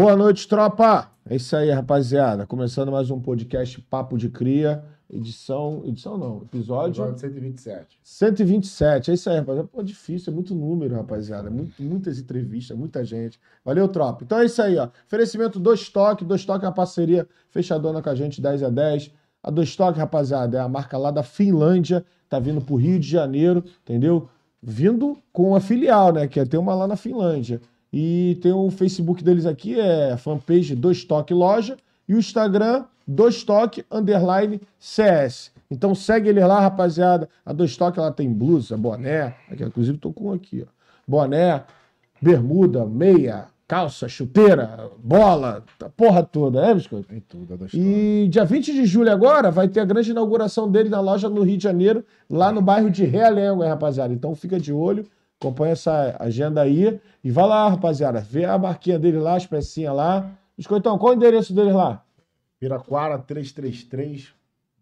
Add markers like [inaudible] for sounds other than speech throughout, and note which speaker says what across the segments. Speaker 1: Boa noite, tropa. É isso aí, rapaziada. Começando mais um podcast Papo de Cria, edição, edição não, episódio
Speaker 2: Episódio 127.
Speaker 1: 127. É isso aí, rapaziada. Pô, difícil, é muito número, rapaziada. Muito- muitas entrevistas, muita gente. Valeu, tropa. Então é isso aí, ó. Oferecimento Dois Toque. Dois Toque é uma parceria fechadona com a gente, 10 a 10. A Dois Toque, rapaziada, é a marca lá da Finlândia. Tá vindo pro Rio de Janeiro, entendeu? Vindo com a filial, né? Que é ter uma lá na Finlândia. E tem o Facebook deles aqui, é a fanpage Dois Toque Loja. E o Instagram, Dois Toque Underline CS. Então segue ele lá, rapaziada. A Dois Toque ela tem blusa, boné. Aqui, inclusive, tô com um aqui, ó. Boné, bermuda, meia, calça, chuteira, bola, a porra toda, é, biscoito?
Speaker 2: Em tudo, a da história.
Speaker 1: E dia 20 de julho agora vai ter a grande inauguração dele na loja no Rio de Janeiro, lá no bairro de Realengo, hein, rapaziada. Então fica de olho, acompanha essa agenda aí e vai lá, rapaziada. Vê a marquinha dele lá, as pecinhas lá. Biscoitão, qual o endereço deles lá?
Speaker 2: Piraquara 333,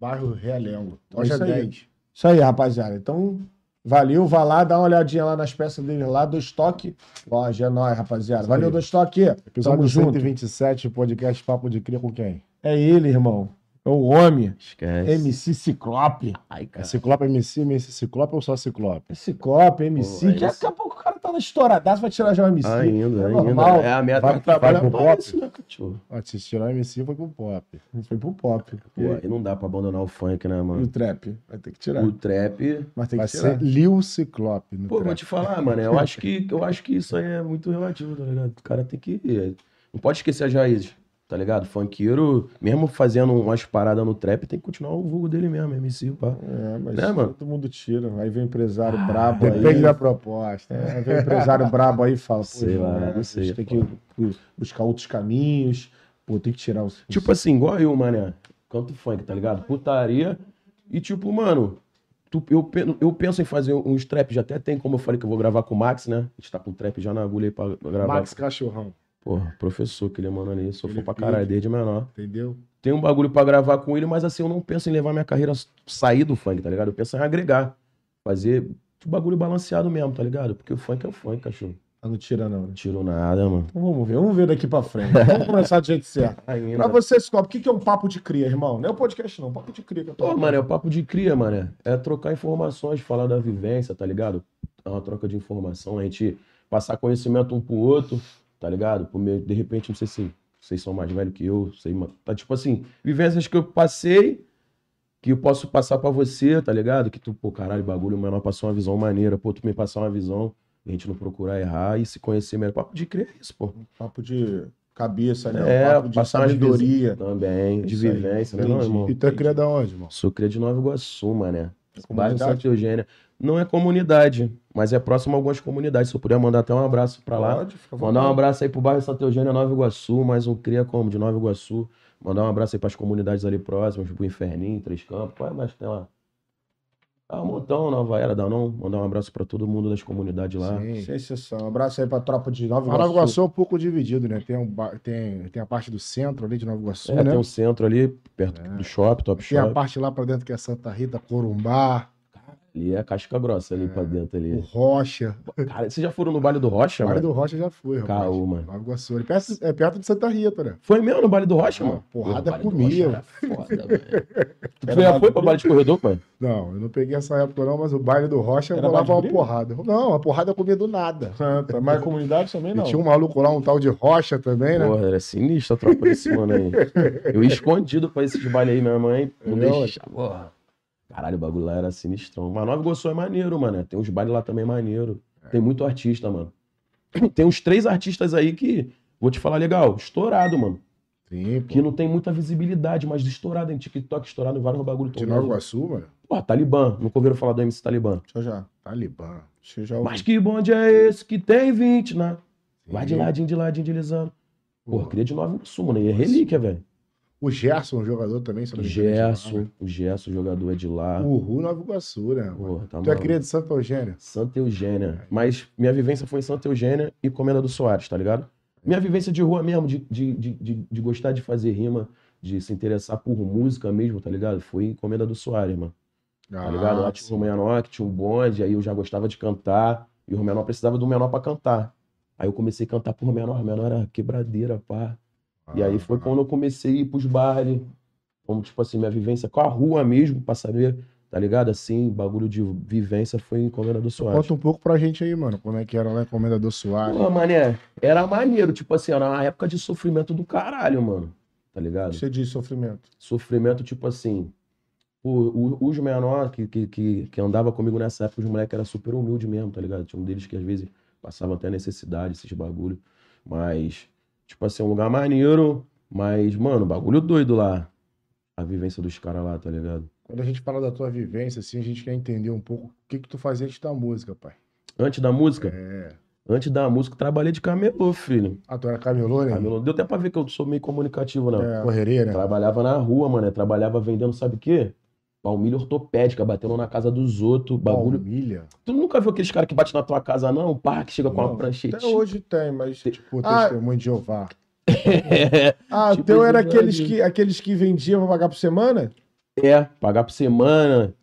Speaker 2: bairro Realengo.
Speaker 1: Então é
Speaker 2: Loja
Speaker 1: isso aí.
Speaker 2: 10.
Speaker 1: Isso aí, rapaziada. Então, valeu, vá lá, dá uma olhadinha lá nas peças deles lá do estoque. Loja é nóis, rapaziada.
Speaker 2: Isso
Speaker 1: Valeu
Speaker 2: aí.
Speaker 1: do estoque. Tamo
Speaker 2: Episódio
Speaker 1: junto.
Speaker 2: 127, podcast Papo de Cria com quem?
Speaker 1: É ele, irmão. É o homem.
Speaker 3: Esquece.
Speaker 1: MC Ciclope.
Speaker 3: Ai,
Speaker 2: É
Speaker 3: cara.
Speaker 2: Ciclope MC, MC Ciclope ou só Ciclope?
Speaker 1: É Ciclope, MC.
Speaker 3: Pô, é
Speaker 1: que daqui
Speaker 3: isso. Ah,
Speaker 1: a pouco o cara tá na estouradaça, vai tirar já o MC.
Speaker 3: Ainda,
Speaker 1: é
Speaker 3: ainda.
Speaker 1: normal.
Speaker 3: É a meta
Speaker 2: Vai-
Speaker 3: do trabalho
Speaker 2: vai pro
Speaker 3: pra
Speaker 2: pop.
Speaker 3: isso, né, cachorro?
Speaker 2: Ó, se tirar MC foi pro pop.
Speaker 1: Foi pro pop.
Speaker 3: Pô, aí não dá pra abandonar o funk, né,
Speaker 1: E o
Speaker 3: mano?
Speaker 1: trap. Vai ter que tirar.
Speaker 3: O trap.
Speaker 1: Mas tem que
Speaker 2: Vai
Speaker 1: tirar.
Speaker 2: ser Lil Ciclope no
Speaker 3: Pô, vou
Speaker 2: trap.
Speaker 3: te falar, mano. Eu acho que, eu acho que isso aí é muito relativo, tá ligado? O cara tem que. Não pode esquecer as raízes, tá ligado? Funkeiro, mesmo fazendo umas paradas no trap, tem que continuar o vulgo dele mesmo, MC, pá.
Speaker 1: É, mas
Speaker 3: Né, mano?
Speaker 1: todo mundo tira. Aí vem o empresário brabo aí.
Speaker 2: Depende da proposta.
Speaker 1: É, aí vem o empresário brabo aí e fala, pô,
Speaker 3: Sei lá,
Speaker 1: né,
Speaker 3: não
Speaker 1: a gente
Speaker 3: sei,
Speaker 1: tem
Speaker 3: pô.
Speaker 1: que buscar outros caminhos. Pô, tem que tirar os.
Speaker 3: Tipo assim, igual eu, mané. Canto funk, tá ligado? Putaria. E tipo, mano, tu- eu, pe- eu penso em fazer uns traps. Já até tem, como eu falei que eu vou gravar com o Max, né? A gente tá com o trap já na agulha aí pra pra gravar.
Speaker 2: Max Cachorrão,
Speaker 3: Porra, professor, aquele mano ali, sofreu
Speaker 2: Ele
Speaker 3: pra
Speaker 2: pira.
Speaker 3: caralho desde menor.
Speaker 2: entendeu?
Speaker 3: Tem um bagulho pra gravar com ele, mas assim, eu não penso em levar minha carreira, sair do funk, tá ligado? Eu penso em agregar. Fazer um bagulho balanceado mesmo, tá ligado? Porque o funk é o funk, cachorro.
Speaker 1: Ah, não tira, não. né?
Speaker 3: Não tirou nada, mano.
Speaker 1: Então vamos ver, vamos ver daqui pra frente.
Speaker 3: [laughs]
Speaker 1: Vamos começar do jeito certo. Pra
Speaker 3: Ainda.
Speaker 1: você, Ciclope, o que que é um papo de cria, irmão? Não é o podcast, não. Papo de cria que eu tô.
Speaker 3: Pô, mano, é o papo de cria, mano. É trocar informações, falar da vivência, tá ligado? É uma troca de informação, a gente passar conhecimento um pro outro, tá ligado? Pro meu, de repente, não sei se vocês são mais velhos que eu, sei, mano. Tá tipo assim, vivências que eu passei, que eu posso passar pra você, tá ligado? Que tu, pô, caralho, bagulho, o menor passou uma visão maneira, pô, tu me passar uma visão, a gente não procurar errar e se conhecer melhor. Papo de cria é isso, pô.
Speaker 1: Papo de cabeça, né?
Speaker 3: É,
Speaker 1: papo de
Speaker 3: passar umas
Speaker 1: sabedoria.
Speaker 3: Também, de
Speaker 1: É, Isso aí,
Speaker 3: vivência, né, não,
Speaker 1: entendi.
Speaker 3: irmão?
Speaker 2: E tu é cria da onde, irmão?
Speaker 3: Sou cria de Nova Iguaçu, mané. Bairro
Speaker 1: Comunidade?
Speaker 3: Santa Eugênia. Não é comunidade, mas é próximo a algumas comunidades. Se eu puder mandar até um abraço pra lá.
Speaker 1: Pode, fica à
Speaker 3: Mandar um
Speaker 1: vontade.
Speaker 3: abraço aí pro bairro Santa Eugênia, Nova Iguaçu, mais um Cria Como de Nova Iguaçu. Mandar um abraço aí pras comunidades ali próximas, pro Inferninho, Três Campos, qual é mais que tem lá? Ah, um montão, Nova Era, dá não? Mandar um abraço pra todo mundo das comunidades lá. É,
Speaker 2: Sim.
Speaker 1: Sem exceção. Um abraço aí pra tropa de Nova Iguaçu.
Speaker 2: Nova Iguaçu é um pouco dividido, né? Tem, um ba- tem, tem a parte do centro ali de Nova Iguaçu,
Speaker 3: É,
Speaker 2: né? É.
Speaker 3: tem um centro ali, perto do shopping, top
Speaker 2: Tem a
Speaker 3: shop.
Speaker 2: parte lá pra dentro que é Santa Rita, Corumbá,
Speaker 3: Ali é a casca grossa ali pra dentro
Speaker 2: o
Speaker 3: ali.
Speaker 2: Rocha.
Speaker 3: Cara, vocês já foram no Baile do Rocha,
Speaker 2: O Vale
Speaker 3: mano?
Speaker 2: do Rocha já foi, rapaz.
Speaker 3: Caô, mano.
Speaker 2: Nova Iguaçu. Ele perto- é perto de Santa Rita, né?
Speaker 3: Foi mesmo no Baile do Rocha,
Speaker 2: Ah,
Speaker 3: mano?
Speaker 2: porrada
Speaker 3: Pô, o Baile
Speaker 2: comia,
Speaker 3: do Rocha era Foda, velho. Tu
Speaker 1: Era
Speaker 3: já foi
Speaker 1: bagulho.
Speaker 3: pra Baile de Corredor, pai?
Speaker 2: Não, eu não peguei essa época não, mas o baile do Rocha eu
Speaker 1: Era
Speaker 2: vou lavar uma
Speaker 1: baile de
Speaker 2: porrada. Não, a porrada eu comia do
Speaker 3: [laughs]
Speaker 2: nada.
Speaker 1: Ah, tá. Mas a comunidade também
Speaker 2: E
Speaker 1: não.
Speaker 2: tinha um maluco lá, um tal de Rocha também, né?
Speaker 3: Porra, era sinistra a
Speaker 2: [laughs]
Speaker 3: tropa desse mano aí. Eu ia escondido pra esses baile aí, minha mãe não
Speaker 2: Entendeu?
Speaker 3: deixava. Porra.
Speaker 2: é.
Speaker 3: Caralho, o bagulho lá era sinistrão. Mas Nova Iguaçu é maneiro, mano. Tem uns bailes lá também maneiro.
Speaker 2: É.
Speaker 3: Tem muito artista, mano. [clears throat] Tem uns três artistas aí que, vou te falar legal, estourado, mano.
Speaker 2: Sim, pô.
Speaker 3: Que não tem muita visibilidade, mas estourado em TikTok, estourado em vários bagulhos.
Speaker 2: De Nova Iguaçu, mano.
Speaker 3: Porra, Talibã. Nunca ouviram falar do MC Talibã.
Speaker 1: Deixa eu já.
Speaker 2: Talibã.
Speaker 1: Deixa eu já ouvir.
Speaker 3: Mas que bonde é esse que tem 20, né? Vai de
Speaker 2: Sim,
Speaker 3: ladinho, de ladinho, deslizando. Porra,
Speaker 2: pô.
Speaker 3: cria de Nova Iguaçu, mano. E é relíquia, velho.
Speaker 2: O Gerson, um jogador também, se eu não me engano, de lá, né?
Speaker 3: Gerson, o Gerson, jogador é de lá.
Speaker 2: O Ru Nova Iguaçu, né?
Speaker 3: Porra, tá
Speaker 2: tu é
Speaker 3: maluco.
Speaker 2: criança de Santa Eugênia.
Speaker 3: Santa Eugênia. Mas minha vivência foi em Santa Eugênia e Comenda do Soares, tá ligado? Minha vivência de rua mesmo, de, de, de, de, de gostar de fazer rima, de se interessar por música mesmo, tá ligado? Foi em Comenda do Soares, mano.
Speaker 2: Ah,
Speaker 3: Tá ligado? Lá tinha o Romanó, que tinha o bonde, aí eu já gostava de cantar. E o Romanó precisava do menor pra cantar. Aí eu comecei a cantar por menor, menor era quebradeira, pá. E aí foi quando eu comecei a ir pros bares, como, tipo assim, minha vivência com a rua mesmo, pra saber, tá ligado? Assim, bagulho de vivência foi em Comendador Soares.
Speaker 2: Conta um pouco pra gente aí, mano. Como é que era lá em Comendador Soares?
Speaker 3: Pô, mané, era maneiro, tipo assim, era uma época de sofrimento do caralho, mano. Tá ligado?
Speaker 1: Você diz sofrimento.
Speaker 3: sofrimento, tipo assim. O, o, os menores que, que, que, que andava comigo nessa época, os moleques eram super humildes mesmo, tá ligado? Tinha um deles que às vezes passava até necessidade, esses bagulho. Mas, tipo assim, um lugar maneiro. Mas, mano, bagulho doido lá. A vivência dos caras lá, tá ligado?
Speaker 2: Quando a gente fala da tua vivência, assim, a gente quer entender um pouco o que que tu fazia antes da música, pai.
Speaker 3: Antes da música,
Speaker 2: É.
Speaker 3: antes da música, eu trabalhei de camelô, filho.
Speaker 2: Ah, tu era camelô, né?
Speaker 3: Camelô. Deu até pra ver que eu sou meio comunicativo, não.
Speaker 2: É. Correria, né?
Speaker 3: Trabalhava na rua, mano. Trabalhava vendendo, sabe o quê? Palmilha ortopédica, batendo na casa dos outros, bagulho.
Speaker 2: Palmilha.
Speaker 3: Tu nunca viu aqueles caras que batem na tua casa, não? Pá, que chega com uma
Speaker 1: Não,
Speaker 3: pranchete.
Speaker 1: Até
Speaker 3: [laughs]
Speaker 1: hoje tem, mas.
Speaker 2: Tipo,
Speaker 1: Ah.
Speaker 2: testemunho de Jeová.
Speaker 1: Ah, o
Speaker 3: Tipo
Speaker 1: teu era
Speaker 3: esse
Speaker 1: aqueles
Speaker 3: Brasil.
Speaker 1: que, aqueles que vendiam pra pagar por semana?
Speaker 3: é, pagar por semana,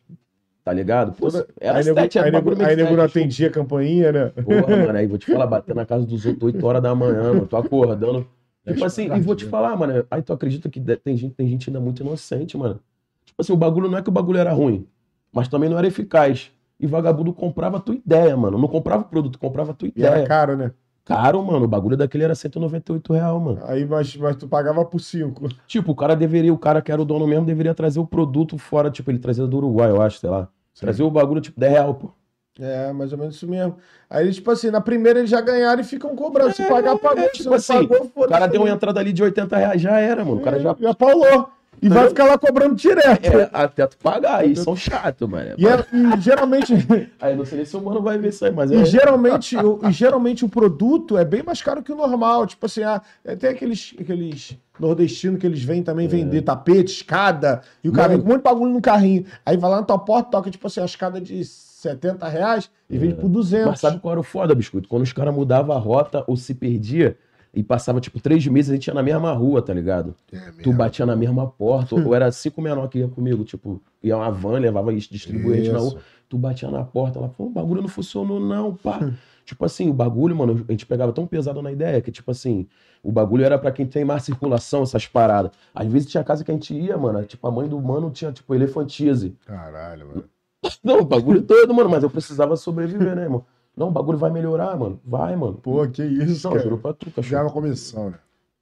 Speaker 3: tá ligado? Pô,
Speaker 1: Toda-
Speaker 3: era
Speaker 1: aí nego,
Speaker 3: sete, era
Speaker 1: aí nego,
Speaker 3: bagulho tipo. meio
Speaker 1: aí nego não
Speaker 3: sete,
Speaker 1: atendia a campainha, né?
Speaker 3: Porra, mano, aí vou te falar, bater na casa dos outros 8 horas da manhã, mano,
Speaker 1: [laughs]
Speaker 3: tô acordando. Tipo assim, e vou te falar, mano, aí tu acredita que de- tem gente, tem gente ainda muito inocente, mano. Tipo assim, o bagulho não é que o bagulho era ruim, mas também não era eficaz. E vagabundo comprava a tua ideia, mano. Não comprava o produto, comprava a tua
Speaker 1: E era
Speaker 3: ideia.
Speaker 1: caro, né?
Speaker 3: Caro, mano, o bagulho daquele era 198 real, mano.
Speaker 1: Aí, mas, mas tu pagava por cinco.
Speaker 3: Tipo, o cara deveria, o cara que era o dono mesmo, deveria trazer o produto fora, tipo, ele trazia do Uruguai, eu acho, sei lá. Trazer o bagulho, tipo, 10 real, pô.
Speaker 1: É, mais ou menos isso mesmo. Aí, tipo assim, na primeira eles já ganharam e ficam cobrando. Se pagar, pagou.
Speaker 3: é,
Speaker 1: Se
Speaker 3: tipo
Speaker 1: não
Speaker 3: assim,
Speaker 1: pagou,
Speaker 3: O
Speaker 1: foda-se.
Speaker 3: cara deu uma entrada ali de 80 reais, já era, mano. O cara já. Tá
Speaker 1: Já paulou. E vai
Speaker 3: Não.
Speaker 1: ficar lá cobrando direto.
Speaker 3: É, até tu pagar, aí são chato, mano.
Speaker 1: E, é- e
Speaker 3: [laughs]
Speaker 1: geralmente,
Speaker 3: Aí não sei nem se o mano vai ver isso aí, mas é.
Speaker 1: e, geralmente o, e geralmente o produto é bem mais caro que o normal. Tipo assim, ah, é, tem aqueles, aqueles nordestinos que eles vêm
Speaker 3: É.
Speaker 1: também vender tapete, escada, e o cara vem
Speaker 3: Mano.
Speaker 1: com muito bagulho no carrinho. Aí vai lá na tua porta, toca, tipo assim, a escada de 70 reais e vende por 200.
Speaker 3: É. Mas sabe qual era o foda, biscoito? Quando os caras mudavam a rota ou se perdia e passava, tipo, três meses, a gente ia na mesma rua, tá ligado?
Speaker 2: É
Speaker 3: Tu
Speaker 2: mesmo.
Speaker 3: batia na mesma porta, [laughs] ou era cinco menor que ia comigo, tipo, ia uma van, levava isso, distribuía a gente na
Speaker 2: Isso.
Speaker 3: rua. Tu batia na porta, ela falou, o bagulho não funcionou não,
Speaker 2: [laughs]
Speaker 3: pá. tipo assim, o bagulho, mano, a gente pegava tão pesado na ideia que, tipo assim, o bagulho era pra quem tem mais circulação, essas paradas. Às vezes tinha casa que a gente ia, mano, tipo, a mãe do mano tinha, tipo, elefantise.
Speaker 2: Caralho, mano.
Speaker 3: [laughs] Não, o bagulho todo, mano, mas eu precisava sobreviver, né, irmão? Não, o bagulho vai melhorar, mano. Vai, mano.
Speaker 2: Pô, que isso,
Speaker 3: Não, juro
Speaker 2: cara.
Speaker 3: pra tu, cachorro.
Speaker 2: Ganhava comissão, né?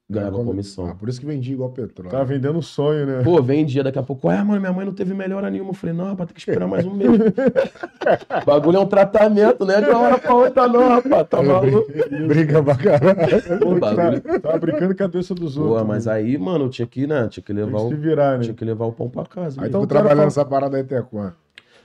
Speaker 3: Ganhava
Speaker 2: comi- Ah, [laughs]
Speaker 3: comissão.
Speaker 2: por isso que vendia igual petróleo.
Speaker 1: Tá vendendo um sonho, né?
Speaker 3: Pô, vendia daqui a pouco. Ah, mano, minha mãe não teve melhora nenhuma. Eu falei, não, rapaz, tem que esperar mais um mês.
Speaker 2: [laughs]
Speaker 3: O bagulho é um tratamento, né? De uma hora pra outra, não, rapaz. Tá maluco?
Speaker 2: [laughs] Briga pra caralho.
Speaker 3: O bagulho.
Speaker 1: Tá, tá brincando com a cabeça dos
Speaker 3: Pô,
Speaker 2: né?
Speaker 1: outros.
Speaker 3: mas aí, mano, eu tinha que, né? Tinha que
Speaker 1: Tem
Speaker 3: levar
Speaker 1: que se
Speaker 3: o,
Speaker 1: virar, né?
Speaker 3: tinha que levar o pão pra casa.
Speaker 2: Aí
Speaker 3: né?
Speaker 1: Então,
Speaker 2: tu
Speaker 1: o cara
Speaker 2: trabalhando
Speaker 1: fala-
Speaker 2: essa parada aí é. até quando?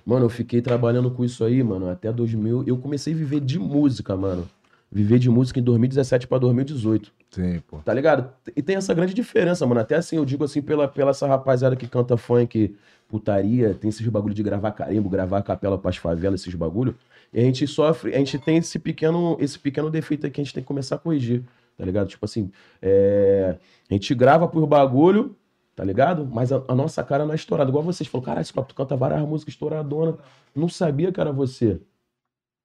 Speaker 3: Mano, eu fiquei trabalhando com isso aí, mano, até 2000. Eu comecei a viver de música, mano. Viver de música em 2017 pra 2018.
Speaker 2: Sim, pô.
Speaker 3: Tá ligado? E tem essa grande diferença, mano. Até assim, eu digo assim, pela, pela essa rapaziada que canta funk, putaria, tem esses bagulho de gravar carimbo, gravar capela pras favelas, esses bagulho. E a gente sofre, a gente tem esse pequeno, esse pequeno defeito aí que a gente tem que começar a corrigir, tá ligado? Tipo assim, é, a gente grava por bagulho, tá ligado? Mas a, a nossa cara não é estourada. Igual vocês falaram, caralho, esse papo, tu canta várias músicas estouradona. Não sabia que era você,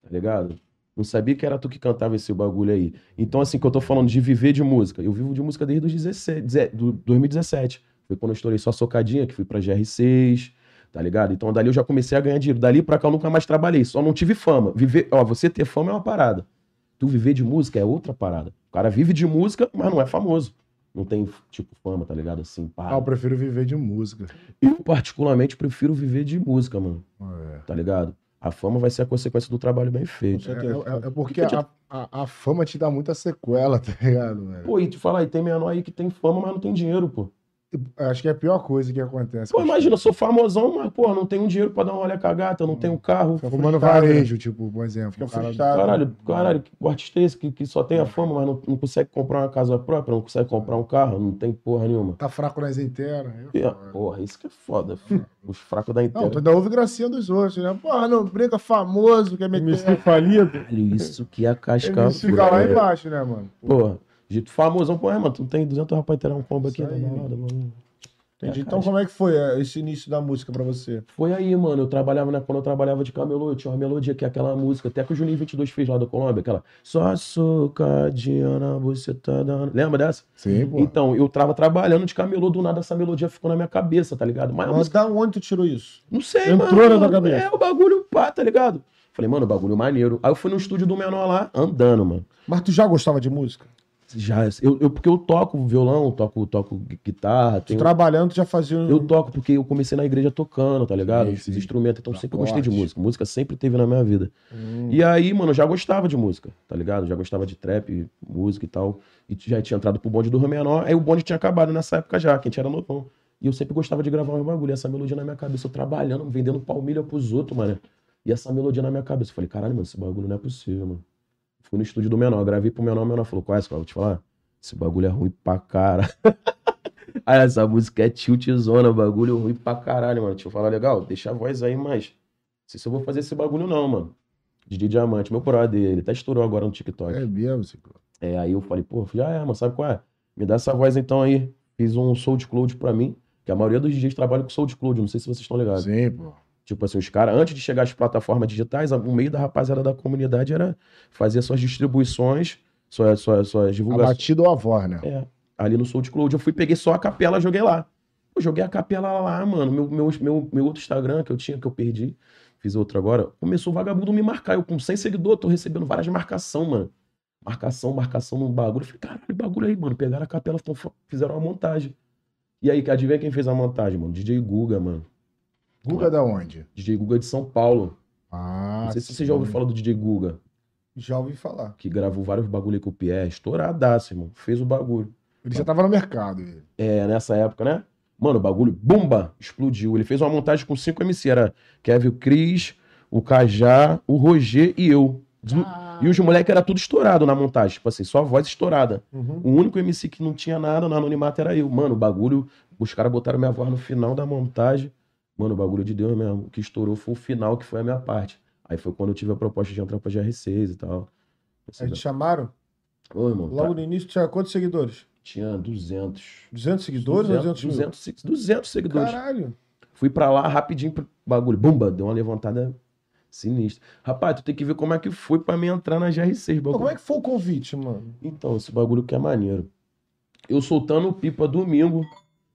Speaker 3: tá ligado? Não sabia que era tu que cantava esse bagulho aí. Então, assim, que eu tô falando de viver de música. Eu vivo de música desde os 16, deze- do 2017. Foi quando eu estourei só Socadinha, que fui pra GR6, tá ligado? Então, dali eu já comecei a ganhar dinheiro. Dali pra cá eu nunca mais trabalhei, só não tive fama. Viver, ó, você ter fama é uma parada. Tu viver de música é outra parada. O cara vive de música, mas não é famoso. Não tem, tipo, fama, tá ligado? Assim,
Speaker 2: Ah, eu
Speaker 3: pá.
Speaker 2: prefiro viver de música.
Speaker 3: Eu, particularmente, prefiro viver de música, mano,
Speaker 2: É,
Speaker 3: tá ligado? A fama vai ser a consequência do trabalho bem
Speaker 1: Com
Speaker 3: feito.
Speaker 1: certeza.
Speaker 2: É- é- é porque a, a- a fama te dá muita sequela, [laughs] tá ligado, velho?
Speaker 3: É. Pô, e te falar, e tem menor aí que tem fama, mas não tem dinheiro, pô.
Speaker 2: Acho que é a pior coisa que acontece.
Speaker 3: Pô, imagina, eu sou famosão, mas, pô, não tenho dinheiro pra dar uma olha cagata, não tenho carro.
Speaker 2: Fica fumando
Speaker 1: frustrado, né?
Speaker 2: varejo, tipo, por exemplo.
Speaker 1: Fica
Speaker 2: o cara-
Speaker 1: frustrado.
Speaker 3: Caralho, caralho, que artista é esse que, que só tem a fama, mas não, não consegue comprar uma casa própria, não consegue comprar um carro, não tem porra nenhuma.
Speaker 2: Tá fraco nas internas. eu-
Speaker 3: E, porra, isso que é foda, filho. Os fracos da
Speaker 2: Não, tu
Speaker 3: internet.
Speaker 2: ainda ouve gracinha dos outros, né? Porra, não briga famoso, quer meter...
Speaker 1: MC falido.
Speaker 3: Caralho, isso que é cascar.
Speaker 2: Ele fica lá embaixo, né, mano?
Speaker 3: Porra, de tu famosão, pô, é, mano, tu não tem 200 reais pra inteirar um combo aqui
Speaker 2: Isso
Speaker 3: na
Speaker 2: aí.
Speaker 3: balada, mano.
Speaker 1: Entendi.
Speaker 3: É,
Speaker 1: Então,
Speaker 3: cara.
Speaker 1: como é que foi é, esse início da música pra você?
Speaker 3: Foi aí, mano. Eu trabalhava, né? Quando eu trabalhava de camelô, eu tinha uma melodia que é aquela música, até que o Juninho 22 fez lá do Colômbia, aquela. Só socadinha na buceta da. Ana". tá Lembra dessa?
Speaker 2: Sim, pô.
Speaker 3: Então, eu tava trabalhando de camelô, do nada essa melodia ficou na minha cabeça, tá ligado? Mas é uma
Speaker 1: Mas da onde tu tirou isso?
Speaker 3: não sei,
Speaker 1: Entrou
Speaker 3: mano.
Speaker 1: na tua cabeça.
Speaker 3: É o bagulho, pá, tá ligado? Falei, mano, o bagulho maneiro. Aí eu fui no estúdio do menor lá, andando, mano.
Speaker 1: Mas tu já gostava de música?
Speaker 3: Já, eu, eu- porque eu toco violão, toco, toco gui- guitarra,
Speaker 1: Tu
Speaker 3: tenho-
Speaker 1: trabalhando, tu já fazia um...
Speaker 3: eu toco porque eu comecei na igreja tocando, tá ligado?
Speaker 2: Sim,
Speaker 3: Esses
Speaker 2: sim.
Speaker 3: instrumentos, então
Speaker 2: Pra
Speaker 3: sempre eu gostei de
Speaker 2: corte.
Speaker 3: música. Música sempre teve na minha vida.
Speaker 1: Hum.
Speaker 3: E aí, mano, eu já gostava de música, tá ligado? Já gostava de trap, música e tal. E já tinha entrado pro bonde do Rio Menor, aí o bonde tinha acabado nessa época já, que a gente era novão. E eu sempre gostava de gravar um bagulho, e essa melodia na minha cabeça, eu trabalhando, vendendo palmilha pros outros, mano. E essa melodia na minha cabeça, eu falei, caralho, mano, esse bagulho não é possível, mano. Fui no estúdio do Menor, gravei pro Menor, o Menor falou, qual é essa? cara? Eu Vou te falar, esse bagulho é ruim pra cara. [laughs] aí essa música é tiltzona, bagulho ruim pra caralho, mano. Deixa eu falar, legal, deixa a voz aí, mas... Não sei se eu vou fazer esse bagulho não, mano. DJ Diamante, meu brother, ele até estourou agora no TikTok.
Speaker 2: É mesmo, Ciclo.
Speaker 3: É, aí eu falei, pô, já é, mano, sabe qual é? Me dá essa voz então aí. Fiz um SoundCloud pra mim, que a maioria dos DJs trabalha com SoundCloud, não sei se vocês estão
Speaker 1: Tá.
Speaker 3: ligados.
Speaker 2: Sim, pô.
Speaker 3: Tipo assim, os caras, antes de chegar às plataformas digitais, o meio da rapaziada da comunidade era fazer suas distribuições, suas, suas, suas
Speaker 2: A
Speaker 3: divulgações.
Speaker 2: batida ou a voz, né?
Speaker 3: É, ali no SoundCloud. Eu fui, peguei só a capela, joguei lá. Eu joguei a capela lá, mano. Meu, meu, meu, meu outro Instagram que eu tinha, que eu perdi, fiz outro agora. Começou o vagabundo me marcar. Eu com 100 seguidores, tô recebendo várias marcação, mano. Marcação, marcação num bagulho. Eu falei, caralho, bagulho aí, mano. Pegaram a capela, tão fo- fizeram uma montagem. E aí, adivinha quem fez a montagem, mano? DJ Guga, mano.
Speaker 2: Guga da onde?
Speaker 3: DJ Guga de São Paulo.
Speaker 2: Ah,
Speaker 3: é? Não sei se você já ouviu falar do DJ Guga
Speaker 1: Já ouvi falar.
Speaker 3: que gravou vários bagulho aí com o Pierre. Estouradaço, irmão. Fez o bagulho.
Speaker 2: Ele já tava no mercado. ele.
Speaker 3: É, nessa época, né? Mano, o bagulho, bomba, explodiu. Ele fez uma montagem com cinco MC, era Kevin o Cris, o Cajá, o Roger e eu. Dos- E os moleques era tudo estourado na montagem, tipo assim, só a voz estourada.
Speaker 1: Uhum.
Speaker 3: O único MC que não tinha nada no anonimato era eu. Mano, o bagulho, os caras botaram minha voz no final da montagem. Mano, o bagulho de Deus mesmo, o que estourou foi o final, que foi a minha parte. Aí foi quando eu tive a proposta de entrar pra GR6 e tal.
Speaker 1: Aí te chamaram?
Speaker 3: Ô, irmão, tá-
Speaker 1: É Logo no início, tinha quantos seguidores?
Speaker 3: tinha 200.
Speaker 1: 200 seguidores ou 200 mil?
Speaker 3: 200, 200 seguidores.
Speaker 1: Caralho.
Speaker 3: Fui pra lá rapidinho pro bagulho. Bumba, deu uma levantada sinistra. Rapaz, tu tem que ver como é que foi pra mim entrar na GR6,
Speaker 1: Pô,
Speaker 3: bagulho.
Speaker 1: como é que foi o convite, mano?
Speaker 3: Então, esse bagulho que é maneiro. Eu soltando pipa domingo,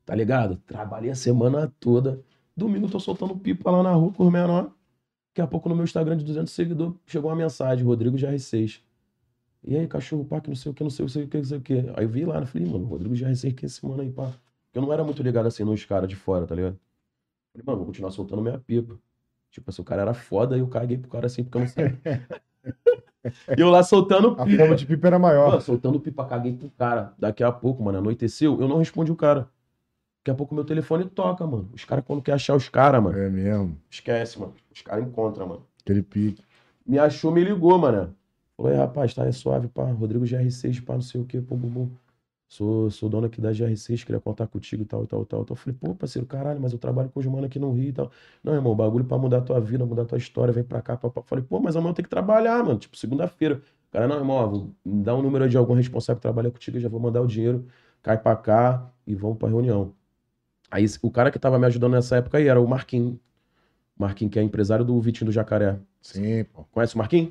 Speaker 3: tá ligado? Trabalhei a semana toda. Domingo eu tô soltando pipa lá na rua com os menor. Daqui a pouco no meu Instagram de 200 seguidores chegou uma mensagem, Rodrigo GR6. E aí, cachorro, pá, que não sei o que, não sei o que, não sei o que. Aí eu vi lá, né? Falei, mano, Rodrigo GR6, que é esse mano aí, pá. Porque eu não era muito ligado assim nos caras de fora, tá ligado? Falei, mano, vou continuar soltando minha pipa. Tipo assim, o cara era foda e eu caguei pro cara assim, porque eu não sabia. [laughs] e eu lá soltando
Speaker 2: A forma de pipa era maior.
Speaker 3: Mano, soltando pipa, caguei pro cara. Daqui a pouco, mano, anoiteceu, eu não respondi o cara. Daqui a pouco meu telefone toca, mano. Os caras, quando quer achar os caras, mano,
Speaker 2: É mesmo.
Speaker 3: esquece, mano. Os caras encontram, mano.
Speaker 2: Aquele pique.
Speaker 3: Me achou, me ligou, mano. Falou, aí, rapaz, tá, é suave, pá. Rodrigo GR6, pá, não sei o quê, pô, bum, bum. Sou, sou dono aqui da GR6, queria contar contigo e tal, e tal, e tal. Então eu falei, pô, parceiro, caralho, mas eu trabalho com os mano aqui no Rio e tal. Não, irmão, o bagulho pra mudar tua vida, mudar tua história, vem pra cá, papá. Falei, pô, mas amanhã eu tenho que trabalhar, mano. Tipo, segunda-feira. O Cara, não, irmão, ó, vou me dar um número de algum responsável que trabalha contigo, eu já vou mandar o dinheiro, cai pra cá e vamos pra reunião. Aí esse- o cara que tava me ajudando nessa época aí era o Marquinhos. Marquinhos, que é empresário do Vitinho do Jacaré.
Speaker 2: Sim, pô.
Speaker 3: Conhece o Marquinhos?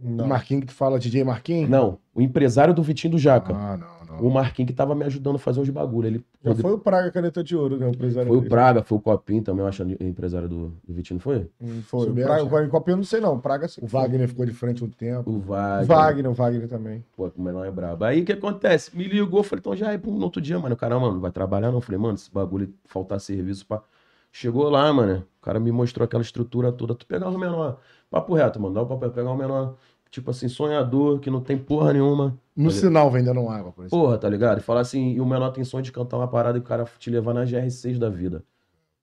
Speaker 2: O
Speaker 1: Não.
Speaker 2: Marquinhos que tu fala, DJ Marquinhos?
Speaker 3: Não, o empresário do Vitinho do Jaca.
Speaker 2: Ah, não, não.
Speaker 3: O Marquinhos que tava me ajudando a fazer uns bagulho. Ele
Speaker 1: Já foi o Praga Caneta de Ouro, né? O empresário
Speaker 3: Foi o
Speaker 1: dele.
Speaker 3: Praga, foi o Copinho também, eu acho, empresário do, do Vitinho, não foi?
Speaker 1: Hum, Foi. O
Speaker 2: Souberam,
Speaker 1: Praga,
Speaker 2: já.
Speaker 1: agora em Copa eu não sei não. O Praga sim.
Speaker 2: O Wagner ficou de frente um tempo.
Speaker 3: O Wagner.
Speaker 1: Wagner, o Wagner também.
Speaker 3: Pô, o menor é brabo. Aí o que acontece? Me ligou, falei, então já é pro- no outro dia, mano. O cara, mano, não vai trabalhar não. Falei, mano, esse bagulho, faltar serviço pra. Chegou lá, mano. O cara me mostrou aquela estrutura toda. Tu pegar o menor. Papo reto, mano. Dá o papel, pegar o menor. Tipo assim, sonhador, que não tem porra nenhuma.
Speaker 2: No
Speaker 3: Olha.
Speaker 2: sinal vendendo água, por exemplo.
Speaker 3: Porra,
Speaker 1: é
Speaker 3: tá ligado? E falar assim, e o menor tem sonho de cantar uma parada e o cara te levar na GR6 da vida.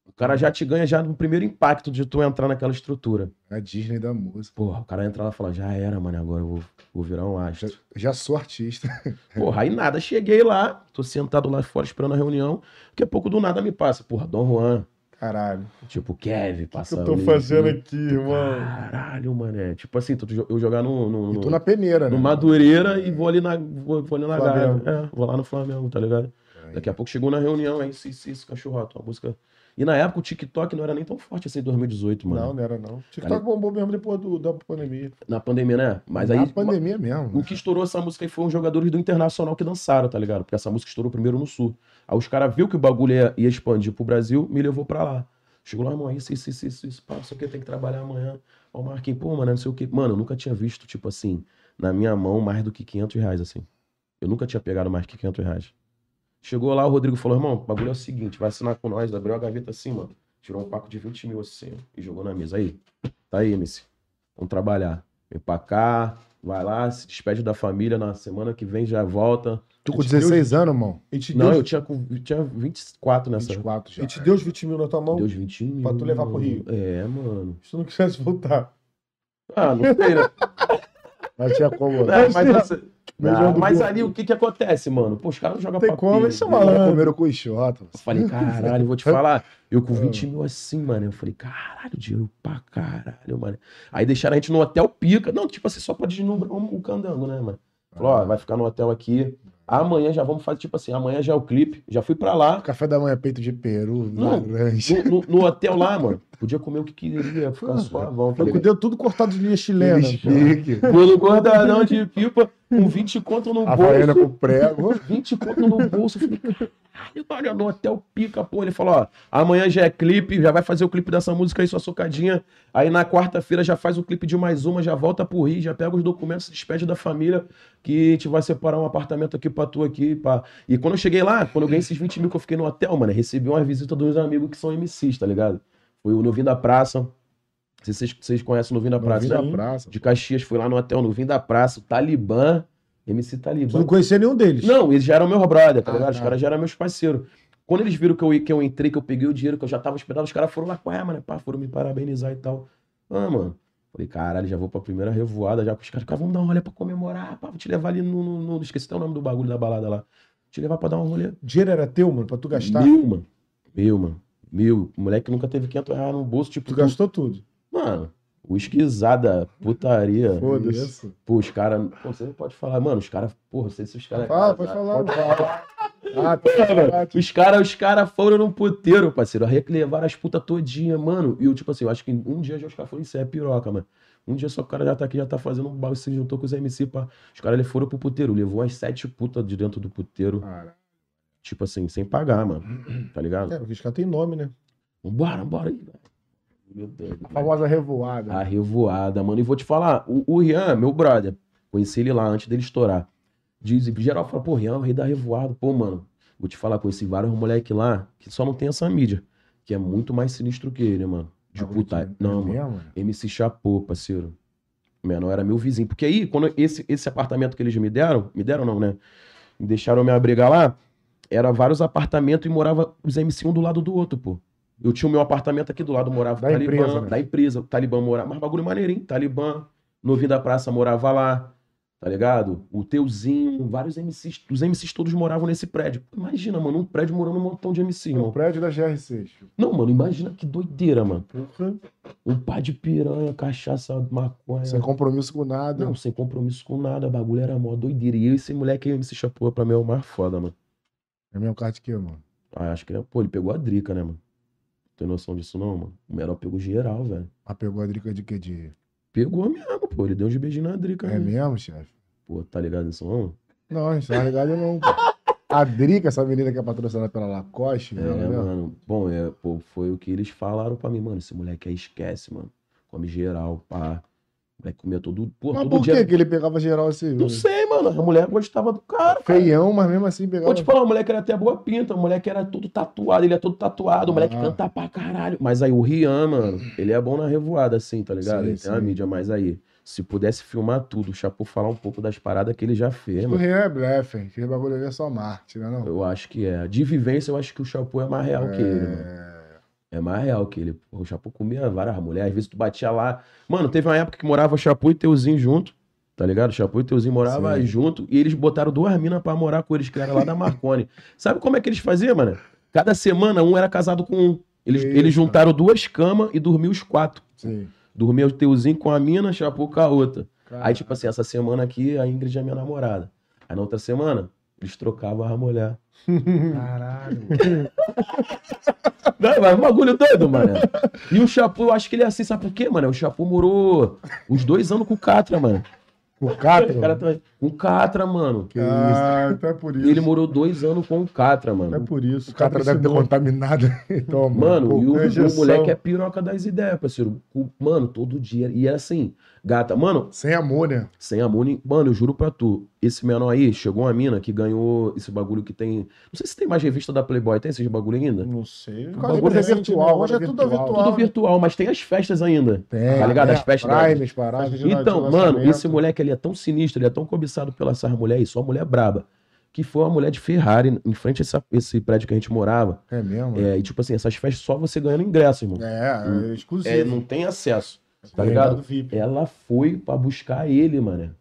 Speaker 3: O cara já te ganha já no primeiro impacto de tu entrar naquela estrutura.
Speaker 2: É a Disney da música.
Speaker 3: Porra, o cara entra lá e fala, já era, mano, agora eu vou, vou virar um
Speaker 2: Já,
Speaker 1: [laughs]
Speaker 3: astro.
Speaker 2: já sou artista.
Speaker 3: Porra, aí nada, cheguei lá, tô sentado lá fora esperando a reunião, daqui a pouco do nada me passa, porra, Dom Juan,
Speaker 1: Caralho.
Speaker 3: tipo, Kev,
Speaker 1: O que
Speaker 2: [laughs]
Speaker 3: passa né?
Speaker 1: eu tô fazendo aqui, irmão?
Speaker 3: Caralho, mané. Tipo assim, tu- eu jogar no, no,
Speaker 2: E
Speaker 3: no-
Speaker 2: tu na peneira, né?
Speaker 3: no Madureira e vou ali na, vou, vou ali na
Speaker 1: Flamengo.
Speaker 3: Gávea. É, vou lá no Flamengo, tá ligado? Daqui a pouco chegou na reunião, aí, se, se, se cachorro, uma música. E na época o TikTok não era nem tão forte assim em 2018, mano.
Speaker 1: Não, não era não. TikTok
Speaker 3: Cara-
Speaker 1: bombou mesmo depois do- da pandemia.
Speaker 3: Na pandemia, né? Mas aí.
Speaker 2: Na pandemia mesmo.
Speaker 3: O que estourou essa música aí foram os jogadores do Internacional que dançaram, tá ligado? Porque essa música estourou primeiro no Sul. Aí os caras viu que o bagulho ia, ia expandir pro Brasil, me levou pra lá. Chegou lá, irmão, isso, isso, isso, isso, isso, pá, não sei o que, tem que trabalhar amanhã. Ó, o Marquinhos, pô, mano, não sei o que. Mano, eu nunca tinha visto, tipo assim, na minha mão, mais do que 500 reais, assim. Eu nunca tinha pegado mais que 500 reais. Chegou lá, o Rodrigo falou, irmão, o bagulho é o seguinte, vai assinar com nós. Abriu a gaveta assim, mano. Tirou um paco de 20 mil assim, ó, e jogou na mesa. Aí, tá aí, MC. Vamos trabalhar. Vem pra cá, vai lá, se despede da família, na semana que vem já volta.
Speaker 2: Tu com 16 anos, irmão.
Speaker 1: E te
Speaker 3: Não,
Speaker 1: deu,
Speaker 3: eu tinha, com- eu tinha 24 nessa.
Speaker 2: 24 já.
Speaker 1: e te deu os 20 mil na tua mão
Speaker 3: Deu uns 21 mil.
Speaker 1: Pra tu levar pro Rio.
Speaker 3: um É, mano.
Speaker 1: se tu não quisesse voltar.
Speaker 3: Ah, não
Speaker 1: [laughs]
Speaker 3: sei, né?
Speaker 2: Não tinha né? como.
Speaker 3: Não, mas,
Speaker 1: sei lá.
Speaker 3: essa- Ah, mas ali o que que acontece, mano? Pô, os caras não jogam
Speaker 1: é um Tem
Speaker 3: papinho.
Speaker 1: como, isso é uma-
Speaker 2: Eles comeram com o Xota.
Speaker 3: Eu falei,
Speaker 1: [laughs]
Speaker 3: caralho, vou te falar. Eu
Speaker 1: Ah.
Speaker 3: com 20 mil assim, mano. Eu falei, caralho, dinheiro pra caralho, mano. Aí deixaram a gente no hotel pica. Não, tipo assim, só pra deslumbrar o candango, né, mano? Falou,
Speaker 1: Ah.
Speaker 3: ó, vai ficar no hotel aqui. Amanhã já vamos fazer, tipo assim, amanhã já é o clipe. Já fui pra lá.
Speaker 2: Café da manhã, peito de peru,
Speaker 3: Não.
Speaker 2: laranja.
Speaker 3: No, no- no hotel lá, mano, podia comer o que queria, ficar suavão.
Speaker 1: Foi
Speaker 3: Tá
Speaker 1: com o
Speaker 3: ligado?
Speaker 1: dedo tudo cortado de linha chilena.
Speaker 2: Chique.
Speaker 3: Bolo gordadão de pipa, com 20 conto
Speaker 1: Um
Speaker 3: no bolso.
Speaker 2: Havaiana
Speaker 1: [laughs]
Speaker 2: com prego.
Speaker 3: 20 conto no bolso. Eu falei, caralho, mano, no hotel pica, pô. Ele falou, ó, amanhã já é clipe, já vai fazer o clipe dessa música aí, sua socadinha. Aí na quarta-feira já faz o clipe de mais uma, já volta pro Rio, já pega os documentos, se despede da família, que a gente vai separar um apartamento aqui pra tu aqui, pá. E quando eu cheguei lá, quando eu ganhei esses 20 mil que eu fiquei no hotel, mano, recebi uma visita de uns amigos que são MCs, tá ligado? Foi o Novinho da Praça. Não sei se vocês- vocês conhecem o Novinho da Praça,
Speaker 2: Vim
Speaker 3: né?
Speaker 2: da praça.
Speaker 3: De Caxias, fui lá no hotel Novinho da Praça, o Talibã, MC
Speaker 1: Tu
Speaker 3: Talibã.
Speaker 1: não conhecia nenhum deles.
Speaker 3: Não, eles já eram meu brother, tá
Speaker 1: Ah,
Speaker 3: ligado? Os
Speaker 1: tá.
Speaker 3: caras já eram meus parceiros. Quando eles viram que eu, que eu entrei, que eu peguei o dinheiro, que eu já tava esperando, os caras foram lá, ué, mano, pá, foram me parabenizar e tal. Ah, mano. Falei, caralho, já vou pra primeira revoada já com os caras. Cara, vamos dar um rolê pra comemorar, pá, vou te levar ali no. no, no- esqueci até o nome do bagulho da balada lá. Vou te levar pra dar um rolê.
Speaker 1: Dinheiro era teu, mano, pra tu gastar.
Speaker 3: Mil, mano. Mil, mano. Mil. Moleque nunca teve 500 reais no bolso, tipo.
Speaker 1: Tu
Speaker 3: tu-
Speaker 1: gastou tudo.
Speaker 3: Mano, uísquezada, putaria.
Speaker 1: Foda-se.
Speaker 3: Pô, os caras. Você pode falar, mano, os caras. Porra, sei se os caras.
Speaker 1: Fala, pode falar.
Speaker 2: Ah, Pode falar. Ah, tá.
Speaker 3: Mano, os caras os cara foram num puteiro, parceiro. Reclevaram as putas todinha, mano. E eu, tipo assim, eu acho que um dia já os caras foram isso é piroca, mano. Um dia só o cara já tá aqui, já tá fazendo um bagulho, se juntou com os MC, pá. Os caras eles foram pro puteiro, levou as sete putas de dentro do puteiro,
Speaker 2: Cara,
Speaker 3: tipo assim, sem pagar, mano. Tá ligado?
Speaker 1: É, porque os caras têm nome, né?
Speaker 3: Vambora, vambora aí, velho. Meu Deus.
Speaker 2: A famosa revoada.
Speaker 1: Ah,
Speaker 3: A revoada, mano. E vou te falar, o, o Rian, meu brother, conheci ele lá antes dele estourar. Diz, geral fala, pô, Rian, é o rei da revoada. Pô, mano, vou te falar, conheci vários moleque lá que só não tem essa mídia. Que é muito mais sinistro que ele, mano. De puta. Não,
Speaker 1: É,
Speaker 3: mano.
Speaker 2: mano.
Speaker 3: MC Chapô, parceiro. Menor era meu vizinho. Porque aí, quando esse, esse apartamento que eles me deram, me deram não, né? Me deixaram me abrigar lá, era vários apartamentos e morava os MC um do lado do outro, pô. Eu tinha o meu apartamento aqui do lado, morava o
Speaker 2: Da
Speaker 3: Talibã,
Speaker 2: empresa, né?
Speaker 3: da empresa, o Talibã morava, mas bagulho maneirinho, Talibã, Novinho da Praça morava lá, tá ligado? O Teuzinho, vários MCs, os MCs todos moravam nesse prédio. Pô, Imagina, mano, um prédio morando um montão de MC,
Speaker 2: No
Speaker 3: irmão.
Speaker 2: prédio da GR6.
Speaker 3: Não, mano, imagina que doideira, mano.
Speaker 1: Porra.
Speaker 3: Um pá de piranha, cachaça, maconha.
Speaker 2: Sem compromisso com nada.
Speaker 3: Não, sem compromisso com nada. Bagulho era mó doideira. E eu, esse moleque aí, MC Chapua, pra mim é o mais foda, mano.
Speaker 2: É mesmo carro de quê, mano?
Speaker 3: Ah, acho que ele, pô, ele pegou a drica, né, mano? Tem noção disso não, mano? O Meral pegou geral, velho.
Speaker 2: Ah, pegou a drica de quê? De...
Speaker 3: Pegou mesmo, pô. Ele deu uns beijinhos na drica.
Speaker 2: É
Speaker 3: né?
Speaker 2: mesmo, chefe?
Speaker 3: Pô, tá ligado nisso não?
Speaker 2: Não, a gente não tá ligado não. pô. A Drica, essa menina que é patrocinada pela Lacoste, né?
Speaker 3: É,
Speaker 2: ela mesmo.
Speaker 3: mano. Bom, é, pô, foi o que eles falaram pra mim, mano. Esse moleque aí esquece, mano. Come geral, pá. O moleque comia todo, pô,
Speaker 2: Mas
Speaker 3: todo
Speaker 2: por
Speaker 3: dia.
Speaker 2: que que ele pegava geral assim?
Speaker 3: Não sei, mano. A mulher gostava do cara, tipo, cara.
Speaker 2: Feião, mas mesmo assim pegava.
Speaker 3: Vou te falar, o moleque era até boa pinta, o moleque era todo tatuado, ele é todo tatuado, o moleque
Speaker 2: Ah.
Speaker 3: canta pra caralho. Mas aí o Rian, mano, ele é bom na revoada, assim, tá ligado?
Speaker 2: Sim,
Speaker 3: ele tem uma
Speaker 2: sim.
Speaker 3: mídia, mas aí, se pudesse filmar tudo, o Chapo falar um pouco das paradas que ele já fez,
Speaker 2: O
Speaker 3: mano.
Speaker 2: Rian é blefe, hein? aquele bagulho ali é só marketing, né? Não?
Speaker 3: Eu acho que é. De vivência, eu acho que o Chapo é mais real que ele, mano.
Speaker 2: É...
Speaker 3: É mais real que ele. Porra, O Chapo comia várias mulheres, às vezes tu batia lá. Mano, teve uma época que morava Chapo e Teuzinho junto, tá ligado? Chapo e Teuzinho moravam
Speaker 2: Sim.
Speaker 3: junto e eles botaram duas minas pra morar com eles, que era lá
Speaker 2: [laughs]
Speaker 3: da Marconi. Sabe como é que eles faziam, mano? Cada semana um era casado com um. Eles,
Speaker 2: Eita.
Speaker 3: eles juntaram duas camas e dormiam os quatro.
Speaker 2: Sim.
Speaker 3: Dormia o Teuzinho com a mina, Chapo com a outra.
Speaker 2: Cara,
Speaker 3: Aí, tipo assim, essa semana aqui a Ingrid é minha namorada. Aí na outra semana, eles trocavam a mulher.
Speaker 4: Caralho.
Speaker 3: Não, mas é um bagulho doido, mano. E o Chapu, eu acho que ele é assim, sabe por quê, mano? O Chapu morou uns dois anos com o Catra, mano.
Speaker 2: Com o Catra?
Speaker 3: O cara tá- Com o Catra, mano.
Speaker 2: Que isso.
Speaker 1: Ah, então é por isso.
Speaker 3: Ele morou dois anos com o Catra,
Speaker 1: É
Speaker 3: mano.
Speaker 1: por isso.
Speaker 2: O Catra deve ter contaminado. [laughs] Então,
Speaker 3: Mano, e o,
Speaker 1: é
Speaker 3: o
Speaker 1: injeção.
Speaker 3: moleque é piroca das ideias, parceiro. O- mano, todo dia. E era assim, gata. Mano,
Speaker 2: Sem amor, né?
Speaker 3: sem amor. nem- Mano, eu juro pra tu. Esse menor aí, chegou uma mina que ganhou esse bagulho que tem. Não sei se tem mais revista da Playboy. Tem esses bagulho ainda?
Speaker 1: Não sei.
Speaker 2: O bagulho é virtual,
Speaker 1: né? Hoje é
Speaker 2: agora é
Speaker 1: tudo
Speaker 2: virtual.
Speaker 1: virtual.
Speaker 3: Tudo
Speaker 1: né?
Speaker 3: virtual, mas tem as festas ainda.
Speaker 2: Tem.
Speaker 3: Tá ligado?
Speaker 2: né?
Speaker 3: As festas da-
Speaker 2: Praias, paradas.
Speaker 1: de
Speaker 3: Então,
Speaker 1: lançamento.
Speaker 3: mano, esse moleque ali é tão sinistro, ele é tão cobiçado pela essa mulher aí, só mulher braba, que foi uma mulher de Ferrari em frente a essa- esse prédio que a gente morava.
Speaker 2: É mesmo?
Speaker 3: É, e tipo assim, essas festas só você ganhando ingresso, irmão.
Speaker 1: É, é exclusivo.
Speaker 3: É, não tem acesso. Tá
Speaker 1: É,
Speaker 3: ligado?
Speaker 1: dado VIP.
Speaker 3: Ela foi pra buscar ele, mano.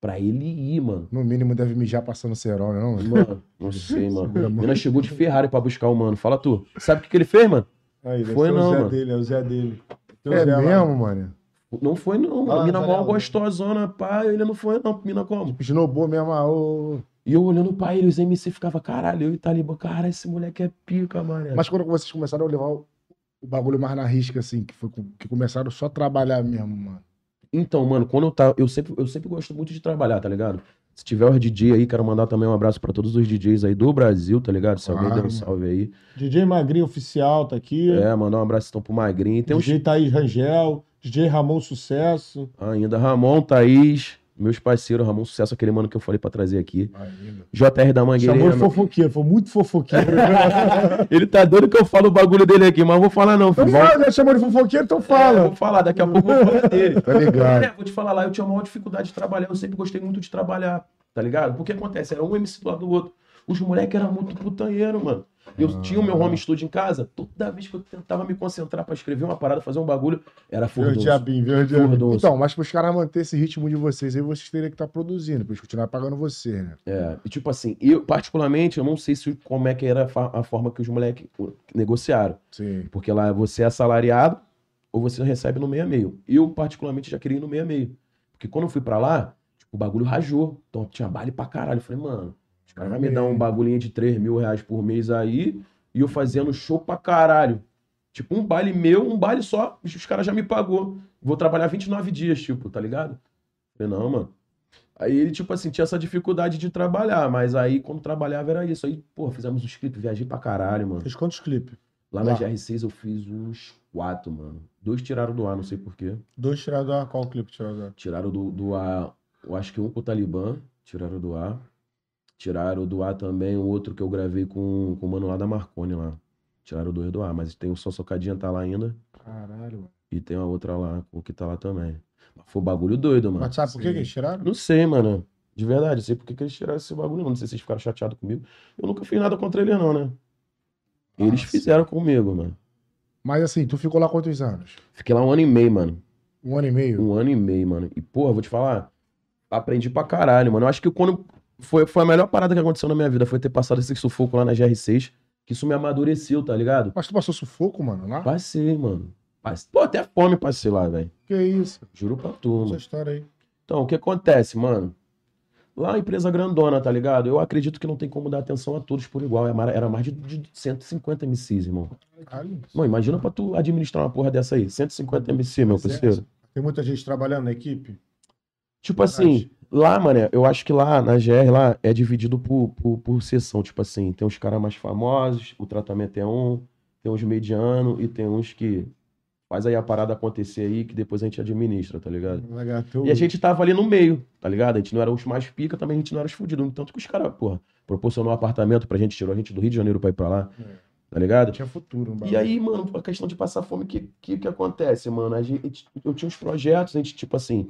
Speaker 3: Pra ele ir, mano.
Speaker 2: No mínimo deve mijar passando cerol, né? Não,
Speaker 3: Mano, [laughs] não sei, mano.
Speaker 2: Segura,
Speaker 3: A
Speaker 2: mano.
Speaker 3: Menina chegou de Ferrari pra buscar o mano. Fala tu. Sabe o que, que ele fez, mano?
Speaker 1: Aí, deve
Speaker 3: Foi
Speaker 1: ser
Speaker 3: não,
Speaker 1: o Zé
Speaker 3: mano.
Speaker 1: dele, é o Zé dele. Tem o
Speaker 2: É
Speaker 1: Zé lá.
Speaker 2: mesmo, mano.
Speaker 3: Não foi, não. mano.
Speaker 1: Ah,
Speaker 3: a mina
Speaker 1: tá
Speaker 3: mó
Speaker 1: ligado.
Speaker 3: gostosona, pá. Ele não foi, não. Mina como?
Speaker 2: Snowboard mesmo, ah, ô.
Speaker 3: E eu olhando pra ele, os MC ficava, caralho, eu e Talibã, cara, esse moleque é pica, mano.
Speaker 2: Mas quando vocês começaram a levar o, o bagulho mais na risca, assim, que, foi, com- que começaram só a trabalhar mesmo, mano.
Speaker 3: Então, mano, quando eu tava. Eu sempre, eu sempre gosto muito de trabalhar, tá ligado? Se tiver os DJ aí, quero mandar também um abraço pra todos os DJs aí do Brasil, tá ligado? Se alguém
Speaker 2: Claro,
Speaker 3: der um
Speaker 2: mano.
Speaker 3: salve aí.
Speaker 1: DJ Magrinho Oficial tá aqui.
Speaker 3: É, mandar um abraço então pro Magrinho. Tem uns.
Speaker 1: DJ Thaís Rangel. DJ Ramon Sucesso.
Speaker 3: Ah, Ainda Ramon, Thaís, meus parceiros, Ramon Sucesso, aquele mano que eu falei pra trazer aqui.
Speaker 2: Ainda.
Speaker 3: JR da
Speaker 1: Chamou
Speaker 3: Mangueirinha.
Speaker 1: de fofoqueiro, foi muito fofoqueiro.
Speaker 3: Ele tá doido que eu falo o bagulho dele aqui, mas eu vou falar não, filho. É,
Speaker 1: Então fala, já chamou de fofoqueiro, então
Speaker 3: Eu
Speaker 1: fala.
Speaker 3: vou falar, daqui a pouco eu vou falar dele.
Speaker 2: Tá ligado? [laughs]
Speaker 3: É, vou te falar lá, eu tinha a maior dificuldade de trabalhar, eu sempre gostei muito de trabalhar, tá ligado? Porque acontece, era um MC do lado do outro. Os moleques eram muito putanheiro, mano. Eu tinha o meu home studio em casa, toda vez que eu tentava me concentrar pra escrever uma parada, fazer um bagulho, era
Speaker 1: Viu o
Speaker 3: furdunço.
Speaker 1: diabinho, viu o diabinho.
Speaker 3: Furdunço.
Speaker 2: Então, mas pros caras manter esse ritmo de vocês aí, vocês teriam que estar produzindo, pra eles continuarem pagando você, né?
Speaker 3: É, e tipo assim, eu particularmente, eu não sei se como é que era a fa- a forma que os moleques negociaram.
Speaker 2: Sim.
Speaker 3: Porque lá você é assalariado ou você recebe no meio a meio. Eu, particularmente, já queria ir no meio a meio. Porque quando eu fui pra lá, tipo, o bagulho rajou. Então tinha baile pra caralho. Eu falei, mano, os caras vão me dar um bagulhinho de 3 mil reais por mês aí e eu fazendo show pra caralho. Tipo, um baile meu, um baile só, os caras já me pagou. Vou trabalhar 29 dias, tipo, tá ligado? Eu falei, não, mano. Aí ele, tipo assim, tinha essa dificuldade de trabalhar, mas aí quando trabalhava era isso. Aí, pô, fizemos os clipes, viajei pra caralho, mano.
Speaker 1: Fez quantos clipes?
Speaker 3: Lá na
Speaker 1: Lá.
Speaker 3: GR6 eu fiz uns quatro, mano. Dois tiraram do ar, não sei porquê.
Speaker 1: Dois tirados do ar. Qual clipe tirado do ar?
Speaker 3: Tiraram do, do ar, eu acho que um com o Talibã, tiraram do ar. Tiraram do ar também o outro que eu gravei com, com o Mano lá da Marconi lá. Tiraram dois do ar, mas tem o Só Socadinha tá lá ainda
Speaker 2: Caralho, mano.
Speaker 3: e tem a outra lá, o que tá lá também. Mas foi um bagulho doido, mano.
Speaker 1: Mas sabe por que
Speaker 2: sim.
Speaker 1: que eles tiraram?
Speaker 3: Não sei, mano. De verdade, não sei por que que eles tiraram esse bagulho, não. Não sei se eles ficaram chateados comigo. Eu nunca fiz nada contra ele, não, né? Eles
Speaker 2: Nossa.
Speaker 3: fizeram comigo, mano.
Speaker 2: Mas assim, tu ficou lá quantos anos?
Speaker 3: Fiquei lá um ano e meio, mano.
Speaker 2: Um ano e meio?
Speaker 3: Um ano e meio, mano. E, porra, vou te falar, aprendi pra caralho, mano. Eu acho que quando. Foi, foi a melhor parada que aconteceu na minha vida, foi ter passado esse sufoco lá na GR6, que isso me amadureceu, tá ligado?
Speaker 2: Mas tu passou sufoco, mano, lá?
Speaker 3: Passei, mano. Passe- Pô, até fome passei lá, velho.
Speaker 2: Que isso?
Speaker 3: Juro pra tu,
Speaker 1: Essa
Speaker 3: mano.
Speaker 1: história aí.
Speaker 3: Então, o que acontece, mano? Lá é uma empresa grandona, tá ligado? Eu acredito que não tem como dar atenção a todos por igual. É mara- Era mais de de 150 MCs, irmão.
Speaker 2: Caralho.
Speaker 3: Mano, imagina pra tu administrar uma porra dessa aí. 150 MC, meu
Speaker 1: Pois é.
Speaker 3: parceiro.
Speaker 1: Tem muita gente trabalhando na equipe?
Speaker 3: Tipo assim, lá, mano, eu acho que lá na GR lá é dividido por, por, por seção. Tipo assim, tem uns caras mais famosos, o tratamento é um, tem uns mediano e tem uns que faz aí a parada acontecer aí que depois a gente administra, tá ligado?
Speaker 1: Lagartou.
Speaker 3: E a gente tava ali no meio, tá ligado? A gente não era os mais pica, também a gente não era os fudidos. Tanto que os caras, porra, proporcionou um apartamento pra gente, tirou a gente do Rio de Janeiro pra ir pra lá,
Speaker 2: É.
Speaker 3: tá ligado?
Speaker 2: Tinha futuro, um mano.
Speaker 3: E aí, mano, a questão de passar fome, o que, que, que acontece, mano? A gente, eu tinha uns projetos, a gente, tipo assim.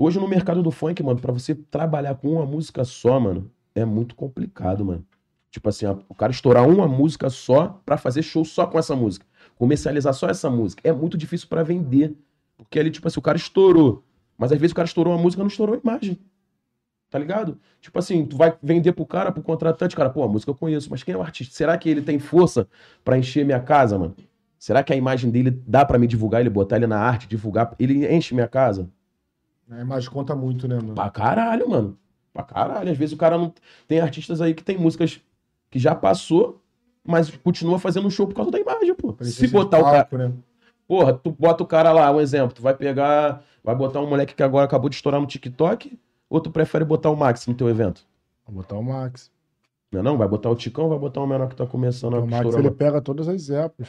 Speaker 3: Hoje no mercado do funk, mano, pra você trabalhar com uma música só, mano, é muito complicado, mano. Tipo assim, a- o cara estourar uma música só pra fazer show só com essa música. Comercializar só essa música. É muito difícil pra vender. Porque ali, tipo assim, o cara estourou. Mas às vezes o cara estourou uma música, não estourou a imagem. Tá ligado? Tipo assim, tu vai vender pro cara, pro contratante, cara, pô, a música eu conheço, mas quem é o artista? Será que ele tem força pra encher minha casa, mano? Será que a imagem dele dá pra me divulgar, ele botar ele na arte, divulgar? Ele enche minha casa?
Speaker 1: A imagem conta muito, né, mano?
Speaker 3: Pra caralho, mano. Pra caralho. Às vezes o cara não. Tem artistas aí que tem músicas que já passou, mas continua fazendo um show por causa da imagem, pô.
Speaker 1: Presença
Speaker 3: Se
Speaker 1: de
Speaker 3: botar o cara.
Speaker 1: palco, né?
Speaker 3: Porra, tu bota o cara lá, um exemplo, tu vai pegar, vai botar um moleque que agora acabou de estourar no TikTok, ou tu prefere botar o Max no teu evento?
Speaker 2: Vou botar o Max.
Speaker 3: Não, é não, vai botar o Ticão, vai botar o menor que tá começando a
Speaker 2: o Max
Speaker 3: estourar,
Speaker 2: ele pega todas as épocas.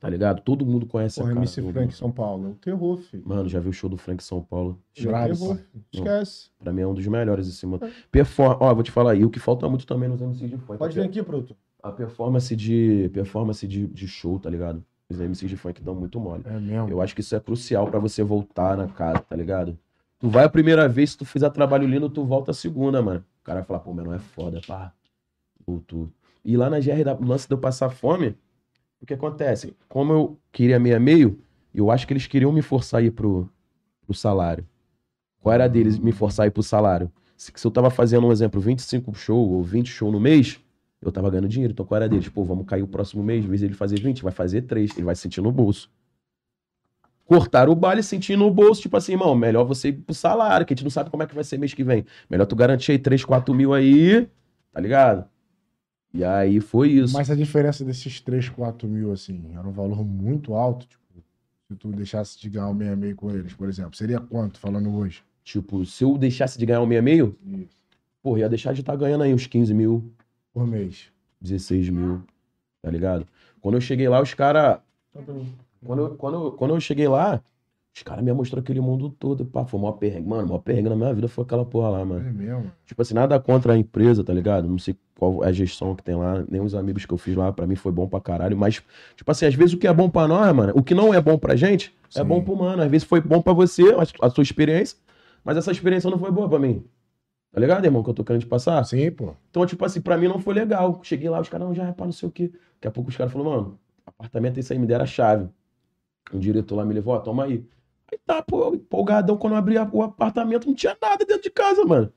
Speaker 3: tá ligado? Todo mundo conhece
Speaker 1: Porra,
Speaker 3: a é cara
Speaker 1: MC
Speaker 3: do-
Speaker 1: Frank São Paulo. O terror, filho.
Speaker 3: Mano, já vi o show do Frank em São Paulo?
Speaker 1: Jurado,
Speaker 2: Jurado, pô.
Speaker 1: Esquece.
Speaker 3: Pra mim é um dos melhores esse mano. Perform... Ó, vou te falar aí, o que falta muito também nos MCs de funk.
Speaker 1: Pode
Speaker 3: a
Speaker 1: vir aqui, Proto.
Speaker 3: A performance de performance de, de show, tá ligado? Os MCs de funk dão muito mole.
Speaker 2: É mesmo.
Speaker 3: Eu acho que isso é crucial pra você voltar na casa, tá ligado? Tu vai a primeira vez, se tu fizer trabalho lindo, tu volta a segunda, mano. O cara vai falar, pô, menor é foda, pá. Tu, tu. E lá na GR, da- o lance de eu passar fome, o que acontece? Como eu queria meio a meio, eu acho que eles queriam me forçar a ir pro, pro salário. Qual era a deles me forçar a ir pro salário? Se, se eu tava fazendo, um exemplo, 25 show ou 20 show no mês, eu tava ganhando dinheiro. Então qual era a deles? Pô, vamos cair o próximo mês, em vez ele fazer 20, vai fazer 3, ele vai sentir no bolso cortaram o baile sentindo no bolso, tipo assim, irmão, melhor você ir pro salário, que a gente não sabe como é que vai ser mês que vem. Melhor tu garantir aí 3, 4 mil aí, tá ligado? E aí foi isso.
Speaker 2: Mas a diferença desses 3, 4 mil, assim, era um valor muito alto, tipo, se tu deixasse de ganhar o meia meio com eles, por exemplo, seria quanto falando hoje?
Speaker 3: Tipo, se eu deixasse de ganhar um meia meio, porra, ia deixar de estar ganhando aí uns 15 mil,
Speaker 2: Por mês.
Speaker 3: 16 mil, tá ligado? Quando eu cheguei lá, os caras. Quando eu, quando, eu, quando eu cheguei lá, os caras me mostraram aquele mundo todo. Pá, foi o maior perrengue. Mano, o maior perrengue na minha vida foi aquela porra lá,
Speaker 2: É
Speaker 3: mano.
Speaker 2: mesmo.
Speaker 3: Tipo assim, nada contra a empresa, tá ligado? Não sei qual é a gestão que tem lá, nem os amigos que eu fiz lá, pra mim foi bom pra caralho. Mas, tipo assim, às vezes o que é bom pra nós, mano, o que não é bom pra gente, é
Speaker 2: Sim.
Speaker 3: bom pro mano. Às vezes foi bom pra você, a- a sua experiência, mas essa experiência não foi boa pra mim. Tá ligado, irmão, que eu tô querendo te passar?
Speaker 2: Ah, Sim, pô.
Speaker 3: Então, tipo assim, pra mim não foi legal. Cheguei lá, os caras, não, já repara, não sei o quê. Daqui a pouco os caras falaram, mano, apartamento é isso aí, me deram a chave. O diretor lá me levou, ó, toma aí. Aí tá, pô, eu empolgadão, quando eu abri a- o apartamento, não tinha nada dentro de casa, mano.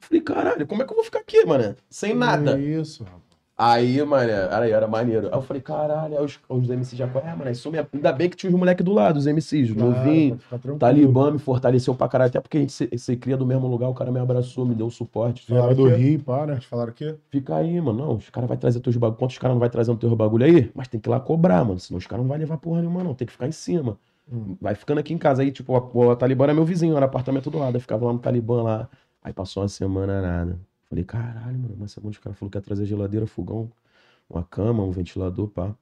Speaker 3: Eu falei, caralho, como é que eu vou ficar aqui, mano? Sem nada.
Speaker 2: Que Isso, rapaz.
Speaker 3: Aí, mano, aí era maneiro. Aí eu falei, caralho, aí os, os MCs já, é, mano, isso me... ainda bem que tinha os moleques do lado, os MCs, os novinhos.
Speaker 2: Fica tranquilo.
Speaker 3: O Talibã me fortaleceu pra caralho, até porque a gente se, se cria do mesmo lugar, o cara me abraçou, me deu um suporte.
Speaker 2: Falaram do
Speaker 1: Falaram que-
Speaker 2: Rio, para.
Speaker 1: Eles falaram o quê?
Speaker 3: Fica aí, mano. Não, os caras vão trazer teus bagulho. Quantos caras não vai trazendo teus bagulho aí? Mas tem que ir lá cobrar, mano. Senão os caras não vão levar porra nenhuma, não. Tem que ficar em cima.
Speaker 1: Hum.
Speaker 3: Vai ficando aqui em casa. Aí, tipo, o, o Talibã era meu vizinho, era apartamento do lado. Eu ficava lá no Talibã lá. Aí passou uma semana nada. Falei, caralho, mano, uma semana os caras falaram que ia trazer geladeira, fogão, uma cama, um ventilador, pá.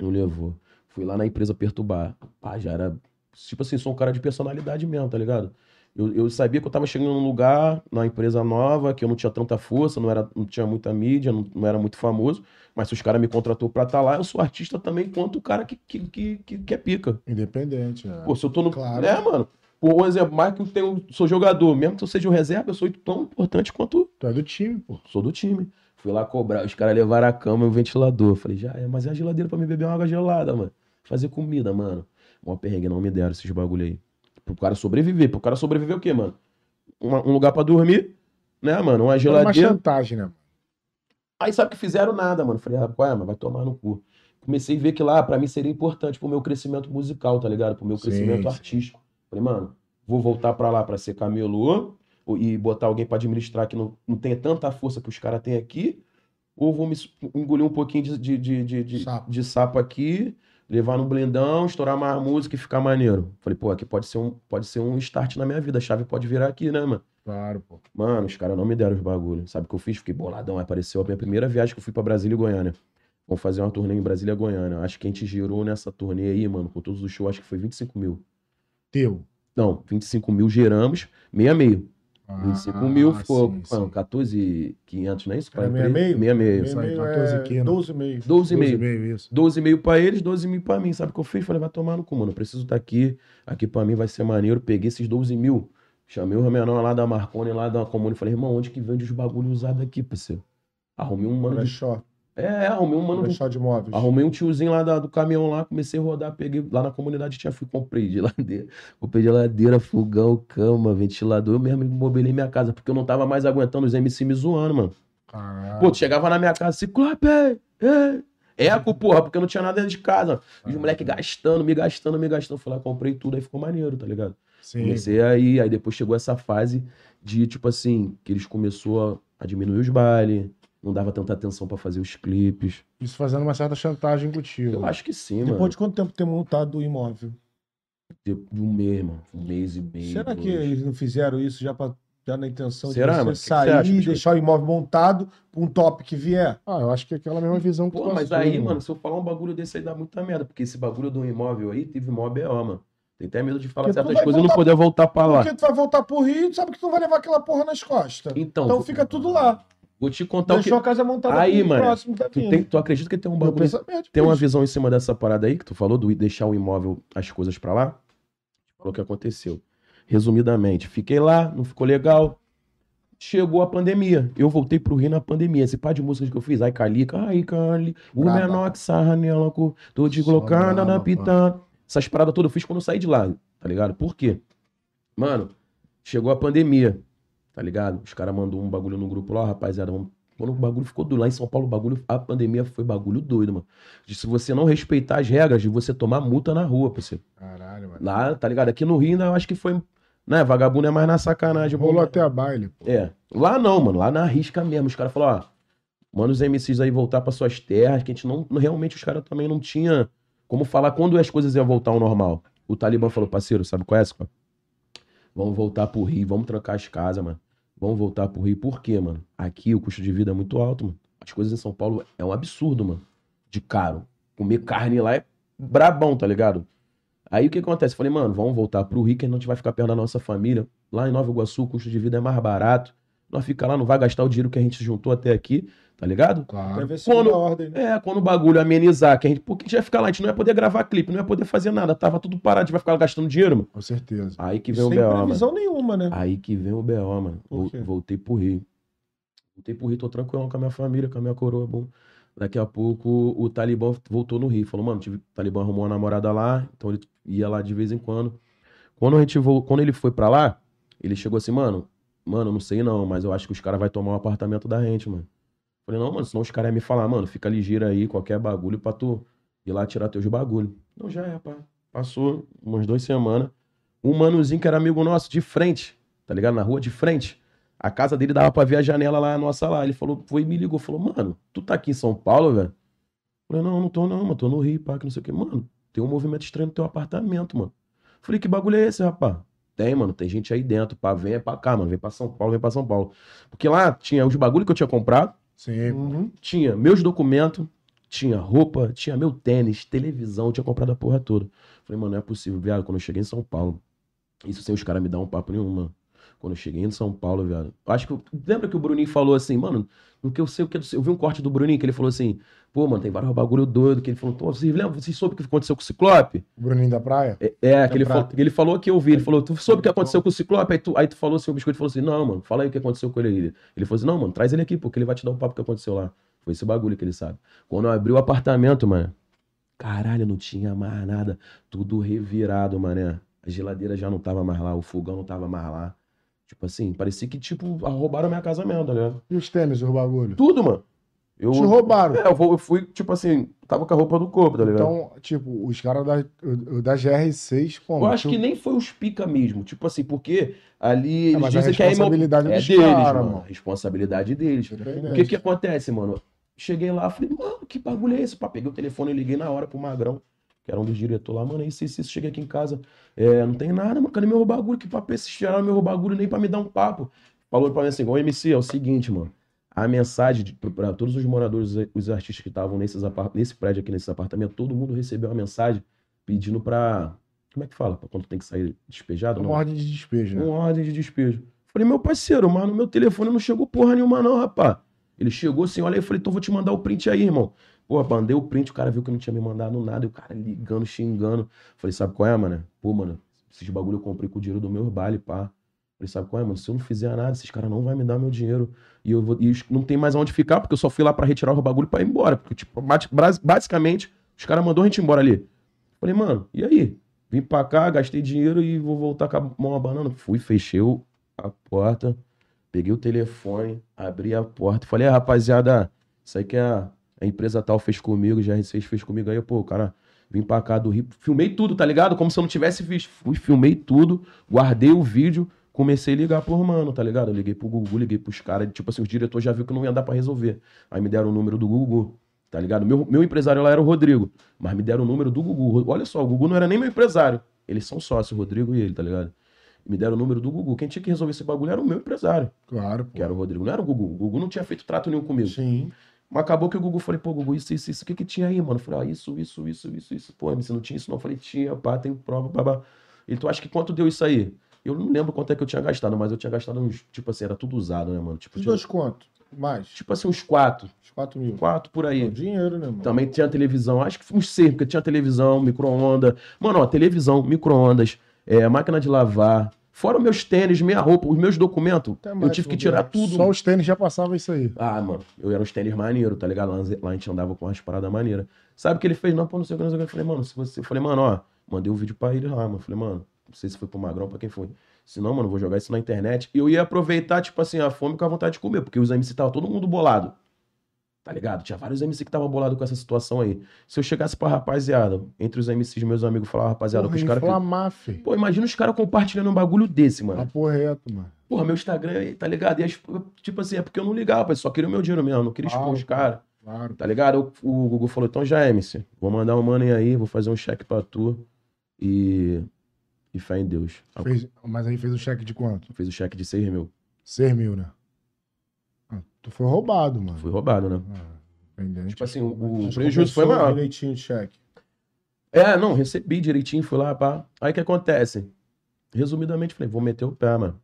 Speaker 3: Não levou. Fui lá na empresa perturbar. Pá, já era. Tipo assim, sou um cara de personalidade mesmo, tá ligado? Eu, eu sabia que eu tava chegando num lugar, numa empresa nova, que eu não tinha tanta força, não, era, não tinha muita mídia, não, não era muito famoso. Mas se os caras me contratou pra estar lá, eu sou artista também quanto o cara que, que, que, que, que é pica.
Speaker 2: Independente, né?
Speaker 3: Pô, se eu tô no...
Speaker 2: Claro.
Speaker 3: Né, mano? Por um exemplo, mais que eu tenho, sou jogador, mesmo que eu seja um reserva, eu sou tão importante quanto
Speaker 2: Tu é do time, pô.
Speaker 3: sou do time. Fui lá cobrar, os caras levaram a cama e o ventilador. Falei, já é, mas é a geladeira pra me beber uma água gelada, mano. Fazer comida, mano. Uma perrengue, não me deram esses bagulho aí. Pro cara sobreviver. Pro cara sobreviver o quê, mano? Uma- um lugar pra dormir, né, mano? Uma
Speaker 2: Era uma
Speaker 3: geladeira.
Speaker 2: chantagem, né?
Speaker 3: Aí sabe que fizeram nada, mano. Falei, ah, qual é, mano? Vai tomar no cu. Comecei a ver que lá, pra mim, seria importante pro meu crescimento musical, tá ligado? Pro meu
Speaker 2: Sim,
Speaker 3: crescimento
Speaker 2: sim.
Speaker 3: artístico. Falei, mano, vou voltar pra lá pra ser camelô ou- e botar alguém pra administrar que não, não tenha tanta força que os caras têm aqui. Ou vou me su- engolir um pouquinho de, de, de, de, de-
Speaker 2: Sapo.
Speaker 3: de sapo aqui, levar no blendão, estourar mais música e ficar maneiro. Falei, pô, aqui pode ser um, pode ser um start na minha vida. A chave pode virar aqui, né, mano?
Speaker 2: Claro, pô.
Speaker 3: Mano, os caras não me deram os bagulho. Sabe o que eu fiz? Fiquei boladão. Aí Apareceu a minha primeira viagem que eu fui pra Brasília e Goiânia. Vamos fazer uma turnê em Brasília e Goiânia. Acho que a gente girou nessa turnê aí, mano, com todos os shows, acho que foi 25 mil.
Speaker 2: Teu.
Speaker 3: Não, 25 mil geramos, meia meio. 25 mil ficou
Speaker 2: Ah, sim,
Speaker 3: mano,
Speaker 2: sim.
Speaker 3: 14,500, não é isso?
Speaker 1: Era
Speaker 3: Pra
Speaker 1: meia
Speaker 3: empresa?
Speaker 1: meio?
Speaker 3: Meia meio.
Speaker 2: Isso aí,
Speaker 1: Meio
Speaker 2: 14
Speaker 1: é
Speaker 2: quina.
Speaker 1: 12 e meio.
Speaker 3: 12,5.
Speaker 2: 12 e meio, isso.
Speaker 3: 12 mil pra eles, 12 mil pra mim. Sabe o que eu fiz? Falei, vai tomar no cu, mano. Eu preciso estar aqui. Aqui pra mim vai ser maneiro. Peguei esses 12 mil. Chamei o menor lá da Marconi, lá da Comune. Falei, irmão, onde que vende os bagulho usado aqui, parceiro? Arrumei um mano. De...
Speaker 1: Brechó.
Speaker 3: É, é, arrumei um mano. do-
Speaker 1: Brechó de móveis.
Speaker 3: Arrumei um tiozinho lá da- do caminhão lá, comecei a rodar, peguei lá na comunidade, tinha fui, comprei geladeira, [laughs] comprei geladeira, fogão, cama, ventilador, eu mesmo mobilei minha casa, porque eu não tava mais aguentando os MC me zoando, mano.
Speaker 2: Caralho.
Speaker 3: Pô, tipo, tu chegava na minha casa, assim, ciclope, é, eco, porra, porque eu não tinha nada dentro de casa. E os moleques gastando, me gastando, me gastando. Fui lá, comprei tudo, aí ficou maneiro, tá ligado?
Speaker 2: Sim.
Speaker 3: Comecei aí, aí depois chegou essa fase de, tipo assim, que eles começou a, a diminuir os bailes, não dava tanta atenção pra fazer os clipes.
Speaker 2: Isso fazendo uma certa chantagem contigo.
Speaker 3: Eu acho que sim,
Speaker 1: Depois
Speaker 3: mano.
Speaker 1: de quanto tempo ter montado o imóvel?
Speaker 3: De... de um mês, mano. Um mês e meio.
Speaker 1: Será que
Speaker 3: dois.
Speaker 1: eles não fizeram isso já, pra, já na intenção
Speaker 3: Será,
Speaker 1: de
Speaker 3: mano?
Speaker 1: você
Speaker 3: O que que
Speaker 1: sair
Speaker 3: você acha,
Speaker 1: e
Speaker 3: Tio?
Speaker 1: deixar o imóvel montado pra um top que vier?
Speaker 2: Ah, eu acho que é aquela mesma visão que
Speaker 3: Pô,
Speaker 1: Tipo
Speaker 2: tu
Speaker 3: mas
Speaker 1: assim,
Speaker 2: assume,
Speaker 3: aí, mano, se eu falar um bagulho desse aí dá muita merda, porque esse bagulho do imóvel aí teve mó BO, mano. Tem até medo de falar
Speaker 1: Porque tu
Speaker 3: certas
Speaker 1: vai
Speaker 3: coisas e não
Speaker 1: voltar-
Speaker 3: poder voltar pra lá.
Speaker 1: Porque tu vai voltar pro Rio, tu sabe que tu não vai levar aquela porra nas costas.
Speaker 3: Então,
Speaker 1: Então
Speaker 3: vou-
Speaker 1: fica tudo lá.
Speaker 3: vou te contar o Então, que.
Speaker 1: Deixou a casa montada
Speaker 3: Aí,
Speaker 1: pro
Speaker 3: mano,
Speaker 1: próximo da
Speaker 3: Tu,
Speaker 1: vinda.
Speaker 3: tem- tu acredita que tem um
Speaker 1: Meu
Speaker 3: bagulho
Speaker 1: pensamento,
Speaker 3: Tem uma
Speaker 1: bicho.
Speaker 3: visão em cima dessa parada aí que tu falou, do ir deixar o imóvel, as coisas pra lá? Falou o que aconteceu. Resumidamente, fiquei lá, não ficou legal. Chegou a pandemia. Eu voltei pro Rio na pandemia. Esse par de músicas que eu fiz, ai Calica, ai Cali, o
Speaker 1: Braba.
Speaker 3: menor que sarra nela, co- tô de
Speaker 2: Só
Speaker 3: colocando
Speaker 2: braba,
Speaker 3: na pitã. Essas paradas todas eu fiz quando eu saí de lá, tá ligado? Por quê? Mano, chegou a pandemia, tá ligado? Os caras mandou um bagulho no grupo lá, rapaziada, vamos quando o bagulho ficou doido lá em São Paulo, o bagulho, a pandemia foi bagulho doido, mano. De se você não respeitar as regras, de você tomar multa na rua, parceiro.
Speaker 2: Caralho, mano.
Speaker 3: Lá, tá ligado? Aqui no Rio ainda eu acho que foi. Né, vagabundo é mais na sacanagem.
Speaker 2: Rolou
Speaker 3: vamos-
Speaker 2: até a baile. pô.
Speaker 3: É. Lá não, mano. Lá na risca mesmo. Os caras falaram, ó. Manda os MCs aí voltar pra suas terras, que a gente não. Realmente os caras também não tinha como falar quando as coisas iam voltar ao normal. O Talibã falou, parceiro, sabe qual é essa? cara? Vamos voltar pro Rio, vamos trancar as casas, mano. Vamos voltar pro Rio. Por quê, mano? Aqui o custo de vida é muito alto, mano. As coisas em São Paulo é um absurdo, mano. De caro. Comer carne lá é brabão, tá ligado? Aí o que acontece? Falei, mano, vamos voltar pro Rio, que não a gente vai ficar perto da nossa família. Lá em Nova Iguaçu, o custo de vida é mais barato. Nós fica lá, não vai gastar o dinheiro que a gente juntou até aqui, tá ligado?
Speaker 1: Pra
Speaker 2: Claro.
Speaker 1: ver se muda
Speaker 3: Quando-
Speaker 1: a ordem, né?
Speaker 3: É, quando o bagulho amenizar, que a gente. Porque a gente vai ficar lá, a gente não ia poder gravar clipe, não ia poder fazer nada, tava tudo parado, a gente vai ficar gastando dinheiro, mano.
Speaker 2: Com certeza.
Speaker 3: Aí que vem
Speaker 1: Sem
Speaker 3: o B.O., mano.
Speaker 1: previsão nenhuma, né?
Speaker 3: Aí que vem o B.O., mano.
Speaker 1: Por
Speaker 3: Vol-
Speaker 1: quê?
Speaker 3: Voltei pro Rio. Voltei pro Rio, tô tranquilão com a minha família, com a minha coroa, é bom. Daqui a pouco o Talibã voltou no Rio. Falou, mano, tive- o Talibã arrumou uma namorada lá, então ele ia lá de vez em quando. Quando, a gente vol- quando ele foi pra lá, ele chegou assim, mano, mano, não sei não, mas eu acho que os caras vão tomar o apartamento da gente, mano. Falei, não, mano, senão os caras iam me falar, mano, fica ligeiro aí, qualquer bagulho pra tu ir lá tirar teus bagulho. Não, já é, pá. Passou umas duas semanas. Um manozinho que era amigo nosso, de frente, tá ligado? Na rua de frente. A casa dele dava pra ver a janela lá, a nossa lá. Ele falou, foi e me ligou, falou, mano, tu tá aqui em São Paulo, velho? Falei, não, não tô não, mano, tô no Rio, pá, que não sei o quê. Mano, tem um movimento estranho no teu apartamento, mano. Falei, que bagulho é esse, rapaz? Tem, mano, tem gente aí dentro, pá, vem pra cá, mano, vem pra São Paulo, vem pra São Paulo. Porque lá tinha os bagulho que eu tinha comprado,
Speaker 2: Sim.
Speaker 1: Uhum.
Speaker 3: tinha meus documentos, tinha roupa, tinha meu tênis, televisão, eu tinha comprado a porra toda. Falei, mano, não é possível, viado, quando eu cheguei em São Paulo. Isso sem os caras me dar um papo nenhum, mano. Quando eu cheguei em São Paulo, viado. eu Acho que. eu- Lembra que o Bruninho falou assim, mano, no que eu sei, o que eu, sei- eu vi um corte do Bruninho que ele falou assim, pô, mano, tem vários bagulho doido. Que ele falou, pô, vocês lembram, vocês soube o que aconteceu com o Ciclope?
Speaker 2: O Bruninho da Praia?
Speaker 3: É, é que ele
Speaker 1: Prata.
Speaker 3: falou, ele falou que eu vi. Ele falou, tu soube o que aconteceu com o Ciclope? Aí tu, aí tu falou assim, o Biscoito falou assim, não, mano, fala aí o que aconteceu com ele. Ele, ele falou assim, não, mano, traz ele aqui, porque ele vai te dar o papo que aconteceu lá. Foi esse bagulho que ele sabe. Quando eu abri o apartamento, mano, caralho, não tinha mais nada. Tudo revirado, mané. A geladeira já não tava mais lá, o fogão não tava mais lá. Tipo assim, parecia que, tipo, roubaram minha casa mesmo, tá ligado?
Speaker 2: E os tênis, os bagulho?
Speaker 3: Tudo, mano. Eu,
Speaker 2: Te
Speaker 3: [laughs]
Speaker 2: roubaram.
Speaker 3: É, eu, vou- eu fui, tipo assim, tava com a roupa do corpo, tá ligado?
Speaker 2: Então, tipo, os caras da, o- o da GR6, pô, é,
Speaker 3: Eu acho que nem foi os pica mesmo. Tipo assim, porque ali eles
Speaker 2: mas a
Speaker 3: dizem que é, imó-
Speaker 2: responsabilidade
Speaker 3: é
Speaker 2: dos
Speaker 3: deles,
Speaker 2: caras,
Speaker 3: mano.
Speaker 2: mano.
Speaker 3: Responsabilidade deles. O que que acontece, mano? Cheguei lá, falei, mano, que bagulho é esse? Pá, peguei o telefone e liguei na hora pro Magrão, que era um dos diretores lá, mano, é isso, isso, isso. Cheguei aqui em casa, é, não tem nada, mano, cadê meu bagulho? Que papo é esse? Tiraram meu bagulho nem pra me dar um papo. Falou pra mim assim, ô MC, é o seguinte, mano, a mensagem de- pra- pra todos os moradores, os artistas que estavam nesses apar- nesse prédio aqui, nesses apartamentos, todo mundo recebeu uma mensagem pedindo pra... Como é que fala? Pra quando tem que sair despejado?
Speaker 2: Uma
Speaker 3: Não?
Speaker 2: Tá ordem de despejo, né?
Speaker 3: uma ordem de despejo. Falei, meu parceiro, mas no meu telefone não chegou porra nenhuma, não, rapaz. Ele chegou assim, olha aí, eu falei, então vou te mandar o print aí, irmão. Pô, mandei o print, o cara viu que não tinha me mandado nada, e o cara ligando, xingando. Falei, sabe qual é, mano? Pô, mano, esses bagulho eu comprei com o dinheiro do meu baile, pá. Falei, sabe qual é, mano? Se eu não fizer nada, esses caras não vão me dar meu dinheiro. E eu vou, e os- não tem mais onde ficar, porque eu só fui lá pra retirar o bagulho pra ir embora. Porque, tipo, bate- bras- basicamente, os caras mandou a gente embora ali. Falei, mano, e aí? Vim pra cá, gastei dinheiro e vou voltar com a mão abanando. Fui, fechei o- a porta, peguei o telefone, abri a porta. Falei, "Ah, rapaziada, isso aí que é a, a empresa tal fez comigo, já R6 fez comigo. Aí, pô, cara, vim pra cá do Rio. Filmei tudo, tá ligado? Como se eu não tivesse visto. Fui, filmei tudo, guardei o vídeo, Comecei a ligar por mano, tá ligado? Eu liguei pro Gugu, liguei pros caras. Tipo assim, os diretores já viram que não ia dar pra resolver. Aí me deram o número do Gugu, tá ligado? Meu, meu empresário lá era o Rodrigo, mas me deram o número do Gugu. Olha só, o Gugu não era nem meu empresário. Eles são sócios, o Rodrigo e ele, tá ligado? Me deram o número do Gugu. Quem tinha que resolver esse bagulho era o meu empresário,
Speaker 2: Claro, pô.
Speaker 3: que era o Rodrigo. Não era o Gugu. O Gugu não tinha feito trato nenhum comigo.
Speaker 2: Sim.
Speaker 3: Mas acabou que o Gugu falei, pô, Gugu, isso, isso, isso, o que que tinha aí, mano? Eu falei, ah, isso, isso, isso, isso, isso. Pô, você não tinha isso não? Eu falei, tinha, pá, tem prova, babá. Ele, tu acha que quanto deu isso aí? Eu não lembro quanto é que eu tinha gastado, mas eu tinha gastado uns, tipo assim, era tudo usado, né, mano? Tipo,
Speaker 1: Os
Speaker 3: tinha-
Speaker 1: dois quanto? Mais.
Speaker 3: tipo assim, uns quatro,
Speaker 1: Os 4 mil.
Speaker 3: quatro por aí.
Speaker 1: Dinheiro, né, mano?
Speaker 3: Também tinha televisão, acho que foi uns seis, porque tinha televisão, micro-ondas. Mano, ó, televisão, micro-ondas, é, máquina de lavar. Fora os meus tênis, minha roupa, os meus documentos,
Speaker 1: Até
Speaker 3: eu
Speaker 1: mais,
Speaker 3: tive que
Speaker 1: Rodrigo.
Speaker 3: tirar tudo.
Speaker 2: Só os tênis já passava isso aí.
Speaker 3: Ah, mano, eu era um tênis maneiro, tá ligado? Lá, lá a gente andava com umas paradas maneiras. Sabe o que ele fez? Não, pô, não sei o que, não sei o que. Eu falei, mano, se você. Eu falei, mano, ó, mandei o vídeo pra ele lá, mano. Eu Falei, mano, não sei se foi pro Magrão, pra quem foi. Se não, mano, eu vou jogar isso na internet. E eu ia aproveitar, tipo assim, a fome com a vontade de comer, porque os MC tava todo mundo bolado. Tá ligado? Tinha vários MC que tava bolado com essa situação aí. Se eu chegasse pra rapaziada, entre os MCs, meus amigos, eu falava, rapaziada,
Speaker 2: Porra,
Speaker 3: que os caras. Que...
Speaker 2: inflamar, fi.
Speaker 3: Pô, imagina os caras compartilhando um bagulho desse, mano.
Speaker 2: Papo reto, mano.
Speaker 3: Porra, meu Instagram, aí, tá ligado? E as- tipo assim, é porque eu não ligava, eu só queria o meu dinheiro mesmo, não queria expor
Speaker 2: Claro.
Speaker 3: os caras,
Speaker 2: Claro.
Speaker 3: tá ligado? O, o Google falou, então já é, MC, vou mandar um money aí, vou fazer um cheque pra tu e, e fé em Deus. Aí eu
Speaker 2: Fez, mas aí fez um cheque de quanto?
Speaker 3: Fiz o cheque de 6 mil,
Speaker 2: 6 mil, né? Ah, tu foi roubado, mano.
Speaker 3: fui roubado, né?
Speaker 2: Ah, entendeu?
Speaker 3: Tipo assim, o, o
Speaker 1: Mas
Speaker 3: prejuízo foi
Speaker 1: compensou
Speaker 3: maior.
Speaker 1: Direitinho o cheque.
Speaker 3: É, não, recebi direitinho, fui lá, pá. Aí o que acontece? Resumidamente, falei, vou meter o pé, mano.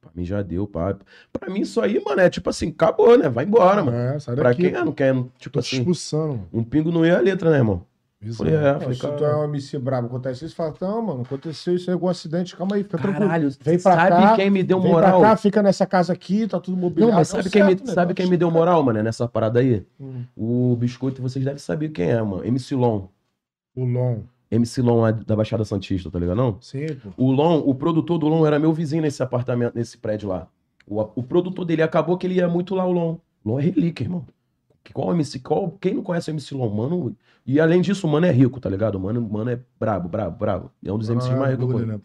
Speaker 3: Pra mim já deu, pá. Pra mim isso aí, mano, é tipo assim, acabou, né? Vai embora, mano.
Speaker 2: É, sai
Speaker 3: Pra
Speaker 2: daqui.
Speaker 3: quem
Speaker 2: pô.
Speaker 3: ah, não quer, tipo
Speaker 2: Tô te
Speaker 3: assim,
Speaker 2: expulsando, mano.
Speaker 3: um pingo não ia a letra, né, irmão?
Speaker 2: Isso,
Speaker 3: Falei,
Speaker 2: né?
Speaker 3: é,
Speaker 1: Não,
Speaker 3: falei,
Speaker 1: se tu é
Speaker 3: cara,
Speaker 1: um MC brabo, acontece isso, fala, não, mano, aconteceu isso aí, algum acidente, calma aí, fica Tá tranquilo.
Speaker 3: caralho,
Speaker 1: Vem pra
Speaker 3: sabe
Speaker 1: cá,
Speaker 3: quem me deu
Speaker 1: Vem
Speaker 3: moral?
Speaker 1: pra cá, fica nessa casa aqui, tá tudo mobiliado.
Speaker 3: Não, mas
Speaker 1: Deu
Speaker 3: sabe, quem,
Speaker 1: certo,
Speaker 3: me,
Speaker 1: né,
Speaker 3: sabe
Speaker 1: mano?
Speaker 3: quem me deu moral, mano, nessa parada aí?
Speaker 1: Hum.
Speaker 3: O Biscoito, vocês devem saber quem é, mano. MC Lon.
Speaker 2: O Lon.
Speaker 3: MC Lon lá da Baixada Santista, tá ligado? Não?
Speaker 2: Sim, pô.
Speaker 3: O Lon, o produtor do Lon era meu vizinho nesse apartamento, nesse prédio lá. O, o produtor dele acabou que ele ia muito lá, o Lon. Lon é relíquia, irmão. Que- Qual MC, qual, quem não conhece o MC Lon, mano? E além disso, o mano é rico, tá ligado? O mano, o mano é brabo, brabo, brabo. É um dos
Speaker 1: Ah,
Speaker 3: MCs mais ricos. que eu conheço.
Speaker 2: né?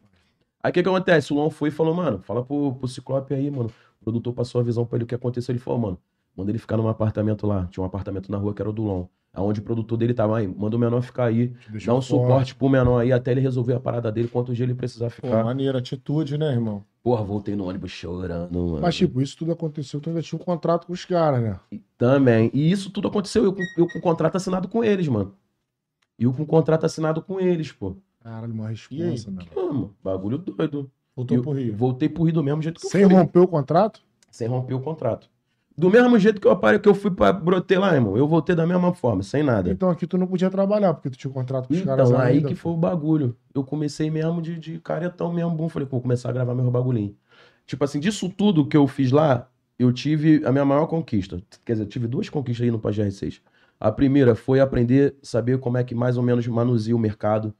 Speaker 3: Aí o que, que acontece? O Lon foi e falou, mano, fala pro, pro Ciclope aí, mano. O produtor passou a visão pra ele o que aconteceu. Ele falou, mano, manda ele ficar num apartamento lá. Tinha um apartamento na rua que era o do Lon. Aonde o produtor dele tava aí. Manda o menor ficar aí.
Speaker 2: Te deixou
Speaker 3: Dá um
Speaker 2: forte.
Speaker 3: suporte pro menor aí até ele resolver a parada dele, quanto dia ele precisar
Speaker 1: Pô,
Speaker 3: ficar.
Speaker 1: maneiro, atitude, né, irmão?
Speaker 3: Porra, voltei no ônibus chorando, mano.
Speaker 2: Mas, tipo, isso tudo aconteceu, tu ainda tinha um contrato com os caras, né?
Speaker 3: E Também. E isso tudo aconteceu. Eu, com- eu com o contrato assinado com eles, mano. E eu com o contrato assinado com eles, pô.
Speaker 2: Caralho, uma
Speaker 1: E aí?
Speaker 2: responsa, mano.
Speaker 3: Mano, bagulho doido.
Speaker 1: Voltou
Speaker 3: Eu-
Speaker 1: pro Rio.
Speaker 3: Voltei pro Rio do mesmo jeito que eu
Speaker 2: Sem
Speaker 3: fui.
Speaker 2: romper o contrato?
Speaker 3: sem romper o contrato. Do mesmo jeito que eu aparei, que eu fui pra broter lá, irmão, eu voltei da mesma forma, sem nada.
Speaker 2: Então aqui tu não podia trabalhar, porque tu tinha um contrato com os caras
Speaker 3: Então, aí
Speaker 2: ainda.
Speaker 3: que foi o bagulho. Eu comecei mesmo de, de caretão mesmo, bom, falei, pô, vou começar a gravar meu bagulhinho. Tipo assim, disso tudo que eu fiz lá, eu tive a minha maior conquista. Quer dizer, eu tive duas conquistas aí no PGR6. A primeira foi aprender, saber como é que mais ou menos manuseia o mercado,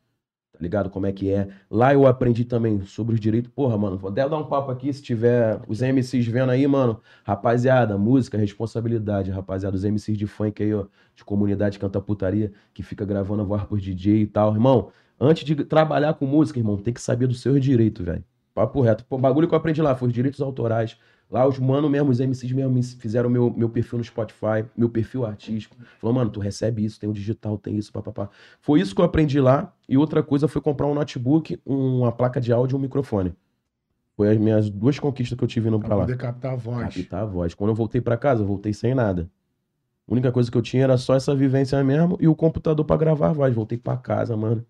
Speaker 3: tá ligado? Como é que é. Lá eu aprendi também sobre os direitos. Porra, mano, vou até dar um papo aqui se tiver os MCs vendo aí, mano. Rapaziada, música, responsabilidade, rapaziada. Os MCs de funk aí, ó, de comunidade canta putaria, que fica gravando a voz por DJ e tal. Irmão, antes de trabalhar com música, irmão, tem que saber dos seus direitos, velho. Papo reto. Pô, o bagulho que eu aprendi lá foi os direitos autorais. Lá os mano mesmo, os MCs mesmo me fizeram meu, meu perfil no Spotify, meu perfil artístico. Falou, mano, tu recebe isso, tem o digital, tem isso, papapá. Foi isso que eu aprendi lá. E outra coisa foi comprar um notebook, uma placa de áudio e um microfone. Foi as minhas duas conquistas que eu tive indo pra
Speaker 2: Pra
Speaker 3: lá.
Speaker 2: poder captar a voz.
Speaker 3: Captar a voz. Quando eu voltei pra casa, eu voltei sem nada. A única coisa que eu tinha era só essa vivência mesmo e o computador pra gravar a voz. Voltei pra casa, mano.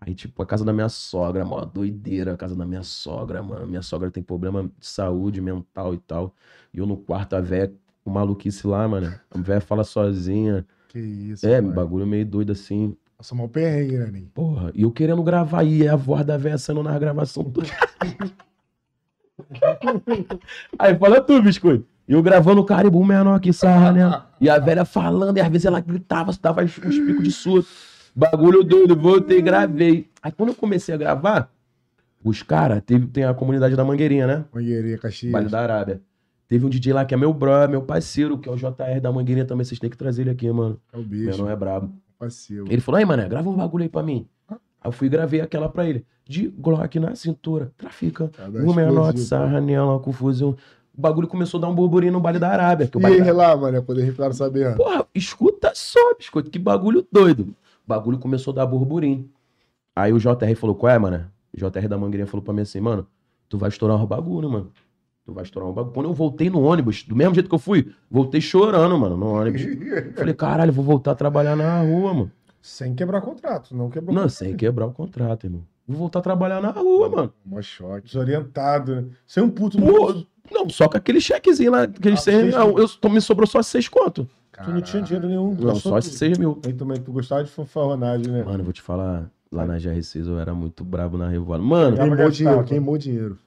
Speaker 3: Aí, tipo, a casa da minha sogra, mó doideira, a casa da minha sogra, mano. Minha sogra tem problema de saúde mental e tal. E eu no quarto, a véia com maluquice lá, mano. A véia fala sozinha.
Speaker 2: Que isso,
Speaker 3: É,
Speaker 2: pai.
Speaker 3: bagulho meio doido assim.
Speaker 2: Passou mal perrengue, né, Ninho?
Speaker 3: Porra, e eu querendo gravar aí, é a voz da véia saindo na gravação. toda. [laughs] aí fala tu, biscoito. E eu gravando o Caribou menor que sarra, né? E a velha falando, e às vezes ela gritava, dava uns uns picos de surto. Bagulho doido, voltei, gravei. Aí quando eu comecei a gravar, os caras, tem a comunidade da Mangueirinha, né?
Speaker 2: Mangueirinha, Caxias.
Speaker 3: Vale da Arábia. Teve um DJ lá que é meu brother, meu parceiro, que é o JR da Mangueirinha também. Vocês têm que trazer ele aqui, mano.
Speaker 2: É o
Speaker 3: Meu
Speaker 2: bicho,
Speaker 3: não é brabo.
Speaker 2: passivo.
Speaker 3: Ele falou, aí, mané, grava um bagulho aí pra mim. Aí eu fui e gravei aquela pra ele. De Glock na cintura, trafica.
Speaker 2: Cada
Speaker 3: Gumenote,
Speaker 2: explosivo.
Speaker 3: sarra, nela, com fuzil. O bagulho começou a dar um burburinho no baile da Arábia. Que o
Speaker 2: E
Speaker 3: baile da-
Speaker 2: ele lá, mano, quando eles ficaram sabendo.
Speaker 3: Porra, escuta só, biscoito, que bagulho doido. O bagulho começou a dar burburinho. Aí o JR falou, qual é, mano? O JR da Mangueirinha falou pra mim assim, mano, tu vai estourar um bagulho, mano. Tu vai estourar um bagulho. Quando eu voltei no ônibus, do mesmo jeito que eu fui, voltei chorando, mano, no ônibus. Falei, caralho, vou voltar a trabalhar na rua, mano.
Speaker 1: Sem quebrar contrato, não quebrou.
Speaker 3: Não, sem quebrar o contrato, irmão. Vou voltar a trabalhar na [laughs] rua, mano.
Speaker 2: Mó choque.
Speaker 1: Desorientado, né? Sem um puto no
Speaker 3: Pô, não, só com aquele chequezinho lá, aquele
Speaker 1: Ah,
Speaker 3: seis,
Speaker 1: seis
Speaker 3: não, eu, tô- me sobrou só seis conto.
Speaker 1: Tu não tinha dinheiro nenhum.
Speaker 3: Não,
Speaker 1: gastou
Speaker 3: só
Speaker 1: tudo.
Speaker 3: esses seis mil.
Speaker 1: Aí também, tu gostava de fanfarronagem, né?
Speaker 3: Mano, eu vou te falar, lá na GR6 eu era muito brabo na revoada. Mano,
Speaker 1: Tava
Speaker 2: Queimou
Speaker 1: gastado.
Speaker 2: dinheiro, queimou dinheiro.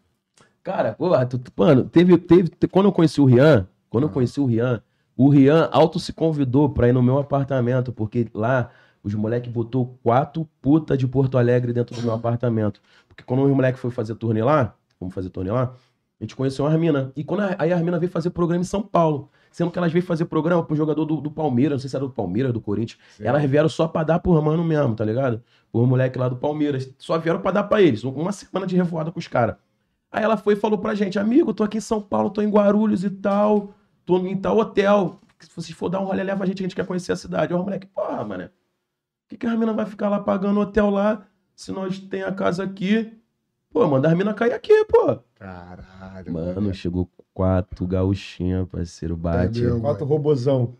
Speaker 3: Cara, porra, tu, tu- mano, teve, teve, te- quando eu conheci o Rian, quando eu conheci o Rian, o Rian alto se convidou pra ir no meu apartamento, porque lá os moleque botou quatro putas de Porto Alegre dentro do meu apartamento. Porque quando os moleque foi fazer turnê lá, vamos fazer turnê lá, a gente conheceu a Armina. E quando a, aí a Armina veio fazer programa em São Paulo, sendo que elas veio fazer programa pro jogador do, do Palmeiras, não sei se era do Palmeiras, do Corinthians, elas vieram só pra dar por mano mesmo, tá ligado? Por moleque lá do Palmeiras. Só vieram pra dar pra eles. Uma semana de revoada com os caras. Aí ela foi e falou pra gente: Amigo, tô aqui em São Paulo, tô em Guarulhos e tal. Tô em tal hotel. Se vocês for dar um rolê, leva a gente, que a gente quer conhecer a cidade. Ó, o moleque, porra, mano. Por que, que as minas vai ficar lá pagando hotel lá se nós tem a casa aqui? Pô, manda as minas cair aqui, pô.
Speaker 2: Caralho.
Speaker 3: Mano, chegou quatro gauchinha, parceiro, bate.
Speaker 2: Entendeu?
Speaker 1: Quatro robozão.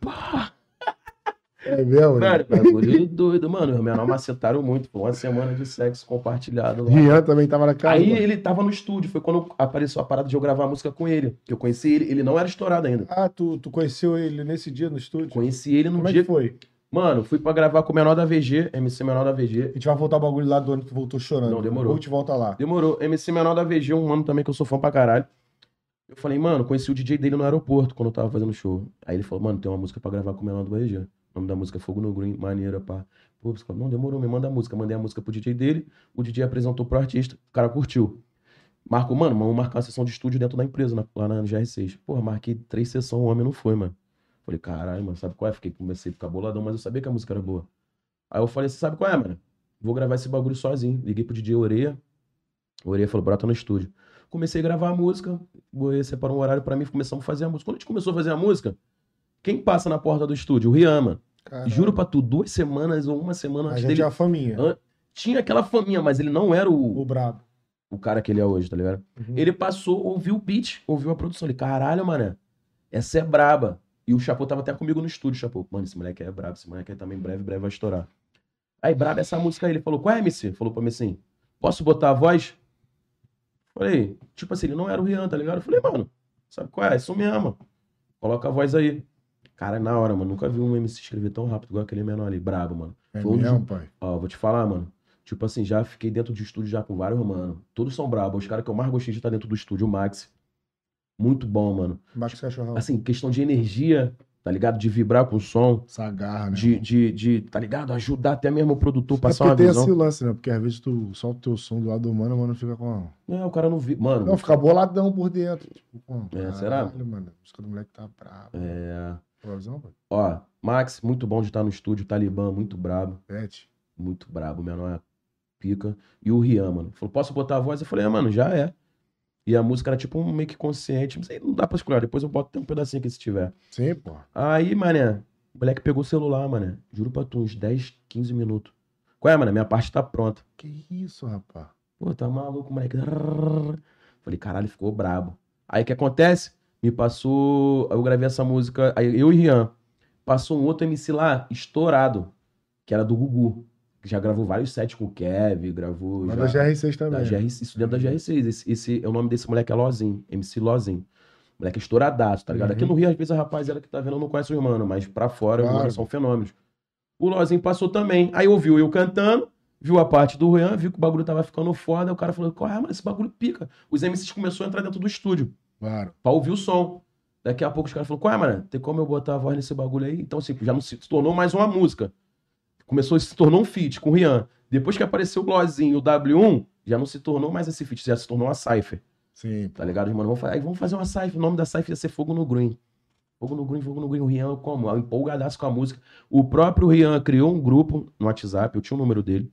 Speaker 2: É mesmo? né?
Speaker 3: Mano, bagulho doido, mano. Os menores macetaram muito, pô. Uma semana de sexo compartilhado lá.
Speaker 2: Rian também tava na casa.
Speaker 3: Aí ele tava no estúdio, foi quando apareceu a parada de eu gravar a música com ele. Que eu conheci ele, ele não era estourado ainda.
Speaker 1: Ah, tu, tu conheceu ele nesse dia no estúdio?
Speaker 3: Conheci ele no
Speaker 1: Como é
Speaker 3: dia.
Speaker 1: que foi?
Speaker 3: Mano, fui pra gravar com o menor da VG, MC menor da VG.
Speaker 1: A gente vai voltar o bagulho lá do ano que tu voltou chorando.
Speaker 3: Não, demorou.
Speaker 1: Ou te volta lá.
Speaker 3: Demorou. MC menor da VG, um ano também que eu sou fã pra caralho. Eu falei, mano, conheci o DJ dele no aeroporto quando eu tava fazendo show. Aí ele falou, mano, tem uma música pra gravar com o menor do VG. O nome da música é Fogo no Green, maneira, pá. Pô, você falou, não, demorou, me manda a música. Mandei a música pro DJ dele, o DJ apresentou pro artista, o cara curtiu. Marco, mano, vamos marcar uma sessão de estúdio dentro da empresa, na- lá na GR6. Porra, marquei três sessões, o homem não foi, mano. Falei, caralho, mano, sabe qual é? Fiquei, comecei a ficar boladão, mas eu sabia que a música era boa. Aí eu falei, você sabe qual é, mano? Vou gravar esse bagulho sozinho. Liguei pro DJ Oreia. O Oreia falou, brota no estúdio. Comecei a gravar a música, o Oreia separou um horário pra mim, começamos a fazer a música. Quando a gente começou a fazer a música, quem passa na porta do estúdio? O Rian, mano.
Speaker 1: Caralho.
Speaker 3: Juro pra tu, duas semanas ou uma semana
Speaker 1: A
Speaker 3: antes
Speaker 1: gente
Speaker 3: dele.
Speaker 1: é a faminha.
Speaker 3: Hã? Tinha aquela faminha, mas ele não era o,
Speaker 1: O brabo.
Speaker 3: o cara que ele é hoje, tá ligado?
Speaker 1: Uhum.
Speaker 3: Ele passou, ouviu o beat, ouviu a produção. Ele, caralho, mané, essa é braba. E o Chapô tava até comigo no estúdio, Chapô. Mano, esse moleque é brabo, esse moleque aí também breve, breve vai estourar. Aí, braba essa música aí. Ele falou, qual é, MC? Falou pra mim assim, posso botar a voz? Falei, tipo assim, ele não era o Rian, tá ligado? Eu falei, mano, sabe qual é? Isso mesmo. Coloca a voz aí. Cara, é na hora, mano, nunca vi um MC escrever tão rápido igual aquele menor ali, brabo, mano.
Speaker 2: É
Speaker 3: Foi um dos-
Speaker 2: mesmo, pai.
Speaker 3: Ó, vou te falar, mano. Tipo assim, já fiquei dentro de estúdio já com vários, mano. Todos são brabos. Os caras que eu mais gostei de estar dentro do estúdio, o Max. Muito bom, mano.
Speaker 1: Max Cachorrão.
Speaker 3: Assim, questão de energia, tá ligado? De vibrar com o som.
Speaker 2: Sagarra, né?
Speaker 3: De, de, de, tá ligado? Ajudar até mesmo o produtor a
Speaker 2: É
Speaker 3: passar
Speaker 2: porque
Speaker 3: uma
Speaker 2: tem
Speaker 3: visão.
Speaker 2: esse lance, né? Porque às vezes tu solta o teu som do lado do mano, o mano fica com.
Speaker 3: É, o cara não vi. Mano,
Speaker 2: Não, fica boladão por dentro. Tipo, com.
Speaker 3: É, será?
Speaker 2: Caralho, mano. A música do moleque tá brava.
Speaker 3: é.
Speaker 2: Provisão, pô.
Speaker 3: Ó, Max, muito bom de estar no estúdio. Talibã, muito brabo.
Speaker 2: Pet.
Speaker 3: muito brabo, o menor é pica. E o Rian, mano, falou, posso botar a voz? Eu falei, ah, mano, já é. E a música era tipo um meio que consciente, mas aí não dá pra escolher, depois eu boto até um pedacinho aqui se tiver.
Speaker 2: Sim, pô.
Speaker 3: Aí, mané, o moleque pegou o celular, mané, juro pra tu, uns 10, 15 minutos. Qual é, mané? Minha parte tá pronta.
Speaker 2: Que isso, rapaz?
Speaker 3: Pô, tá maluco, moleque. Falei, caralho, ficou brabo. Aí o que acontece? Me passou. Eu gravei essa música, aí eu e Rian. Passou um outro MC lá, estourado, que era do Gugu. Que já gravou vários sets com o Kev, gravou.
Speaker 2: Mas é
Speaker 3: já-
Speaker 2: da GR6
Speaker 3: da
Speaker 2: também. né? Uhum.
Speaker 3: GR, isso dentro da GR6. Esse, esse- o nome desse moleque é Lozinho, MC Lozinho. Moleque estouradaço, tá ligado? Aqui no Rio, às vezes, a rapaziada que tá vendo não conhece o irmão, mas pra fora
Speaker 2: Uhum. Claro.
Speaker 3: agora são fenômenos. O Lozinho passou também. Aí ouviu eu cantando, viu a parte do Rian, viu que o bagulho tava ficando foda. aí O cara falou: Corre, mano, esse bagulho pica. Os MCs começaram a entrar dentro do estúdio
Speaker 2: Claro.
Speaker 3: pra ouvir o som. Daqui a pouco os caras falaram, qual é, mano? Tem como eu botar a voz nesse bagulho aí? Então, assim, já não se se tornou mais uma música. Começou, se tornou um feat com o Rian. Depois que apareceu o Glozinho, o W1, já não se tornou mais esse feat, já se tornou uma cypher,
Speaker 2: Sim, pô.
Speaker 3: tá ligado, mano? Vamos fazer, aí vamos fazer uma cypher. O nome da cypher ia ser Fogo no Green. Fogo no Green, Fogo no Green. O Rian, como? Empolgadaço com a música. O próprio Rian criou um grupo no WhatsApp, eu tinha o número dele.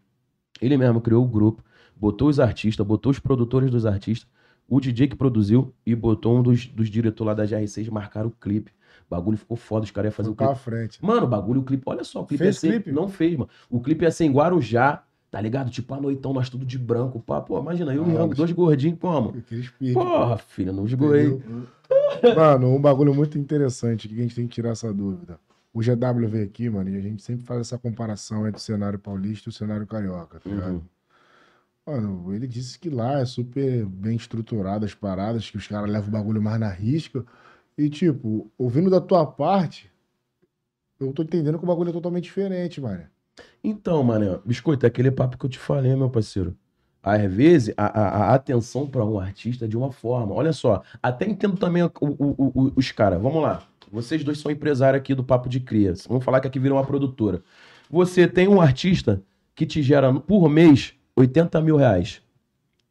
Speaker 3: Ele mesmo criou o grupo, botou os artistas, botou os produtores dos artistas, o DJ que produziu e botou um dos, dos diretores lá da GR6 marcar o clipe. O bagulho ficou foda, os caras iam fazer o
Speaker 2: Tocar
Speaker 3: clipe.
Speaker 2: à frente.
Speaker 3: Mano, o bagulho, o clipe, olha só, o clipe
Speaker 1: Fez
Speaker 3: ia ser-
Speaker 1: clipe?
Speaker 3: Não fez, mano. O clipe ia ser em Guarujá, tá ligado? Tipo, à noitão, nós tudo de branco, pá. Pô, imagina, eu e o
Speaker 2: Ah,
Speaker 3: Rango,
Speaker 2: mas-
Speaker 3: dois gordinhos, como?
Speaker 2: Aqueles piques.
Speaker 3: Porra, filho, não
Speaker 2: Entendeu?
Speaker 3: esgoei.
Speaker 2: Mano, um bagulho muito interessante que a gente tem que tirar essa dúvida. O GW veio aqui, mano, e a gente sempre faz essa comparação entre o cenário paulista e o cenário carioca, tá ligado?
Speaker 3: Uhum.
Speaker 2: Mano, ele disse que lá é super bem estruturado as paradas, que os caras levam o bagulho mais na risca. E, tipo, ouvindo da tua parte, eu tô entendendo que o bagulho é totalmente diferente, mano.
Speaker 3: Então, mano, biscoito, é aquele papo que eu te falei, meu parceiro. Às vezes, a, a- a atenção pra um artista é de uma forma. Olha só, até entendo também o- o- o- os caras. Vamos lá. Vocês dois são empresários aqui do Papo de Cria. Vamos falar que aqui virou uma produtora. Você tem um artista que te gera, por mês, 80 mil reais.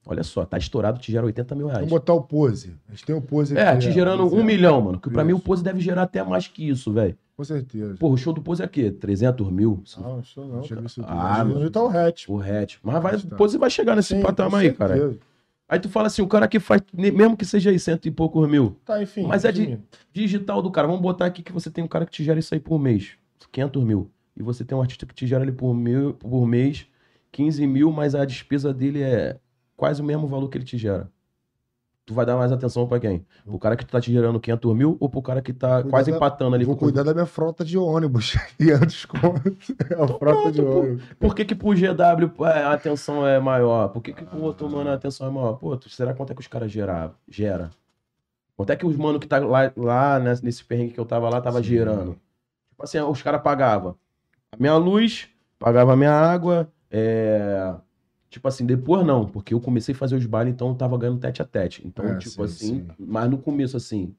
Speaker 3: Olha só, tá estourado, te gera 80 mil reais.
Speaker 2: Vamos botar o pose. A gente tem o pose
Speaker 3: Ah, É,
Speaker 2: aqui,
Speaker 3: te
Speaker 2: ó,
Speaker 3: gerando
Speaker 2: pois é.
Speaker 3: um milhão, mano. Que pra mim o
Speaker 2: Isso.
Speaker 3: Pose deve gerar até mais que isso, velho.
Speaker 2: Com certeza.
Speaker 3: Porra, o show do Pose é quê? 300 mil?
Speaker 1: Não, isso não.
Speaker 2: Deixa eu ver se eu
Speaker 3: Ah,
Speaker 2: tenho.
Speaker 3: mano.
Speaker 1: Tá o hatch.
Speaker 3: O hatch. Mas vai,
Speaker 2: Tá.
Speaker 3: pô, você vai chegar nesse
Speaker 2: Sim,
Speaker 3: patamar aí,
Speaker 2: com
Speaker 3: cara.
Speaker 2: certeza.
Speaker 3: Aí tu fala assim, o cara que faz, ne- mesmo que seja aí cento e poucos mil,
Speaker 1: Tá, enfim.
Speaker 3: Mas é de-
Speaker 1: enfim.
Speaker 3: digital do cara, vamos botar aqui que você tem um cara que te gera isso aí por mês, 500 mil. E você tem um artista que te gera ali por, mil, por mês 15 mil, mas a despesa dele é quase o mesmo valor que ele te gera. Tu vai dar mais atenção pra quem? Pro cara que tá te gerando 500 mil ou pro cara que tá
Speaker 2: Cuidado
Speaker 3: quase
Speaker 2: da-
Speaker 3: empatando ali?
Speaker 2: Vou
Speaker 3: com-
Speaker 2: cuidar da minha frota de ônibus. [laughs] E antes conto. É a frota de
Speaker 3: pronto, pô.
Speaker 2: ônibus.
Speaker 3: Por que, que pro GW é, a atenção é maior? Por que, que pro outro mano a atenção é maior? Pô, tu- será quanto é que os caras gera, gera? Quanto é que os mano que tá lá, lá né, nesse perrengue que eu tava lá tava
Speaker 2: Sim.
Speaker 3: gerando? Tipo assim, os caras pagavam a minha luz, pagava a minha água, é... Tipo assim, depois não, porque eu comecei a fazer os bailes, então eu tava ganhando tete a tete. Então,
Speaker 2: É,
Speaker 3: tipo
Speaker 2: sim,
Speaker 3: assim,
Speaker 2: sim.
Speaker 3: mas no começo, assim,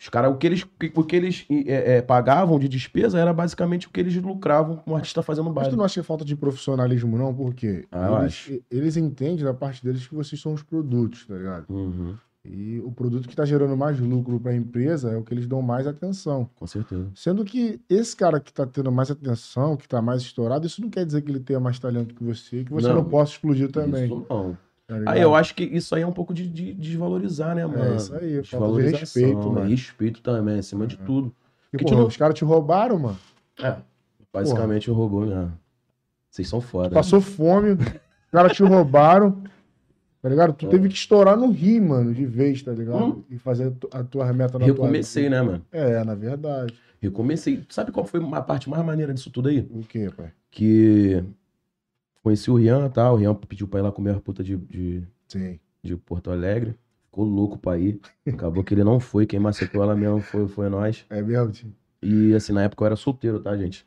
Speaker 3: os caras, o que eles, o que eles é, é, pagavam de despesa era basicamente o que eles lucravam com o artista fazendo
Speaker 2: Mas
Speaker 3: baile.
Speaker 2: tu não acha que é falta de profissionalismo, não? Porque
Speaker 3: Ah, eu
Speaker 2: eles, eles entendem da parte deles que vocês são os produtos, tá ligado?
Speaker 3: Uhum,
Speaker 2: E o produto que tá gerando mais lucro pra empresa é o que eles dão mais atenção.
Speaker 3: com certeza.
Speaker 2: Sendo que esse cara que tá tendo mais atenção, que tá mais estourado, isso não quer dizer que ele tenha mais talento que você, que você não,
Speaker 3: Não.
Speaker 2: possa explodir também.
Speaker 3: Isso não.
Speaker 2: tá ligado?
Speaker 3: Aí eu acho que isso aí é um pouco de, de- desvalorizar, né, mano?
Speaker 2: É isso aí, falta de
Speaker 3: Desvalorização,
Speaker 2: respeito, mano. Uhum.
Speaker 3: Respeito também, acima de tudo.
Speaker 2: Porque,
Speaker 3: que
Speaker 2: porra,
Speaker 3: tu não-
Speaker 2: os caras te roubaram, mano.
Speaker 3: É, basicamente o robô, né? Vocês são foda.
Speaker 2: Passou fome, os caras te roubaram. Tá ligado? Tu teve que estourar no Rio, mano, de vez, tá ligado?
Speaker 3: Hum.
Speaker 2: E fazer a tu- a tua meta na tua
Speaker 3: Recomecei, né, mano?
Speaker 2: É, na verdade.
Speaker 3: Recomecei. Sabe qual foi a parte mais maneira disso tudo aí?
Speaker 2: O quê, pai?
Speaker 3: Que conheci o Rian, tá? O Rian pediu pra ir lá comer a puta de, de,
Speaker 2: Sim.
Speaker 3: de Porto Alegre. Ficou louco pra ir. Acabou que ele não foi. Quem macetou ela mesmo foi, foi nós.
Speaker 2: É mesmo, tio?
Speaker 3: E assim, na época eu era solteiro, tá, gente?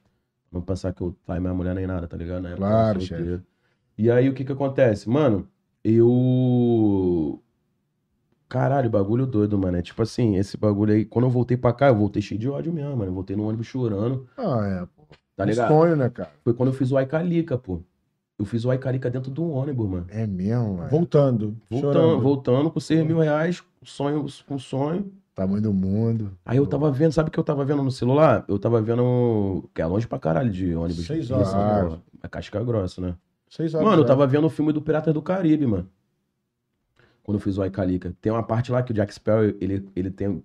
Speaker 3: Não pensar que eu tá minha mulher nem nada, tá ligado? Na época eu era
Speaker 2: Claro,
Speaker 3: solteiro. E aí o que que acontece? Mano, eu. Caralho, bagulho doido, mano. É tipo assim, esse bagulho aí, quando eu voltei pra cá, eu voltei cheio de ódio mesmo, mano. Eu voltei no ônibus chorando,
Speaker 2: Ah, é. pô.
Speaker 3: tá
Speaker 2: Um
Speaker 3: ligado?
Speaker 2: sonho, né, cara?
Speaker 3: Foi quando eu fiz o Aicalica, pô. Eu fiz o Aicalica dentro de um ônibus, mano.
Speaker 2: É mesmo, mano.
Speaker 1: Voltando.
Speaker 3: Voltando,
Speaker 1: chorando.
Speaker 3: voltando com 6 mil reais, um sonho com sonho.
Speaker 2: Tamanho do
Speaker 3: [laughs]
Speaker 2: mundo.
Speaker 3: Aí eu tava vendo, sabe o que eu tava vendo no celular? Eu tava vendo. Que é longe pra caralho de ônibus.
Speaker 1: Seis
Speaker 3: Isso,
Speaker 1: horas.
Speaker 3: né? É casca grossa, né?
Speaker 1: Seis horas.
Speaker 3: Mano, eu
Speaker 1: já.
Speaker 3: tava vendo o filme do Piratas do Caribe, mano. Quando eu fiz o Aicalica. Tem uma parte lá que o Jack Sparrow, ele, ele tem.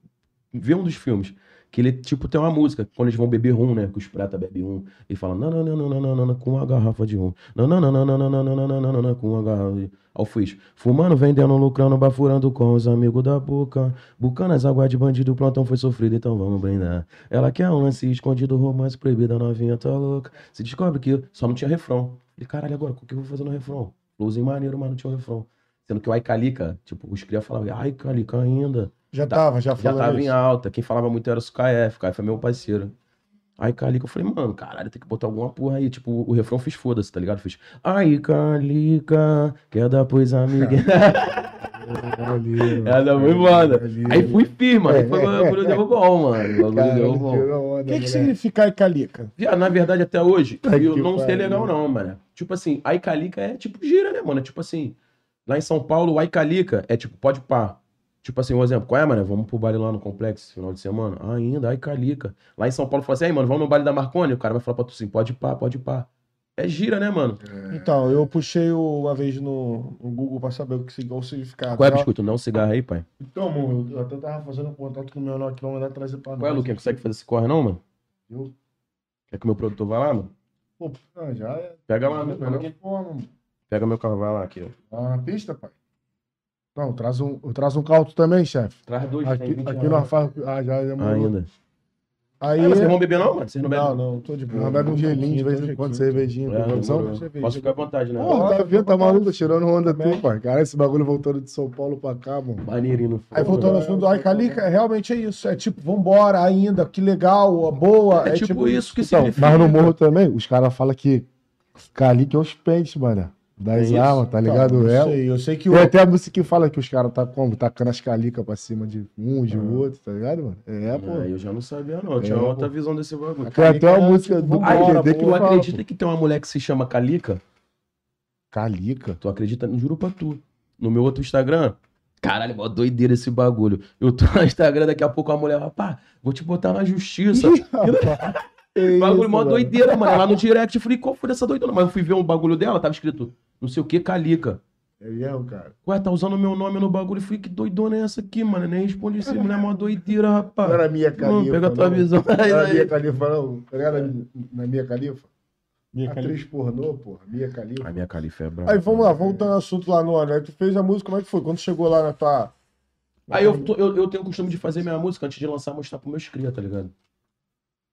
Speaker 3: Vê um dos filmes. Que ele, tipo, tem uma música. Quando eles vão beber rum, né? Que os piratas bebem rum. Ele fala, não, não, não, não, não, não, não, não, com uma garrafa de rum. Não, não, não, não, não, não, não, não, não, não, não, não, não, com uma garrafa de. Ao fiz. Fumando, vendendo, lucrando, bafurando com os amigos da boca. Bucando as águas de bandido, o plantão foi sofrido, então vamos brindar. Ela quer um lance escondido, romance proibido, a novinha tá louca. Se descobre que só não tinha refrão. Falei, caralho, agora, o que eu vou fazer no refrão? Flowzinho maneiro, mas não tinha o refrão. Sendo que o Aicalica, tipo, os cria falavam, Aicalica ainda.
Speaker 1: Já tava, já
Speaker 3: tá- Já
Speaker 1: falou
Speaker 3: tava em
Speaker 1: Tá isso.
Speaker 3: alta. Quem falava muito era o KF, KF é meu parceiro. Aí Calica, eu falei, mano, caralho, tem que botar alguma porra aí. Tipo, o refrão fiz foda-se, tá ligado? Fiz. Ai, Calica, quer dar pois, amiga.
Speaker 2: É,
Speaker 3: É, não, muito foda. aí fui firme, aí foi o bagulho deu bom, mano. O bagulho deu bom.
Speaker 1: O
Speaker 2: né,
Speaker 3: né?
Speaker 1: que, que significa Icalica?
Speaker 3: Viado, na verdade, até hoje,
Speaker 2: que
Speaker 3: eu não sei
Speaker 2: pariu.
Speaker 3: legal, não, mano. Tipo assim, a Icalica é tipo gira, né, mano? É Tipo assim, lá em São Paulo, a Icalica é tipo, pode pá. Tipo assim, um exemplo, qual é, mano? Vamos pro baile lá no complexo, final de semana? Ah, ainda, a Icalica. Lá em São Paulo, fala assim, aí, mano, vamos no baile da Marconi? O cara vai falar pra tu assim, pode pá, pode pá. É gira, né, mano?
Speaker 1: Então, eu puxei o- uma vez no, no Google pra saber o que significa o significado.
Speaker 3: Qual é,
Speaker 1: Então,
Speaker 3: biscoito? Não, cigarro aí, pai.
Speaker 1: Então, amor, eu até tava fazendo contato com o meu menor aqui, vamos mandar trazer pra nós.
Speaker 3: Qual é, Luquinha? Consegue fazer esse corre, não, mano?
Speaker 1: Eu?
Speaker 3: Quer que o meu produtor vá lá, mano?
Speaker 1: Pô, não, já é.
Speaker 3: Pega lá, meu
Speaker 1: Melhor forma, mano.
Speaker 3: Pega meu carro, vai lá aqui, ó.
Speaker 1: Lá na pista, pai.
Speaker 2: Não, traz um, eu trazo um caldo também, chefe.
Speaker 3: Traz dois,
Speaker 2: Aqui, aqui nós faz. Ah, já demorou.
Speaker 3: Ainda.
Speaker 1: Aí.
Speaker 3: Ah,
Speaker 2: é-
Speaker 3: vocês não vão beber, não, mano? Vocês não bebem?
Speaker 1: Não, não, tô de boa.
Speaker 2: Nós bebe um gelinho de vez em quando, cervejinha.
Speaker 3: É, não,
Speaker 2: produção.
Speaker 3: demorou. Posso ficar à vontade, né?
Speaker 2: Porra, tá vendo? Tá maluco? Tô Tirando onda
Speaker 1: Também.
Speaker 2: tu, pai. Cara, esse bagulho voltando de São Paulo pra cá, mano.
Speaker 3: Maneirinho.
Speaker 1: Aí voltando ao assunto, aí Calica, realmente é isso. É tipo, vambora ainda, que legal, ó, boa.
Speaker 3: É tipo isso que
Speaker 2: Então,
Speaker 3: significa.
Speaker 2: mas no morro também, os caras falam que Calique é os pentes, mano.
Speaker 3: É
Speaker 2: Das
Speaker 3: isso.
Speaker 2: armas, tá ligado?
Speaker 1: Tá,
Speaker 2: é.
Speaker 1: eu sei, eu sei que o.
Speaker 2: Tem até a música que fala que os caras tá como? Tacando as calicas pra cima de um, de outro, tá ligado, mano? É, pô.
Speaker 3: Ah, eu já não sabia, não. Eu
Speaker 2: É,
Speaker 3: tinha
Speaker 2: pô.
Speaker 3: outra visão desse bagulho.
Speaker 2: Tem até
Speaker 1: Calica
Speaker 2: uma
Speaker 1: é
Speaker 2: música
Speaker 1: tipo,
Speaker 2: do
Speaker 1: Aí,
Speaker 3: Aí,
Speaker 1: bora,
Speaker 2: PQD que é
Speaker 3: tu
Speaker 1: boa.
Speaker 2: fala.
Speaker 3: acredita que tem uma mulher que se chama Calica?
Speaker 2: [laughs] Calica.
Speaker 3: Tu acredita? Juro pra tu. No meu outro Instagram. Caralho, mó doideira esse bagulho. Eu tô no Instagram, daqui a pouco a mulher vai, pá, vou te botar na justiça. bagulho mó doideira, mano. Lá no direct eu falei, qual foi dessa doidona? Mas eu fui ver um bagulho dela, tava escrito não sei o que, Calica.
Speaker 2: É mesmo, cara.
Speaker 3: Ué, tá usando meu nome no bagulho. Eu falei, que doidona é essa aqui, mano? Eu Nem respondi essa mulher, é mó doideira,
Speaker 2: Não
Speaker 3: rapaz.
Speaker 2: era minha califa.
Speaker 3: Mano, pega a tua
Speaker 2: não.
Speaker 3: visão.
Speaker 2: Não
Speaker 3: Aí, né?
Speaker 2: era minha
Speaker 3: aí.
Speaker 2: califa, não. Não era na minha califa.
Speaker 1: Minha Calica.
Speaker 2: Atriz pornô, porra. Minha califa.
Speaker 3: A minha califa é brava.
Speaker 1: Aí vamos lá, voltando ao assunto lá no ano. Aí tu fez a música, como é que foi? Quando chegou lá na tua.
Speaker 3: Aí eu, tô- eu, eu tenho o costume de fazer minha música antes de lançar, mostrar pro meus cria, tá ligado?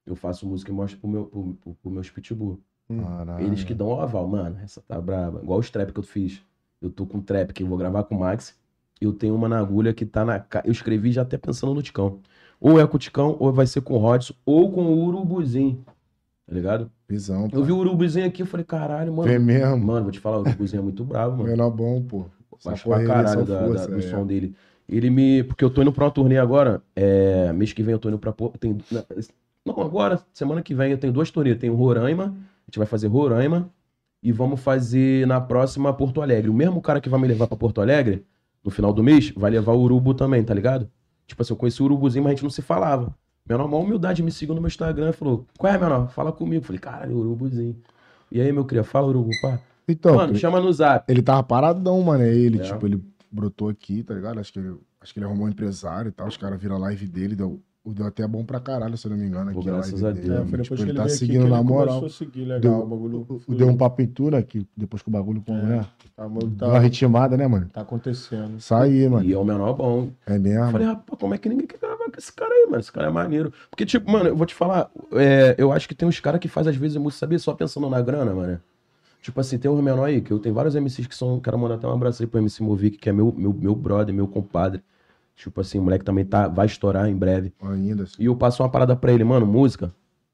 Speaker 3: Eu faço música e mostro pro, meu, pro, pro, pro meus pitbull.
Speaker 2: Caralho.
Speaker 3: Eles que dão o aval, mano, essa tá braba. Igual os trap que eu fiz. Eu tô com trap que eu vou gravar com o Max. Eu tenho uma na agulha que tá na. ca- Eu escrevi já até pensando no Ticão. Ou é com o Ticão, ou vai ser com o Rodson, ou com o Urubuzinho. Tá ligado?
Speaker 2: Visão,
Speaker 3: Eu
Speaker 2: pô.
Speaker 3: vi o Urubuzinho aqui, eu falei, caralho, mano.
Speaker 2: Vem mesmo.
Speaker 3: Mano, vou te falar, o Urubuzinho é muito bravo, mano.
Speaker 2: Menor bom, pô. Essa
Speaker 3: Acho pra
Speaker 2: correria,
Speaker 3: caralho
Speaker 2: essa
Speaker 3: da- da-
Speaker 2: força,
Speaker 3: do
Speaker 2: é.
Speaker 3: som dele. Ele me. Porque eu tô indo pra uma turnê agora. É, mês que vem eu tô indo pra. Por- Tem, na- não, agora, semana que vem eu tenho duas turnês. Tem o Roraima, a gente vai fazer Roraima. E vamos fazer na próxima Porto Alegre. O mesmo cara que vai me levar pra Porto Alegre, no final do mês, vai levar o Urubu também, tá ligado? Tipo assim, eu conheci o Urubuzinho, mas a gente não se falava. Meu irmão, maior humildade, me seguiu no meu Instagram e falou: Qual é, meu irmão? Fala comigo. Falei, caralho, Urubuzinho. E aí, meu cria, fala, Urubu, pá.
Speaker 2: Então,
Speaker 3: Mano, me chama no zap.
Speaker 2: ele tava paradão, mano. é Ele,
Speaker 3: É.
Speaker 2: tipo, ele brotou aqui, tá ligado? Acho que ele, acho que ele arrumou um empresário e tal. Os caras viram a live dele, deu, deu até bom pra caralho, se eu não me engano.
Speaker 3: Pô,
Speaker 2: Aqui, a
Speaker 3: graças
Speaker 2: live
Speaker 3: a
Speaker 2: dele.
Speaker 3: Deus.
Speaker 1: É, foi
Speaker 3: É,
Speaker 1: depois
Speaker 2: tipo,
Speaker 1: que ele
Speaker 2: ele tá
Speaker 1: veio aqui
Speaker 2: seguindo
Speaker 1: que ele
Speaker 2: na moral.
Speaker 1: começou a seguir, legal,
Speaker 2: Deu-
Speaker 1: o bagulho.
Speaker 2: O- Deu um papo em tudo aqui, depois que o bagulho pô,
Speaker 1: É.
Speaker 2: né?
Speaker 1: Tá, mano,
Speaker 2: Deu uma
Speaker 1: tá,
Speaker 2: ritmada, né, mano?
Speaker 1: tá acontecendo.
Speaker 2: Isso aí, mano.
Speaker 3: E é o menor bom.
Speaker 2: É
Speaker 3: Eu
Speaker 2: mesmo.
Speaker 3: falei, rapaz, como é que ninguém quer gravar com esse cara aí, mano? Esse cara é maneiro. Porque, tipo, mano, eu vou te falar, é, eu acho que tem uns caras que faz às vezes música, sabia? Só pensando na grana, mano. Tipo assim, tem uns menor aí, que eu tenho vários MCs que são. Quero mandar até um abraço aí pro MC Movic, que é meu, meu, meu brother, meu compadre. Tipo assim, o moleque também tá, vai estourar em breve.
Speaker 2: Ainda assim.
Speaker 3: E eu passo uma parada pra ele, mano, música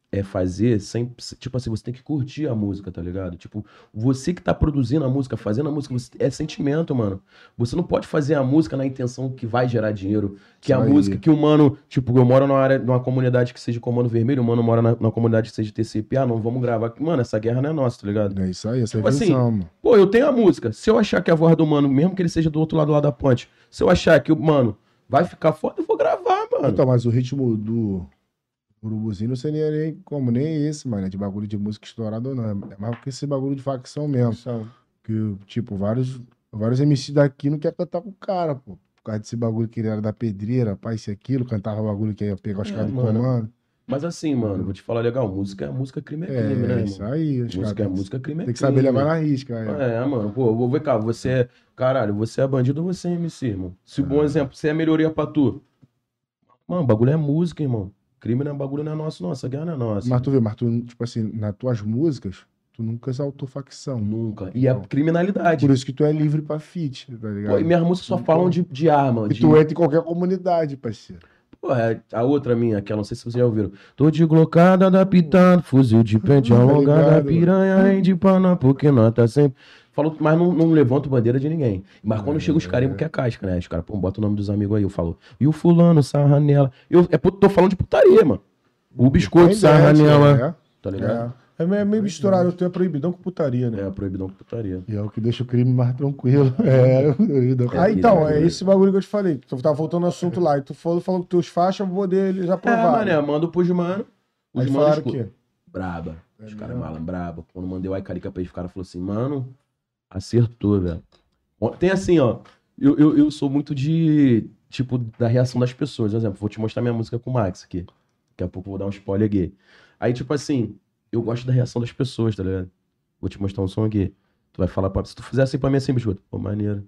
Speaker 3: é fazer sem. Tipo assim, você tem que curtir a música, tá ligado? Tipo, você que tá produzindo a música, fazendo a música, você- é sentimento, mano. Você não pode fazer a música na intenção que vai gerar dinheiro. Que
Speaker 2: Isso
Speaker 3: a
Speaker 2: aí.
Speaker 3: música que o mano. Tipo, eu moro numa área, numa comunidade que seja Comando Vermelho, o mano mora na, numa comunidade que seja TCP. Ah, não, vamos gravar. aqui. Mano, essa guerra não é nossa, tá ligado?
Speaker 2: É isso aí, essa
Speaker 3: Tipo
Speaker 2: é a
Speaker 3: assim,
Speaker 2: visão, mano.
Speaker 3: Pô, eu tenho a música. Se eu achar que a voz do mano, mesmo que ele seja do outro lado lá da ponte, se eu achar que o mano vai ficar foda, eu vou gravar, mano.
Speaker 2: Então, mas o ritmo do Urubuzinho não seria nem como nem esse, mano. É de bagulho de música estourada ou não. É mais que esse bagulho de facção mesmo.
Speaker 1: São-
Speaker 2: Que, tipo, vários, vários MCs daqui não quer cantar com o cara, pô. Por causa desse bagulho que ele era da pedreira, pá, isso e aquilo, cantava bagulho que ia pegar os
Speaker 3: É,
Speaker 2: caras do
Speaker 3: mano.
Speaker 2: comando.
Speaker 3: Mas assim, mano, vou te falar legal, música é música, crime é
Speaker 2: É,
Speaker 3: crime, né,
Speaker 2: isso
Speaker 3: irmão?
Speaker 2: aí. Os
Speaker 3: Música é
Speaker 2: caras
Speaker 3: música, crime é
Speaker 2: tem que
Speaker 3: crime.
Speaker 2: saber levar na risca. É.
Speaker 3: É, mano, pô, eu vou ver cá, você é, caralho, você é bandido ou você é MC, irmão? Se um
Speaker 2: Ah.
Speaker 3: bom exemplo, você é melhoria pra tu. Mano, bagulho é música, irmão. Crime não é bagulho, não é nosso, não. Essa guerra não é nossa.
Speaker 2: Mas tu vê, mas tu, tipo assim, nas tuas músicas, tu nunca exaltou facção.
Speaker 3: Nunca. E é criminalidade.
Speaker 2: Por isso que tu é livre pra fit, tá ligado?
Speaker 3: Pô, e minhas músicas só falam de, de arma,
Speaker 2: E
Speaker 3: de
Speaker 2: tu entra em qualquer comunidade, parceiro.
Speaker 3: Pô, é a outra minha, aquela, não sei se vocês já ouviram. Tô de glocada da pitando, fuzil de pente
Speaker 2: Tá
Speaker 3: alongada,
Speaker 2: ligado,
Speaker 3: piranha rende pana, porque nós tá sempre. Falo, mas não, não levanto bandeira de ninguém. Mas quando chega os carimbos que é casca, né? Os caras, pô, bota o nome dos amigos aí, eu falo. E o fulano, sarra nela. Eu é, put- tô falando de putaria, mano. O biscoito, sarra
Speaker 2: Independente,
Speaker 3: nela.
Speaker 2: né?
Speaker 3: Tá ligado?
Speaker 1: É, é meio, meio misturado, eu tenho proibidão com putaria, né?
Speaker 3: É, proibidão com putaria.
Speaker 2: E é o que deixa o crime mais tranquilo. [laughs] É, eu dou-
Speaker 1: Ah,
Speaker 3: É,
Speaker 1: então,
Speaker 3: é,
Speaker 1: é
Speaker 3: é.
Speaker 1: esse bagulho que eu te falei. Tu tava voltando ao assunto lá. E tu falou, falou que teus faixas, vou poder eles
Speaker 3: É,
Speaker 1: aprovar.
Speaker 3: mané, manda pros mano. Os
Speaker 1: Aí
Speaker 3: manos
Speaker 1: falaram
Speaker 3: escu-
Speaker 1: que.
Speaker 3: braba.
Speaker 2: É
Speaker 3: os caras
Speaker 2: mesmo?
Speaker 3: malambraba. Quando mandei o Aicarica pra eles, os caras falaram assim, mano, acertou, velho. Ó, Tem assim, ó. Eu, eu, eu sou muito de, tipo, da reação das pessoas. Por exemplo, vou te mostrar minha música com o Max aqui. Daqui a pouco eu vou dar um spoiler aqui. Aí, tipo assim, eu gosto da reação das pessoas, tá ligado? Vou te mostrar um som aqui. Tu vai falar pra... Se tu fizer assim pra mim, assim, bicho, pô, maneiro.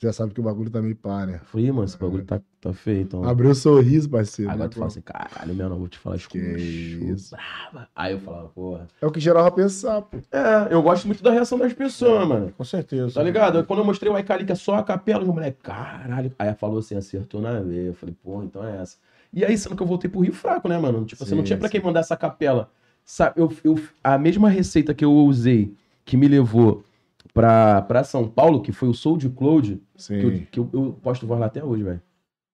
Speaker 2: Já sabe que o bagulho tá meio pá, né?
Speaker 3: Eu falei, "Ih, mano, esse bagulho tá, tá feio, então...
Speaker 2: Abriu o sorriso, parceiro.
Speaker 3: Agora
Speaker 2: né,
Speaker 3: tu
Speaker 2: pô?
Speaker 3: fala assim, caralho, meu, não vou te falar as
Speaker 2: Que
Speaker 3: coisas.
Speaker 2: isso.
Speaker 3: Brava. Aí eu falava, porra.
Speaker 2: É o que geral vai pensar, pô.
Speaker 3: É, eu gosto muito da reação das pessoas, mano.
Speaker 1: é. Com certeza.
Speaker 3: Tá ligado? Quando eu mostrei o Aicalica é só a capela, o moleque, caralho. Aí ela falou assim, acertou na veia. Eu falei, porra, então é essa. E aí, sendo que eu voltei pro Rio Fraco, né, mano? Tipo, você não
Speaker 2: Sim,
Speaker 3: tinha pra
Speaker 2: sim.
Speaker 3: quem mandar essa capela. Sabe, eu, eu, a mesma receita que eu usei, que me levou pra, pra São Paulo, que foi o Soul de Cloud,
Speaker 2: Sim.
Speaker 3: que, eu, que eu- eu posto voz lá até hoje, velho.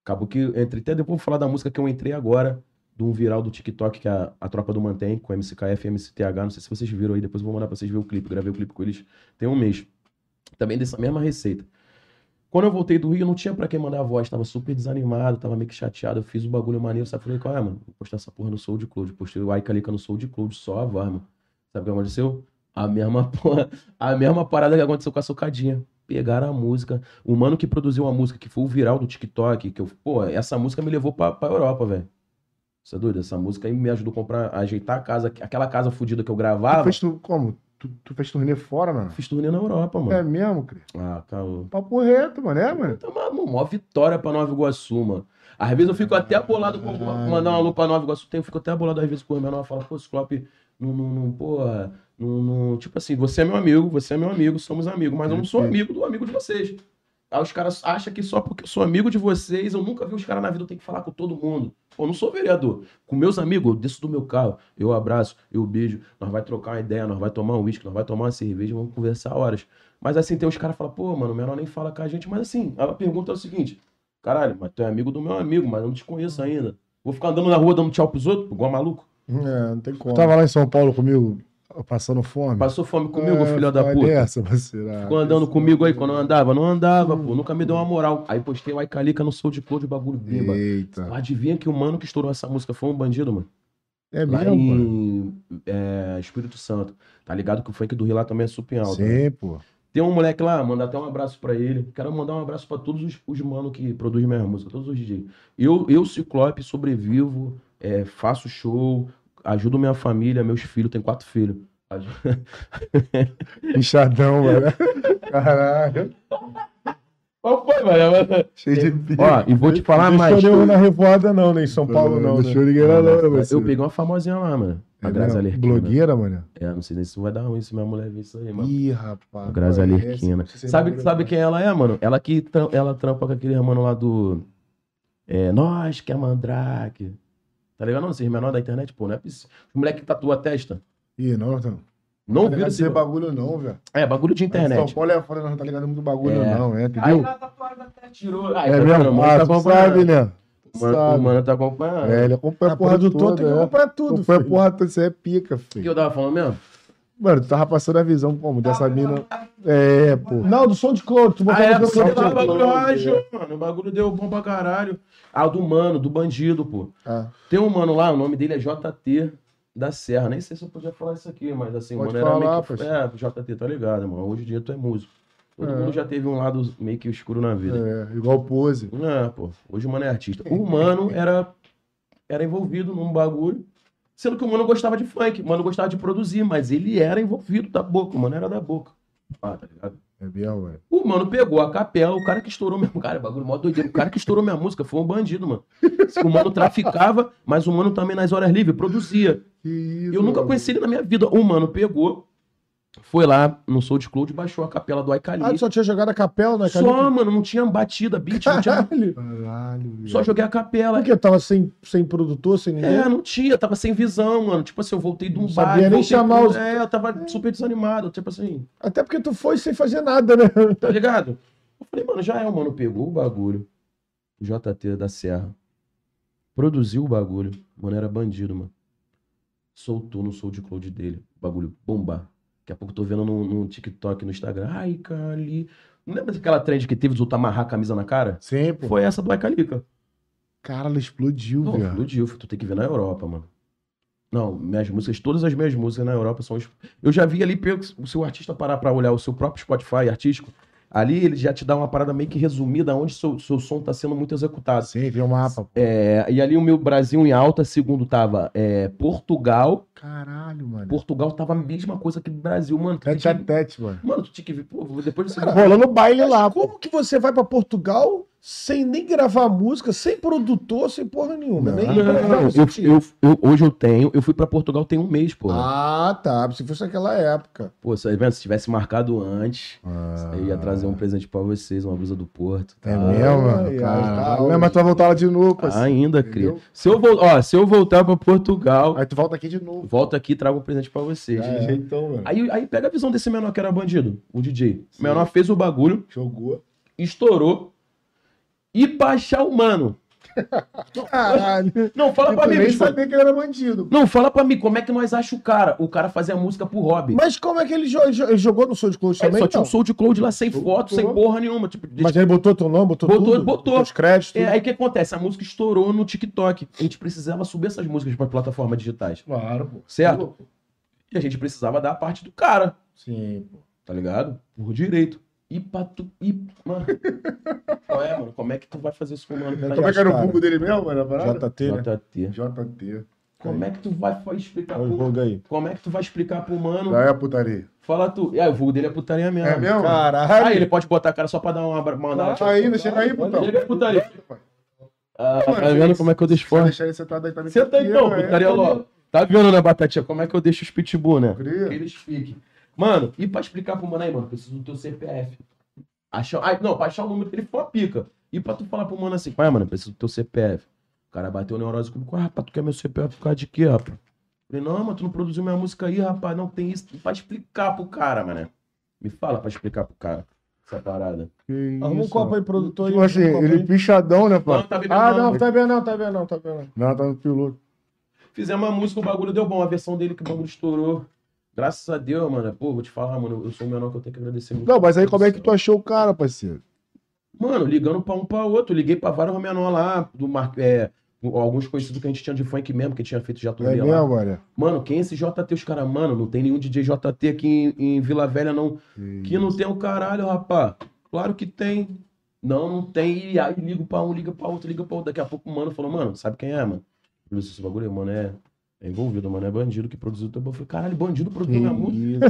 Speaker 3: Acabou que eu entrei, até depois eu vou falar da música que eu entrei agora, de um viral do TikTok que a, a Tropa do Mantém, com MCKF e MCTH. Não sei se vocês viram aí, depois eu vou mandar pra vocês ver o clipe. Gravei o clipe com eles tem um mês. Também dessa mesma receita. Quando eu voltei do Rio, não tinha pra quem mandar a voz, tava super desanimado, tava meio que chateado. Eu fiz um bagulho maneiro, sabe? Falei, qual é, mano? Vou postar essa porra no Soul de Cloud. Postei o Aika Lika no Soul de Cloud, só a voz, mano. Sabe o que aconteceu? A mesma [laughs] porra, a mesma parada que aconteceu com a Socadinha. Pegaram a música. O mano que produziu a música, que foi o viral do TikTok, que eu. Pô, essa música me levou pra, pra Europa, velho. Você é doido? Essa música aí me ajudou a comprar, a ajeitar a casa, aquela casa fodida que eu
Speaker 2: Tu
Speaker 3: gravava.
Speaker 2: fez tu, como? Tu, tu fez turnê fora, mano?
Speaker 3: Fiz turnê na Europa, mano.
Speaker 2: É mesmo, Cris?
Speaker 3: Ah, calou.
Speaker 2: Papo reto, mano, é, mano?
Speaker 3: Então, mano, mó vitória pra Nova Iguaçu, mano. Às vezes eu fico até abolado com
Speaker 2: Caralho.
Speaker 3: mandar uma lupa pra Nova Iguaçu. Tem, eu fico até abolado às vezes com o menor. Fala, pô, esse Klopp, não, não, não, porra, não, não- Tipo assim, você é meu amigo, você é meu amigo, somos amigos, mas eu não sou amigo do amigo de vocês. Aí os caras acham que só porque eu sou amigo de vocês, eu nunca vi os caras na vida, eu tenho que falar com todo mundo. Pô, eu não sou vereador. Com meus amigos, eu desço do meu carro, eu abraço, eu beijo, nós vai trocar uma ideia, nós vai tomar um uísque, nós vai tomar uma cerveja, vamos conversar horas. Mas assim, tem uns caras que falam, pô, mano, o menor nem fala com a gente, mas assim, a pergunta é o seguinte: caralho, mas tu é amigo do meu amigo, mas eu não te conheço ainda. Vou ficar andando na rua dando tchau pros outros, igual maluco?
Speaker 1: É, não tem
Speaker 2: Tu
Speaker 1: como.
Speaker 2: tava lá em São Paulo comigo, passando fome.
Speaker 3: Passou fome comigo,
Speaker 2: É,
Speaker 3: filho da
Speaker 2: olha
Speaker 3: puta.
Speaker 2: essa, parceiro. Ah,
Speaker 3: Ficou andando
Speaker 2: que é.
Speaker 3: comigo aí quando eu andava? Não andava,
Speaker 2: Hum.
Speaker 3: pô. Nunca me deu uma moral. Aí postei o Aicalica no Soul de Cloud, bagulho bimba.
Speaker 2: Eita.
Speaker 3: Adivinha que o mano que estourou essa música foi um bandido, mano.
Speaker 2: É
Speaker 3: Lá
Speaker 2: mesmo, mano?
Speaker 3: em é, Espírito Santo. Tá ligado que o funk do Rio lá também é super alto. né?
Speaker 2: Sim, pô.
Speaker 3: Tem um moleque lá, mandar até um abraço pra ele. Quero mandar um abraço pra todos os, os manos que produzem minha música, todos os DJs. Eu, eu Ciclope, sobrevivo, é, faço show, ajudo minha família, meus filhos, tenho quatro filhos. Aju-
Speaker 2: Inchadão, mano. Caralho.
Speaker 3: Qual foi, velho?
Speaker 2: Cheio de bico.
Speaker 3: Ó, e vou te falar
Speaker 1: Não
Speaker 3: mais.
Speaker 1: deixou nenhum na revoada, não, nem em São Paulo, não.
Speaker 2: Não
Speaker 1: Né?
Speaker 2: deixou ninguém lá, não,
Speaker 3: Eu
Speaker 2: parceiro.
Speaker 3: peguei uma famosinha lá, mano. A
Speaker 2: É
Speaker 3: Grazi
Speaker 2: mesmo?
Speaker 3: Alerquina.
Speaker 2: Blogueira, mano?
Speaker 3: É, não sei nem se vai dar ruim se minha mulher ver isso aí, mano.
Speaker 2: Ih, rapaz.
Speaker 3: A Grazi
Speaker 2: qual é
Speaker 3: Alerquina.
Speaker 2: essa? Você
Speaker 3: Sabe,
Speaker 2: lembra? né?
Speaker 3: sabe quem ela é, mano? Ela que tra- ela trampa com aquele mano lá do. É, nós que é Mandrake. Tá ligado? Não, esses menores da internet, pô, não é possível. Os moleque que tatua a testa.
Speaker 2: Ih, não, não. tá-
Speaker 3: Não
Speaker 2: tá
Speaker 3: viu
Speaker 2: ligado
Speaker 3: esse.
Speaker 2: esse bagulho, não, velho.
Speaker 3: É, bagulho de
Speaker 2: São
Speaker 3: internet.
Speaker 2: Paulo é fora, não tá ligado muito bagulho,
Speaker 3: É.
Speaker 2: não, é,
Speaker 3: Aí
Speaker 2: entendeu?
Speaker 3: na tatuada até tirou. Aí,
Speaker 2: É
Speaker 3: tá vendo?
Speaker 2: mesmo?
Speaker 3: O mano
Speaker 2: Ah,
Speaker 3: tá
Speaker 2: tu sabe,
Speaker 3: acompanhando.
Speaker 2: né?
Speaker 3: O mano- O
Speaker 2: Sabe.
Speaker 3: mano tá acompanhando.
Speaker 2: É, ele acompanha
Speaker 1: A
Speaker 2: a porra do
Speaker 1: produtora
Speaker 2: todo,
Speaker 1: Ah, tem que
Speaker 2: né?
Speaker 1: comprar é tudo,
Speaker 2: Acompanha a
Speaker 1: filho.
Speaker 2: porra toda, você é pica,
Speaker 3: O que
Speaker 2: filho.
Speaker 3: eu tava falando mesmo?
Speaker 2: Mano, tu tava passando a visão, como, dessa mina... É, pô.
Speaker 1: Não, do som de Cloud. Tu botou
Speaker 2: um
Speaker 3: Ah, é,
Speaker 1: no
Speaker 3: porque
Speaker 1: som de
Speaker 3: lá o bagulho
Speaker 1: Cloud.
Speaker 2: né?
Speaker 3: rajou, mano. O bagulho deu bom pra caralho. Ah, o do mano, do bandido, pô.
Speaker 2: É.
Speaker 1: Ah.
Speaker 3: Tem um mano lá, o nome dele é JT da Serra. Nem sei se eu podia falar isso aqui, mas assim, o
Speaker 2: Pode
Speaker 3: mano
Speaker 2: falar,
Speaker 3: era meio que. É, JT, tá ligado, mano? Hoje em dia tu é músico. Todo
Speaker 2: É.
Speaker 3: mundo já teve um lado meio que escuro na vida.
Speaker 2: É, igual pose.
Speaker 3: Ah, pô. Hoje o mano é artista. O mano era, era envolvido num bagulho. Sendo que o mano gostava de funk, o mano gostava de produzir, mas ele era envolvido da boca, o mano era da boca. Ah, tá ligado?
Speaker 2: É mesmo, velho.
Speaker 3: O mano pegou a capela, o cara que estourou meu. [laughs] Cara, bagulho mó doideiro. O cara que estourou minha música foi um bandido, mano. O mano traficava, mas o mano também nas horas livres produzia.
Speaker 2: Que isso,
Speaker 3: Eu nunca
Speaker 2: mano.
Speaker 3: conheci ele na minha vida. O mano pegou, foi lá no Soul de Cloud, baixou a capela do
Speaker 1: Ah, tu
Speaker 3: Aikali.
Speaker 1: só tinha jogado a capela, né?
Speaker 3: Só, mano, não tinha batida, beat, não tinha.
Speaker 1: [laughs] Caralho.
Speaker 2: Caralho, velho.
Speaker 3: Só joguei a capela.
Speaker 1: Porque tava sem, sem produtor, sem ninguém.
Speaker 3: É, não tinha, tava sem visão, mano. Tipo assim, eu voltei de um
Speaker 1: Né? Não
Speaker 3: bar.
Speaker 1: sabia nem
Speaker 3: voltei
Speaker 1: chamar
Speaker 3: pro-
Speaker 1: os-
Speaker 3: É, eu tava super desanimado, tipo assim,
Speaker 1: Até porque tu foi sem fazer nada, né? [laughs]
Speaker 3: tá ligado? Eu falei, mano, já é, o mano pegou o bagulho. O JT da Serra. Produziu o bagulho. Mano, era bandido, mano. Soltou no Soul de Cloud dele. O bagulho bombar. Daqui a pouco eu tô vendo no, no TikTok, no Instagram. Ai, Cali. Não lembra daquela trend que teve de tu amarrar a camisa na cara?
Speaker 2: Sim, pô.
Speaker 3: Foi essa do Icalica.
Speaker 2: Caralho, explodiu,
Speaker 3: Não,
Speaker 2: velho.
Speaker 3: explodiu. Tu tem que ver na Europa, mano. Não, minhas músicas, todas as minhas músicas na Europa são. es- Eu já vi ali, pelo- se o artista parar pra olhar o seu próprio Spotify artístico, ali ele já te dá uma parada meio que resumida onde seu, seu som tá sendo muito executado.
Speaker 2: Sim, tem um mapa, pô.
Speaker 3: É, e ali o meu Brasil em alta, segundo tava é, Portugal.
Speaker 2: Caralho, mano.
Speaker 3: Portugal tava a mesma coisa que o Brasil, mano. Tu
Speaker 2: Tete
Speaker 3: tinha
Speaker 2: a
Speaker 3: que-
Speaker 2: tete, mano.
Speaker 3: Mano, tu tinha que ver. Pô, depois você.
Speaker 2: Rolando baile
Speaker 1: Mas
Speaker 2: lá, pô.
Speaker 1: como que você vai pra Portugal sem nem gravar música, sem produtor, sem porra nenhuma?
Speaker 2: Não,
Speaker 1: nem
Speaker 3: Não, não, não. Eu, eu- eu- hoje eu tenho. Eu fui pra Portugal tem um mês, pô.
Speaker 1: Ah, tá. Se fosse aquela época.
Speaker 3: Pô, você- vendo, se tivesse marcado antes,
Speaker 2: Ah,
Speaker 3: eu ia trazer um presente pra vocês, uma blusa do Porto. tá?
Speaker 2: É
Speaker 3: tal.
Speaker 2: mesmo,
Speaker 1: Ai, ai,
Speaker 2: mano? Caralho.
Speaker 1: tá,
Speaker 2: Não, mas tu vai voltar lá de novo, parceiro.
Speaker 3: Ainda,
Speaker 2: entendeu?
Speaker 3: cria. Se eu, vol- ó, se eu voltar pra Portugal,
Speaker 2: Aí tu volta aqui de novo.
Speaker 3: volto aqui e trago um presente pra vocês.
Speaker 1: É.
Speaker 2: De jeitão, mano.
Speaker 3: Aí, aí pega a visão desse menor que era bandido, o DJ. O menor fez o bagulho,
Speaker 2: Jogou.
Speaker 3: estourou. E pra achar o mano. Então,
Speaker 2: Caralho.
Speaker 3: Não, fala
Speaker 2: Eu
Speaker 3: pra mim,
Speaker 2: também
Speaker 3: bicho.
Speaker 2: sabia que ele era bandido.
Speaker 3: Não, fala pra mim, como é que nós acha o cara? O cara fazia música pro hobby.
Speaker 1: Mas como é que ele jo- jo- jogou no Soul de Close
Speaker 3: Ele
Speaker 1: também?
Speaker 3: só tinha um
Speaker 1: não?
Speaker 3: Soul de Cloud lá sem foto, sem porra nenhuma. Tipo,
Speaker 1: Mas ele botou teu nome, botou,
Speaker 3: Botou,
Speaker 1: tudo?
Speaker 3: botou.
Speaker 1: os créditos.
Speaker 3: É, aí o que acontece? A música estourou no TikTok. A gente precisava subir essas músicas para plataformas digitais.
Speaker 2: Claro, pô.
Speaker 3: Certo? E a gente precisava dar a parte do cara,
Speaker 2: Sim, pô.
Speaker 3: tá ligado? Por direito. E pra tu. E,
Speaker 2: [laughs]
Speaker 3: mano. Qual é, mano? Como é que tu vai fazer isso com o mano? que tá
Speaker 2: Como é que
Speaker 3: aí?
Speaker 2: era o
Speaker 1: cara.
Speaker 2: vulgo dele mesmo, mano? a parada?
Speaker 1: JT, né?
Speaker 3: JT.
Speaker 2: JT.
Speaker 3: Como é que tu vai fa- explicar
Speaker 1: Olha o
Speaker 3: pro.
Speaker 1: jogo aí.
Speaker 3: Como é que tu vai explicar pro mano?
Speaker 2: Daí a putaria.
Speaker 3: Fala tu. É, o vulgo dele é putaria mesmo.
Speaker 2: É mesmo?
Speaker 1: Caralho.
Speaker 3: Aí ele pode botar a cara só pra dar uma. uma
Speaker 2: Aí, não chega aí, putão.
Speaker 3: Chega aí, é putaria.
Speaker 2: Pai.
Speaker 3: Ah,
Speaker 2: Mano,
Speaker 3: tá vendo
Speaker 2: gente,
Speaker 3: como é que eu
Speaker 2: Se
Speaker 3: deixo
Speaker 2: você
Speaker 3: fora?
Speaker 2: deixar ele sentado aí também.
Speaker 3: Senta aí então,
Speaker 2: é,
Speaker 3: putaria logo. Tá vendo, né, Batatinha? Como é que eu deixo os pitbull, né?
Speaker 2: Cria.
Speaker 3: Que eles fiquem. Mano, e pra explicar pro mano aí, mano, preciso do teu CPF. Achar... Ah, não, pra achar o número que ele for a pica. E pra tu falar pro mano assim, pai, mano, preciso do teu CPF. O cara bateu neurose comigo, ah, rapaz, tu quer meu CPF por causa de quê, rapaz? Falei, não, mano, tu não produziu minha música aí, rapaz, não tem isso. Pra explicar pro cara, mano. Me fala pra explicar pro cara essa parada.
Speaker 1: Arruma um copo aí, produtor.
Speaker 2: Tipo
Speaker 1: aí,
Speaker 2: assim,
Speaker 1: um copo
Speaker 2: ele
Speaker 1: aí.
Speaker 2: pichadão, né, pai?
Speaker 3: Não, tá bebendo
Speaker 1: Ah,
Speaker 3: não.
Speaker 1: não, tá vendo não, tá vendo não, tá vendo não.
Speaker 2: Não, tá no piloto.
Speaker 3: Fizemos uma música, o bagulho deu bom. A versão dele que o bagulho estourou. Graças a Deus, mano. Pô, vou te falar, mano. Eu sou o menor que eu tenho que agradecer muito.
Speaker 2: Não, mas aí como é que tu achou o cara, parceiro?
Speaker 3: Mano, ligando pra um pra outro. Liguei pra vários menor lá. Do Mar... é, alguns conhecidos que a gente tinha de funk mesmo, que tinha feito já
Speaker 2: É
Speaker 3: turnê lá.
Speaker 2: mesmo, olha.
Speaker 3: Mano, quem é esse JT? Os caras, mano, não tem nenhum DJ JT aqui em, em Vila Velha, não. Que não tem o caralho, rapá. Claro que tem. Não, não tem. E aí ligo pra um, liga pra outro, liga pra outro. Daqui a pouco o mano falou, mano, sabe quem é, mano? Eu disse, esse bagulho, mano, é, é envolvido, mano. É bandido que produziu o teu. bagulho." Eu falei, caralho, bandido produziu minha música.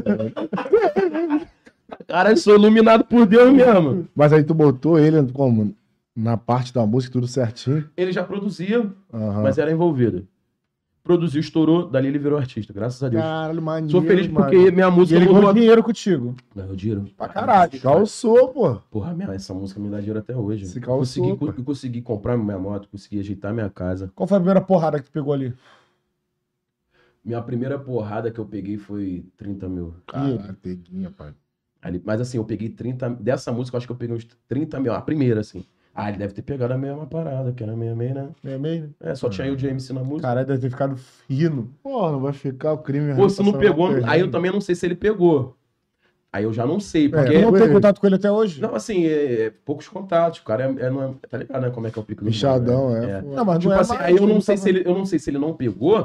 Speaker 3: Caralho, sou iluminado por Deus mesmo.
Speaker 2: Mas aí tu botou ele como? Na parte da música, tudo certinho.
Speaker 3: Ele já produzia,
Speaker 2: Aham.
Speaker 3: mas era envolvido. Produziu, estourou, dali ele virou artista, graças a Deus.
Speaker 2: Caralho, maneiro.
Speaker 3: Sou feliz
Speaker 2: mano.
Speaker 3: porque minha
Speaker 1: Ah, E
Speaker 3: música
Speaker 1: ele
Speaker 3: mudou
Speaker 1: ganhou
Speaker 3: a...
Speaker 1: dinheiro contigo.
Speaker 3: Ganhou dinheiro.
Speaker 1: Pra caralho.
Speaker 2: Calçou, pô.
Speaker 3: Porra, minha, essa música me dá dinheiro até hoje.
Speaker 2: Se
Speaker 3: Eu
Speaker 2: calçou,
Speaker 3: consegui,
Speaker 2: pô.
Speaker 3: eu consegui comprar minha moto, consegui ajeitar minha casa.
Speaker 1: Qual foi a primeira porrada que tu pegou ali?
Speaker 3: Minha primeira porrada que eu peguei foi 30 mil.
Speaker 2: Caralho, teguinha, pai.
Speaker 3: Ali- mas assim, eu peguei 30. Dessa música, eu acho que eu peguei uns 30 mil. A primeira, assim. Ah, ele deve ter pegado a mesma parada, que era meia meia, né?
Speaker 1: Não é mesmo?
Speaker 3: É, só tinha eu de MC na música.
Speaker 1: Caralho, deve ter ficado fino.
Speaker 2: Pô, não vai ficar o crime.
Speaker 3: Pô, se não
Speaker 2: passando
Speaker 3: pegou,
Speaker 2: lá perto.
Speaker 3: aí eu também não sei se ele pegou. Aí eu já não sei, porque.
Speaker 1: Tu É, não
Speaker 2: foi
Speaker 1: tem
Speaker 2: ele.
Speaker 1: contato com ele até hoje?
Speaker 3: Não, assim, é, é poucos contatos. O cara é, é- não é- Tá ligado, né? Como é que é o pico do mundo,
Speaker 2: Pichadão,
Speaker 3: né?
Speaker 2: é. pô.
Speaker 1: Não, mas
Speaker 3: Tipo assim,
Speaker 1: mais,
Speaker 3: aí eu não
Speaker 1: tá
Speaker 3: sei se ele, eu não sei se ele não pegou.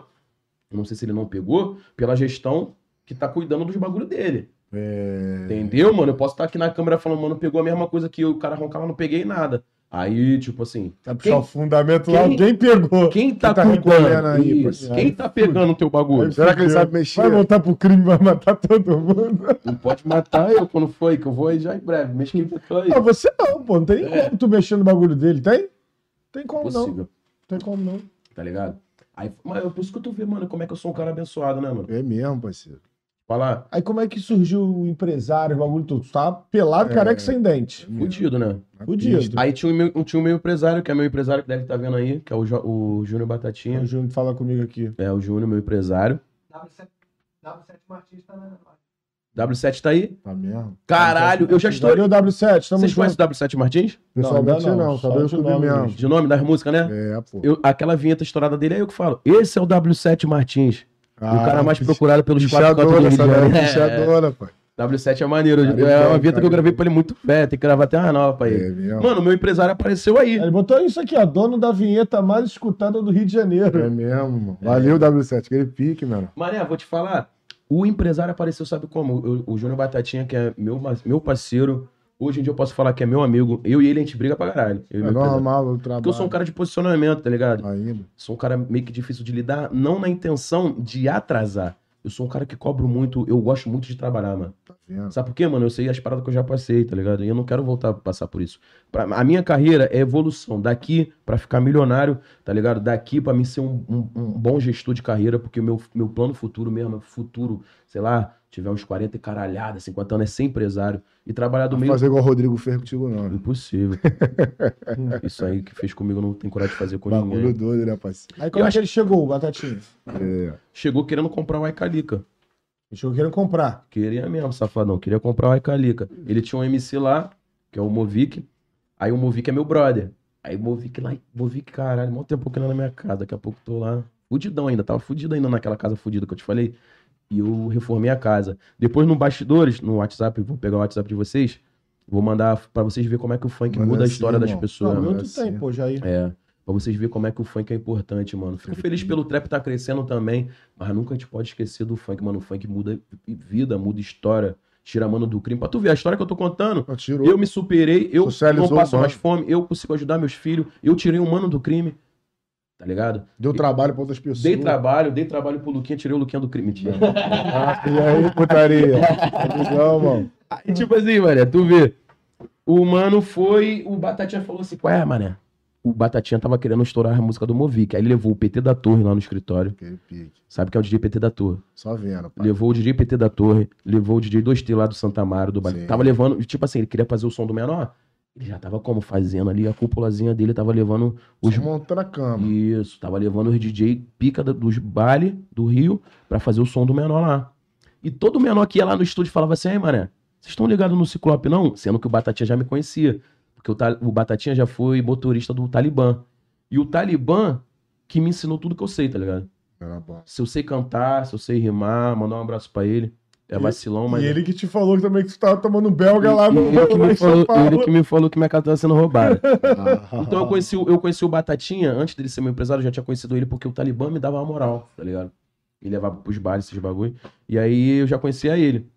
Speaker 3: Eu não sei se ele não pegou pela gestão que tá cuidando dos bagulho dele.
Speaker 2: É.
Speaker 3: Entendeu, mano? Eu posso estar aqui na câmera falando, mano, pegou a mesma coisa que eu, o cara roncava, não peguei nada. Aí, tipo assim,
Speaker 1: Vai puxar o fundamento
Speaker 3: quem-
Speaker 1: lá, alguém pegou.
Speaker 3: quem tá,
Speaker 2: tá recolhendo
Speaker 3: cuidando?
Speaker 2: aí,
Speaker 3: Isso,
Speaker 2: parceiro?
Speaker 3: quem tá pegando o teu bagulho?
Speaker 2: Será que ele
Speaker 1: Fudeu.
Speaker 2: sabe mexer?
Speaker 1: Vai voltar pro crime, vai matar todo mundo.
Speaker 3: Não pode matar eu quando foi, que eu vou aí já em breve. Mês que vem eu tô aí.
Speaker 2: Tá
Speaker 1: Não, Ah, você não, pô. Não tem
Speaker 3: É.
Speaker 1: nem como tu mexer no bagulho dele, tem? Tem como não.
Speaker 3: Possível,
Speaker 1: Tem como não.
Speaker 3: tá ligado? Aí, mas é por isso que eu tô vendo, mano, como é que eu sou um cara abençoado, né, mano?
Speaker 2: É mesmo, parceiro.
Speaker 3: Falar,
Speaker 1: Aí como é que surgiu o empresário, o bagulho todo? Tu tá pelado,
Speaker 2: É.
Speaker 1: careca e sem dente.
Speaker 3: fudido, né?
Speaker 2: Na
Speaker 1: Fudido.
Speaker 2: pista.
Speaker 3: Aí tinha o meu, tinha o meu empresário, que é meu empresário que deve estar vendo aí, que é o, Jo- o Júnior Batatinha.
Speaker 1: É O Júnior fala comigo aqui.
Speaker 3: É o Júnior, meu empresário.
Speaker 4: W7, W7 Martista, né?
Speaker 3: W7 tá aí?
Speaker 2: Tá mesmo.
Speaker 3: Caralho, eu já estou.
Speaker 1: Valeu, W7. Tamo
Speaker 3: Vocês
Speaker 1: junto.
Speaker 3: conhecem o W7 Martins?
Speaker 2: Pessoalmente
Speaker 1: ainda não,
Speaker 2: não,
Speaker 1: só
Speaker 2: só do
Speaker 1: de
Speaker 2: YouTube
Speaker 1: nome
Speaker 2: mesmo.
Speaker 1: mesmo.
Speaker 3: De nome das músicas, né?
Speaker 2: É, pô.
Speaker 3: Eu, aquela vinheta estourada dele é eu que falo. Esse é o W7 Martins. o cara mais procurado pelos quatro cantos do
Speaker 2: Pichadora,
Speaker 3: Rio
Speaker 2: essa
Speaker 3: de
Speaker 2: daí Ah, é
Speaker 3: Janeiro. É,
Speaker 2: pichadora, pai.
Speaker 3: W7 é maneiro.
Speaker 2: Cara,
Speaker 3: é uma
Speaker 2: cara,
Speaker 3: vinheta que eu
Speaker 2: cara.
Speaker 3: gravei pra ele muito pé. Tem que gravar até uma nova pra ele.
Speaker 2: É, mesmo.
Speaker 3: Mano, meu empresário apareceu aí.
Speaker 1: Ele botou isso aqui, ó. Dono da vinheta mais escutada do Rio de
Speaker 2: É
Speaker 1: Janeiro.
Speaker 2: mesmo, mano.
Speaker 3: É.
Speaker 2: Valeu, W7. Aquele pique, mano.
Speaker 3: Mané, vou te falar. O empresário apareceu, sabe como? Eu- o Júnior Batatinha, que é meu, ma- meu parceiro. Hoje em dia eu posso falar que é meu amigo. Eu e ele a gente briga pra caralho. Eu
Speaker 2: É
Speaker 3: e meu empresário.
Speaker 2: normal o trabalho.
Speaker 3: Porque eu sou um cara de posicionamento, tá ligado?
Speaker 2: Ainda.
Speaker 3: Sou um cara meio que difícil de lidar, não na intenção de atrasar. Eu sou um cara que cobro muito, eu gosto muito de trabalhar, mano.
Speaker 2: Tá vendo?
Speaker 3: Sabe por quê, mano? Eu sei as paradas que eu já passei, tá ligado? E eu não quero voltar a passar por isso. Pra- a minha carreira é evolução. Daqui pra ficar milionário, tá ligado? Daqui pra mim ser um, um- um bom gestor de carreira, porque o meu, meu plano futuro mesmo, é futuro, sei lá, tiver uns 40 e caralhada, 50 anos, é ser empresário e trabalhar do
Speaker 2: Não
Speaker 3: meio.
Speaker 2: fazer igual o Rodrigo fez contigo, não. né? [laughs]
Speaker 3: Impossível. isso aí que fez comigo, eu não tenho coragem de fazer com ninguém.
Speaker 2: Bagulho doido, né, parceiro?
Speaker 1: Aí como
Speaker 3: Eu
Speaker 1: é que ele chegou, o Batatinha?
Speaker 2: É.
Speaker 3: Chegou querendo comprar o Aicalica.
Speaker 1: Ele chegou querendo comprar.
Speaker 3: Queria mesmo, safadão. Queria comprar o Aicalica. Ele tinha um MC lá, que é o Movic. Aí o Movic é meu brother. Aí o Movic lá, Movic, caralho, mó tempo que ele é na minha casa. Daqui a pouco tô lá. Fudidão ainda, tava fudido ainda naquela casa fudida que eu te falei. E eu reformei a casa. Depois no bastidores, no WhatsApp, vou pegar o WhatsApp de vocês. Vou mandar pra vocês ver como é que o funk
Speaker 2: Manda
Speaker 3: muda a
Speaker 2: assim,
Speaker 3: história das
Speaker 2: irmão.
Speaker 1: Há
Speaker 3: pessoas. mano.
Speaker 1: muito
Speaker 2: assim.
Speaker 1: tempo já [laughs] aí.
Speaker 3: É. Pra vocês verem como é que o funk é importante, mano. Fico feliz pelo trap tá crescendo também, mas nunca a gente pode esquecer do funk, mano. O funk muda vida, muda história. Tira a mano do crime. Pra tu ver, a história que eu tô contando,
Speaker 2: Ó, Tirou.
Speaker 3: eu me superei, eu
Speaker 2: Socializou
Speaker 3: não passo
Speaker 2: o
Speaker 3: mais
Speaker 2: mano.
Speaker 3: fome, eu consigo ajudar meus filhos, eu tirei o mano do crime. Tá ligado?
Speaker 2: Deu trabalho pra outras pessoas.
Speaker 3: Dei trabalho, dei trabalho pro Luquinha, tirei o Luquinha do crime. Mentira.
Speaker 2: Ah, e aí,
Speaker 3: [laughs]
Speaker 2: putaria? Tá ligado, mano?
Speaker 3: Aí, tipo assim, mané, tu vê. O mano foi. O Batatinha falou assim: qual é, mané? O Batatinha tava querendo estourar a música do Movic. Aí ele levou o PT da Torre lá no escritório.
Speaker 2: Aquele pique.
Speaker 3: Sabe que é o DJ PT da Torre?
Speaker 2: Só vendo, pai.
Speaker 3: Levou o DJ PT da Torre, levou o DJ 2T lá do Santa Mário, do Bahia.
Speaker 2: Sim.
Speaker 3: Tava levando. Tipo assim, ele queria fazer o som do menor. Ele já tava como? Fazendo ali a cúpulazinha dele, tava levando os.
Speaker 2: Só montando a cama.
Speaker 3: Isso, tava levando os DJ pica da- dos baile do Rio pra fazer o som do menor lá. E todo menor que ia lá no estúdio falava assim, aí, mané, vocês estão ligados no Ciclope, não? Sendo que o Batatinha já me conhecia. Porque o, Ta- o Batatinha já foi motorista do Talibã. E o Talibã que me ensinou tudo que eu sei, tá ligado?
Speaker 2: Era bom.
Speaker 3: Se eu sei cantar, se eu sei rimar, mandar um abraço pra ele. É
Speaker 2: E-
Speaker 3: vacilão, mas.
Speaker 2: E ele que te falou também que
Speaker 1: tá.
Speaker 2: tu tava tomando belga lá
Speaker 3: E-
Speaker 2: no.
Speaker 3: e ele é que me
Speaker 2: em São
Speaker 3: falou-
Speaker 2: Paulo.
Speaker 3: ele que me falou que minha casa tava
Speaker 2: [laughs]
Speaker 3: sendo roubada. Então eu
Speaker 2: Ah,
Speaker 3: conheci, o- eu conheci o Batatinha, antes dele ser meu empresário, eu já tinha conhecido ele porque o Talibã me dava uma moral, tá ligado? E levava pros bares, esses bagulho. E aí eu já conhecia ele.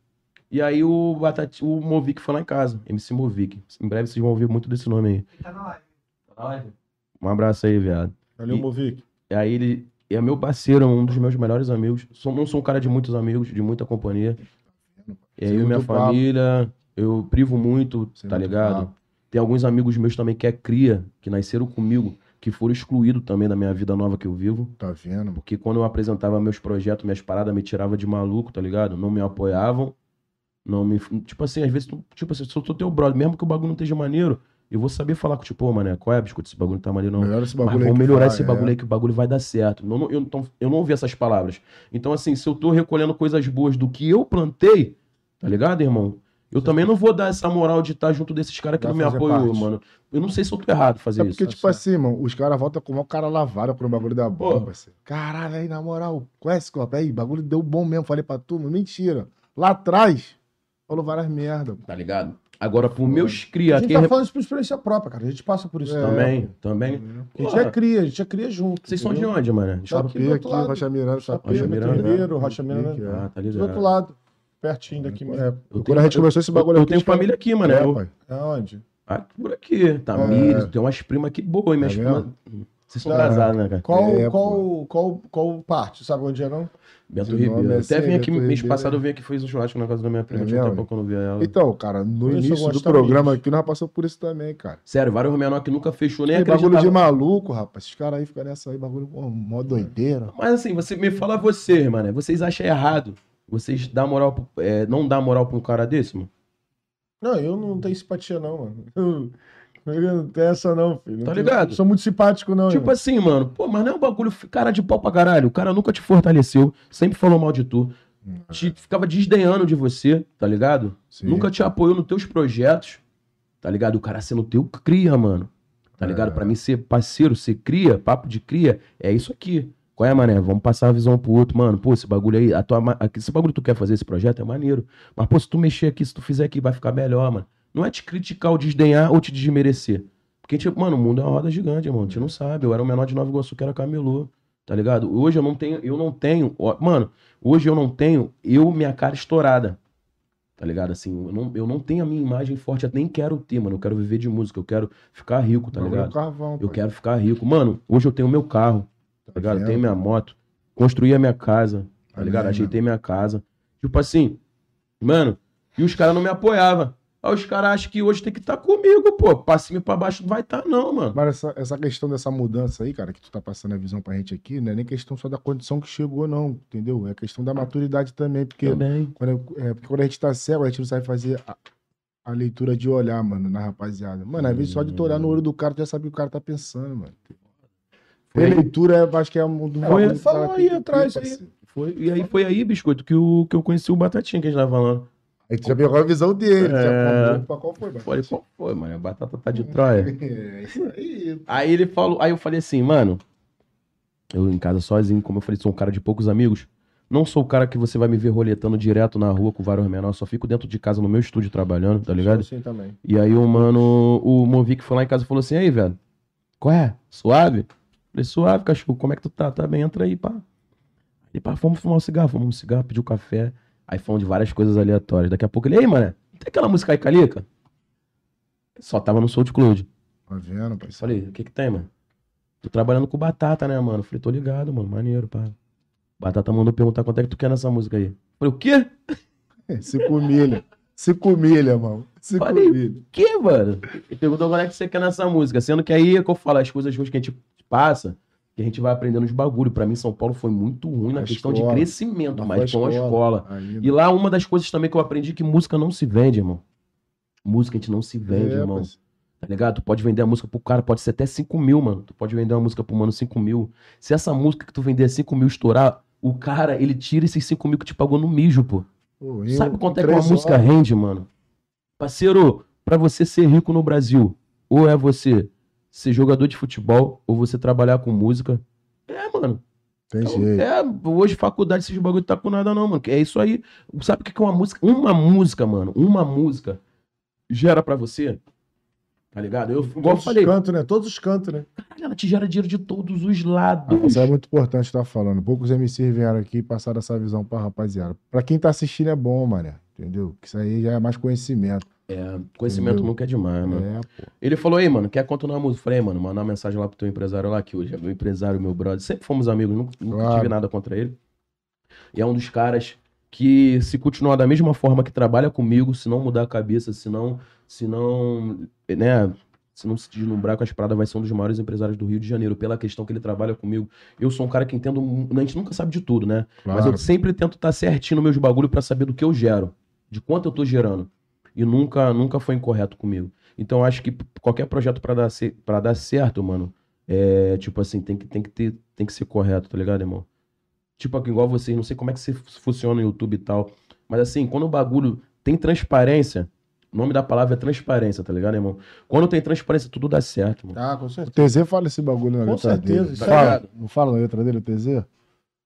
Speaker 3: E aí o, Batati, o Movic foi lá em casa, MC Movic. Em breve vocês vão ouvir muito desse nome
Speaker 4: Ele tá na live.
Speaker 3: aí. Um abraço aí, viado.
Speaker 1: Valeu,
Speaker 3: E-
Speaker 1: Movic.
Speaker 3: E aí ele é meu parceiro, um dos meus melhores amigos. Sou, não sou um cara de muitos amigos, de muita companhia. E aí
Speaker 2: Sem
Speaker 3: eu e minha
Speaker 2: muito papo.
Speaker 3: família, eu privo muito,
Speaker 2: Sem
Speaker 3: tá
Speaker 2: muito
Speaker 3: ligado?
Speaker 2: papo.
Speaker 3: Tem alguns amigos meus também que é cria, que nasceram comigo, que foram excluídos também da minha vida nova que eu vivo.
Speaker 2: Tá vendo, mano?
Speaker 3: Porque quando eu apresentava meus projetos, minhas paradas, me tirava de maluco, tá ligado? Não me apoiavam. Não me. Tipo assim, às vezes, tu- tipo assim, se eu sou teu brother, mesmo que o bagulho não esteja maneiro, eu vou saber falar com tipo, pô, mané, qual é, biscoito? Esse bagulho não tá maneiro, não.
Speaker 2: Melhora esse
Speaker 3: Mas
Speaker 2: bagulho aí.
Speaker 3: vamos
Speaker 2: que
Speaker 3: melhorar
Speaker 2: vai,
Speaker 3: esse
Speaker 2: é.
Speaker 3: bagulho aí que o bagulho vai dar certo. Não- não- eu, não- eu não ouvi essas palavras. Então, assim, se eu tô recolhendo coisas boas do que eu plantei, tá ligado, irmão? Eu também não vou dar essa moral de estar junto desses caras que
Speaker 1: Vai
Speaker 3: não me
Speaker 1: fazer
Speaker 3: apoiou,
Speaker 1: parte.
Speaker 3: mano. Eu não sei se eu tô errado fazer
Speaker 2: É
Speaker 3: isso.
Speaker 2: porque, tipo
Speaker 1: certo.
Speaker 2: assim, mano, os caras voltam com o maior cara lavado pro bagulho da bola,
Speaker 3: Pô.
Speaker 2: parceiro. Caralho, aí, na moral, conhece, copa? Aí, bagulho deu bom mesmo, falei pra tu, mas mentira. Lá atrás, falou várias merda.
Speaker 3: Tá ligado? Agora, por meus
Speaker 1: A
Speaker 3: cria,
Speaker 1: gente
Speaker 3: quem
Speaker 1: tá
Speaker 3: rep-
Speaker 1: falando isso por experiência própria, cara. A gente passa por isso
Speaker 2: É.
Speaker 1: também.
Speaker 3: também, também.
Speaker 1: A gente
Speaker 3: Porra.
Speaker 1: é cria, a gente é cria junto.
Speaker 3: Vocês são de
Speaker 1: entendeu?
Speaker 3: onde, mano? De
Speaker 1: Daqui. do
Speaker 3: Itapevi?
Speaker 2: Chapei
Speaker 1: outro
Speaker 2: aqui,
Speaker 1: lado.
Speaker 2: Rocha Miranda,
Speaker 1: Chapei,
Speaker 2: Chapei.
Speaker 3: Miranda.
Speaker 1: Metoneiro, Rocha Miranda.
Speaker 3: Ah, tá
Speaker 1: Do outro
Speaker 3: ligado.
Speaker 1: lado, pertinho daqui
Speaker 3: É.
Speaker 1: mesmo.
Speaker 3: Eu
Speaker 2: Quando a gente começou esse bagulho
Speaker 3: eu
Speaker 2: aqui,
Speaker 3: tenho
Speaker 2: a gente
Speaker 3: família aqui, mano.
Speaker 2: É,
Speaker 3: Eu-
Speaker 2: pai.
Speaker 1: É onde?
Speaker 3: aqui por aqui. Tamires, tem umas primas aqui boas, hein? Minhas
Speaker 2: É
Speaker 3: primas. Vocês
Speaker 2: Tá.
Speaker 3: são
Speaker 1: É.
Speaker 3: casados, né, cara?
Speaker 1: Qual,
Speaker 2: É,
Speaker 1: qual, qual, qual parte? Sabe onde é, não?
Speaker 3: Bento
Speaker 2: Seu nome
Speaker 3: Ribeiro.
Speaker 2: é
Speaker 3: Até
Speaker 2: assim,
Speaker 3: vim aqui,
Speaker 2: Bento
Speaker 3: mês
Speaker 2: Ribeiro.
Speaker 3: passado eu vim aqui e fiz um churrasco na casa da minha prima.
Speaker 2: É
Speaker 3: Tinha tempo
Speaker 2: mesmo?
Speaker 3: que eu não via ela.
Speaker 2: Então, cara, no
Speaker 1: Isso eu
Speaker 2: início do
Speaker 1: gosto
Speaker 2: programa
Speaker 1: também.
Speaker 2: aqui, nós passamos por isso também, cara.
Speaker 3: Sério, vários menor que nunca fechou, nem
Speaker 2: É bagulho
Speaker 3: acreditava. Uhum.
Speaker 2: de maluco, rapaz. Esses caras aí ficam nessa aí, bagulho, pô, mó doideira.
Speaker 3: Mas assim, você me fala vocês, mano. Vocês acham errado? Vocês dá moral, pro- é, não dá moral pra um cara desse, mano?
Speaker 1: Não, eu não tenho simpatia, não, mano. [laughs] Eu, eu não tenho essa, não, filho. Não
Speaker 3: Tá
Speaker 1: tenho-
Speaker 3: ligado?
Speaker 1: Sou muito simpático, não.
Speaker 3: Tipo
Speaker 1: irmão.
Speaker 3: assim, mano, pô, mas não é um bagulho f- cara de pau pra caralho. O cara nunca te fortaleceu, sempre falou mal de tu, te, ficava desdenhando de você, tá ligado?
Speaker 2: Sim.
Speaker 3: Nunca te apoiou nos teus projetos, tá ligado? O cara sendo teu cria, mano. Tá
Speaker 2: É.
Speaker 3: ligado? Pra mim, ser parceiro, ser cria, papo de cria, é isso aqui. Qual é, mané? Vamos passar a visão pro outro, mano. Pô, esse bagulho aí, a tua, ma- aqui- esse bagulho que tu quer fazer, esse projeto é maneiro. Mas, pô, se tu mexer aqui, se tu fizer aqui, vai ficar melhor, mano. Não é te criticar ou desdenhar ou te desmerecer. Porque, tipo, mano, o mundo é uma roda gigante, irmão. A gente não sabe. Eu era o menor de Nova Iguaçu que era camelô, tá ligado? Hoje eu não tenho, eu não tenho, ó, mano, hoje eu não tenho, eu, minha cara estourada. Tá ligado? Assim, eu não, eu não tenho a minha imagem forte, eu nem quero ter, mano. Eu quero viver de música, eu quero ficar rico, tá
Speaker 2: Bagulho é
Speaker 3: ligado?
Speaker 2: um carvão,
Speaker 3: Eu
Speaker 2: pai.
Speaker 3: quero ficar rico. Mano, hoje eu tenho meu carro, tá
Speaker 2: Tá
Speaker 3: ligado? Eu
Speaker 2: vendo?
Speaker 3: tenho minha moto, construí a minha casa, tá
Speaker 2: Amém,
Speaker 3: ligado?
Speaker 2: mano.
Speaker 3: Ajeitei minha casa. Tipo assim, mano, e os caras não me apoiavam. Aí os caras acham que hoje tem que estar comigo, pô. Pra cima e pra baixo não vai estar, não, mano.
Speaker 2: Mas essa, essa questão dessa mudança aí, cara, que tu tá passando a visão pra gente aqui, não é nem questão só da condição que chegou, não, entendeu? É questão da maturidade também, porque
Speaker 3: Também.
Speaker 2: Quando, eu- é, porque quando a gente tá cego, a gente não sabe fazer a, a leitura de olhar, mano, na rapaziada. Mano, às vezes só de tu olhar no olho do cara, tu já sabe o que o cara tá pensando, mano.
Speaker 3: Foi
Speaker 2: Foi
Speaker 3: aí,
Speaker 2: leitura, eu acho que é um dos
Speaker 3: Foi-
Speaker 2: bagulhos que o cara
Speaker 1: falou
Speaker 2: tem
Speaker 1: aí
Speaker 2: que ter,
Speaker 1: atrás,
Speaker 2: parceiro.
Speaker 3: foi, e aí foi aí, biscoito, que, o, que eu conheci o Batatinha que a gente tava falando.
Speaker 2: Aí tu já pegou a visão dele. tu
Speaker 3: É.
Speaker 2: Já falou, "Opa, qual foi, mano?
Speaker 3: Falei, qual foi, mano? A batata tá de Troia.
Speaker 2: É, isso aí.
Speaker 3: Aí ele falou, aí eu falei assim, mano, eu em casa sozinho, como eu falei, sou um cara de poucos amigos. Não sou o cara que você vai me ver roletando direto na rua com vários menor, só fico dentro de casa no meu estúdio trabalhando, tá ligado?
Speaker 1: Assim também.
Speaker 3: E aí o mano, o Movic foi lá em casa e falou assim, aí, velho, qual é? Suave? Falei, suave, cachorro, como é que tu tá? Tá bem, entra aí, pá. Ele, pá, vamos fumar um cigarro, fumamos um cigarro, pediu café. Aí falando de várias coisas aleatórias. Daqui a pouco ele, ei, mano, tem aquela música aí, Calica? Só tava no SoundCloud.
Speaker 2: Tá vendo,
Speaker 3: Eu
Speaker 2: parceiro?
Speaker 3: Falei, o que que tem, mano? Tô trabalhando com batata, né, mano? Falei, tô ligado, mano, maneiro, pá. Batata mandou perguntar quanto é que tu quer nessa música aí. Falei, o quê?
Speaker 2: Cinco milha. Cinco milha, mano. Cinco
Speaker 3: Falei.
Speaker 2: milha.
Speaker 3: O quê, mano? Ele perguntou quanto é que você quer nessa música. Sendo que aí é que eu falo, as coisas ruins que a gente passa, que a gente vai aprendendo os bagulho. Pra mim, São Paulo foi muito ruim na
Speaker 2: A
Speaker 3: questão
Speaker 2: escola.
Speaker 3: de crescimento,
Speaker 2: Não
Speaker 3: mas
Speaker 2: foi
Speaker 3: foi uma
Speaker 2: escola.
Speaker 3: escola.
Speaker 2: Ainda.
Speaker 3: E lá, uma das coisas também que eu aprendi é que música não se vende, irmão. Música a gente não se vende,
Speaker 2: É,
Speaker 3: irmão.
Speaker 2: parceiro.
Speaker 3: Tá ligado? Tu pode vender a música pro cara, pode ser até 5 mil, mano. Tu pode vender uma música pro mano 5 mil. Se essa música que tu vender 5 mil estourar, o cara, ele tira esses 5 mil que te pagou no mijo, pô.
Speaker 2: Pô, em
Speaker 3: Sabe quanto é que uma
Speaker 2: três
Speaker 3: música
Speaker 2: horas,
Speaker 3: rende, mano? Parceiro, pra você ser rico no Brasil, ou é você ser jogador de futebol, ou você trabalhar com música. É, mano.
Speaker 2: Tem jeito.
Speaker 3: É, hoje faculdade, esses bagulho tá com nada não, mano. É isso aí. Sabe o que que é uma música? Uma música, mano. Uma música gera pra você, tá ligado? Eu, igual eu
Speaker 1: Todos
Speaker 3: falei,
Speaker 1: os cantos, né? Todos os cantos, né?
Speaker 3: ela te gera dinheiro de todos os
Speaker 2: Ah,
Speaker 3: lados.
Speaker 2: Isso é muito importante estar falando. Poucos MCs vieram aqui e passaram essa visão pra rapaziada. Pra quem tá assistindo é bom, mané. Entendeu? Que isso aí já é mais conhecimento.
Speaker 3: É,
Speaker 2: Ah,
Speaker 3: conhecimento
Speaker 2: Entendeu?
Speaker 3: nunca é demais, mano.
Speaker 2: É, pô.
Speaker 3: Ele falou, aí, mano, quer continuar a música? Eu Falei, "Ei, mano, mandar uma mensagem lá pro teu empresário lá, que hoje é meu empresário, meu brother. Sempre fomos amigos, nunca, nunca
Speaker 2: Claro.
Speaker 3: tive nada contra ele. E é um dos caras que, se continuar da mesma forma que trabalha comigo, se não mudar a cabeça, se não, se não, né, se não se deslumbrar com as paradas, vai ser um dos maiores empresários do Rio de Janeiro, pela questão que ele trabalha comigo. Eu sou um cara que entendo, mu- a gente nunca sabe de tudo, né? Mas
Speaker 2: Claro.
Speaker 3: eu sempre tento estar certinho nos meus bagulho pra saber do que eu gero, de quanto eu tô gerando. E nunca nunca foi incorreto comigo. Então eu acho que qualquer projeto pra dar para dar certo, mano, é tipo assim, tem que tem que ter tem que ser correto, tá ligado, irmão? Tipo aqui, igual vocês, não sei como é que você fu- funciona no YouTube e tal, mas assim, quando o bagulho tem transparência, o nome da palavra é transparência, tá ligado, irmão? Quando tem transparência, tudo dá certo, mano.
Speaker 1: Ah, com
Speaker 2: O
Speaker 1: certeza.
Speaker 2: TZ fala esse
Speaker 3: Tá
Speaker 2: bagulho na
Speaker 1: Com
Speaker 2: letra
Speaker 1: certeza,
Speaker 2: dele.
Speaker 1: isso
Speaker 3: é
Speaker 2: fala,
Speaker 3: errado.
Speaker 2: não fala na letra dele, o TZ?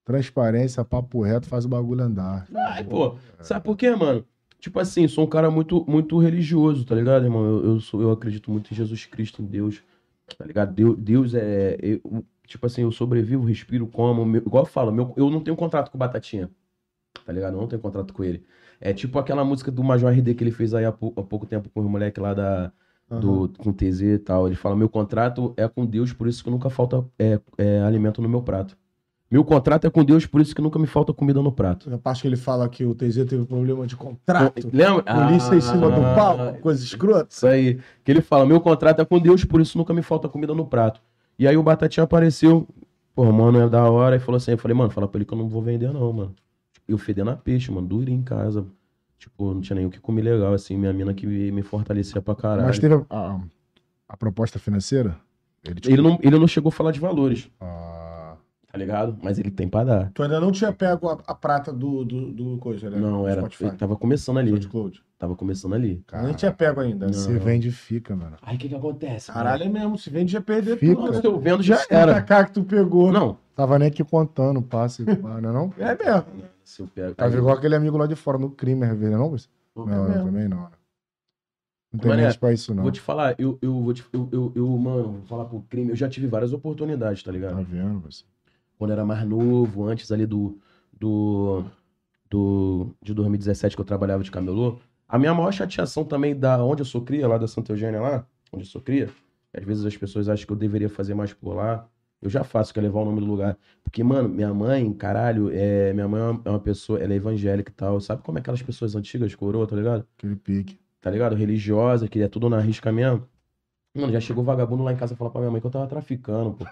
Speaker 2: Transparência, papo reto, faz o bagulho andar.
Speaker 3: Ai, pô, sabe por quê, mano? Tipo assim, sou um cara muito, muito religioso, tá ligado, irmão? Eu, eu, sou, eu acredito muito em Jesus Cristo, em Deus, tá ligado? Deus, Deus é. eu- tipo assim, eu sobrevivo, respiro, como. meu- igual eu falo, meu, eu não tenho contrato com o Batatinha, tá ligado? Eu não tenho contrato com ele. É tipo aquela música do Major RD que ele fez aí há, pou- há pouco tempo com os moleque lá da, do, com TZ e tal. Ele fala: meu contrato é com Deus, por isso que nunca falta é, é, alimento no meu prato. Meu contrato é com Deus, por isso que nunca me falta comida no prato.
Speaker 1: A parte que ele fala que o TZ teve problema de contrato.
Speaker 3: Lembra?
Speaker 1: Polícia em cima do
Speaker 3: Ah,
Speaker 1: palco, coisa escrota.
Speaker 3: Isso aí. Que ele fala: meu contrato é com Deus, por isso nunca me falta comida no prato. E aí o Batatinha apareceu, pô, mano, é da hora, e falou assim: eu falei, mano, fala pra ele que eu não vou vender, não, mano. Eu fedendo a peixe, mano, durinho em casa. Tipo, não tinha nem o que comer legal, assim, minha mina que me fortalecia pra caralho.
Speaker 2: Mas teve a, a- a proposta financeira? Ele te-
Speaker 3: ele, não, ele não chegou a falar de valores,
Speaker 2: Ah,
Speaker 3: tá ligado? Mas ele tem pra dar.
Speaker 1: Tu ainda não tinha pego a, a prata do, do, do coisa, né?
Speaker 3: Não, era. Ele
Speaker 1: Spotify.
Speaker 3: tava começando ali.
Speaker 1: SoundCloud.
Speaker 3: Tava começando ali.
Speaker 2: Cara,
Speaker 1: Nem tinha pego ainda. né?
Speaker 2: Você vende e fica, mano.
Speaker 3: Aí o que que acontece? mano?
Speaker 1: Caralho, é mesmo. Se vende, já perdeu
Speaker 2: Fica.
Speaker 1: tudo.
Speaker 3: Não,
Speaker 1: né?
Speaker 3: se eu vendo já
Speaker 2: Tanta
Speaker 3: era.
Speaker 2: Cara que tu pegou.
Speaker 3: Não.
Speaker 2: Tava nem aqui contando o passe, pá, não é não?
Speaker 1: É mesmo.
Speaker 3: Se eu pego.
Speaker 1: Tá
Speaker 2: Tava igual aquele amigo lá de fora, no crime, é verdade, não, Luiz? Não, não,
Speaker 1: mesmo.
Speaker 2: também não. né? Não tem
Speaker 3: Mané,
Speaker 2: mente pra isso, não.
Speaker 3: é, Vou te falar, eu, eu vou te. Eu, eu, eu, mano, vou falar pro crime. Eu já tive várias oportunidades, tá ligado?
Speaker 2: Tá vendo, você?
Speaker 3: Quando eu era mais novo, antes ali do. do. do de 2017 que eu trabalhava de camelô. A minha maior chateação também da onde eu sou cria, lá da Santa Eugênia lá, onde eu sou cria, às vezes as pessoas acham que eu deveria fazer mais por lá. Eu já faço, que é levar o nome do lugar. Porque, mano, minha mãe, caralho, é, minha mãe é uma- é uma pessoa, ela é evangélica e tal. Sabe como é aquelas pessoas antigas, coroa, tá ligado?
Speaker 2: Aquele pique.
Speaker 3: tá ligado? Religiosa, que é tudo na risca mesmo. Mano, já chegou vagabundo lá em casa falar pra minha mãe que eu tava traficando, pô.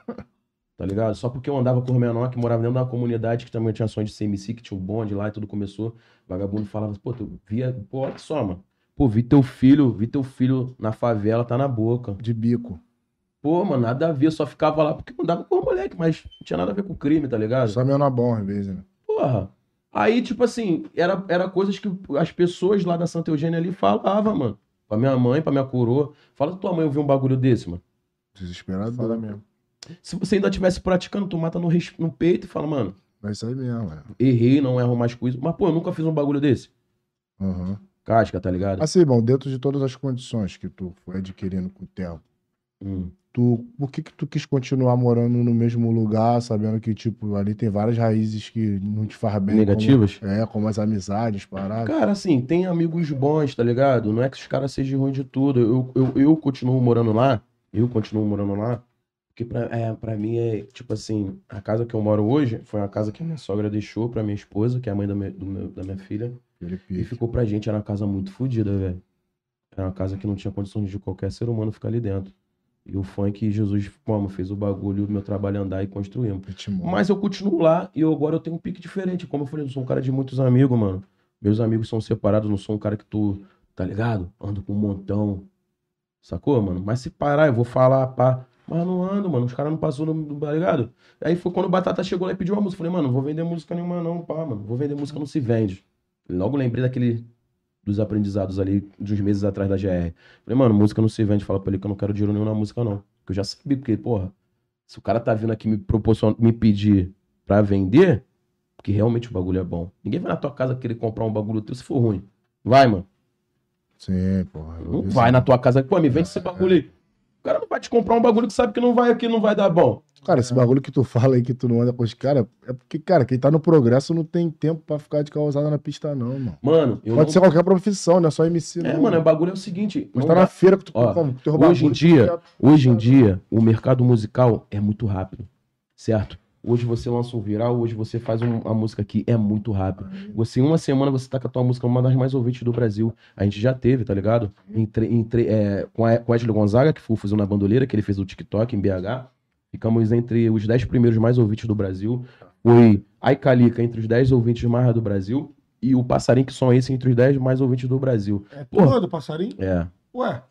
Speaker 3: Tá ligado? Só porque eu andava com o menor que morava dentro da comunidade, que também tinha sonho de ser MC, que tinha o bonde lá e tudo começou. Vagabundo falava, pô, tu via, pô, olha só, mano. Pô, vi teu filho, vi teu filho na favela, tá na boca.
Speaker 2: De bico.
Speaker 3: Pô, mano, nada a ver, eu só ficava lá porque eu andava com o moleque, mas não tinha nada a ver com o crime, tá ligado?
Speaker 2: Só menor bom, às vezes, né?
Speaker 3: Porra. Aí, tipo assim, era, era coisas que as pessoas lá da Santa Eugênia ali falavam, mano. Pra minha mãe, pra minha coroa. Fala tua mãe ouvir um bagulho desse, mano.
Speaker 2: Desesperador.
Speaker 1: Fala mesmo.
Speaker 3: Se você ainda estivesse praticando, tu mata no, res- no peito e fala, mano,
Speaker 2: Vai sair mesmo, né?
Speaker 3: errei, não erro mais com isso. Mas, pô, eu nunca fiz um bagulho desse.
Speaker 2: Aham.
Speaker 3: Casca, tá ligado?
Speaker 2: Assim, bom, dentro de todas as condições que tu foi adquirindo com o tempo,
Speaker 3: Hum.
Speaker 2: tu, por que que tu quis continuar morando no mesmo lugar, sabendo que, tipo, ali tem várias raízes que não te faz bem?
Speaker 3: Negativas?
Speaker 2: Como, é, como as amizades, paradas.
Speaker 3: Cara, assim, tem amigos bons, tá ligado? Não é que os caras sejam ruins de tudo. Eu, eu, eu continuo morando lá. Eu continuo morando lá. Porque pra, é, pra mim é, tipo assim, a casa que eu moro hoje foi uma casa que a minha sogra deixou pra minha esposa, que é a mãe da minha, do meu- da minha filha.
Speaker 2: Aquele
Speaker 3: E
Speaker 2: pique.
Speaker 3: ficou pra gente, era uma casa muito fodida, velho. Era uma casa que não tinha condições de qualquer ser humano ficar ali dentro. E o funk, Jesus, como, fez o bagulho, o meu trabalho andar e construímos.
Speaker 2: Ritmo.
Speaker 3: Mas eu continuo lá e eu agora eu tenho um pique diferente. Como eu falei, eu não sou um cara de muitos amigos, mano. Meus amigos são separados, não sou um cara que tu, tá ligado? Ando com um montão. Sacou, mano? Mas se parar, eu vou falar, pá. Mas não ando, mano. Os caras não passou, no- tá ligado? Aí foi quando o Batata chegou lá e pediu uma música. Eu Falei, mano, não vou vender música nenhuma, não, pá, mano. Vou vender música, não se vende. Logo lembrei daquele. Dos aprendizados ali, de uns meses atrás da GR. Falei, mano, música não se vende. Fala pra ele que eu não quero dinheiro nenhum na música, não. Porque eu já sabia, porque, porra, se o cara tá vindo aqui me proporcion... me pedir pra vender, porque realmente o bagulho é bom. Ninguém vai na tua casa querer comprar um bagulho teu se for ruim. Vai, mano.
Speaker 2: Sim, porra.
Speaker 3: Não vai na tua casa, pô, me vende
Speaker 2: É.
Speaker 3: esse bagulho aí. O cara não vai te comprar um bagulho que sabe que não vai aqui, não vai dar bom.
Speaker 2: Cara, esse bagulho que tu fala aí que tu não anda com os caras, é porque, cara, quem tá no progresso não tem tempo pra ficar de causada na pista, não, mano.
Speaker 3: Mano, eu
Speaker 2: Pode
Speaker 3: não...
Speaker 2: ser qualquer profissão, não é só MC,
Speaker 3: É,
Speaker 2: não.
Speaker 3: mano, o bagulho é o seguinte.
Speaker 2: Mas
Speaker 3: não
Speaker 2: tá na
Speaker 3: dá-
Speaker 2: feira que tu
Speaker 3: Ó,
Speaker 2: com teu
Speaker 3: hoje em
Speaker 2: bagulho, tu
Speaker 3: dia,
Speaker 2: já-
Speaker 3: Hoje em dia, o mercado musical é muito rápido, certo? Hoje você lança um viral, hoje você faz um- uma música que é muito rápido. Você, em uma semana, você tá com a tua música, uma das mais ouvintes do Brasil. A gente já teve, tá ligado? Em tre- em tre- é, com, a, com o Edson Gonzaga, que foi o Fuzil na Bandoleira, que ele fez o TikTok em BH. Ficamos entre os 10 primeiros mais ouvintes do Brasil. Foi Aicalica entre os 10 ouvintes mais do Brasil. E o Passarinho, que só esse, entre os 10 mais ouvintes do Brasil.
Speaker 1: É
Speaker 3: Porra.
Speaker 1: todo, passarinho?
Speaker 3: É.
Speaker 1: Ué,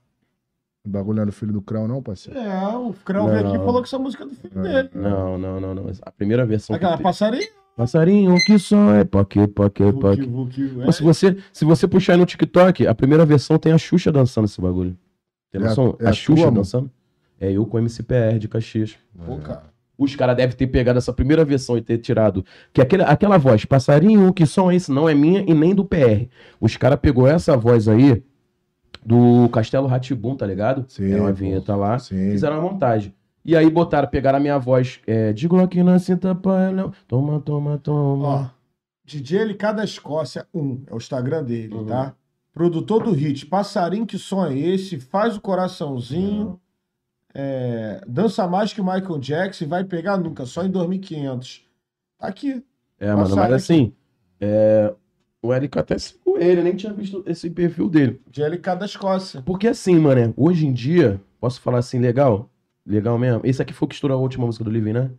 Speaker 2: O bagulho não é do filho do Crão, não, parceiro?
Speaker 1: é, o Crão veio
Speaker 3: Não.
Speaker 1: aqui e falou que essa música é do filho dele.
Speaker 3: Não, não, não, não. A primeira versão. que
Speaker 1: Aquela
Speaker 3: teve-
Speaker 1: passarinho?
Speaker 3: Passarinho, que som é poque, poque,
Speaker 1: Vuki,
Speaker 3: poque.
Speaker 1: vuki, é.
Speaker 3: Pô, se, você, se você puxar aí no TikTok, a primeira versão tem a Xuxa dançando esse bagulho. Tem
Speaker 2: É a-
Speaker 3: noção?
Speaker 2: é
Speaker 3: a,
Speaker 2: a
Speaker 3: Xuxa
Speaker 2: tua, mano?
Speaker 3: dançando? É eu com MCPR de Caxias.
Speaker 2: É.
Speaker 1: Pô, cara.
Speaker 3: Os caras devem ter pegado essa primeira versão e ter tirado. Que aquele, aquela voz, passarinho, que som é esse? Não é minha e nem do PR. Os caras pegou essa voz aí do Castelo Ratibum, tá ligado?
Speaker 2: Sim,
Speaker 3: é uma
Speaker 2: pô.
Speaker 3: vinheta lá
Speaker 2: Sim.
Speaker 3: fizeram a montagem. E aí botaram, pegaram a minha voz, é, digo aqui na cinta, pai, não. toma, toma, toma.
Speaker 1: Ó, DJ Elicada Escócia 1, é o Instagram dele,
Speaker 3: Uhum.
Speaker 1: tá? Produtor do hit, passarinho que som é esse, faz o coraçãozinho, é, dança mais que o Michael Jackson e vai pegar nunca, só em 2500. Tá aqui.
Speaker 3: é, mano, mas
Speaker 1: passaram
Speaker 3: assim, é, o Eric até seguiu ele, eu nem tinha visto esse perfil dele.
Speaker 1: DJ Elicada Escócia.
Speaker 3: Porque assim, mano, hoje em dia, posso falar assim, legal? Legal mesmo? Esse aqui foi o que estourou a última música do Living, né?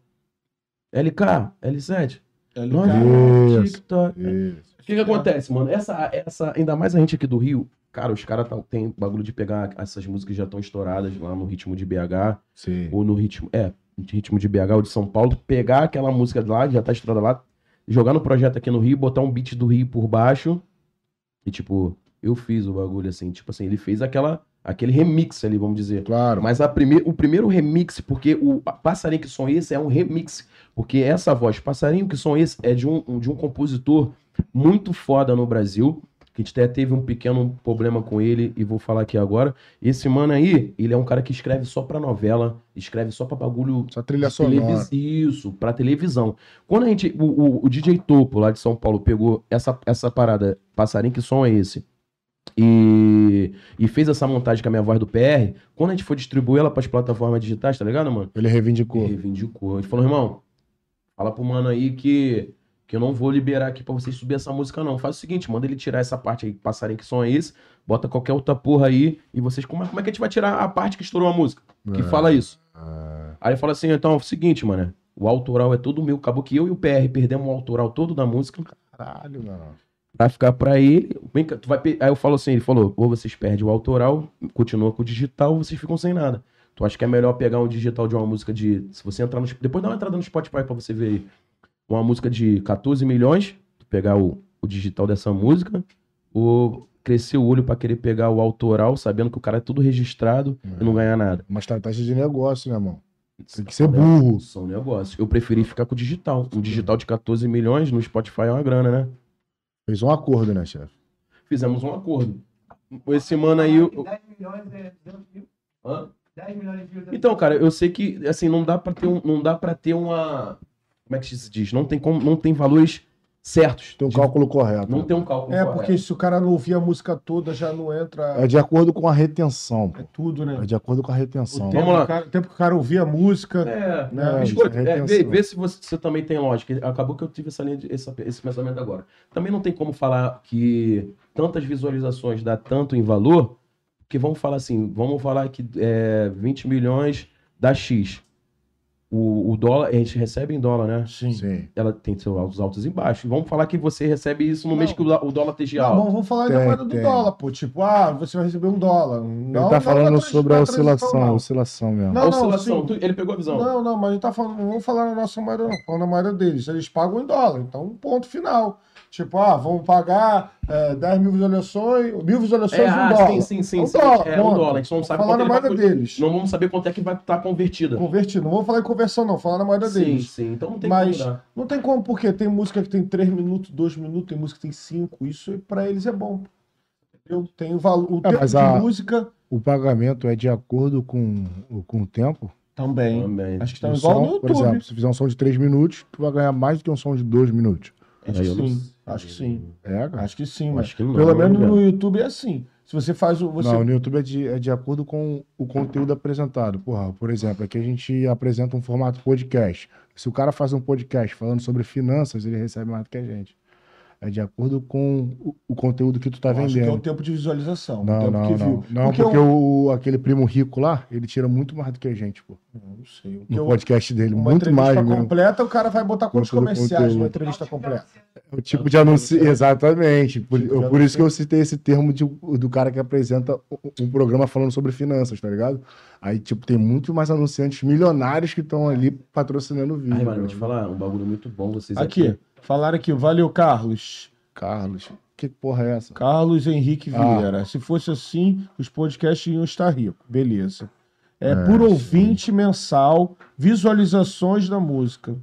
Speaker 3: LK, L7.
Speaker 1: LK.
Speaker 2: Isso.
Speaker 3: Nove, TikTok.
Speaker 2: Isso.
Speaker 3: O que, que acontece, mano? Essa, essa, ainda mais a gente aqui do Rio, cara, os caras tá, tem bagulho de pegar essas músicas que já estão estouradas lá no ritmo de BH.
Speaker 2: Sim.
Speaker 3: ou no ritmo, é, de ritmo de BH ou de São Paulo, pegar aquela música lá, já tá estourada lá, jogar no projeto aqui no Rio, botar um beat do Rio por baixo e tipo, eu fiz o bagulho, assim. Tipo assim, ele fez aquela, aquele remix ali, vamos dizer.
Speaker 2: Claro.
Speaker 3: Mas a prime- o primeiro remix, porque o a- Passarinho que Som Esse é um remix. Porque essa voz, Passarinho que Som Esse, é de um, um- de um compositor muito foda no Brasil. Que a gente até teve um pequeno problema com ele e vou falar aqui agora. Esse mano aí, ele é um cara que escreve só pra novela, escreve só pra bagulho
Speaker 2: Só trilha
Speaker 3: de
Speaker 2: sonora.
Speaker 3: televis- Isso, pra televisão. Quando a gente. O, o- o DJ Topo lá de São Paulo pegou essa, essa parada, passarinho, que som é esse? E, e fez essa montagem com a minha voz do PR. Quando a gente for distribuir ela pras plataformas digitais, tá ligado, mano?
Speaker 2: Ele reivindicou.
Speaker 3: Reivindicou. A gente falou, irmão, fala pro mano aí que, que eu não vou liberar aqui pra vocês subir essa música, não. Faz o seguinte, manda ele tirar essa parte aí, passarinho que som é esse, bota qualquer outra porra aí, e vocês. Como é, como é que a gente vai tirar a parte que estourou a música? Que
Speaker 2: É.
Speaker 3: fala isso.
Speaker 2: Ah,
Speaker 3: Aí ele fala assim, então, é o seguinte, mano, o autoral é todo meu. Acabou que eu e o PR perdemos o autoral todo da música
Speaker 2: Caralho, mano.
Speaker 3: pra ficar pra ele. Vem cá, tu vai pe- Aí eu falo assim, ele falou, ou vocês perdem o autoral, continua com o digital, ou vocês ficam sem nada. Tu acha que é melhor pegar um digital de uma música de... Se você entrar no... Sp- Depois dá uma entrada no Spotify pra você ver aí. Uma música de 14 milhões, tu pegar o, o digital dessa música, ou crescer o olho pra querer pegar o autoral, sabendo que o cara é tudo registrado e não ganhar nada.
Speaker 2: Uma estratégia de negócio, né, irmão? Tem que ser burro.
Speaker 3: São negócios. Eu preferi ficar com o digital. Um digital de 14 milhões no Spotify é uma grana, né?
Speaker 2: Fez um acordo, né, chefe?
Speaker 3: Fizemos um acordo. Esse mano aí. eu-
Speaker 4: 10 milhões é 200 mil.
Speaker 3: Hã?
Speaker 4: 10 milhões de views. é-
Speaker 3: Então, cara, eu sei que assim, não dá pra ter um, não dá para ter uma. Como é que se diz? Não tem como, não tem valores certos.
Speaker 2: Tem um
Speaker 3: De-
Speaker 2: cálculo correto.
Speaker 3: Não tem um cálculo.
Speaker 1: É,
Speaker 3: correto.
Speaker 1: porque se o cara não ouvir a música toda, já não entra.
Speaker 2: É de acordo com a retenção. pô.
Speaker 1: É tudo, né?
Speaker 2: É de acordo com a retenção.
Speaker 1: O
Speaker 3: tempo.
Speaker 1: tempo,
Speaker 3: Vamos lá.
Speaker 1: o cara- o tempo que o cara ouvir a música.
Speaker 3: É,
Speaker 1: Não,
Speaker 3: escuta,
Speaker 2: isso é
Speaker 3: é, vê,
Speaker 2: retenção.
Speaker 3: vê se você, você também tem lógica. Acabou que eu tive essa linha de- essa- esse pensamento agora. Também não tem como falar que tantas visualizações dá tanto em valor, que vamos falar assim, vamos falar que é, 20 milhões dá X. O, o dólar, a gente recebe em dólar, né?
Speaker 2: Sim. Sim.
Speaker 3: Ela tem seus altos, altos e baixos. Vamos falar que você recebe isso no
Speaker 1: Não.
Speaker 3: mês que o, dó- o dólar esteja
Speaker 1: Tá
Speaker 3: alto.
Speaker 1: bom, vamos falar da
Speaker 2: Tem,
Speaker 1: moeda do
Speaker 2: tem.
Speaker 1: dólar, pô. Tipo, ah, você vai receber um dólar. Não,
Speaker 2: Ele
Speaker 1: não
Speaker 2: tá falando
Speaker 1: pra trans-
Speaker 2: sobre a
Speaker 1: pra transição,
Speaker 2: oscilação, a
Speaker 1: não.
Speaker 2: oscilação mesmo.
Speaker 1: Não.
Speaker 3: a oscilação,
Speaker 1: sim.
Speaker 3: tu- ele pegou a visão.
Speaker 1: Não, não, mas a gente tá falando, não vamos falar na nossa moeda, não, falando na moeda deles. Eles pagam em dólar, então ponto final. Tipo, ah, vamos pagar é, 10 mil visualizações, mil visualizações
Speaker 3: É,
Speaker 1: em
Speaker 3: ah,
Speaker 1: dólar.
Speaker 3: sim, sim, sim.
Speaker 1: Um
Speaker 3: sim.
Speaker 1: dólar,
Speaker 3: é, um
Speaker 1: ponto.
Speaker 3: dólar. A gente não sabe
Speaker 1: falar
Speaker 3: quanto
Speaker 1: na
Speaker 3: ele vai
Speaker 1: moeda
Speaker 3: custar.
Speaker 1: deles.
Speaker 3: Não vamos saber quanto é que vai estar convertida.
Speaker 1: Convertido. Não vou falar em conversão, não, falar na moeda
Speaker 3: Sim,
Speaker 1: deles.
Speaker 3: sim. Então não tem
Speaker 1: Mas-
Speaker 3: como dar.
Speaker 1: Não tem como, porque tem música que tem 3 minutos, 2 minutos, tem música que tem 5. Isso pra eles é bom. Eu tenho valor. O
Speaker 2: É,
Speaker 1: tempo
Speaker 2: mas
Speaker 1: de
Speaker 2: a-
Speaker 1: música
Speaker 2: O pagamento é de acordo com, com o tempo.
Speaker 1: também.
Speaker 3: Também.
Speaker 1: Acho que
Speaker 2: O
Speaker 1: tá igual
Speaker 2: som,
Speaker 1: no
Speaker 2: Por exemplo,
Speaker 1: YouTube.
Speaker 2: se fizer um som de 3 minutos, tu vai ganhar mais do que um som de 2 minutos.
Speaker 1: Acho
Speaker 3: Aí
Speaker 1: que
Speaker 3: eu não
Speaker 1: sim.
Speaker 3: sei.
Speaker 1: Acho que sim.
Speaker 2: É, cara.
Speaker 1: Acho que sim,
Speaker 3: Eu
Speaker 1: mas.
Speaker 3: Acho que não.
Speaker 1: Pelo
Speaker 3: né,
Speaker 1: menos
Speaker 3: velho?
Speaker 1: no YouTube é assim. Se você faz o. Você
Speaker 2: Não, no YouTube é de, é de acordo com o conteúdo apresentado. Porra, por exemplo, aqui a gente apresenta um formato podcast. Se o cara faz um podcast falando sobre finanças, ele recebe mais do que a gente. É de acordo com o, o conteúdo que tu tá
Speaker 1: Eu Acho que é o
Speaker 2: vendendo.
Speaker 1: tempo de visualização. o
Speaker 2: Não,
Speaker 1: tempo que
Speaker 2: não,
Speaker 1: viu. um-
Speaker 2: não. Não,
Speaker 1: O que
Speaker 2: porque
Speaker 1: eu...
Speaker 2: o, aquele primo rico lá, ele tira muito mais do que a gente, pô.
Speaker 1: Não sei. O que
Speaker 2: No
Speaker 1: eu...
Speaker 2: podcast dele,
Speaker 1: um- Uma
Speaker 2: muito
Speaker 1: entrevista
Speaker 2: mais mesmo.
Speaker 1: completa, o cara vai botar quantos
Speaker 2: Conteúdo,
Speaker 1: comerciais numa
Speaker 2: conteúdo.
Speaker 1: entrevista completa?
Speaker 2: O tipo de anúncio, exatamente. Por,
Speaker 1: Tipo de
Speaker 2: por
Speaker 1: anúncio.
Speaker 2: isso que eu citei esse termo de- do cara que apresenta um- um programa falando sobre finanças, tá ligado? Aí, tipo, tem muito mais anunciantes milionários que estão ali patrocinando o vídeo.
Speaker 3: Ai, mano, vou te
Speaker 2: né?
Speaker 3: falar, um bagulho muito bom vocês
Speaker 1: Aqui, falaram aqui, valeu, Carlos.
Speaker 2: Carlos, que porra é essa?
Speaker 1: Carlos Henrique
Speaker 2: Ah.
Speaker 1: Vieira. Se fosse assim, os podcasts iam estar ricos. Beleza. É,
Speaker 2: É,
Speaker 1: por
Speaker 2: sim.
Speaker 1: ouvinte mensal, visualizações da música.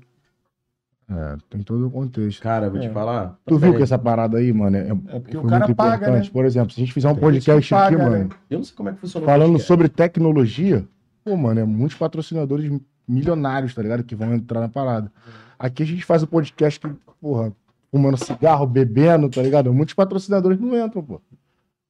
Speaker 2: É, tem todo o contexto.
Speaker 3: Cara, vou
Speaker 1: É.
Speaker 3: te falar.
Speaker 2: Tu viu que
Speaker 3: eu...
Speaker 2: essa parada aí, mano, é,
Speaker 1: É porque o
Speaker 2: foi
Speaker 1: cara
Speaker 2: muito
Speaker 1: paga,
Speaker 2: importante.
Speaker 1: né?
Speaker 2: Por exemplo, se a gente fizer um
Speaker 1: Tem gente que
Speaker 2: podcast aqui,
Speaker 1: paga, né?
Speaker 2: mano,
Speaker 3: eu não sei como é que funciona. o
Speaker 2: falando
Speaker 3: podcast.
Speaker 2: sobre tecnologia, pô, mano, é muitos patrocinadores milionários, tá ligado? Que vão entrar na parada. Aqui a gente faz o podcast que, porra, fumando cigarro, bebendo, tá ligado? Muitos patrocinadores não entram, pô.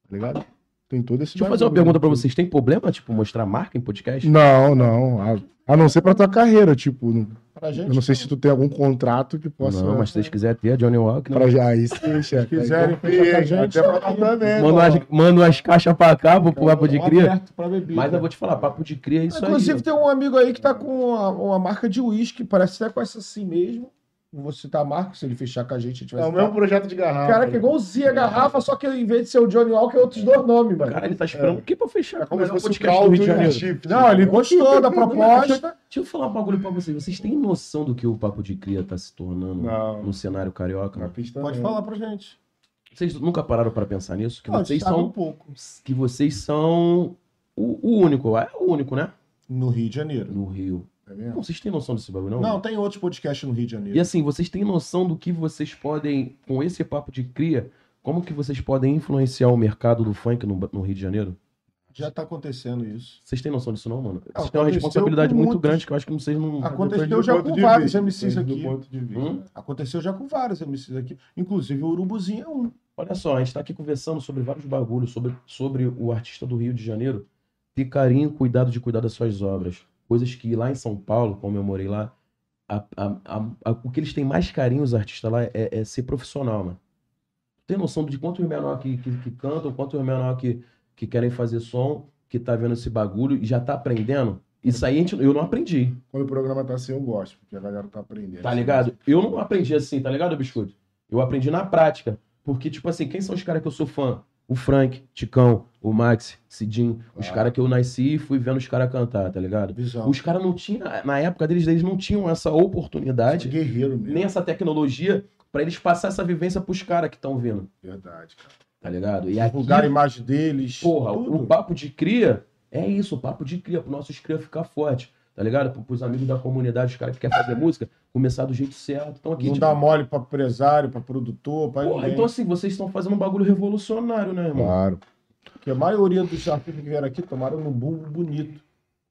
Speaker 2: Tá ligado? Tem todo esse
Speaker 3: Deixa eu fazer
Speaker 2: bagulho.
Speaker 3: uma
Speaker 2: né?
Speaker 3: pergunta pra vocês. Tem problema, tipo, mostrar marca em podcast?
Speaker 2: Não, não. A, a não ser pra tua carreira, tipo. não-
Speaker 1: Pra gente.
Speaker 2: Eu não sei se tu tem algum contrato que possa.
Speaker 3: Não, mas se vocês quiserem ter, a Johnny Walk.
Speaker 2: Pra já, aí sim, chefe. Aí
Speaker 1: quiserem
Speaker 2: eu fui,
Speaker 1: fechar com a
Speaker 2: hein?
Speaker 1: gente,
Speaker 2: Até pra
Speaker 1: tá
Speaker 2: nós também,
Speaker 3: Manda
Speaker 2: pô.
Speaker 3: umas, manda umas caixas pra cá, vou pular pro de
Speaker 1: Um
Speaker 3: cria.
Speaker 1: aberto pra bebida.
Speaker 3: Mas eu vou te falar, papo de cria é isso
Speaker 1: Inclusive,
Speaker 3: aí.
Speaker 1: tem um amigo aí que tá com uma, uma marca de uísque, parece até com essa assim mesmo. Não vou citar a marca, se ele fechar com a gente, a gente vai
Speaker 2: É o
Speaker 1: citar.
Speaker 2: mesmo projeto de garrafa.
Speaker 1: Cara, que é igualzinho a garrafa, só que em vez de ser o Johnny Walker, é outros dois nomes, mano.
Speaker 3: Cara, ele tá esperando o quê pra fechar?
Speaker 2: É como se
Speaker 3: Melhor
Speaker 2: fosse o
Speaker 3: um podcast do
Speaker 2: caldo
Speaker 3: Rio de Janeiro.
Speaker 1: Não, ele gostou
Speaker 2: [laughs]
Speaker 1: da proposta.
Speaker 3: Deixa eu falar um bagulho pra vocês. Vocês têm noção do que o Papo de Cria tá se tornando
Speaker 2: Não.
Speaker 3: no cenário carioca?
Speaker 2: Na
Speaker 3: mano?
Speaker 2: pista
Speaker 1: Pode
Speaker 2: não.
Speaker 1: falar pra gente.
Speaker 3: Vocês nunca pararam pra pensar nisso? Uhum. Que
Speaker 2: Ah,
Speaker 3: vocês
Speaker 2: sabe
Speaker 3: são.
Speaker 2: um pouco.
Speaker 3: Que vocês são o, o único. É o único, né?
Speaker 1: No Rio de Janeiro.
Speaker 3: No Rio.
Speaker 2: É
Speaker 3: Pô,
Speaker 2: mesmo?
Speaker 3: vocês têm noção desse bagulho, não?
Speaker 1: Não, tem outros podcasts no Rio de
Speaker 3: E
Speaker 1: Janeiro.
Speaker 3: assim, vocês têm noção do que vocês podem, com esse papo de cria, como que vocês podem influenciar o mercado do funk no, no Rio de Janeiro?
Speaker 1: Já tá acontecendo isso.
Speaker 3: Vocês têm noção disso não, mano? Vocês têm
Speaker 1: aconteceu
Speaker 3: uma responsabilidade
Speaker 1: com
Speaker 3: muito
Speaker 1: muitos.
Speaker 3: grande que eu acho que vocês não...
Speaker 1: Ah,
Speaker 2: Depende
Speaker 1: Aconteceu
Speaker 2: do
Speaker 1: já
Speaker 2: ponto
Speaker 1: com
Speaker 2: de
Speaker 1: vários
Speaker 2: vista,
Speaker 1: MCs
Speaker 2: depende
Speaker 1: aqui.
Speaker 2: Do ponto de vista.
Speaker 3: Hum?
Speaker 1: Aconteceu já com vários MCs aqui. Inclusive o Urubuzinho é um.
Speaker 3: Olha só, a gente tá aqui conversando sobre vários bagulhos, sobre, sobre o artista do Rio de Janeiro ter carinho, cuidado de cuidar das suas obras. Coisas que lá em São Paulo, como eu morei lá, a- a- a- a- o que eles têm mais carinho, os artistas lá, é, é ser profissional, mano. Tem noção de quantos menor que, que, que cantam, quantos menor que, que querem fazer som, que tá vendo esse bagulho e já tá aprendendo? Isso aí a gente, eu não aprendi,
Speaker 2: Quando o programa tá assim, eu gosto, porque a galera tá aprendendo.
Speaker 3: tá ligado? Eu não aprendi assim, tá ligado, Biscoito? Eu aprendi na prática. Porque, tipo assim, quem são os caras que eu sou fã? O Frank, Ticão, o Max, Cidinho, os
Speaker 2: Ah.
Speaker 3: caras que eu nasci e fui vendo os caras cantar, tá ligado?
Speaker 1: Visão.
Speaker 3: Os caras não tinham, na época deles, eles não tinham essa
Speaker 2: Sou
Speaker 3: oportunidade,
Speaker 2: É guerreiro mesmo.
Speaker 3: nem essa tecnologia, pra eles passar essa vivência pros caras que estão vindo,
Speaker 2: Verdade, cara.
Speaker 3: tá ligado? E aqui,
Speaker 1: Divulgar a imagem deles.
Speaker 3: porra,
Speaker 1: tudo.
Speaker 3: o papo de cria é isso, o papo de cria, pro nossos cria ficar forte, tá ligado? Pro- Pros amigos da comunidade, os caras que querem fazer música, começar do jeito certo. Então aqui,
Speaker 1: Não
Speaker 3: tipo,
Speaker 1: dá mole pra empresário, pra produtor, pra
Speaker 3: Porra,
Speaker 1: ninguém.
Speaker 3: então assim, vocês estão fazendo um bagulho revolucionário, né, irmão?
Speaker 2: Claro.
Speaker 1: Porque a maioria dos artistas que vieram aqui tomaram num bumbo bonito.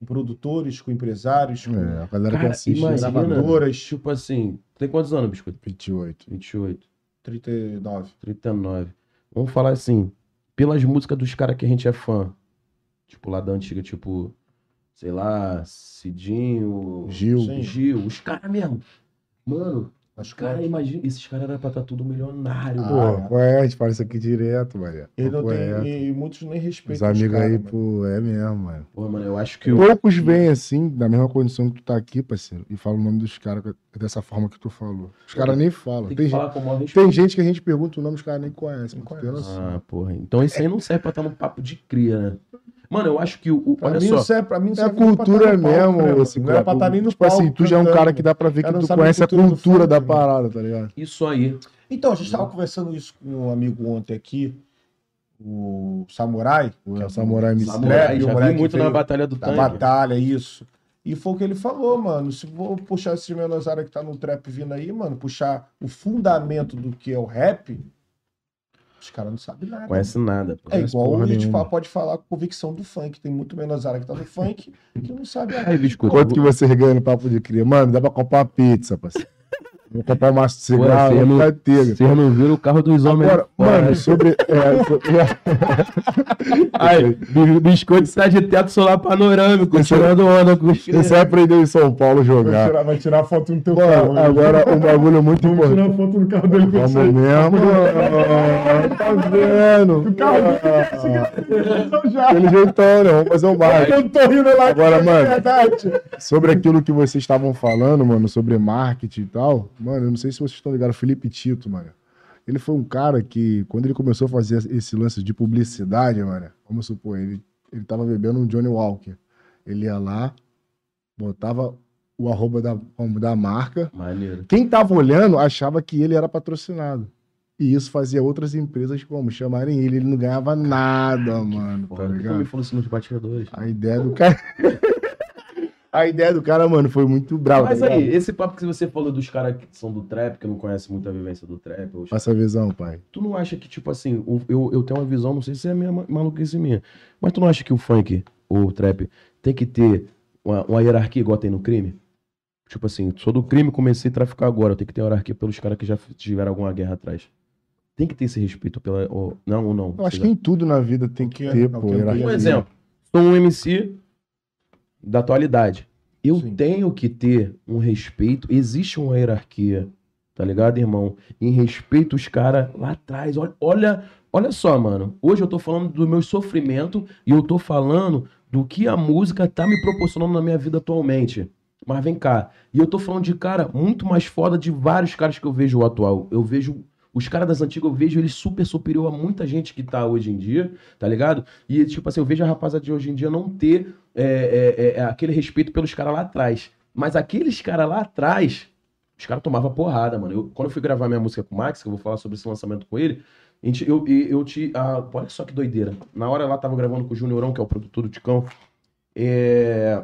Speaker 1: Com produtores, com empresários, com
Speaker 2: É, a galera que
Speaker 3: Cara,
Speaker 2: assiste
Speaker 3: imagina.
Speaker 2: gravador
Speaker 1: gravadoras.
Speaker 3: Tipo assim, tem quantos anos, Biscoito?
Speaker 2: 28.
Speaker 3: 28,
Speaker 1: 39.
Speaker 3: 39. Vamos falar assim, pelas músicas dos caras que a gente é fã. Tipo, lá da antiga, tipo, sei lá, Cidinho,
Speaker 2: Gil.
Speaker 1: Sim.
Speaker 3: Gil, os caras mesmo. Mano,
Speaker 1: Acho que é.
Speaker 3: cara, imagina, esses caras eram pra estar tudo milionário,
Speaker 2: Ah,
Speaker 3: mano.
Speaker 2: qual é? A gente fala isso aqui direto, Maria.
Speaker 1: ele não
Speaker 2: Qual é?
Speaker 1: tem, e, e muitos nem respeitam
Speaker 2: Os amigos
Speaker 1: caras,
Speaker 2: aí,
Speaker 1: mano.
Speaker 2: pô, é mesmo, mano.
Speaker 3: Pô, mano, eu acho que o...
Speaker 2: Poucos vêm assim, da mesma condição que tu tá aqui, parceiro, e fala o nome dos caras dessa forma que tu falou. Os caras nem falam. Tem,
Speaker 3: tem que
Speaker 2: gente,
Speaker 3: falar com o maior respeito.
Speaker 2: tem gente que a gente pergunta o nome, os caras nem conhecem.
Speaker 1: Não
Speaker 2: mano.
Speaker 1: conhece.
Speaker 2: Tem noção.
Speaker 3: Ah, porra. Então isso aí não serve pra estar num papo de cria, né? Mano, eu acho que o. o-
Speaker 1: Pra
Speaker 3: olha
Speaker 1: mim
Speaker 3: só.
Speaker 1: não serve, pra mim não
Speaker 2: É a
Speaker 1: serve nem pra
Speaker 2: cultura
Speaker 1: estar no palco,
Speaker 2: mesmo,
Speaker 1: né, mano?
Speaker 2: esse
Speaker 1: Não era pra estar nem no
Speaker 2: Tipo assim,
Speaker 1: palco
Speaker 2: tu já é um
Speaker 1: cantando,
Speaker 2: cara que dá pra ver que
Speaker 1: Cara, não
Speaker 2: tu
Speaker 1: sabe a
Speaker 2: conhece a
Speaker 1: cultura do
Speaker 2: cultura
Speaker 1: funk,
Speaker 2: da
Speaker 1: né?
Speaker 2: parada, tá ligado?
Speaker 3: Isso aí.
Speaker 1: Então, a gente estava conversando isso com um amigo ontem aqui, o Samurai,
Speaker 2: O Samurai MC.
Speaker 1: Samurai.
Speaker 3: Samurai,
Speaker 1: o
Speaker 3: já vi
Speaker 1: moleque
Speaker 3: muito na
Speaker 1: veio
Speaker 3: Batalha do
Speaker 1: da
Speaker 3: Tanque.
Speaker 1: batalha, isso. E foi o que ele falou, mano. Se for puxar esse menosara que tá no trap vindo aí, mano, puxar o fundamento do que é o rap, os caras não sabem nada.
Speaker 3: Conhece nada. pô.
Speaker 1: É igual
Speaker 2: porra
Speaker 1: a gente
Speaker 2: nenhuma.
Speaker 1: fala- pode falar com convicção do funk. Tem muito menosara que tá no funk que não sabe a
Speaker 3: Aí, biscoito.
Speaker 2: Quanto que vocês ganham no papo de cria? Mano, dá pra comprar uma pizza, parceiro. Vou comprar um maço de cigarro,
Speaker 3: Ué, você
Speaker 2: uma
Speaker 3: não-
Speaker 2: carteira.
Speaker 3: Vocês não viram o carro dos homens.
Speaker 2: Agora, mano, sobre. É, sobre...
Speaker 3: Ai, bi- biscoito está de teto solar panorâmico,
Speaker 2: Esse- é
Speaker 3: tirando onda com os
Speaker 2: Você aprendeu em São Paulo a
Speaker 1: Vai
Speaker 2: jogar.
Speaker 1: tirar, vai tirar foto no teu carro.
Speaker 2: Mano,
Speaker 1: né?
Speaker 2: agora um bagulho muito
Speaker 1: Vamos
Speaker 2: importante.
Speaker 1: tirar um foto no carro dele pra
Speaker 2: Vamos
Speaker 1: você.
Speaker 2: mesmo.
Speaker 1: um
Speaker 2: Ah, Tá vendo?
Speaker 1: né? Já.
Speaker 2: Aquele jeitão, né? Vamos fazer o marketing.
Speaker 1: um Eu tô rindo lá.
Speaker 2: Agora,
Speaker 1: É
Speaker 2: mano.
Speaker 1: verdade.
Speaker 2: Sobre aquilo que vocês estavam falando, mano, sobre marketing e tal, mano, eu não sei se vocês estão ligados, Felipe Tito, mano. Ele foi um cara que, quando ele começou a fazer esse lance de publicidade, mano, vamos supor, ele, ele tava bebendo um Johnny Walker. Ele ia lá, botava o arroba da, da marca.
Speaker 3: Maneiro.
Speaker 2: Quem tava olhando achava que ele era patrocinado. E isso fazia outras empresas como chamarem ele, ele não ganhava nada, mano, tá
Speaker 3: Porra, por que tu
Speaker 2: ligado?
Speaker 3: me falou isso nos bastidores?
Speaker 2: A ideia do cara. [laughs] a ideia do cara, mano, foi muito brava.
Speaker 3: Mas
Speaker 2: tá
Speaker 3: aí,
Speaker 2: ligado?
Speaker 3: esse papo que você falou dos caras que são do trap, que não conhecem muito a vivência do trap, os
Speaker 2: Passa a visão, pai.
Speaker 3: Tu não acha que, tipo assim, o- eu, eu tenho uma visão, não sei se é minha ma- maluquice minha, mas tu não acha que o funk, ou o trap, tem que ter uma, uma hierarquia igual tem no crime? Tipo assim, sou do crime, comecei a traficar agora, eu tenho que ter uma hierarquia pelos caras que já f- tiveram alguma guerra atrás. Tem que ter esse respeito pela... ou- não, ou não.
Speaker 2: Eu acho
Speaker 3: Vocês
Speaker 2: que em tudo na vida tem que
Speaker 1: Qualquer-
Speaker 2: ter, pô.
Speaker 1: qualquer
Speaker 2: hierarquia.
Speaker 3: um exemplo. Sou um MC da atualidade. Eu
Speaker 1: Sim.
Speaker 3: tenho que ter um respeito. Existe uma hierarquia, tá ligado, irmão? Em respeito os caras lá atrás. Olha, olha, olha só, mano. Hoje eu tô falando do meu sofrimento e eu tô falando do que a música tá me proporcionando na minha vida atualmente. Mas vem cá. E eu tô falando de cara muito mais foda de vários caras que eu vejo atual. Eu vejo os caras das antigas, eu vejo eles super superior a muita gente que tá hoje em dia, tá ligado? E, tipo assim, eu vejo a rapaziada de hoje em dia não ter é, é, é, aquele respeito pelos caras lá atrás. Mas aqueles caras lá atrás, os caras tomavam porrada, mano. Eu, quando eu fui gravar minha música com o Max, que eu vou falar sobre esse lançamento com ele, A gente, eu, e- eu te. ah, olha só que doideira. Na hora lá tava gravando com o Juniorão, que é o produtor do Ticão. É,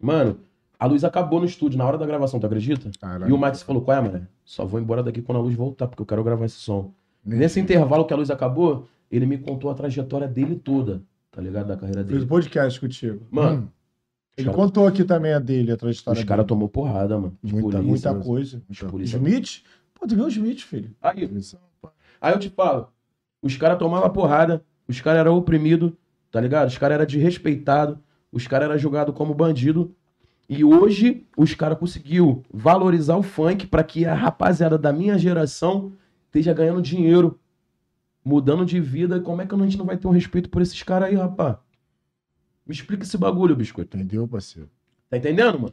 Speaker 3: Mano, a luz acabou no estúdio na hora da gravação, tu acredita?
Speaker 2: Caralho.
Speaker 3: E o Max falou: qual é, mano? Só vou embora daqui quando a luz voltar, porque eu quero gravar esse som. Nesse intervalo que a luz acabou, ele me contou a trajetória dele toda, tá ligado? Da carreira
Speaker 1: Fez um
Speaker 3: dele.
Speaker 1: podcast contigo.
Speaker 3: Mano,
Speaker 2: Hum,
Speaker 1: Ele
Speaker 3: cara-
Speaker 1: contou aqui também a dele, a
Speaker 3: os
Speaker 1: trajetória
Speaker 3: caras
Speaker 1: dele. Então.
Speaker 3: tomou porrada, mano. De
Speaker 2: Muita,
Speaker 3: polícia,
Speaker 1: Muita
Speaker 3: mano.
Speaker 1: coisa.
Speaker 3: Os
Speaker 2: muita
Speaker 3: polícia-
Speaker 1: Smith? Pô, tu viu o Smith, filho?
Speaker 3: Aí, Aí eu te falo, os caras tomavam porrada, os caras eram oprimidos, tá ligado? Os caras eram desrespeitados, os caras eram julgados como bandido. E hoje os caras conseguiu valorizar o funk pra que a rapaziada da minha geração esteja ganhando dinheiro, mudando de vida. Como é que a gente não vai ter um respeito por esses caras aí, rapá? Me explica esse bagulho, biscoito.
Speaker 2: Entendeu, parceiro?
Speaker 3: Tá entendendo, mano?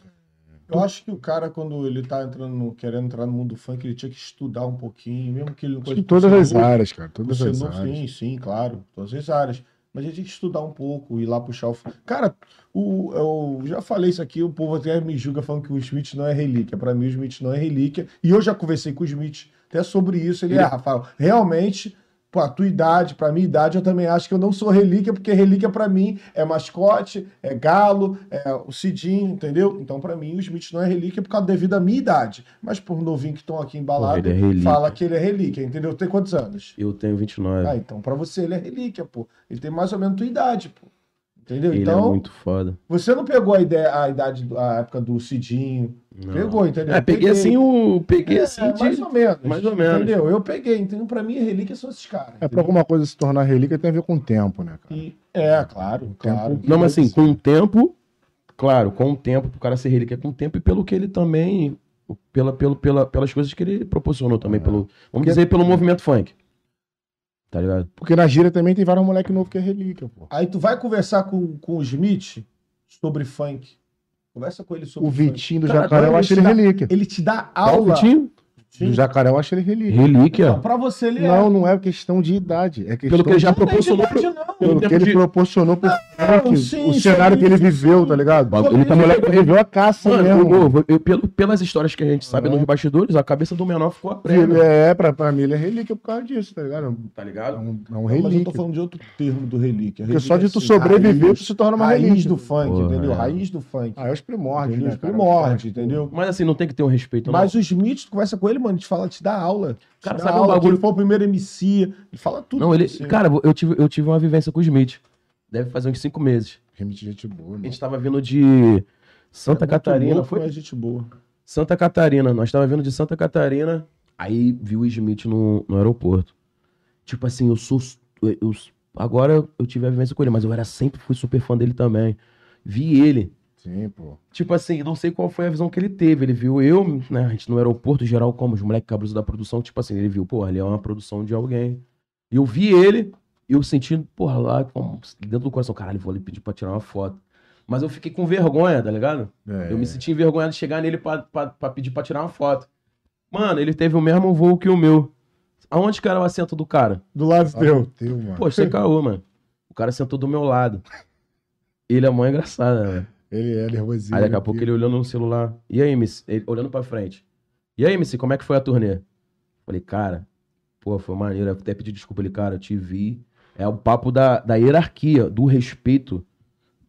Speaker 1: Eu acho que o cara, quando ele tá entrando, no- querendo entrar no mundo do funk, ele tinha que estudar um pouquinho, mesmo que ele não
Speaker 2: Acho que todas as áreas, cara. Todas
Speaker 1: Você
Speaker 2: as
Speaker 1: não,
Speaker 2: áreas.
Speaker 1: sim, sim, claro, todas as áreas. Mas a gente tem que estudar um pouco, ir lá puxar o. Cara, o, eu já falei isso aqui, o povo até me julga falando que o Smith não é relíquia. Pra mim, o Smith não é relíquia. E eu já conversei com o Smith até sobre isso. Ele,
Speaker 3: Ele-
Speaker 1: é, Rafael, realmente, pra tua idade, pra minha idade, eu também acho que eu não sou relíquia, porque relíquia pra mim é mascote, é galo, é o Cidinho, entendeu? Então, pra mim, o Smith não é relíquia por causa devido à minha idade. Mas por novinho que estão aqui embalado,
Speaker 3: Ele é relíquia.
Speaker 1: fala que ele é relíquia, entendeu? Tem quantos anos?
Speaker 3: Eu tenho 29.
Speaker 1: Ah, então pra você ele é relíquia, pô. Ele tem mais ou menos tua idade, pô. Entendeu?
Speaker 3: Ele
Speaker 1: então,
Speaker 3: é muito foda.
Speaker 1: você não pegou a ideia, a idade, do- a época do Cidinho.
Speaker 3: Não.
Speaker 1: Pegou, entendeu?
Speaker 3: É, peguei assim o. Peguei
Speaker 1: É,
Speaker 3: assim de.
Speaker 1: mais ou menos.
Speaker 3: mais ou menos.
Speaker 1: Entendeu? Eu peguei. Então, pra mim, relíquia são esses caras.
Speaker 2: É pra
Speaker 1: entendeu?
Speaker 2: alguma coisa se tornar relíquia tem a ver com o tempo, né, cara?
Speaker 1: E- é, claro, claro.
Speaker 3: Não, mas assim, com o tempo, claro, com o tempo, pro cara ser relíquia com o tempo e pelo que ele também. Pela, pelo, pela, pelas coisas que ele proporcionou também,
Speaker 2: É.
Speaker 3: pelo. Vamos dizer, pelo movimento funk. Tá ligado?
Speaker 2: Porque na gíria também tem vários moleque novo que é relíquia, pô.
Speaker 1: Aí tu vai conversar com, com o Smith sobre funk. Conversa com ele sobre
Speaker 2: O Vitinho do
Speaker 1: Cara,
Speaker 2: Jacaré, eu
Speaker 1: agora
Speaker 2: acho
Speaker 1: ele
Speaker 2: ele
Speaker 1: está-
Speaker 2: relíquia.
Speaker 1: Ele te dá
Speaker 3: Qual
Speaker 1: aula.
Speaker 3: que tinha?
Speaker 2: Do Jacaré, eu acho ele relíquia.
Speaker 3: Tá, Relíquia.
Speaker 1: Não, pra você ele é.
Speaker 2: Não, não é questão de idade. É questão
Speaker 3: Pelo que ele já
Speaker 2: de-
Speaker 3: proporcionou.
Speaker 1: Não tem idade, não.
Speaker 2: pelo
Speaker 3: tempo
Speaker 2: que ele
Speaker 3: de-
Speaker 2: proporcionou pro funk,
Speaker 1: sim,
Speaker 2: o
Speaker 1: sim,
Speaker 2: cenário que ele
Speaker 1: sim,
Speaker 2: viveu,
Speaker 1: sim.
Speaker 2: tá ligado?
Speaker 3: Bagulho
Speaker 2: Ele tá moleque viveu a caça
Speaker 3: Mano,
Speaker 2: mesmo.
Speaker 3: eu- eu- eu- pelo- pelas histórias que a gente sabe nos bastidores, a cabeça do menor ficou a
Speaker 2: Ele
Speaker 1: né?
Speaker 3: prêmio.
Speaker 2: é, pra, pra mim ele é relíquia por causa disso, tá ligado?
Speaker 3: Tá
Speaker 2: É
Speaker 3: ligado?
Speaker 2: um, é um
Speaker 1: Mas eu tô
Speaker 2: relíquia.
Speaker 1: falando de outro termo do relíquia.
Speaker 2: Porque
Speaker 1: relíquia
Speaker 2: só de tu
Speaker 1: assim,
Speaker 2: sobreviver,
Speaker 1: raiz.
Speaker 2: tu se torna uma
Speaker 1: raiz
Speaker 2: relíquia.
Speaker 1: do funk,
Speaker 3: Porra,
Speaker 1: entendeu?
Speaker 3: é.
Speaker 1: Raiz do funk.
Speaker 2: Ah, é os primórdios,
Speaker 1: Entendeu?
Speaker 2: né,
Speaker 1: Os
Speaker 2: cara?
Speaker 1: primórdios, entendeu?
Speaker 3: Mas assim, não tem que ter um respeito, não.
Speaker 1: Mas o Smith, tu conversa com ele, mano, te fala, te dá aula. Te
Speaker 3: Cara,
Speaker 1: dá
Speaker 3: sabe um
Speaker 1: aula,
Speaker 3: bagulho-
Speaker 1: que Ele foi o primeiro MC, ele fala tudo.
Speaker 3: não, ele.
Speaker 1: pra você.
Speaker 3: Cara, eu tive, eu tive uma vivência com o Smith. Deve fazer uns cinco meses.
Speaker 2: Remite gente boa,
Speaker 3: A
Speaker 2: mano.
Speaker 3: gente tava vindo de
Speaker 1: né? É
Speaker 3: Santa
Speaker 1: muito
Speaker 3: Catarina.
Speaker 1: louco,
Speaker 3: foi
Speaker 1: mas gente boa.
Speaker 3: Santa Catarina, nós tava vindo de Santa Catarina, aí viu o Smith no, no aeroporto. Tipo assim, eu sou. Eu, agora eu tive a vivência com ele, mas eu era sempre fui super fã dele também. Vi ele.
Speaker 2: Sim, pô.
Speaker 3: Tipo assim, não sei qual foi a visão que ele teve. Ele viu eu, né? A gente no aeroporto, geral, como os moleques cabrusos da produção. Tipo assim, ele viu, porra, ali é uma produção de alguém. E eu vi ele, e eu sentindo, porra, lá, como, dentro do coração, caralho, vou ali pedir pra tirar uma foto. Mas eu fiquei com vergonha, tá ligado?
Speaker 2: É.
Speaker 3: Eu me senti envergonhado de chegar nele pra, pra, pra pedir pra tirar uma foto. Mano, ele teve o mesmo voo que o meu. Aonde que era o assento do cara?
Speaker 1: Do lado
Speaker 2: Ah, meu Deus, mano. [laughs]
Speaker 3: Pô, você caô, mano. O cara sentou do meu lado. Ele é mó engraçado, né? velho?
Speaker 2: Ele é nervosinho.
Speaker 3: Aí daqui a
Speaker 2: aqui.
Speaker 3: pouco ele olhando no celular. E aí, MC? Ele olhando pra frente. E aí, MC, como é que foi a turnê? Falei, cara, pô, foi maneiro. Eu Até pedi desculpa. Ele, cara, eu te vi. É o papo da, da hierarquia, do respeito.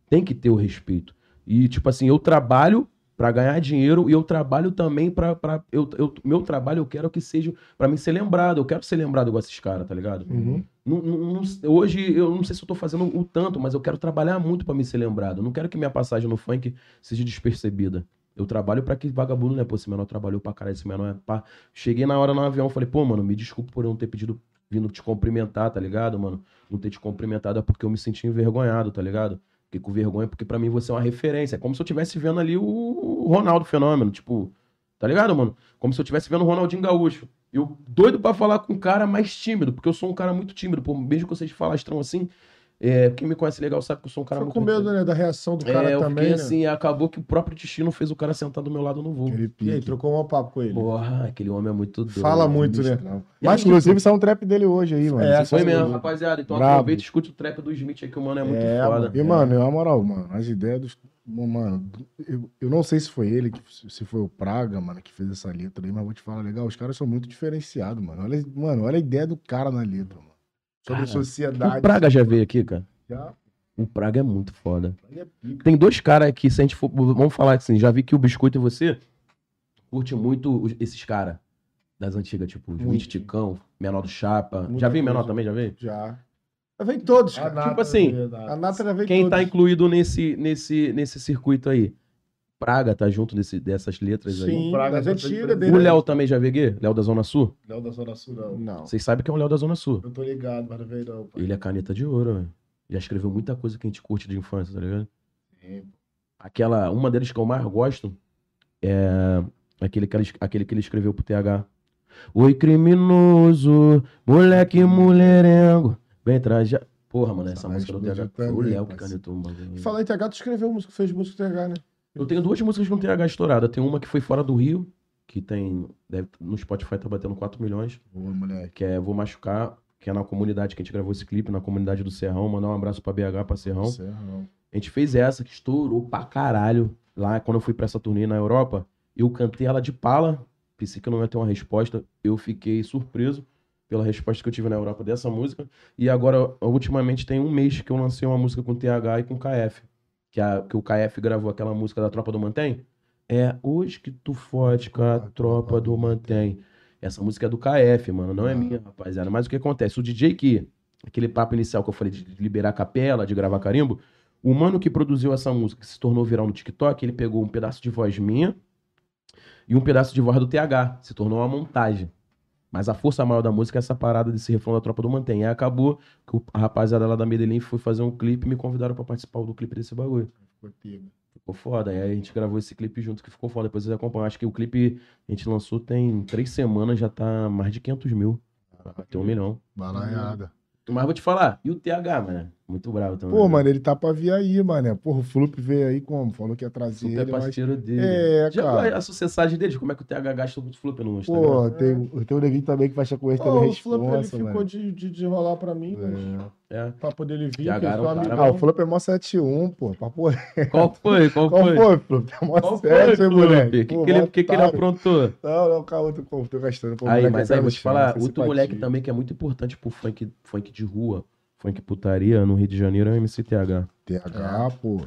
Speaker 3: Tem que ter o respeito. E, tipo assim, eu trabalho pra ganhar dinheiro e eu trabalho também pra. pra eu, eu- meu trabalho eu quero que seja pra mim ser lembrado. Eu quero ser lembrado igual esses caras, tá ligado?
Speaker 2: Uhum.
Speaker 3: Não- não- não- hoje eu não sei se eu tô fazendo o tanto, mas eu quero trabalhar muito pra me ser lembrado. Eu não quero que minha passagem no funk seja despercebida. Eu trabalho pra que vagabundo, né? Pô, esse menor trabalhou pra caralho, esse menor é pá. Cheguei na hora no avião, falei, pô, mano, me desculpa por eu não ter pedido, vindo te cumprimentar, tá ligado, mano? Não ter te cumprimentado é porque eu me senti envergonhado, tá ligado? Fiquei com vergonha porque pra mim você é uma referência. É como se eu estivesse vendo ali o Ronaldo Fenômeno, tipo, tá ligado, mano? Como se eu estivesse vendo o Ronaldinho Gaúcho. Eu doido pra falar com um cara mais tímido, porque eu sou um cara muito tímido, pô, mesmo que eu seja falastrão assim, é, quem me conhece legal sabe que eu sou um cara
Speaker 1: Foi
Speaker 3: muito
Speaker 1: com medo, né, da reação do cara
Speaker 3: é, eu
Speaker 1: também,
Speaker 3: fiquei
Speaker 1: né?
Speaker 3: assim, acabou que o próprio destino fez o cara sentar do meu lado no voo.
Speaker 2: Ele
Speaker 1: E aí,
Speaker 2: pique.
Speaker 1: trocou um papo com ele.
Speaker 3: Porra, aquele homem é muito doido.
Speaker 1: Fala muito, né?
Speaker 2: Não.
Speaker 3: E aí,
Speaker 2: um Mas, inclusive, saiu um trap dele hoje aí, mano.
Speaker 1: É,
Speaker 2: Você
Speaker 1: saiu
Speaker 3: Foi
Speaker 2: sabe?
Speaker 3: mesmo,
Speaker 1: Brabo.
Speaker 3: rapaziada. Então
Speaker 2: Brabo. Tá,
Speaker 3: aproveita e escute o trap do Smith aí, que o mano é muito
Speaker 1: É,
Speaker 3: foda.
Speaker 1: mano.
Speaker 2: E, mano, na moral, mano, as ideias dos Bom, mano, eu, eu não sei se foi ele, que- se foi o Praga, mano, que fez essa letra aí, mas vou te falar, legal, os caras são muito diferenciados, mano. Olha, mano, olha a ideia do cara na letra, mano. Sobre
Speaker 3: Cara,
Speaker 2: sociedade.
Speaker 3: É. O Praga já veio aqui, cara.
Speaker 2: Já,
Speaker 3: O Praga é muito foda.
Speaker 2: ele é pica.
Speaker 3: Tem dois caras aqui, se a gente for. Vamos falar assim, já vi que o Biscoito e você curte muito os- esses caras das antigas, tipo, os
Speaker 1: Muito.
Speaker 3: Luiz Ticão, Menor do Chapa.
Speaker 1: Muita
Speaker 3: já veio Menor
Speaker 1: coisa.
Speaker 3: também, já veio?
Speaker 1: Já. Já vem todos,
Speaker 2: A
Speaker 1: cara.
Speaker 2: nata,
Speaker 3: assim,
Speaker 2: verdade.
Speaker 1: A Nata já vem
Speaker 3: Quem
Speaker 1: todos.
Speaker 3: tá incluído nesse, nesse, nesse circuito aí? Praga tá junto desse, dessas letras aí.
Speaker 1: Sim,
Speaker 2: O Braga
Speaker 1: mas
Speaker 2: tá
Speaker 1: é tira
Speaker 2: sempre
Speaker 1: dele.
Speaker 3: O Léo também já veio aqui? Léo da Zona Sul?
Speaker 2: Léo da Zona Sul, não.
Speaker 1: Não.
Speaker 3: Vocês sabem que é o Léo da Zona Sul.
Speaker 2: Eu tô ligado, mas não veio não, pai.
Speaker 3: Ele é caneta de ouro, velho. Já escreveu muita coisa que a gente curte de infância, tá ligado?
Speaker 2: Sim.
Speaker 3: Aquela, uma delas que eu mais gosto é aquele que, ele, aquele que ele escreveu pro TH. Oi, criminoso, moleque mulherengo, vem traja. Porra, mano, essa
Speaker 2: Essa
Speaker 3: música do
Speaker 2: música
Speaker 3: TH.
Speaker 2: eu também,
Speaker 3: Foi o Léo que
Speaker 2: parceiro.
Speaker 3: canetou, um mano.
Speaker 1: Falar em TH, tu escreveu música, fez música com TH, né?
Speaker 3: Eu tenho duas músicas com TH estourada. Tem uma que foi fora do Rio, que tem. Deve, no Spotify tá batendo 4 milhões
Speaker 2: Boa, moleque.
Speaker 3: que é Vou Machucar, que é na comunidade que a gente gravou esse clipe, na comunidade do Serrão. Mandar um abraço pra BH, pra Serrão.
Speaker 2: Serrão.
Speaker 3: A gente fez essa, que estourou pra caralho. Lá, quando eu fui pra essa turnê na Europa, eu cantei ela de pala. Pensei que eu não ia ter uma resposta. Eu fiquei surpreso pela resposta que eu tive na Europa dessa música. E agora, ultimamente, tem um mês que eu lancei uma música com TH e com KF. Que, a, que o KF gravou aquela música da Tropa do Mantém. É hoje que tu fode com a Tropa do Mantém. Essa música é do KF, mano, não é
Speaker 2: Ah.
Speaker 3: minha, rapaziada. Mas o que acontece? O DJ que, aquele papo inicial que eu falei de liberar capela, de gravar carimbo, o mano que produziu essa música, que se tornou viral no TikTok, ele pegou um pedaço de voz minha e um pedaço de voz do TH. Se tornou uma montagem. Mas a força maior da música é essa parada desse refrão da Tropa do Mantém. Aí acabou que o- a rapaziada lá da Medellín foi fazer um clipe e me convidaram pra participar do clipe desse bagulho.
Speaker 2: Ficou pica.
Speaker 3: Ficou foda. E aí a gente gravou esse clipe junto que ficou foda. Depois vocês acompanham. Acho que o clipe a gente lançou tem três semanas, já tá mais de 500 mil. Vai bater um milhão.
Speaker 2: Balaiada.
Speaker 3: Mas vou te falar, e o TH, mano? Muito bravo também.
Speaker 2: Pô,
Speaker 3: né?
Speaker 2: mano, ele tá pra vir aí, mano. Porra, o Flup veio aí como? Falou que ia trazer
Speaker 3: Super
Speaker 2: ele, mas...
Speaker 3: parceiro dele.
Speaker 2: É,
Speaker 3: Já
Speaker 2: cara.
Speaker 3: viu a sucessagem deles? Como é que o TH gasta o Flip no Instagram?
Speaker 2: Pô, tem, tem um neguinho também que vai achar com ele
Speaker 1: Ô,
Speaker 2: também
Speaker 1: o Flup, ele
Speaker 2: responsa,
Speaker 1: ficou
Speaker 2: mano.
Speaker 1: de, de, de rolar pra mim, mas
Speaker 3: É.
Speaker 1: pra poder ele vir,
Speaker 3: TH
Speaker 1: que
Speaker 3: era um
Speaker 1: ele
Speaker 3: cara-
Speaker 2: Ah, o Flup é mó 7-1, pô. Papo
Speaker 3: Qual foi? Qual,
Speaker 2: Qual
Speaker 3: foi?
Speaker 2: foi, Flup? Tá mó
Speaker 3: Qual foi,
Speaker 2: certo, hein,
Speaker 3: Flup?
Speaker 2: moleque?
Speaker 3: Que que
Speaker 2: Pô,
Speaker 3: ele-
Speaker 2: mó
Speaker 3: que, que ele
Speaker 2: otário.
Speaker 3: aprontou?
Speaker 2: Não, não, calma, tô, pô, tô gastando. Pô,
Speaker 3: aí,
Speaker 2: moleque,
Speaker 3: mas
Speaker 2: é
Speaker 3: aí vou
Speaker 2: pé
Speaker 3: te
Speaker 2: no chão,
Speaker 3: falar,
Speaker 2: sem
Speaker 3: outro
Speaker 2: simpatia.
Speaker 3: moleque também que é muito importante pro funk, funk de rua, funk putaria no Rio de Janeiro é o MCTH.
Speaker 2: TH, pô.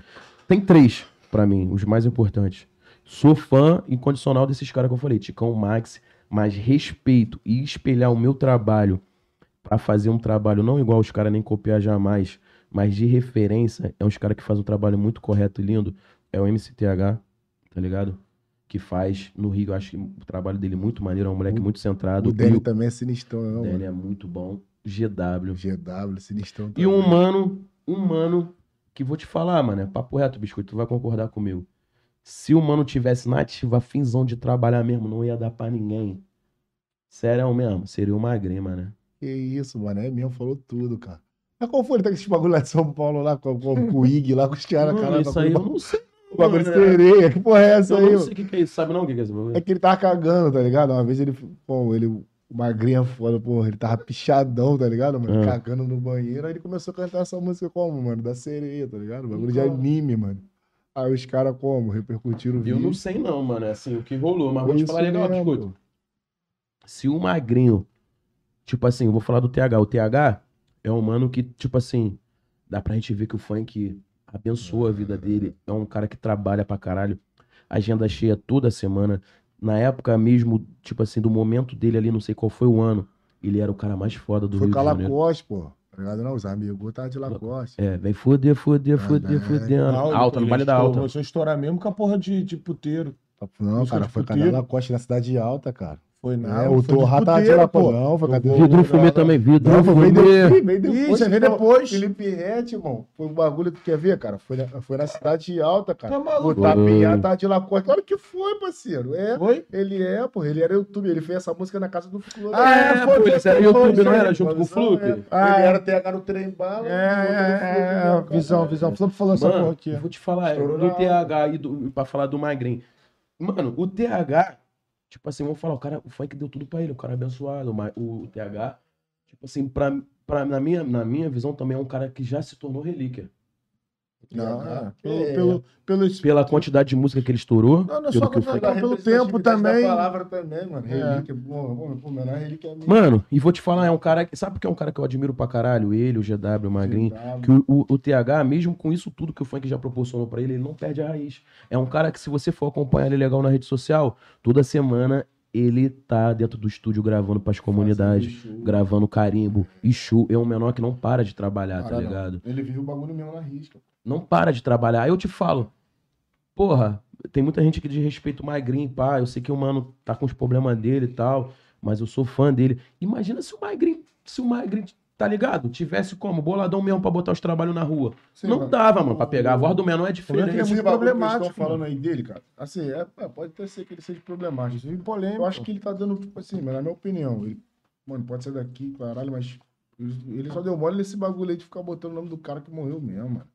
Speaker 3: Tem três, pra mim, os mais importantes. Sou fã incondicional desses caras que eu falei, Ticão Max, mas respeito e espelhar o meu trabalho pra fazer um trabalho não igual os caras, nem copiar jamais, mas de referência, é uns caras que fazem um trabalho muito correto e lindo, é o MCTH, tá ligado? Que faz no Rio, eu acho que o trabalho dele é muito maneiro, é um moleque
Speaker 2: O-
Speaker 3: muito centrado.
Speaker 2: O
Speaker 3: E
Speaker 2: Danny
Speaker 3: o
Speaker 2: também é sinistrão, não,
Speaker 3: Danny
Speaker 2: mano.
Speaker 3: é muito bom. GW.
Speaker 2: GW, sinistrão também.
Speaker 3: E um mano, um mano que vou te falar, mano, é papo reto, biscoito, tu vai concordar comigo. Se o mano tivesse na ativa, finzão de trabalhar mesmo, não ia dar pra ninguém. Sério mesmo, seria uma grima, né?
Speaker 2: Que isso, mano. É mesmo, falou tudo, cara. Mas qual foi? Ele tá com esse bagulho lá de São Paulo, lá com, com- com o Ig, lá com os caras,
Speaker 3: Mano,
Speaker 2: caralho.
Speaker 3: isso aí
Speaker 2: bagulho-
Speaker 3: eu não sei.
Speaker 2: O bagulho de
Speaker 3: mano, né?
Speaker 2: sereia. Que porra é essa
Speaker 3: Eu
Speaker 2: aí,
Speaker 3: não
Speaker 2: mano?
Speaker 3: sei o que, que é isso, sabe não o que, que é isso?
Speaker 2: É que ele tava cagando, tá ligado? Uma vez ele, pô, ele, magrinha foda, porra, ele tava pichadão, tá ligado, mano?
Speaker 3: Ah.
Speaker 2: Cagando no banheiro. Aí ele começou a cantar essa música como, mano? Da sereia, tá ligado? Bagulho de
Speaker 1: Então.
Speaker 2: anime, mano. Aí os caras como? Repercutiram o
Speaker 3: Eu
Speaker 2: vídeo.
Speaker 3: não sei não, mano, é assim, o que rolou, mas vou te
Speaker 2: É Isso
Speaker 3: falar legal,
Speaker 2: mesmo.
Speaker 3: biscoito. se o magrinho, tipo assim, eu vou falar do TH. O TH é um mano que, tipo assim, dá pra gente ver que o funk abençoa a vida dele. É um cara que trabalha pra caralho. Agenda cheia toda semana. Na época mesmo, tipo assim, do momento dele ali, não sei qual foi o ano, ele era o cara mais foda do
Speaker 2: Foi
Speaker 3: Rio
Speaker 2: com
Speaker 3: de
Speaker 2: a
Speaker 3: Janeiro.
Speaker 2: Lacoste, pô. Tá ligado? Não, os amigos tava de Lacoste.
Speaker 3: É, vem foder,
Speaker 2: Ah,
Speaker 3: foder, foder,
Speaker 2: Caralho.
Speaker 3: foder. Alta, no
Speaker 1: ele
Speaker 3: Vale da
Speaker 1: estourou,
Speaker 3: Alta.
Speaker 1: Começou a estourar mesmo com a porra de, de puteiro.
Speaker 2: Não,
Speaker 1: Música
Speaker 2: cara,
Speaker 1: de
Speaker 2: foi com a
Speaker 1: puteiro.
Speaker 2: Lacoste na Cidade Alta, cara.
Speaker 1: Foi nada.
Speaker 2: é,
Speaker 1: foi
Speaker 2: o
Speaker 1: de
Speaker 2: Torra tava de
Speaker 1: puteiro,
Speaker 2: Lacoste.
Speaker 1: pô.
Speaker 2: Não, foi com a tá
Speaker 1: Eu
Speaker 3: Vidro
Speaker 1: Não,
Speaker 3: fumê
Speaker 1: não.
Speaker 3: também,
Speaker 2: Não,
Speaker 3: vidro
Speaker 2: foi bem
Speaker 3: fumê.
Speaker 2: depois, bem depois.
Speaker 1: Ih, já veio
Speaker 2: então,
Speaker 1: depois.
Speaker 2: Felipe Rett, irmão. Foi um bagulho, tu quer ver, cara? Foi na, foi na cidade alta, cara.
Speaker 1: Tá maluco?
Speaker 2: O Tapinha tá de Lacoste. Claro que foi, parceiro. É,
Speaker 1: Foi?
Speaker 2: ele é, pô. Ele era youtuber. Ele fez essa música na casa do Flu.
Speaker 1: Ah, é, foi,
Speaker 3: pô,
Speaker 1: foi,
Speaker 3: esse era
Speaker 1: foi,
Speaker 3: YouTube,
Speaker 1: foi,
Speaker 3: não
Speaker 1: foi,
Speaker 3: era? Junto com o Flup?
Speaker 2: Ah, ele era TH no né, trem bala.
Speaker 1: É, é, é, é, visão, visão. O Flup falou essa
Speaker 3: Mano,
Speaker 1: porra aqui.
Speaker 3: eu vou te falar, é,
Speaker 2: Estourou
Speaker 3: do
Speaker 2: na
Speaker 3: TH e do, pra falar do Magrin. Mano, o TH, tipo assim, vamos falar, o cara, o funk deu tudo pra ele, o cara é abençoado, mas o, o TH, tipo assim, pra, pra, na, minha, na minha visão também é um cara que já se tornou relíquia.
Speaker 1: Não, é.
Speaker 2: É.
Speaker 1: Pelo, pelo, pelo, es-
Speaker 3: Pela quantidade de música que ele estourou,
Speaker 1: Não, não é só
Speaker 3: pelo que foi.
Speaker 1: quantidade. pelo tempo também.
Speaker 2: Da palavra também, mano.
Speaker 1: É.
Speaker 2: Relíquia, porra, pô, pô, menor relíquia é minha.
Speaker 3: Mano, e vou te falar, é um cara que. Sabe que é um cara que eu admiro pra caralho? Ele, o GW, o Magrinho.
Speaker 2: Tá,
Speaker 3: Que o, o- o TH, mesmo com isso tudo que o funk já proporcionou pra ele, ele não perde a raiz. É um cara que, se você for acompanhar ele legal na rede social, toda semana ele tá dentro do estúdio gravando pras comunidades,
Speaker 2: fazendo show.
Speaker 3: gravando carimbo, e show. É um menor que não para de trabalhar,
Speaker 2: Para não.
Speaker 3: tá ligado?
Speaker 2: Ele vive o bagulho mesmo na risca.
Speaker 3: não para de trabalhar. Aí eu te falo, porra, tem muita gente que desrespeita o Magrinho, pá, eu sei que o mano tá com os problemas dele e tal, mas eu sou fã dele. Imagina se o Magrinho, se o Magrinho, tá ligado? Tivesse como, boladão mesmo pra botar os trabalhos na rua.
Speaker 2: Sim,
Speaker 3: não
Speaker 2: mano.
Speaker 3: dava, mano, pra pegar. A voz do menor é
Speaker 1: Como é que
Speaker 3: diferente.
Speaker 1: ele é
Speaker 2: Esse
Speaker 1: muito
Speaker 2: bagulho que eles
Speaker 1: problemático,
Speaker 2: estão falando aí dele, cara. Assim, é, é, pode até ser que ele seja problemático.
Speaker 1: Vive polêmico.
Speaker 2: Eu acho que ele tá dando, tipo assim, mano, na minha opinião. Ele, mano, pode ser daqui, caralho, mas. Ele ele só deu mole nesse bagulho aí de ficar botando o nome do cara que morreu mesmo, mano.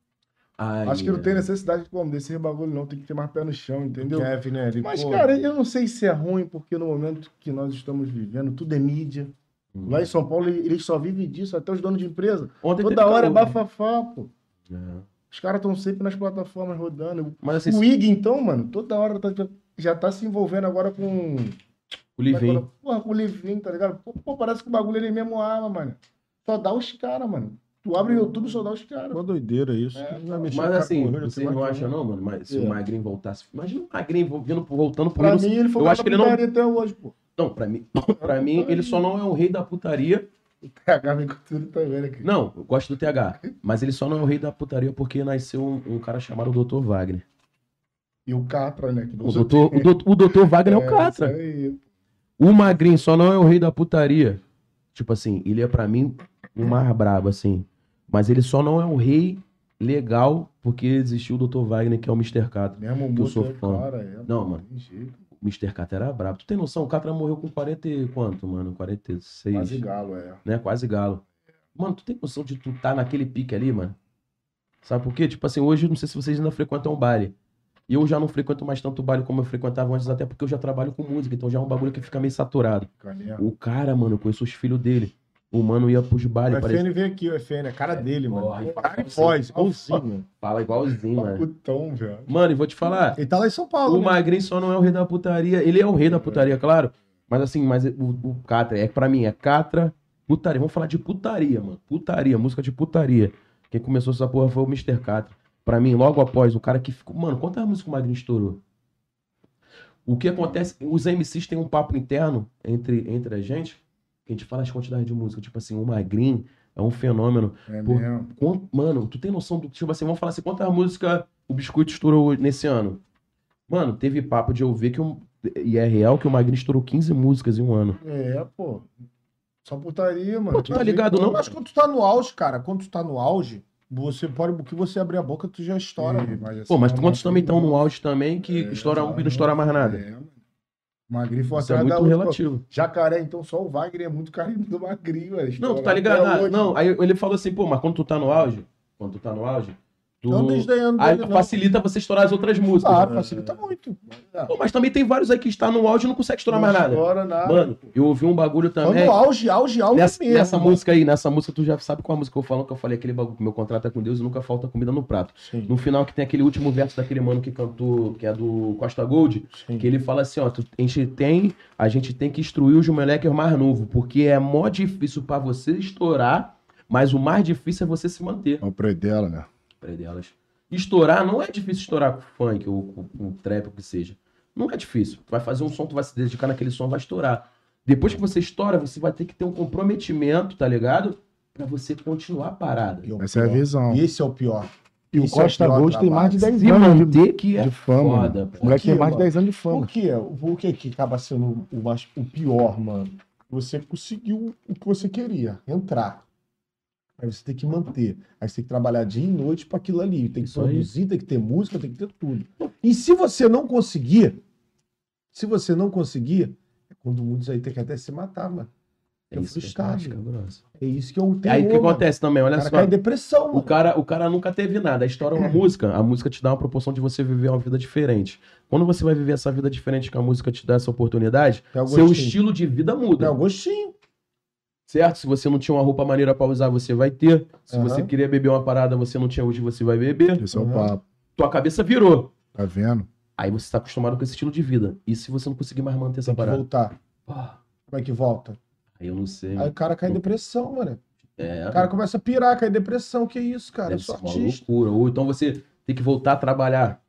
Speaker 3: Ai,
Speaker 2: Acho que não
Speaker 3: é.
Speaker 2: tem necessidade pô, desse bagulho, não. Tem que ter mais pé no chão, entendeu?
Speaker 1: Kevin, né? Ele,
Speaker 2: Mas,
Speaker 1: pô,
Speaker 2: cara, eu não sei se é ruim, porque no momento que nós estamos vivendo, tudo é mídia. Lá em São Paulo, eles só vivem disso, até os donos de
Speaker 3: [laughs]
Speaker 2: empresa.
Speaker 3: Hum. Ontem
Speaker 2: Toda
Speaker 3: teve
Speaker 2: hora é
Speaker 3: calor,
Speaker 2: bafafá, pô.
Speaker 3: né? É.
Speaker 2: Os caras estão sempre nas plataformas rodando.
Speaker 3: Mas assim,
Speaker 2: O Ig, então, mano, toda hora tá- já tá se envolvendo agora com.
Speaker 3: o Livinho.
Speaker 2: Porra, com o Livinho, tá ligado? Pô, pô, parece que o bagulho ele mesmo arma, mano. Só dá os caras, mano. Tu abre o YouTube, só dá os caras.
Speaker 1: Uma doideira isso.
Speaker 2: É,
Speaker 1: Ele vai mexer
Speaker 3: Mas
Speaker 1: com a
Speaker 3: assim,
Speaker 1: corrida,
Speaker 3: vocês
Speaker 1: tem
Speaker 3: não
Speaker 1: mais-
Speaker 3: acham não, mano? Mas se
Speaker 1: É.
Speaker 3: o Magrinho voltasse... Imagina o Magrinho vindo, voltando pro
Speaker 2: Pra
Speaker 3: nível
Speaker 2: mim, ele foi
Speaker 3: eu
Speaker 2: uma
Speaker 3: acho que ele não-
Speaker 2: putaria até hoje, pô.
Speaker 3: Não, pra mim, [laughs] pra mim, ele só não é o rei da putaria
Speaker 2: TH vem com tudo também, né, cara?
Speaker 3: Não, eu gosto do TH. Mas ele só não é o rei da putaria porque nasceu um, um cara chamado Dr. Wagner.
Speaker 2: E o Catra, né? Que
Speaker 3: O doutor, o doutor, o doutor Wagner é o Catra.
Speaker 2: Isso aí.
Speaker 3: O Magrinho só não é o rei da putaria. Tipo assim, ele é pra mim um mar brabo, assim. Mas ele só não é um rei legal porque existiu o Dr. Wagner, que é o Mr. Catra.
Speaker 2: Mesmo
Speaker 3: Eu sou
Speaker 2: muito,
Speaker 3: fã.
Speaker 2: cara, é,
Speaker 3: Não,
Speaker 2: pô,
Speaker 3: mano.
Speaker 2: tem jeito.
Speaker 3: O Mr. Catra era brabo. Tu tem noção? O Catra morreu com 40 e quanto, mano? 46.
Speaker 2: Quase galo, é.
Speaker 3: né? Quase galo. Mano, tu tem noção de tu tá naquele pique ali, mano? Sabe por quê? Tipo assim, hoje eu não sei se vocês ainda frequentam baile. E eu já não frequento mais tanto baile como eu frequentava antes, até porque eu já trabalho com música, então já é um bagulho que fica meio saturado.
Speaker 2: Caneco.
Speaker 3: O cara, mano, eu conheço os filhos dele. O mano ia pros
Speaker 1: O
Speaker 3: baile, parece.
Speaker 1: FN veio aqui, o FN, é a cara dele,
Speaker 3: Porra, então
Speaker 1: mano.
Speaker 3: e
Speaker 1: Cara e
Speaker 3: fala
Speaker 1: voz, igualzinho.
Speaker 3: Fala igualzinho, um mano.
Speaker 2: Putão, velho.
Speaker 3: Mano, e vou te falar.
Speaker 1: Ele tá lá em São Paulo.
Speaker 3: O
Speaker 1: né?
Speaker 3: Magrinho só não é o rei da putaria. Ele é o rei da putaria, claro. Mas assim, mas o, o Catra, é pra mim, é Catra, putaria. Vamos falar de putaria, mano. Putaria, música de putaria. Quem começou essa porra foi o Mr. Catra. Pra mim, logo após, o cara que ficou. Mano, quantas músicas o Magrinho estourou? O que acontece? Os MCs têm um papo interno entre, entre a gente. Que a gente fala as quantidades de música. Tipo assim, o Magrinho é um fenômeno.
Speaker 2: É
Speaker 3: Pô.
Speaker 2: mesmo.
Speaker 3: Quant- Mano, tu tem noção do. Tipo assim, vamos falar assim, quantas músicas o Biscoito estourou nesse ano? Mano, teve papo de eu ver que um. E é real que o Magrinho estourou 15 músicas em um ano.
Speaker 2: É, pô. Só putaria, mano.
Speaker 3: Pô, tu tá ligado, não?
Speaker 1: Mas quando tu tá no auge, cara, quando tu tá no auge, você pode, o que você abrir a boca, tu já estoura.
Speaker 2: História, assim,
Speaker 1: mano.
Speaker 3: Pô, mas quantos também estão no auge também que
Speaker 2: É,
Speaker 3: estoura um e
Speaker 2: mano.
Speaker 3: não estoura mais nada?
Speaker 2: É, mano. Magri foi
Speaker 3: Isso é
Speaker 2: atrás da
Speaker 3: muito
Speaker 2: outra,
Speaker 3: relativo.
Speaker 2: pô. Jacaré, então só o Wagner é muito carinho do Magri, velho.
Speaker 3: Não, tu
Speaker 2: Estourado
Speaker 3: tá ligado?
Speaker 2: é até
Speaker 3: Ah,
Speaker 2: hoje.
Speaker 3: não, aí ele falou assim, pô, mas quando tu tá no auge, quando tu tá no auge, tu.
Speaker 1: Não desdenhando
Speaker 3: Aí
Speaker 1: dele, não.
Speaker 3: facilita né? você estourar as outras músicas.
Speaker 1: Ah, facilita muito.
Speaker 3: Pô, mas também tem vários aí que está no auge e não consegue estourar mais nada.
Speaker 2: estoura nada.
Speaker 3: Mano, eu ouvi um bagulho
Speaker 1: Quando
Speaker 3: também.
Speaker 1: auge, auge, auge
Speaker 3: Nessa,
Speaker 1: mesmo.
Speaker 3: nessa música aí, nessa música, tu já sabe qual a música que eu falo, que eu falei aquele bagulho, meu contrato é com Deus e nunca falta comida no prato.
Speaker 1: Sim,
Speaker 3: No final que tem aquele último verso daquele mano que cantou, que é do Costa Gold,
Speaker 1: sim.
Speaker 3: que ele fala assim, ó, tu- a gente tem, a gente tem que instruir os moleques mais novo, porque é mó difícil pra você estourar, mas o mais difícil é você se manter.
Speaker 2: É o pré dela, né?
Speaker 3: Peraí delas. Estourar não é difícil estourar com funk ou com, com trap, o que seja. Não é difícil. Tu vai fazer um som, tu vai se dedicar naquele som, vai estourar. Depois que você estoura, você vai ter que ter um comprometimento, tá ligado? Pra você continuar a parada.
Speaker 1: E o
Speaker 2: Essa é a
Speaker 1: pior.
Speaker 2: visão.
Speaker 1: E esse é o pior.
Speaker 2: E o
Speaker 1: Esse é
Speaker 2: Costa
Speaker 1: pior
Speaker 2: Gold tem
Speaker 1: trabalho.
Speaker 2: mais de 10
Speaker 3: Se
Speaker 2: anos de,
Speaker 3: manter que é
Speaker 2: de fama.
Speaker 3: foda,
Speaker 2: mano.
Speaker 3: pô.
Speaker 2: O moleque tem
Speaker 1: Aqui,
Speaker 2: mais de
Speaker 1: mano.
Speaker 2: 10 anos de
Speaker 1: Por
Speaker 2: fama.
Speaker 1: que? Por que é que acaba sendo o, mais, o pior, mano? Você conseguiu o que você queria, entrar. Aí você tem que manter. Aí você tem que trabalhar dia e noite pra aquilo ali. Tem que
Speaker 3: Isso aí.
Speaker 1: produzir, tem que ter música, tem que ter tudo. E se você não conseguir, se você não conseguir, é quando muitos aí tem que até se matar, mano.
Speaker 3: É isso que é
Speaker 1: frustrado.
Speaker 3: casca grossa.
Speaker 1: É isso que é o terror,
Speaker 3: Aí o que
Speaker 1: mano.
Speaker 3: acontece também,
Speaker 1: O
Speaker 3: olha
Speaker 1: cara
Speaker 3: só.
Speaker 1: cai em depressão,
Speaker 3: O
Speaker 1: mano.
Speaker 3: cara, o cara nunca teve nada. A história é uma música. A música te dá uma proporção de você viver uma vida diferente. Quando você vai viver essa vida diferente que a música te dá essa oportunidade,
Speaker 1: É o
Speaker 3: seu
Speaker 1: gostinho.
Speaker 3: estilo de vida
Speaker 1: É
Speaker 3: muda.
Speaker 1: o gostinho.
Speaker 3: Certo? Se você não tinha uma roupa maneira pra usar, você vai ter. Se
Speaker 1: Aham.
Speaker 3: você queria beber uma parada, você não tinha hoje, você vai beber.
Speaker 2: Esse é
Speaker 1: Uhum.
Speaker 2: o papo.
Speaker 3: Tua cabeça virou.
Speaker 2: Tá vendo?
Speaker 3: Aí você tá acostumado com esse estilo de vida. E se você não conseguir mais manter essa
Speaker 1: Tem que
Speaker 3: parada?
Speaker 1: voltar.
Speaker 3: Pá,
Speaker 1: Como é que volta?
Speaker 3: Aí eu não sei.
Speaker 1: Aí o cara cai em depressão, mano.
Speaker 3: É,
Speaker 1: O cara começa a pirar, cai em depressão. Que isso, cara? Eu
Speaker 3: deve
Speaker 1: sou
Speaker 3: ser uma
Speaker 1: artista.
Speaker 3: loucura. Ou então você tem que voltar a trabalhar.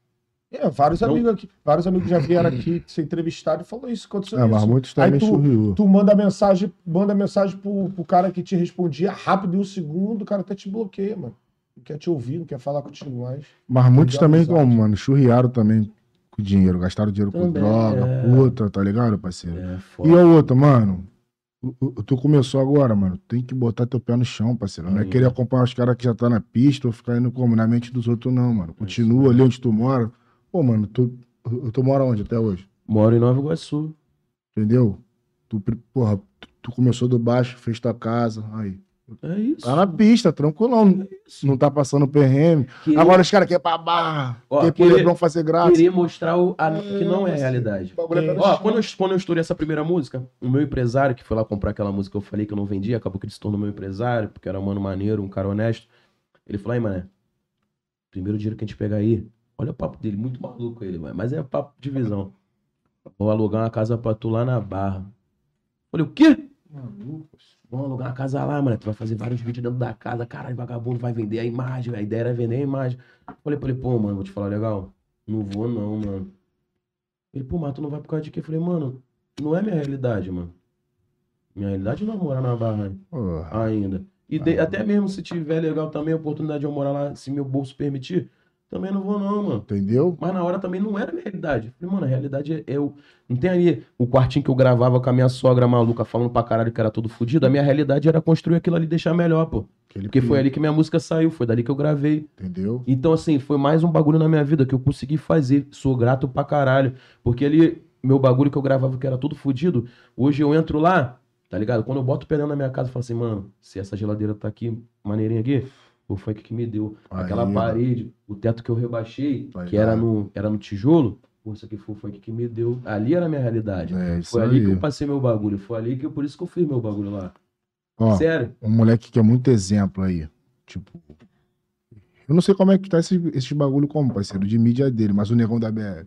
Speaker 1: É, vários
Speaker 3: Não.
Speaker 1: amigos aqui, vários amigos já
Speaker 3: [clears throat]
Speaker 1: vieram aqui ser entrevistados e falou isso, aconteceu
Speaker 2: É, mas
Speaker 1: isso.
Speaker 2: muito
Speaker 1: Aí
Speaker 2: também
Speaker 1: tu-
Speaker 2: sorriu.
Speaker 1: Tu manda mensagem, manda mensagem pro, pro cara que te respondia rápido em um segundo, o cara até te bloqueia, mano. Não quer te ouvir, não quer falar contigo mais.
Speaker 2: Mas muitos
Speaker 1: Obrigado,
Speaker 2: também,
Speaker 1: Isaac.
Speaker 2: como, mano, churriaram também com dinheiro, gastaram dinheiro com
Speaker 3: Também,
Speaker 2: droga,
Speaker 3: é.
Speaker 2: puta, tá ligado, parceiro?
Speaker 3: É,
Speaker 2: E
Speaker 3: foda.
Speaker 2: a outra, mano, o- o- tu começou agora, mano, tem que botar teu pé no chão, parceiro. Não é
Speaker 3: Aí.
Speaker 2: querer acompanhar os caras que já tá na pista ou ficar indo como, na mente dos outros, não,
Speaker 3: É
Speaker 2: mano. Continua ali onde tu mora. Pô, mano, tu, tu mora onde até hoje?
Speaker 3: Moro em Nova Iguaçu.
Speaker 2: Entendeu? Tu, pri- porra, tu, tu começou do baixo, fez tua casa, aí.
Speaker 3: É isso.
Speaker 1: Ah,
Speaker 2: Tá
Speaker 3: É
Speaker 2: na pista, tranquilão. Não tá passando perrengue.
Speaker 3: Querer-
Speaker 2: Agora os caras querem pra barra,
Speaker 3: Ó,
Speaker 2: quer
Speaker 3: querer-
Speaker 2: poder pra fazer graça.
Speaker 3: querer mostrar o a- que não é a
Speaker 1: Nossa.
Speaker 3: realidade.
Speaker 1: bagulho é
Speaker 2: Tem-
Speaker 1: pé no
Speaker 3: Ó,
Speaker 1: chão.
Speaker 3: quando eu, quando eu estourei essa primeira música, o meu empresário, que foi lá comprar aquela música que eu falei que eu não vendia, acabou que ele se tornou meu empresário, porque era um mano maneiro, um cara honesto. Ele falou, aí, mané, primeiro dinheiro que a gente pegar aí, olha o papo dele, muito maluco ele, mano, mas é papo de visão. Vou alugar uma casa pra tu lá na Barra. Falei, o quê?
Speaker 1: é
Speaker 3: Vamos alugar uma casa lá, mano. Tu vai fazer vários vídeos dentro da casa. Caralho, vagabundo vai vender a imagem. A ideia era vender a imagem. Falei pra ele, pô, mano, vou te falar legal. Não vou, não, mano. Ele, pô, mas tu não vai por causa de quê? Eu Falei, mano, não é minha realidade, mano. Minha realidade não é morar na barra
Speaker 2: Porra.
Speaker 3: ainda. E de- até mesmo se tiver legal também a oportunidade de eu morar lá, se meu bolso permitir, também não vou, não, mano.
Speaker 2: Entendeu?
Speaker 3: Mas na hora também não era a minha realidade. Eu Falei, mano, a realidade é eu. Não tem ali o quartinho que eu gravava com a minha sogra maluca falando pra caralho que era todo fudido. A minha realidade era construir aquilo ali e deixar melhor, pô.
Speaker 2: Aquele
Speaker 3: Porque foi
Speaker 2: pique,
Speaker 3: ali que minha música saiu, foi dali que eu gravei.
Speaker 2: Entendeu?
Speaker 3: Então, assim, foi mais um bagulho na minha vida que eu consegui fazer. Sou grato pra caralho. Porque ali, meu bagulho que eu gravava que era tudo fudido, hoje eu entro lá, tá ligado? Quando eu boto o pé dentro da minha casa, eu falo assim, mano, se essa geladeira tá aqui, maneirinha aqui, o funk que me deu. Aquela
Speaker 2: Aí,
Speaker 3: parede, o teto que eu rebaixei,
Speaker 2: Vai
Speaker 3: que era
Speaker 2: lá.
Speaker 3: no, era no tijolo, pô, isso aqui foi o funk que me deu. Ali era a minha realidade.
Speaker 2: É, isso
Speaker 3: Foi ali
Speaker 2: aí.
Speaker 3: que eu passei meu bagulho. Foi ali que eu, por isso que eu fiz meu bagulho lá.
Speaker 2: Ó,
Speaker 3: Sério.
Speaker 2: um moleque que é muito exemplo aí. Tipo. Eu não sei como é que tá esses, esses bagulho como, parceiro, de mídia dele, mas o negão da BR.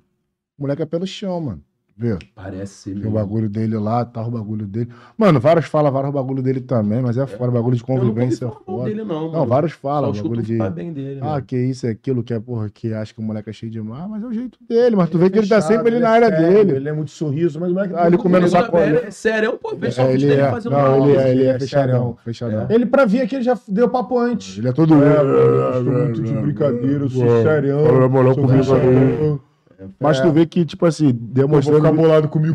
Speaker 2: O moleque é pelo chão, mano. Vê?
Speaker 3: Parece ser
Speaker 2: Tem o
Speaker 3: meu.
Speaker 2: bagulho dele lá, tá o bagulho dele. Mano, vários falam, vários bagulho dele também, mas é fora, bagulho de
Speaker 3: Eu não
Speaker 2: convivência é
Speaker 3: ouvi falar mal
Speaker 2: foda.
Speaker 3: dele, não,
Speaker 2: Não,
Speaker 3: mano.
Speaker 2: vários
Speaker 3: Só
Speaker 2: falam,
Speaker 3: escuto
Speaker 2: bagulho de.
Speaker 3: falar bem dele, né?
Speaker 2: Ah,
Speaker 3: mano.
Speaker 2: que isso, é aquilo, que é porra, que acha que o moleque é cheio de mar, mas é o jeito dele, mas tu vê que ele tá
Speaker 1: Fechado,
Speaker 2: sempre ali na
Speaker 1: é
Speaker 2: área
Speaker 1: sério,
Speaker 2: dele.
Speaker 1: Ele é muito sorriso, mas não é que
Speaker 2: Ah, ele comendo
Speaker 3: Ele
Speaker 2: só
Speaker 3: não é
Speaker 2: sacolé.
Speaker 3: velho, é sério, é um pô, pessoal
Speaker 2: É,
Speaker 3: que
Speaker 2: ele
Speaker 3: dele
Speaker 2: é,
Speaker 3: fazendo uma
Speaker 2: não, ele
Speaker 3: aula. assim.
Speaker 2: é, ele
Speaker 1: Ele é
Speaker 2: é fechadão,
Speaker 3: É.
Speaker 2: fechadão.
Speaker 1: Ele pra vir aqui, ele já deu papo antes.
Speaker 2: Ele é todo.
Speaker 1: eu sou muito de brincadeira, eu sou serião,
Speaker 2: Fala bolão
Speaker 1: sou
Speaker 2: comigo
Speaker 1: fechadão.
Speaker 2: aí. Mas tu vê que, tipo assim, demonstrando
Speaker 1: bolado comigo.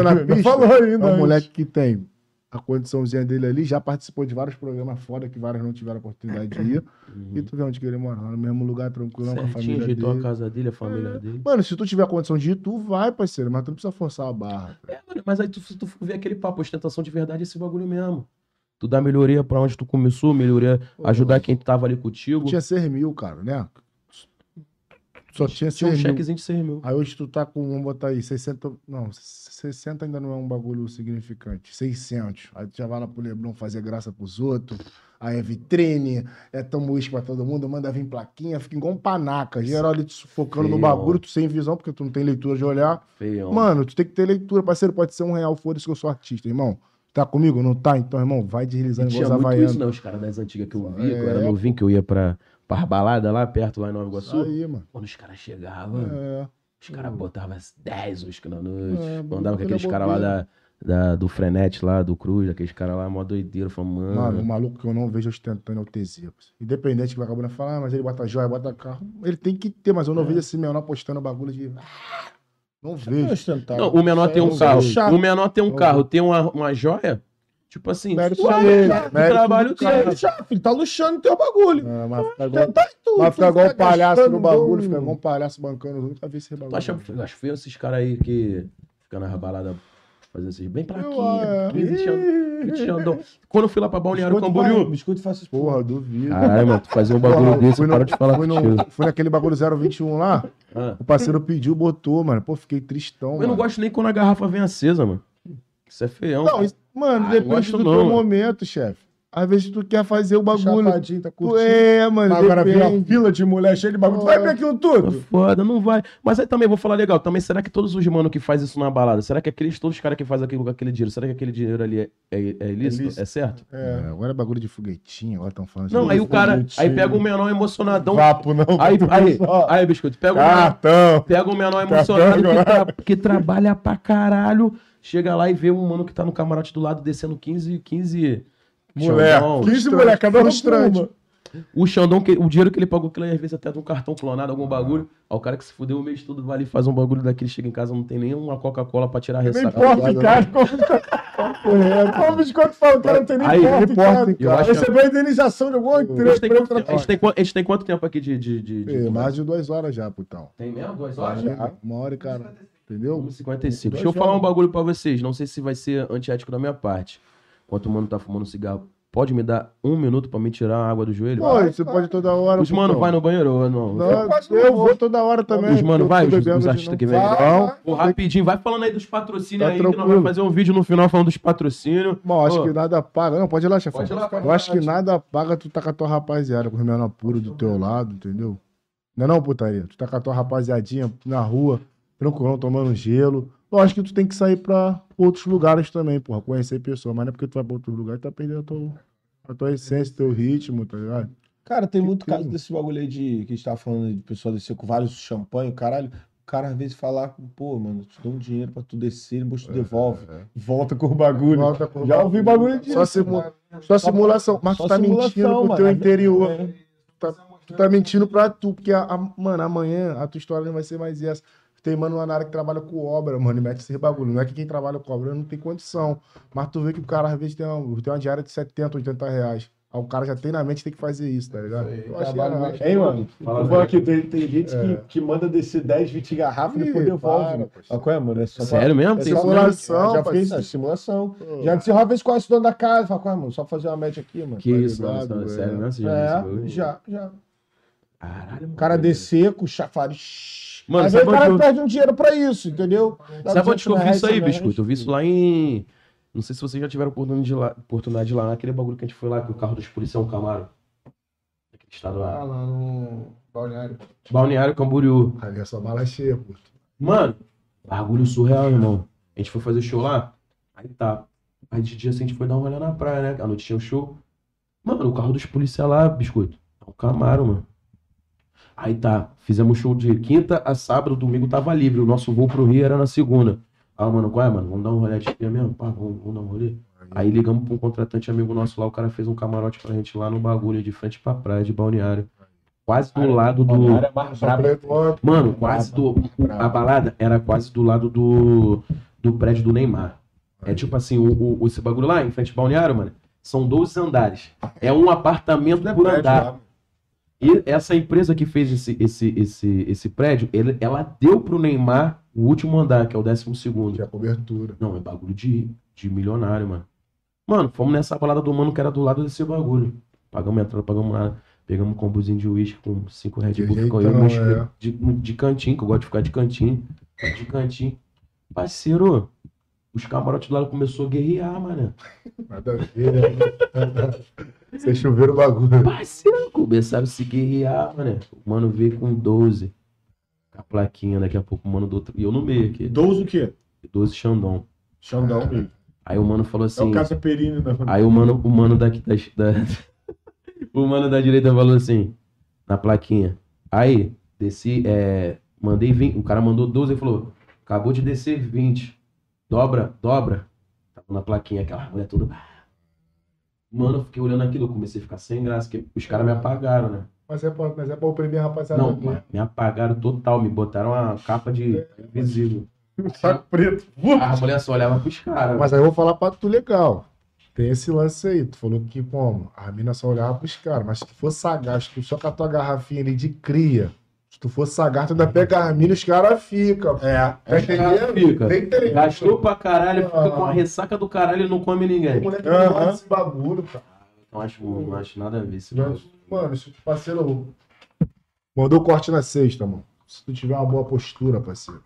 Speaker 1: [laughs]
Speaker 2: na pista.
Speaker 1: Falou ainda.
Speaker 2: é um
Speaker 1: antes.
Speaker 2: moleque que tem a condiçãozinha dele ali, já participou de vários programas fora que vários não tiveram oportunidade de ir. E tu vê onde que ele mora, lá no mesmo lugar, tranquilão, com a
Speaker 3: Hum. Certinho,
Speaker 2: família
Speaker 3: ajeitou a
Speaker 2: dele. É.
Speaker 3: casa dele, a família dele.
Speaker 2: Mano, se tu tiver condição de ir, tu vai, parceiro, mas tu não precisa forçar a barra.
Speaker 3: É, mano, mas aí tu, tu vê aquele papo, ostentação de verdade, é esse bagulho mesmo. Tu dá melhoria pra onde tu começou, melhoria,
Speaker 2: Pô,
Speaker 3: ajudar quem tava ali contigo.
Speaker 2: Tu tinha 6 mil, cara, né? Só tinha
Speaker 3: Tinha um
Speaker 2: 6 mil.
Speaker 3: chequezinho de 6 mil.
Speaker 2: Aí hoje tu tá com, vamos botar aí, 600. Não, 60 ainda não é um bagulho significante. 600. Aí tu já vai lá pro Leblon fazer graça pros outros. Aí é vitrine, é tamo uísque pra todo mundo, manda vir plaquinha, fica igual um panaca. Geral ali te sufocando no
Speaker 3: Feio.
Speaker 2: bagulho, tu sem visão, porque tu não tem leitura de olhar.
Speaker 3: Feião.
Speaker 2: Mano, tu tem que ter leitura, parceiro. Pode ser um real, foda-se que eu sou artista, irmão. Tá comigo? Não tá? Então, irmão, vai
Speaker 3: E
Speaker 2: deslizando
Speaker 3: tinha
Speaker 2: igual os
Speaker 3: muito
Speaker 2: havaianos.
Speaker 3: isso, né? Os caras das antigas que eu via, que eu
Speaker 2: É.
Speaker 3: era novinho, que eu ia pra, pra balada lá perto, lá em Nova
Speaker 2: Isso
Speaker 3: Iguaçu.
Speaker 2: aí, mano.
Speaker 3: Quando os caras chegavam,
Speaker 2: É.
Speaker 3: Os caras botavam as 10 uísque na noite.
Speaker 2: É,
Speaker 3: mandavam com
Speaker 2: bagulho é
Speaker 3: aqueles caras lá da, da- do Frenete, lá do Cruz, aqueles caras lá, mó doideiro. Falando, mano.
Speaker 2: Mano, o maluco que eu não vejo ostentando é o Teseu. parceiro. Independente que o vagabundo fala, ah, mas ele bota joia, bota carro. Ele tem que ter, mas eu
Speaker 3: É.
Speaker 2: não vejo esse menor postando bagulho de. "Ah", Não
Speaker 1: Não,
Speaker 2: vejo.
Speaker 1: ostentável.
Speaker 3: não, o menor
Speaker 1: Isso
Speaker 3: tem
Speaker 1: aí
Speaker 3: um
Speaker 1: é
Speaker 3: carro.
Speaker 1: chato.
Speaker 3: O menor tem um
Speaker 2: Não
Speaker 3: carro, tem uma, uma joia. Tipo assim,
Speaker 2: Mérito
Speaker 3: suave,
Speaker 2: dele,
Speaker 3: cara, o
Speaker 2: mérito
Speaker 3: trabalho
Speaker 2: do
Speaker 1: Isso aí é
Speaker 3: dele.
Speaker 1: chato, Ele tá luxando teu bagulho.
Speaker 2: Ah, mas fica
Speaker 1: Tá
Speaker 2: igual,
Speaker 1: tá em tudo.
Speaker 2: mas fica
Speaker 1: tu
Speaker 2: igual um
Speaker 1: tá
Speaker 2: palhaço
Speaker 1: gastando
Speaker 2: no bagulho,
Speaker 1: no-
Speaker 2: fica igual um palhaço bancando. Eu nunca vi esse bagulho.
Speaker 3: Tu acha eu acho feio esses caras aí que ficam na baladas fazendo esses bem pra
Speaker 2: Eu,
Speaker 3: quê?
Speaker 2: é.
Speaker 3: Cristiano- Cristiano- Quando eu fui lá pra Balneário
Speaker 1: Biscoito faz-
Speaker 3: Camboriú.
Speaker 1: Biscoito faz isso.
Speaker 2: Porra, duvido.
Speaker 3: Caralho, mano, tu fazer um
Speaker 2: Porra,
Speaker 3: bagulho desse,
Speaker 2: fui
Speaker 3: eu
Speaker 2: no-
Speaker 3: paro de falar
Speaker 2: fui, no-
Speaker 3: contigo.
Speaker 2: fui naquele bagulho 021 lá,
Speaker 3: Ah,
Speaker 2: o parceiro pediu, botou, mano. Pô, fiquei tristão.
Speaker 3: Eu não
Speaker 2: mano.
Speaker 3: gosto nem quando a garrafa vem acesa, mano. Isso é feião.
Speaker 2: Não, isso- mano,
Speaker 3: Ah, não
Speaker 2: depende
Speaker 3: gosto
Speaker 2: do
Speaker 3: não,
Speaker 2: teu
Speaker 3: mano.
Speaker 2: momento, chefe. Às vezes tu quer fazer o bagulho.
Speaker 1: Chapadinho, tá
Speaker 2: Tu
Speaker 1: curtindo.
Speaker 2: é, mano.
Speaker 1: Mas agora vem uma
Speaker 2: depende.
Speaker 1: fila de mulher cheia de bagulho. Tu vai ver aquilo
Speaker 3: É
Speaker 1: tudo.
Speaker 3: foda, não vai. Mas aí também, vou falar legal, também, será que todos os mano que faz isso na balada, será que é aqueles, todos os caras que fazem aquilo com aquele dinheiro, será que aquele dinheiro ali é, é, é ilícito? É,
Speaker 1: ilícito.
Speaker 3: certo?
Speaker 2: É, agora é bagulho de foguetinho, agora estão falando
Speaker 3: Não,
Speaker 2: de-
Speaker 3: aí o cara, aí
Speaker 1: Foguetinho.
Speaker 3: pega o menor emocionadão.
Speaker 1: Vapo não.
Speaker 3: Aí, aí,
Speaker 1: Só.
Speaker 3: aí, biscoito, pega o menor-
Speaker 1: Cartão.
Speaker 3: Pega o menor emocionado
Speaker 1: Caramba.
Speaker 3: que, tra- que trabalha pra caralho. Chega lá e vê um mano que tá no camarote do lado descendo 15, 15.
Speaker 1: Mulher.
Speaker 3: Xandão.
Speaker 1: 15 mulher, cada um
Speaker 2: Frustrante.
Speaker 1: estranho.
Speaker 3: O Xandão, que, o dinheiro que ele pagou, que ele às vezes até de um cartão clonado, algum bagulho. Aí o cara que se fudeu o mês todo vai ali e faz um bagulho daquele, chega em casa, não tem nenhuma Coca-Cola pra tirar a
Speaker 1: Não
Speaker 3: ressaca.
Speaker 1: importa, em casa. Olha o biscoito fala, o cara não tem nem
Speaker 3: Aí,
Speaker 1: porta em
Speaker 2: importa,
Speaker 1: casa.
Speaker 3: eu acho que-
Speaker 1: Recebeu a indenização de alguma
Speaker 3: A gente, tem
Speaker 1: empresa.
Speaker 3: quanto, tempo- a gente tem quan- a gente tem quanto tempo aqui de. de, de, de-
Speaker 2: É, mais de duas horas já, putão.
Speaker 3: Tem mesmo? Duas horas?
Speaker 1: Já.
Speaker 2: Uma hora e cara. Entendeu?
Speaker 3: 1,55.
Speaker 2: Dois
Speaker 3: Deixa eu falar um
Speaker 2: jogos.
Speaker 3: bagulho pra vocês. Não sei se vai ser antiético da minha parte. Enquanto o mano tá fumando cigarro, pode me dar um minuto pra me tirar a água do joelho?
Speaker 2: Pô, você pode toda hora.
Speaker 3: Os mano
Speaker 2: putão.
Speaker 3: vai no banheiro ou não?
Speaker 2: Não,
Speaker 1: Eu quase não
Speaker 2: eu
Speaker 1: vou.
Speaker 2: vou toda hora também.
Speaker 3: Os mano
Speaker 2: eu
Speaker 3: vai,
Speaker 2: tô
Speaker 3: os,
Speaker 2: bebendo
Speaker 3: os
Speaker 2: de
Speaker 3: artistas
Speaker 2: novo.
Speaker 3: que vêm.
Speaker 2: Vai, vai.
Speaker 3: Pô, rapidinho, vai falando aí dos patrocínios
Speaker 2: Tá
Speaker 3: aí, que nós
Speaker 2: tranquilo.
Speaker 3: vamos fazer um vídeo no final falando dos patrocínios.
Speaker 2: Bom, acho
Speaker 3: Pô,
Speaker 2: que nada paga. Não, pode ir lá, chefão.
Speaker 3: Pode ir lá, pode
Speaker 2: eu
Speaker 3: ir
Speaker 2: acho
Speaker 3: lá,
Speaker 2: que nada paga tu tá com a tua rapaziada, com o menor puro do teu lado, entendeu? Não é não, putaria? Tu tá com a tua rapaziadinha na rua, tranquilão, tomando gelo. Lógico que tu tem que sair pra outros lugares também, porra. Conhecer pessoas. Mas não é porque tu vai pra outro lugar que tu tá perdendo a tua, a tua essência, teu ritmo, tá ligado?
Speaker 1: Cara, tem muito
Speaker 2: coisa.
Speaker 1: caso desse bagulho aí de que a gente tava falando de pessoa descer com vários champanhe, caralho. O cara às vezes falar, pô, mano, te dou um dinheiro pra tu descer, depois tu devolve. Volta com o bagulho.
Speaker 2: Volta com o
Speaker 1: Já ouvi bagulho disso.
Speaker 2: Só, simu- só simulação. Mas
Speaker 1: Só
Speaker 2: tu tá mentindo
Speaker 1: simulação,
Speaker 2: pro
Speaker 1: mano.
Speaker 2: teu interior.
Speaker 1: É.
Speaker 2: Tu tá mentindo pra tu, porque, a, a- mano, amanhã a tua história não vai ser mais essa. Tem mano lá na área que trabalha com obra, mano, e mete esse bagulho. Não é que quem trabalha com obra não tem condição. Mas tu vê que o cara, às vezes, tem uma, tem uma diária de 70, 80 reais. Aí o cara já tem na mente tem que fazer isso, tá ligado? Eu achei errado.
Speaker 1: Hein, mano?
Speaker 3: Fala
Speaker 1: O bom é que tem, tem gente que, que manda descer 10, 20 garrafas e depois
Speaker 2: Ih,
Speaker 1: devolve.
Speaker 2: para,
Speaker 1: mano.
Speaker 2: poxa.
Speaker 1: Ah, qual é, mano? É só
Speaker 3: Sério mesmo?
Speaker 1: É
Speaker 3: Tem isso mesmo?
Speaker 1: simulação,
Speaker 2: Simulação,
Speaker 1: já fez
Speaker 2: parceiro.
Speaker 1: isso, simulação. Já disse, às vezes conhece o dono da casa, fala, qual é, mano? Só fazer uma média aqui, mano. Tá
Speaker 3: Que isso,
Speaker 2: ligado,
Speaker 3: mano?
Speaker 2: é.
Speaker 3: Sério mesmo? Você já viu esse
Speaker 1: É,
Speaker 3: bagulho?
Speaker 1: já, já.
Speaker 3: Caralho,
Speaker 1: O cara descer com o chafariz.
Speaker 3: Mano,
Speaker 1: Às vezes o
Speaker 3: sabe
Speaker 1: cara
Speaker 3: onde eu-
Speaker 1: perde um dinheiro pra isso, entendeu?
Speaker 2: tá
Speaker 1: Dá
Speaker 3: Sabe onde que eu
Speaker 1: 200
Speaker 2: é
Speaker 3: vi isso aí,
Speaker 2: né?
Speaker 1: reais,
Speaker 3: biscoito? Eu vi isso lá em. Não sei se vocês já tiveram oportunidade de lá, oportunidade de lá naquele bagulho que a gente foi lá, que o carro dos policiais é um Camaro. Aquele estado lá.
Speaker 4: Ah, lá no balneário.
Speaker 3: Balneário Camboriú.
Speaker 2: Ali é só bala cheia, pô.
Speaker 3: Mano, bagulho surreal, irmão. A gente foi fazer o show lá, aí tá. Aí de dia assim, a gente foi dar uma olhada na praia, né? À noite tinha o show. Mano, o carro dos policiais lá, biscoito. É um Camaro, mano. Aí tá, fizemos show de quinta a sábado, domingo tava livre. O nosso voo pro Rio era na segunda. Ah, mano, qual é, mano? Vamos dar um rolê de dia mesmo? Pá, vamos, vamos dar um rolê. Aí ligamos pra um contratante amigo nosso lá, o cara fez um camarote pra gente lá no bagulho, de frente pra praia, de balneário. Quase do lado do.
Speaker 1: O cara é mais brabo.
Speaker 3: Mano, quase do. A balada era quase do lado do, do prédio do Neymar. É tipo assim, o, o- esse bagulho lá em frente ao balneário, mano, são 12 andares. É um apartamento por
Speaker 1: é
Speaker 3: andar. E essa empresa que fez esse, esse, esse, esse prédio, ele- ela deu pro Neymar o último andar, que é o décimo segundo.
Speaker 2: Tinha cobertura.
Speaker 3: Não, é bagulho de, de milionário, mano. Mano, fomos nessa balada do mano que era do lado desse bagulho. Pagamos entrada, pagamos nada. Pegamos um combozinho de uísque com cinco Red
Speaker 2: Que
Speaker 3: Bull. Ficou eu
Speaker 2: jeitão,
Speaker 3: e meus
Speaker 2: é.
Speaker 3: de, de cantinho, que eu gosto de ficar de cantinho. De cantinho. Parceiro, os camarotes do lado começou a guerrear, mano.
Speaker 2: Nada a ver, né? [laughs] Você chuveiro o bagulho.
Speaker 3: Parceiro, começaram a se guerrear, mano. O mano veio com 12. Com a plaquinha, daqui a pouco o mano do outro. E eu no meio aqui.
Speaker 1: 12 o quê?
Speaker 3: 12 Xandão.
Speaker 1: Xandão,
Speaker 2: É,
Speaker 1: amigo.
Speaker 3: Aí o mano falou assim.
Speaker 1: É o Casa Perini, não.
Speaker 3: Aí o mano, o mano daqui da, da- [laughs] o mano da direita falou assim, na plaquinha. Aí, desci, é, mandei 20, o cara mandou 12 e falou, acabou de descer 20. Dobra, dobra. Tava na plaquinha aquela mulher toda. Mano, eu fiquei olhando aquilo, eu comecei a ficar sem graça, porque os caras me apagaram, né?
Speaker 2: Mas é pra, mas é pra oprimir a rapaziada. né?
Speaker 3: Não,
Speaker 2: mesmo.
Speaker 3: mano, me apagaram total, me botaram uma capa de invisível.
Speaker 1: [laughs] Saco preto.
Speaker 3: A mulher só olhava pros caras.
Speaker 2: Mas aí eu vou falar pra tu legal. Tem esse lance aí. Tu falou que como? A mina só olhava pros caras. Mas se tu for sagaz, tu só com a tua garrafinha ali de cria. Se tu for sagaz, tu ainda pega a mina e os caras ficam.
Speaker 1: É.
Speaker 2: Tá
Speaker 3: Os caras
Speaker 2: entendendo?
Speaker 3: ficam.
Speaker 2: Tem que ter.
Speaker 3: Gastou pra caralho, fica com a
Speaker 2: Ah.
Speaker 3: ressaca do caralho e não come
Speaker 2: O
Speaker 3: ninguém.
Speaker 2: moleque
Speaker 1: Aham.
Speaker 2: não gosta desse bagulho, cara.
Speaker 3: Não acho, não acho nada a ver esse
Speaker 2: Já-
Speaker 3: bagulho.
Speaker 2: Mano, esse parceiro. Mandou corte na sexta, mano. Se tu tiver uma boa postura, parceiro.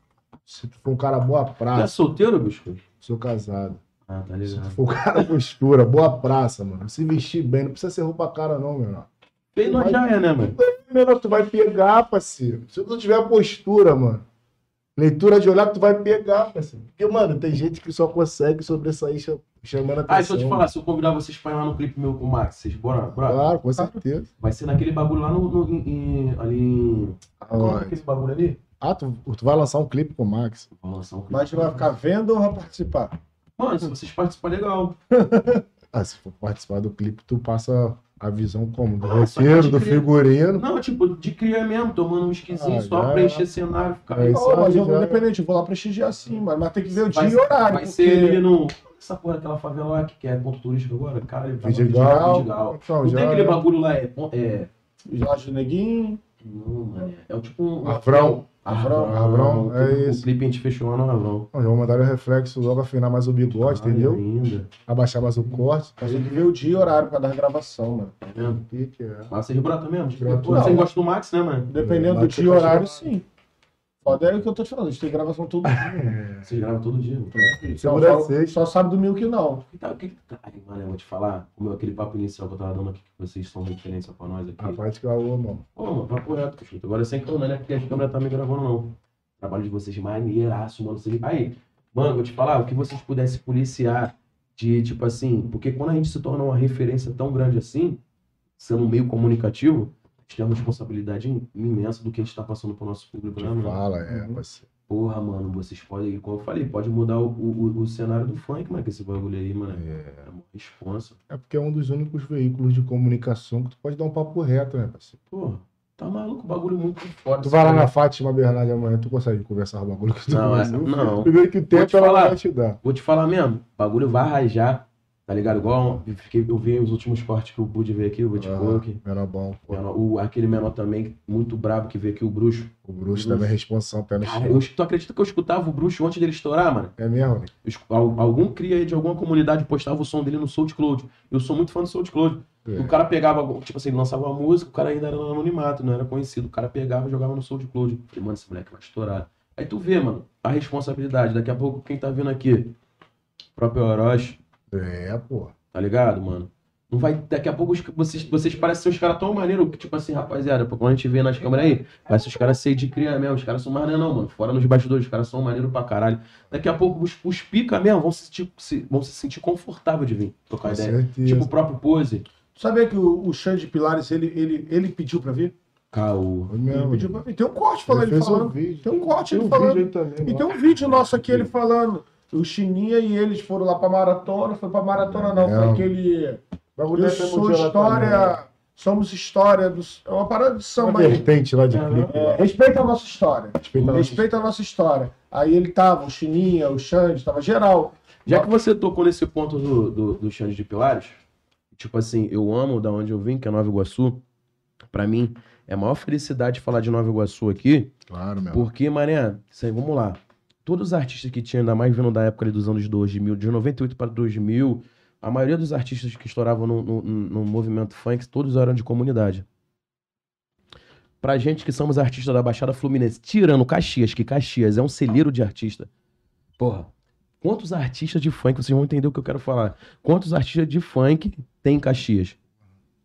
Speaker 2: Se tu for um cara boa
Speaker 3: Tu é
Speaker 2: praça,
Speaker 3: solteiro, bicho?
Speaker 2: sou casado.
Speaker 3: Ah, tá
Speaker 2: Se tu
Speaker 3: ligado.
Speaker 2: for o cara [laughs] postura, boa praça, mano. Se vestir bem, não precisa ser roupa cara, não, meu irmão.
Speaker 3: Bem nós já é, né, mano?
Speaker 2: Primeiro tu vai pegar, parceiro. Se tu não tiver postura, mano. Leitura de olhar, tu vai pegar, parceiro. Porque, mano, tem gente que só consegue sobressair cha- chamando atenção.
Speaker 3: Ah, e se eu te falar, se eu convidar vocês pra ir lá no clipe meu com o Max, vocês bora, bora?
Speaker 2: Claro, com certeza.
Speaker 3: Vai ser naquele bagulho lá no. no- em- em- ali em. Qual é
Speaker 2: Olha.
Speaker 3: aquele bagulho ali?
Speaker 2: Ah, tu, tu vai lançar um clipe com o Max.
Speaker 3: Vou lançar um clipe.
Speaker 1: Mas tu vai ficar vendo ou vai participar?
Speaker 3: Mano, se vocês participarem, legal.
Speaker 2: Ah, se for participar do clipe, tu passa a visão como? Do
Speaker 3: Ah,
Speaker 2: roteiro,
Speaker 3: só
Speaker 2: do
Speaker 3: pode crer.
Speaker 2: figurino.
Speaker 3: Não, tipo, de cria mesmo, tomando um skinzinho
Speaker 2: Ah,
Speaker 3: só
Speaker 2: já.
Speaker 3: pra encher cenário, ficar.
Speaker 2: É isso
Speaker 1: Não, mas
Speaker 2: aí,
Speaker 1: eu,
Speaker 2: já.
Speaker 1: independente, eu vou lá prestigiar sim, mano. assim, Mas tem que ver o
Speaker 3: Vai
Speaker 1: dia e
Speaker 3: ser-
Speaker 1: horário.
Speaker 3: Vai ser
Speaker 1: porque-
Speaker 3: ele no. Essa porra daquela favela lá que é ponto turístico agora? Cara, ele
Speaker 2: Vidigal. Então,
Speaker 3: Não tem
Speaker 2: já-
Speaker 3: aquele bagulho lá, é. pon- é...
Speaker 1: Jorge Neguinho.
Speaker 3: Não, mano. É o tipo um.
Speaker 2: Avrão.
Speaker 3: Avrão.
Speaker 2: Avrão, é
Speaker 3: O
Speaker 2: isso.
Speaker 3: clipe a gente fechou lá no Avrão.
Speaker 2: Ó, Então, Já vou mandar o reflexo logo afinar mais o bigode,
Speaker 3: Caralho,
Speaker 2: entendeu?
Speaker 3: Ainda.
Speaker 2: Abaixar mais o corte.
Speaker 1: Mas tem que ver o dia e horário pra dar gravação, mano.
Speaker 3: É mesmo?
Speaker 2: Que que é?
Speaker 3: Mas vocês brotam mesmo?
Speaker 2: Brota.
Speaker 3: Pô, Vocês gostam do Max, né, mano?
Speaker 1: Dependendo
Speaker 2: É,
Speaker 1: do
Speaker 2: bate
Speaker 1: dia e
Speaker 2: pra
Speaker 1: horário, sim. Foda é o que eu tô te falando, a gente tem gravação todo dia.
Speaker 2: é.
Speaker 3: Vocês gravam todo dia. Mano. Então, é.
Speaker 1: Só,
Speaker 2: Segunda a
Speaker 1: só,
Speaker 2: sexta.
Speaker 1: só sabe domingo que não.
Speaker 3: O que tá, o que que tá aí, mano? Eu vou te falar. O meu, aquele papo inicial que eu tava dando aqui, que vocês são referência pra nós aqui.
Speaker 2: A parte que é eu amo, mano.
Speaker 3: Pô, mano, papo reto, Peixoto. Agora sem câmera, né? Porque a câmera tá me gravando, não. O Trabalho de vocês maneiraço, mano. Vocês... Aí, mano, vou te falar, o que vocês pudessem policiar de, tipo assim... Porque quando a gente se torna uma referência tão grande assim, sendo um meio comunicativo, a gente tem uma responsabilidade im- imensa do que a gente tá passando pro nosso público, né, mano?
Speaker 2: Fala, é,
Speaker 1: Uhum.
Speaker 2: parceiro.
Speaker 3: Porra, mano, vocês podem... Como eu falei, pode mudar o, o, o cenário do funk, mano, com esse bagulho aí, mano.
Speaker 2: É.
Speaker 3: É uma responsa.
Speaker 2: É porque é um dos únicos veículos de comunicação que tu pode dar um papo reto, né, parceiro?
Speaker 3: Porra, tá maluco, o bagulho muito fora.
Speaker 2: Tu vai lá
Speaker 3: sabe?
Speaker 2: na Fátima Bernardes amanhã, tu consegue conversar o bagulho que tu
Speaker 3: Não,
Speaker 2: vai-
Speaker 1: é.
Speaker 3: essa- não.
Speaker 2: Primeiro que o tempo
Speaker 3: te
Speaker 2: ela não
Speaker 3: falar.
Speaker 2: vai te dar.
Speaker 3: Vou te falar mesmo, o bagulho vai rajar, tá ligado? Igual eu, fiquei, eu vi os últimos cortes que eu pude ver aqui, o Butchcook,
Speaker 2: Menor bom. pô.
Speaker 3: menor- o, aquele menor também, muito brabo, que veio aqui, o Bruxo.
Speaker 2: O bruxo também é responsável pé no
Speaker 3: Cara,
Speaker 2: chão.
Speaker 3: eu, tu acredita que eu escutava o Bruxo antes dele estourar, mano?
Speaker 2: É mesmo, né?
Speaker 3: Eu escu- al- algum cria aí de alguma comunidade postava o som dele no SoundCloud. Eu sou muito fã do SoundCloud.
Speaker 2: É.
Speaker 3: O cara pegava, tipo assim, ele lançava uma música, o cara ainda era no anonimato, não era conhecido. O cara pegava e jogava no SoundCloud. Falei, mano, esse moleque vai estourar. Aí tu vê, mano, a responsabilidade. Daqui a pouco, quem tá vendo aqui? O próprio Orochi,
Speaker 2: É, pô.
Speaker 3: tá ligado, mano? Não vai, daqui a pouco os- vocês, vocês parecem ser os caras tão maneiros que, tipo assim, rapaziada, pô, quando a gente vê nas câmeras aí, parece os caras sei de criar mesmo, os caras são maneiros não, mano. Fora nos bastidores, os caras são maneiros pra caralho. Daqui a pouco os, os pica mesmo vão se, tipo, se- vão se sentir confortável de vir trocar
Speaker 2: Com
Speaker 3: ideia.
Speaker 2: certeza.
Speaker 3: Tipo o próprio Pose.
Speaker 1: Tu sabia que o, o Xande Pilares, ele, ele, ele pediu pra vir?
Speaker 3: Caô.
Speaker 2: Foi
Speaker 1: Ele
Speaker 2: É mesmo.
Speaker 1: pediu pra vir. Tem um corte
Speaker 2: Ele
Speaker 1: falando, ele
Speaker 2: fez um
Speaker 1: falando.
Speaker 2: vídeo.
Speaker 1: Tem um corte ele
Speaker 2: um
Speaker 1: falando.
Speaker 2: vídeo aí também,
Speaker 1: E
Speaker 2: ó.
Speaker 1: tem um vídeo nosso aqui ele falando. O Chininha e eles foram lá pra maratona. Foi pra maratona, não. Foi
Speaker 2: É.
Speaker 1: aquele.
Speaker 2: bagulho
Speaker 1: Eu
Speaker 2: deve ter
Speaker 1: sou
Speaker 2: acontecido lá também, né?
Speaker 1: história. Somos história. Do... É uma parada de
Speaker 2: Uma
Speaker 1: samba aí.
Speaker 2: vertente lá de
Speaker 3: É,
Speaker 2: clipe.
Speaker 1: É,
Speaker 2: lá.
Speaker 1: respeita a nossa história.
Speaker 2: Respeita a nossa
Speaker 1: Respeita a nossa história. Aí ele tava, o Chininha, o Xande, tava geral.
Speaker 3: Já que você tocou nesse ponto do, do, do Xande de Pilares, tipo assim, eu amo da onde eu vim, que é Nova Iguaçu. Pra mim, é a maior felicidade falar de Nova Iguaçu aqui,
Speaker 2: Claro, meu.
Speaker 3: porque, mané, isso aí, vamos lá. Todos os artistas que tinham, ainda mais vindo da época ali dos anos 2000, de 98 para 2000, a maioria dos artistas que estouravam no, no, no movimento funk, todos eram de comunidade. Pra gente que somos artistas da Baixada Fluminense, tirando Caxias, que Caxias é um celeiro de artista. Porra, quantos artistas de funk, vocês vão entender o que eu quero falar. Quantos artistas de funk tem em Caxias?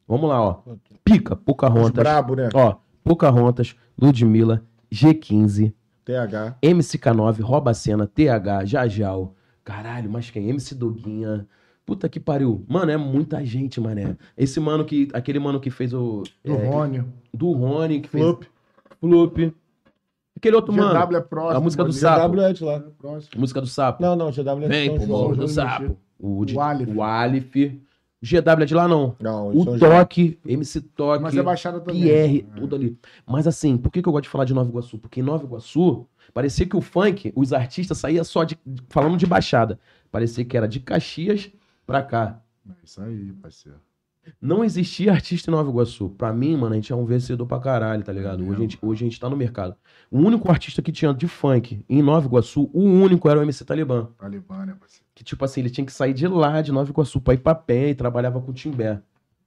Speaker 3: Vamos lá, ó. Pica,
Speaker 1: Os
Speaker 3: Pocahontas.
Speaker 1: brabo, né?
Speaker 3: Ó, Pocahontas, Ludmilla, G15,
Speaker 1: TH.
Speaker 3: MCK9, Rouba a Cena, TH, Jajal. Caralho, mas quem? MC Doguinha. Puta que pariu. Mano, é muita gente, mané. Esse mano que. Aquele mano que fez o.
Speaker 2: Do
Speaker 3: é,
Speaker 2: Rony.
Speaker 3: do Rony, que fez.
Speaker 2: Flup.
Speaker 3: Flup. Aquele outro mano.
Speaker 2: GW é próximo.
Speaker 3: a música do
Speaker 2: ali.
Speaker 3: Sapo.
Speaker 1: GW é de lá.
Speaker 2: É próximo.
Speaker 3: Música do Sapo.
Speaker 1: Não, não, GW é de
Speaker 3: Tá. Vem,
Speaker 1: São
Speaker 3: pô,
Speaker 1: João.
Speaker 3: Morro
Speaker 2: João
Speaker 3: do
Speaker 2: de
Speaker 3: Sapo. O, de,
Speaker 2: O Aleph.
Speaker 3: o Aleph. GW é de lá, não.
Speaker 1: Não,
Speaker 3: O
Speaker 1: São João.
Speaker 3: Toque, MC Toque.
Speaker 2: Mas é baixada também.
Speaker 3: Pierre,
Speaker 2: É.
Speaker 3: tudo ali. Mas assim, por que, que eu gosto de falar de Nova Iguaçu? Porque em Nova Iguaçu, parecia que o funk, os artistas saíam só de, falando de baixada. Parecia que era de Caxias pra cá.
Speaker 2: É isso aí, parceiro.
Speaker 3: Não existia artista em Nova Iguaçu. Pra mim, mano, a gente é um vencedor pra caralho, tá ligado? Hoje a, gente, hoje a gente tá no mercado. O único artista que tinha de funk em Nova Iguaçu, o único era o MC Talibã.
Speaker 2: Talibã, né, parceiro?
Speaker 3: Que, tipo assim, ele tinha que sair de lá, de Nova Iguaçu, pra ir pra Penha e trabalhava com o Timbé,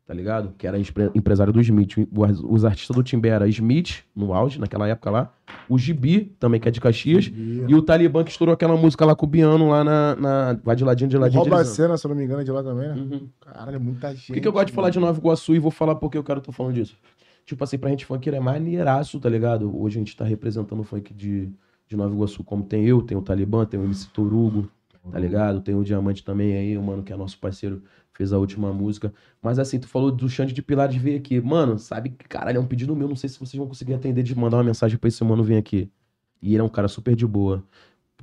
Speaker 3: tá ligado? Que era empre- empresário do Smith. O- Os artistas do Timbé era Smith, no auge, naquela época lá, o Gibi, também que é de Caxias. E o Talibã que estourou aquela música lá com o Biano lá na. na- vai de ladinho, de
Speaker 2: O
Speaker 3: ladinho. de
Speaker 2: Rouba a
Speaker 3: ladinho.
Speaker 2: Cena, se eu não me engano, é de lá também, né?
Speaker 3: Uhum.
Speaker 2: Caralho, é muita gente.
Speaker 3: Por que, que eu gosto de falar de Nova Iguaçu e vou falar porque eu quero tô falando disso? Tipo assim, pra gente funkeiro é maneiraço, tá ligado? Hoje a gente tá representando o funk de, de Nova Iguaçu, como tem eu, tem o Talibã, tem o MC Torugo, tá ligado? Tem o Diamante também aí, o mano que é nosso parceiro, fez a última música. Mas assim, tu falou do Xande de Pilares vir aqui. Mano, sabe que caralho, é um pedido meu, não sei se vocês vão conseguir atender de mandar uma mensagem pra esse mano vir aqui. E ele é um cara super de boa.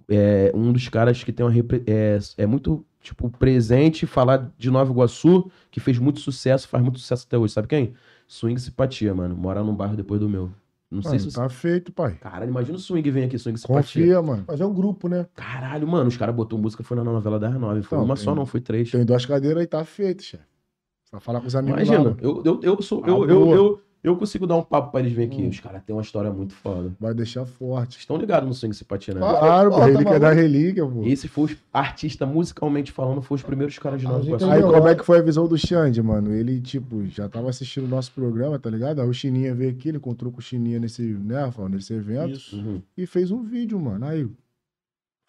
Speaker 3: É um dos caras que tem uma. repre- É, é muito, tipo, presente falar de Nova Iguaçu que fez muito sucesso, faz muito sucesso até hoje. Sabe quem? Swing Simpatia, mano. Mora num bairro depois do meu. Não sei
Speaker 2: Mano,
Speaker 3: se você.
Speaker 2: tá feito, pai.
Speaker 3: Caralho, imagina o swing vem aqui, swing simpatia.
Speaker 2: Confia, mano.
Speaker 1: Mas é um grupo, né?
Speaker 3: Caralho, mano, os caras botou música, foi na novela das nove. Foi
Speaker 2: Não,
Speaker 3: uma
Speaker 2: tem-
Speaker 3: só, não, foi três.
Speaker 2: Tem duas cadeiras aí, tá feito, chefe. Pra falar com os amigos lá,
Speaker 3: Imagina,
Speaker 2: mano.
Speaker 3: eu, eu, eu sou. Eu,
Speaker 2: Ah,
Speaker 3: eu,
Speaker 2: boa.
Speaker 3: eu, eu consigo dar um papo pra eles virem
Speaker 2: Hum.
Speaker 3: aqui. Os caras têm uma história muito foda.
Speaker 2: Vai deixar forte.
Speaker 3: Vocês estão ligados no swing simpatia, né?
Speaker 2: Claro,
Speaker 1: pô,
Speaker 2: pô,
Speaker 1: tá
Speaker 2: relíquia
Speaker 1: maluco.
Speaker 2: da relíquia, pô.
Speaker 3: Esse foi os artista musicalmente falando, foi os primeiros caras de
Speaker 1: Ah,
Speaker 3: Nova
Speaker 1: a gente
Speaker 3: Iguaçu.
Speaker 2: Aí
Speaker 1: Entendeu?
Speaker 2: como é que foi a visão do Xande, mano? Ele, tipo, já tava assistindo o nosso programa, tá ligado? Aí o Chininha veio aqui, ele encontrou com o Chininha nesse, né, Rafael, nesse evento
Speaker 1: Isso.
Speaker 3: Uhum.
Speaker 2: e fez um vídeo, mano. Aí,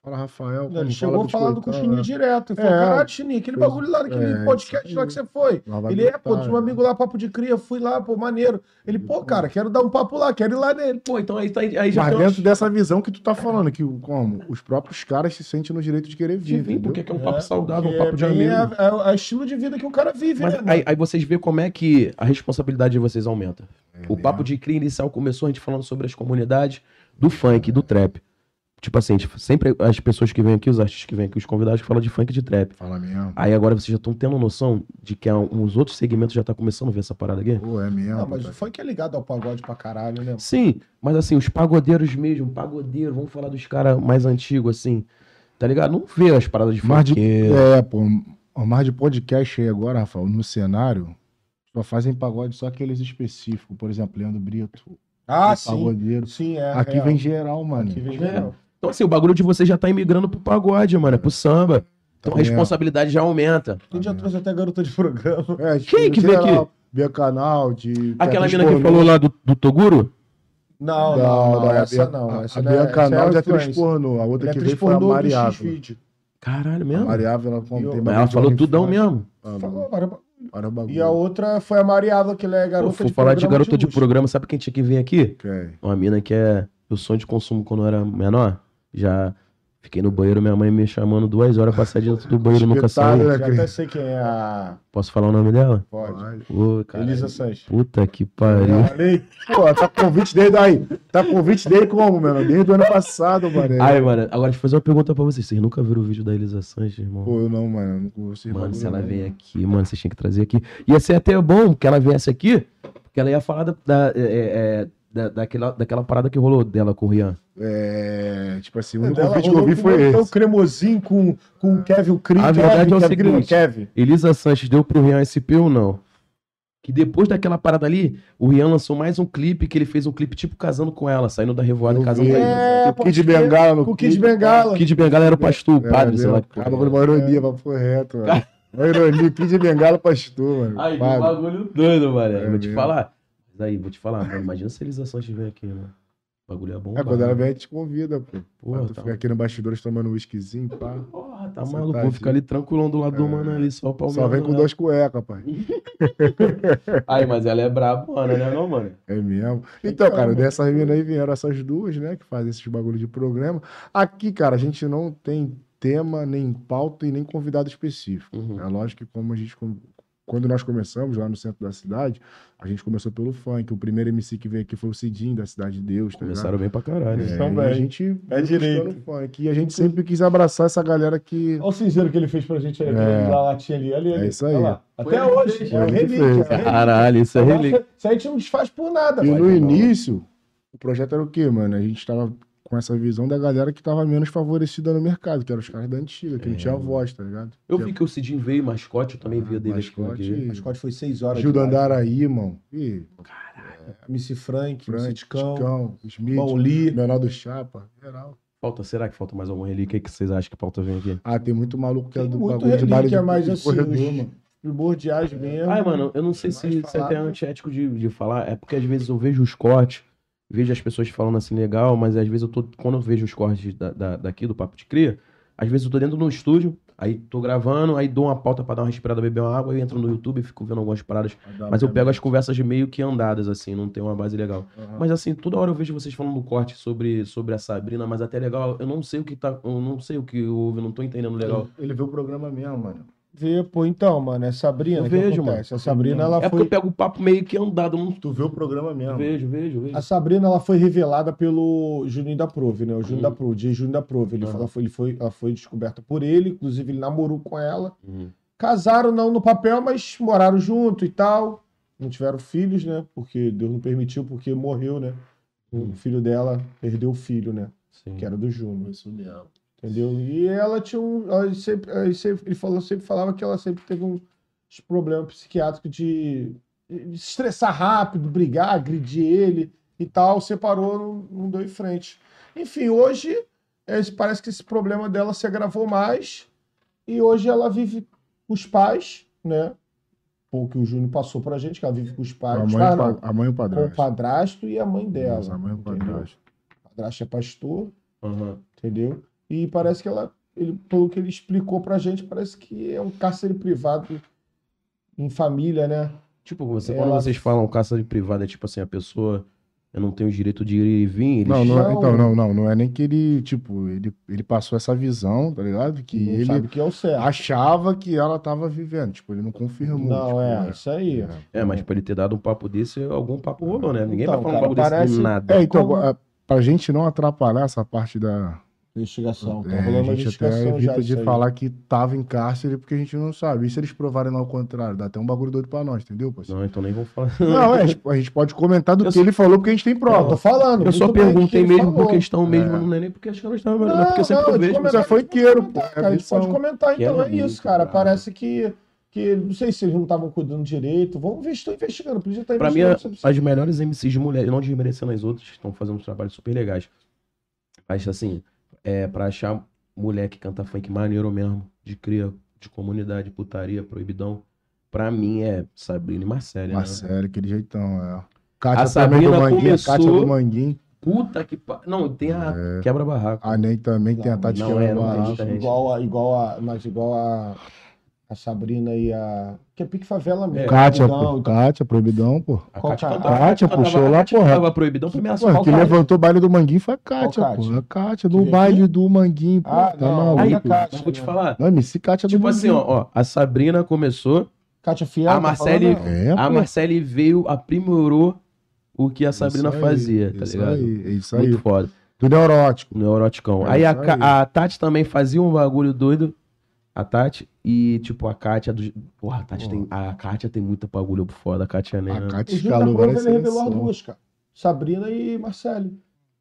Speaker 2: fala Rafael,
Speaker 1: Ele
Speaker 2: como fala
Speaker 1: chegou
Speaker 2: dos
Speaker 1: falando com o
Speaker 2: coitados,
Speaker 1: Chini
Speaker 2: né?
Speaker 1: direto. Ele falou,
Speaker 2: É.
Speaker 1: caralho, Chini, aquele
Speaker 2: Pois-
Speaker 1: bagulho lá, naquele
Speaker 2: é,
Speaker 1: podcast
Speaker 2: isso
Speaker 1: lá
Speaker 2: aí.
Speaker 1: que você foi.
Speaker 2: Lá vai
Speaker 1: Ele é, pô,
Speaker 2: gritar, né?
Speaker 1: tinha um amigo lá, papo de cria, fui lá, pô, maneiro. Ele, pô, cara, quero dar um papo lá, quero ir lá nele.
Speaker 3: Pô, então aí, tá- aí já
Speaker 2: Mas
Speaker 3: tem
Speaker 2: dentro
Speaker 3: uma-
Speaker 2: dessa visão que tu tá falando, que o- como? Os próprios caras se sentem no direito de né? querer vir.
Speaker 3: de vir,
Speaker 2: entendeu?
Speaker 3: porque aqui é um papo
Speaker 1: É,
Speaker 3: saudável, um
Speaker 1: porque
Speaker 3: papo de
Speaker 1: bem
Speaker 3: amigo.
Speaker 1: É, é, o- é o estilo de vida que o cara vive,
Speaker 3: Mas
Speaker 1: né? mano?
Speaker 3: aí, aí vocês veem como é que a responsabilidade de vocês aumenta. o
Speaker 2: né?
Speaker 3: papo de cria inicial começou a gente falando sobre as comunidades do funk, do trap. Tipo assim, a gente- sempre as pessoas que vêm aqui, os artistas que vêm aqui, os convidados que falam de funk e de trap.
Speaker 2: Fala mesmo.
Speaker 3: Aí agora vocês já estão tendo noção de que há um- uns outros segmentos já tá começando a ver essa parada aqui?
Speaker 2: Pô, é mesmo.
Speaker 1: Não, mas
Speaker 2: papai.
Speaker 1: o funk é ligado ao pagode pra caralho, né?
Speaker 3: Sim, mas assim, os pagodeiros mesmo, pagodeiro, vamos falar dos caras mais antigos, assim, tá ligado? Não vê as paradas de
Speaker 2: Mas de-
Speaker 3: funk.
Speaker 2: É, pô, o mais de podcast aí agora, Rafael, no cenário, só fazem pagode só aqueles específicos. Por exemplo, Leandro Brito,
Speaker 1: Ah, sim.
Speaker 2: pagodeiro.
Speaker 1: Sim, é.
Speaker 2: Aqui
Speaker 1: é.
Speaker 2: vem geral, mano.
Speaker 1: Aqui vem
Speaker 3: É.
Speaker 1: geral.
Speaker 3: Então assim, o bagulho de vocês já tá imigrando pro pagode, mano, é pro samba. Então a
Speaker 2: Também é.
Speaker 3: responsabilidade já aumenta.
Speaker 1: A gente já trouxe até garota de programa.
Speaker 2: É,
Speaker 1: tipo,
Speaker 3: Quem que vem aqui?
Speaker 2: Canal, de.
Speaker 3: Aquela
Speaker 2: Teatro
Speaker 3: mina que
Speaker 2: Escolhido.
Speaker 3: falou lá do, do Toguro?
Speaker 1: Não, não,
Speaker 2: Não,
Speaker 1: não,
Speaker 2: não, é a
Speaker 1: essa
Speaker 2: Bia-
Speaker 1: não.
Speaker 2: a-
Speaker 1: Essa
Speaker 2: a
Speaker 1: não é-
Speaker 2: Bianca
Speaker 1: essa é
Speaker 2: Canal de atriz
Speaker 1: influencer.
Speaker 2: pornô. A outra
Speaker 1: Ela é
Speaker 2: que veio
Speaker 1: atriz
Speaker 2: foi a
Speaker 1: pornô do
Speaker 2: Mariável.
Speaker 1: X-Video.
Speaker 3: Caralho
Speaker 2: A
Speaker 3: mesmo.
Speaker 2: Mariável, ela
Speaker 1: E o-
Speaker 2: contém
Speaker 3: Mas ela falou tudão mesmo.
Speaker 1: Falou, cara,
Speaker 2: Olha o bagulho.
Speaker 1: E a outra foi a Mariava, que ela é
Speaker 3: Pô,
Speaker 1: garota
Speaker 3: for falar de
Speaker 1: programa
Speaker 3: garota de,
Speaker 1: luxo.
Speaker 3: programa, sabe quem tinha que vir aqui?
Speaker 2: Ok.
Speaker 3: Uma mina que é o sonho de consumo quando eu era menor. Já fiquei no banheiro, minha mãe me chamando duas horas pra sair dentro do banheiro, nunca
Speaker 2: Espetáculo,
Speaker 3: saí.
Speaker 2: né?
Speaker 1: Já até sei quem é a...
Speaker 3: Posso falar o nome dela?
Speaker 1: Pode.
Speaker 2: Olha.
Speaker 3: Ô, cara.
Speaker 1: Elisa Sanches.
Speaker 3: Puta que pariu.
Speaker 2: Falei, pô, tá convite desde aí. Tá convite desde como, mano? Desde o ano passado, mano.
Speaker 3: Ai, mano, agora deixa eu fazer uma pergunta pra vocês. Vocês nunca viram o vídeo da Elisa Sanches, irmão?
Speaker 2: Pô, eu não, mano. é. eu Não consigo
Speaker 3: Mano, se ela
Speaker 2: não.
Speaker 3: vem aqui, mano, vocês tinham que trazer aqui. Ia ser até bom que ela viesse aqui, porque ela ia falar da, da, é, é, da- daquela, daquela parada que rolou dela com o Rian.
Speaker 2: É, tipo assim, o único
Speaker 1: Ela
Speaker 2: convite que eu
Speaker 1: rolou
Speaker 2: vi
Speaker 1: com
Speaker 2: foi
Speaker 1: o
Speaker 2: esse.
Speaker 1: cremosinho com, com o Kevin Cris.
Speaker 3: A verdade é o seguinte.
Speaker 1: Kevin.
Speaker 3: Elisa Sanches deu pro Rian SP ou não? Que depois daquela parada ali, o Rian lançou mais um clipe, que ele fez um clipe tipo casando com ela, saindo da revoada
Speaker 2: Eu
Speaker 3: e casando
Speaker 2: vi.
Speaker 3: com ela.
Speaker 1: É,
Speaker 2: O Kid Bengala no
Speaker 1: Com o Kid
Speaker 2: clipe,
Speaker 1: Bengala.
Speaker 3: O Kid Bengala era o pastor, o padre, sei lá. que porra.
Speaker 2: Acaba com É, uma ironia, papo reto, mano. Uma ironia, Kid Bengala é pastor, mano.
Speaker 3: Aí, que
Speaker 2: Padre.
Speaker 3: bagulho doido, mano.
Speaker 2: É
Speaker 3: vou te
Speaker 2: mesmo.
Speaker 3: falar. Mas aí, vou te falar, mano. Imagina se a Elisa Sanches vem aqui, mano. O bagulho é bom.
Speaker 2: É, quando ela vem, a gente convida, pô.
Speaker 3: Porra,
Speaker 2: tu
Speaker 3: tá
Speaker 2: fica aqui no bastidores tomando um whiskyzinho, pá.
Speaker 3: Porra, tá
Speaker 2: Você
Speaker 3: maluco.
Speaker 2: tá
Speaker 3: Vou
Speaker 2: de-
Speaker 3: ficar ali tranquilão do lado do mano ali, só o pau
Speaker 2: Só vem
Speaker 3: mesmo,
Speaker 2: com
Speaker 3: né?
Speaker 2: duas cuecas, pai.
Speaker 3: Aí, mas ela é brabona, né, não, mano?
Speaker 2: É mesmo? Então, cara, dessas minas aí vieram essas duas, né, que fazem esses bagulho de programa. Aqui, cara, a gente não tem tema, nem pauta e nem convidado específico.
Speaker 1: Hum.
Speaker 3: Uhum.
Speaker 2: É lógico que como a gente com- quando nós começamos lá no centro da cidade, a gente começou pelo funk. O primeiro MC que veio aqui foi o Cidinho da Cidade de Deus, tá ligado?
Speaker 3: Começaram bem pra caralho.
Speaker 1: É.
Speaker 3: né?
Speaker 2: É, e a
Speaker 1: também.
Speaker 2: gente
Speaker 1: É direito.
Speaker 2: buscando funk. E a gente sempre quis abraçar essa galera que
Speaker 1: Olha o cinzeiro que ele fez pra gente ali,
Speaker 2: É.
Speaker 1: aquela latinha ali. ali, ali.
Speaker 2: É isso
Speaker 1: Olha
Speaker 2: aí.
Speaker 1: lá. Até
Speaker 3: Foi ele que
Speaker 1: hoje.
Speaker 3: fez.
Speaker 1: É o
Speaker 2: Foi ele que
Speaker 1: relíquia.
Speaker 2: fez.
Speaker 1: é o relíquia.
Speaker 3: Caralho, isso é
Speaker 1: Agora,
Speaker 3: relíquio.
Speaker 1: Isso aí a gente não desfaz por nada. pai.
Speaker 2: E no
Speaker 3: de bola.
Speaker 2: início, o projeto era o quê, mano? A gente tava com essa visão da galera que tava menos favorecida no mercado, que eram os caras da antiga, que não tinha voz, tá ligado?
Speaker 3: É. Eu
Speaker 2: Tinha
Speaker 3: vi que o Cidinho veio, mascote, eu também via dele aqui.
Speaker 2: Ah, mascote,
Speaker 1: Mas quase foi 6 horas.
Speaker 2: Gil
Speaker 1: de live.
Speaker 2: Dandaraí, irmão. Ih,
Speaker 1: MC Frank, MC
Speaker 2: Frank,
Speaker 1: Ticão,
Speaker 2: Ticão, Smith,
Speaker 1: Pauli.
Speaker 2: Menor do Chapa, geral.
Speaker 3: Falta, será que falta mais alguma relíquia? O que vocês acham que falta vem aqui?
Speaker 2: Ah, tem muito maluco que é
Speaker 1: Tem
Speaker 2: do
Speaker 1: muito
Speaker 2: bagulho de baile de,
Speaker 1: relíquia, mas
Speaker 2: de
Speaker 1: assim,
Speaker 2: corredor,
Speaker 1: os-
Speaker 2: mano.
Speaker 1: primordiais mesmo.
Speaker 3: Ai, mano, eu não sei se,
Speaker 1: mais
Speaker 3: se é até
Speaker 1: falado.
Speaker 3: antiético de, de falar, é porque às vezes eu vejo os cortes vejo as pessoas falando assim legal, mas às vezes eu tô. Quando eu vejo os cortes da, da- daqui do Papo de Cria, às vezes eu tô dentro de um estúdio, aí tô gravando, aí dou uma pauta pra dar uma respirada, beber uma água, aí entro no YouTube e fico vendo algumas paradas.
Speaker 2: Tá né?
Speaker 3: Mas eu pego as conversas meio que andadas, assim, não tem uma base legal. Mas assim, toda hora eu vejo vocês falando do corte sobre, sobre a Sabrina, mas até legal, eu não sei o que tá. Eu não sei o que houve, eu não tô entendendo legal.
Speaker 2: Ele vê o programa mesmo, mano.
Speaker 1: Vê, pô, então, mano, é Sabrina
Speaker 3: Eu
Speaker 1: que
Speaker 3: vejo,
Speaker 1: acontece. A Sabrina, ela
Speaker 3: é porque
Speaker 1: foi...
Speaker 3: eu pego o papo meio que andado, eu não Ah,
Speaker 2: Tu vê o programa mesmo.
Speaker 3: vejo, vejo, vejo.
Speaker 1: A Sabrina ela foi revelada pelo Juninho da Prove, né? O Juninho
Speaker 3: Uhum.
Speaker 1: da Prove, de Juninho da Prove. Ele,
Speaker 3: Aham.
Speaker 1: ela, foi, ele foi, ela foi descoberta por ele, inclusive ele namorou com ela.
Speaker 3: Uhum.
Speaker 1: Casaram não no papel, mas moraram junto e tal. Não tiveram filhos, né? Porque Deus não permitiu, porque morreu, né? O
Speaker 3: Uhum.
Speaker 1: filho dela perdeu o filho, né?
Speaker 3: Sim.
Speaker 1: Que era do Júnior,
Speaker 2: Isso mesmo.
Speaker 1: entendeu? E ela tinha um. Ela sempre, ela sempre- ele falou, sempre falava que ela sempre teve um problema psiquiátrico de, de se estressar rápido, brigar, agredir ele e tal. Separou, não, não deu em frente. Enfim, hoje esse- parece que esse problema dela se agravou mais e hoje ela vive com os pais, né? O que o Júnior passou pra gente, que ela vive com os
Speaker 2: A
Speaker 1: pais,
Speaker 2: mãe,
Speaker 1: os
Speaker 2: e
Speaker 1: pais
Speaker 2: pa-
Speaker 1: não,
Speaker 2: a mãe e o
Speaker 1: com o
Speaker 2: padrasto.
Speaker 1: padrasto e a mãe dela.
Speaker 2: Isso, a mãe e o
Speaker 1: entendeu?
Speaker 2: padrasto.
Speaker 1: O padrasto é pastor
Speaker 3: Aham.
Speaker 1: entendeu? E parece que ela, ele, pelo que ele explicou pra gente, parece que é um cárcere privado em família, né?
Speaker 3: Tipo, você,
Speaker 1: Ela-
Speaker 3: quando vocês falam caça de privada, é tipo assim, a pessoa. Eu não tenho o direito de ir e vir. Eles...
Speaker 2: Não, não é,
Speaker 1: Não.
Speaker 2: então, não, não, não é nem que ele, tipo, ele, ele passou essa visão, tá ligado? Que
Speaker 1: não
Speaker 2: ele
Speaker 1: sabe o que é o certo.
Speaker 2: achava que ela tava vivendo, tipo, ele não confirmou. tipo,
Speaker 1: Não, é,
Speaker 2: né?
Speaker 1: isso aí.
Speaker 3: É, mas pra ele ter dado um papo desse, algum papo rolou, né? Ninguém
Speaker 1: Então,
Speaker 3: vai falar um papo
Speaker 1: cara,
Speaker 3: desse
Speaker 1: parece-
Speaker 3: do nada.
Speaker 2: É, então,
Speaker 1: Como-
Speaker 2: agora, pra gente não atrapalhar essa parte da.
Speaker 1: Investigação. Tá
Speaker 2: é,
Speaker 1: rolando uma
Speaker 2: a gente até
Speaker 1: investigação já
Speaker 2: evita
Speaker 1: disso
Speaker 2: de
Speaker 1: aí.
Speaker 2: falar que tava em cárcere porque a gente não sabe. E se eles provarem lá o contrário? Dá até um bagulho doido pra nós, entendeu, parceiro?
Speaker 3: Não, então nem vou falar.
Speaker 2: Não, é, tipo, a gente pode comentar do
Speaker 3: Eu
Speaker 2: que
Speaker 3: só-
Speaker 2: ele falou porque a gente tem
Speaker 1: Não, tô
Speaker 2: prova.
Speaker 1: falando.
Speaker 3: Eu só
Speaker 1: muito bem que
Speaker 3: perguntei
Speaker 1: ele
Speaker 3: mesmo
Speaker 1: falou.
Speaker 3: por questão mesmo,
Speaker 2: É.
Speaker 3: não é nem porque acho que ela estava
Speaker 1: Não,
Speaker 3: melhor, não, porque eu sempre
Speaker 1: não, de
Speaker 3: vejo.
Speaker 1: comentar,
Speaker 2: Isso é foiqueiro,
Speaker 1: comentar,
Speaker 2: pô.
Speaker 1: Cara, a gente pode
Speaker 2: Visão.
Speaker 1: comentar, então
Speaker 3: Quero
Speaker 1: é isso,
Speaker 3: muito,
Speaker 1: cara.
Speaker 3: cara.
Speaker 1: Parece que, que. Não sei se eles não estavam cuidando direito. Vamos ver, estou investigando. Podia estar
Speaker 3: Pra mim,
Speaker 1: investigando. sobre isso.
Speaker 3: as melhores MCs de mulher, não desmerecendo as outras, que estão fazendo uns trabalhos super legais. Mas assim, é pra achar mulher que canta funk maneiro mesmo, de cria, de comunidade, putaria, proibidão. Pra mim é Sabrina e
Speaker 1: é
Speaker 3: Marcela.
Speaker 2: Mas
Speaker 1: um-
Speaker 3: Né?
Speaker 2: sério, aquele jeitão, é. Kátia
Speaker 3: A
Speaker 2: também do
Speaker 3: Sabrina
Speaker 2: Manguinho,
Speaker 3: começou-
Speaker 2: a Kátia é do Manguinho.
Speaker 3: Puta que pa... Não, tem a
Speaker 2: É.
Speaker 3: quebra-barraco.
Speaker 2: A Ney também tem a
Speaker 1: Não,
Speaker 2: Tati
Speaker 3: não
Speaker 2: Quebra
Speaker 3: é, não tem
Speaker 2: Barraco.
Speaker 3: jeito, gente.
Speaker 1: Igual a, igual a, mas igual a, a Sabrina e a. Que é pique favela mesmo. Então,
Speaker 3: É.
Speaker 2: Kátia,
Speaker 1: Não,
Speaker 2: pô. Kátia, proibidão, pô.
Speaker 3: A
Speaker 1: qual
Speaker 3: Kátia
Speaker 1: cara?
Speaker 3: cantava,
Speaker 2: A Kátia
Speaker 3: cantava-
Speaker 2: puxou
Speaker 3: a
Speaker 2: lá,
Speaker 3: Kátia
Speaker 2: porra.
Speaker 3: cantava proibidão pra me
Speaker 2: Pô,
Speaker 3: assustar.
Speaker 2: quem levantou o baile do Manguinho foi a Kátia,
Speaker 1: Qual
Speaker 2: pô.
Speaker 1: Kátia?
Speaker 2: A Kátia,
Speaker 1: Que
Speaker 2: do
Speaker 1: veio
Speaker 2: baile do Manguinho, pô.
Speaker 1: Ah,
Speaker 2: tá
Speaker 1: não,
Speaker 3: Aí,
Speaker 1: a
Speaker 2: maluco.
Speaker 1: Kátia,
Speaker 3: vou te
Speaker 1: né?
Speaker 3: falar.
Speaker 2: Não, MC Kátia é do
Speaker 3: Tipo assim, ó,
Speaker 2: Manguinho.
Speaker 3: ó, a Sabrina começou,
Speaker 1: Kátia Fiel.
Speaker 3: A
Speaker 1: tá
Speaker 3: Ah, Marcele-
Speaker 1: falando?
Speaker 2: É,
Speaker 3: a Marcele veio, aprimorou o que a Sabrina
Speaker 2: Isso aí,
Speaker 3: fazia, tá
Speaker 2: isso
Speaker 3: ligado?
Speaker 2: aí, é isso
Speaker 3: Muito
Speaker 2: aí.
Speaker 3: foda.
Speaker 2: Do neurótico.
Speaker 3: Neuroticão.
Speaker 2: É
Speaker 3: aí a,
Speaker 2: isso
Speaker 3: Ca-
Speaker 2: aí.
Speaker 3: a Tati também fazia um bagulho doido. A Tati. E, tipo, a Kátia. Do... Porra, a Tati tem. A Kátia tem muita bagulho foda. A Kátia né?
Speaker 2: A Kátia
Speaker 1: O Júlio da
Speaker 2: escalou
Speaker 1: Prova
Speaker 2: várias
Speaker 1: ele revelou as
Speaker 2: seleções.
Speaker 1: duas, cara. Sabrina e Marcele.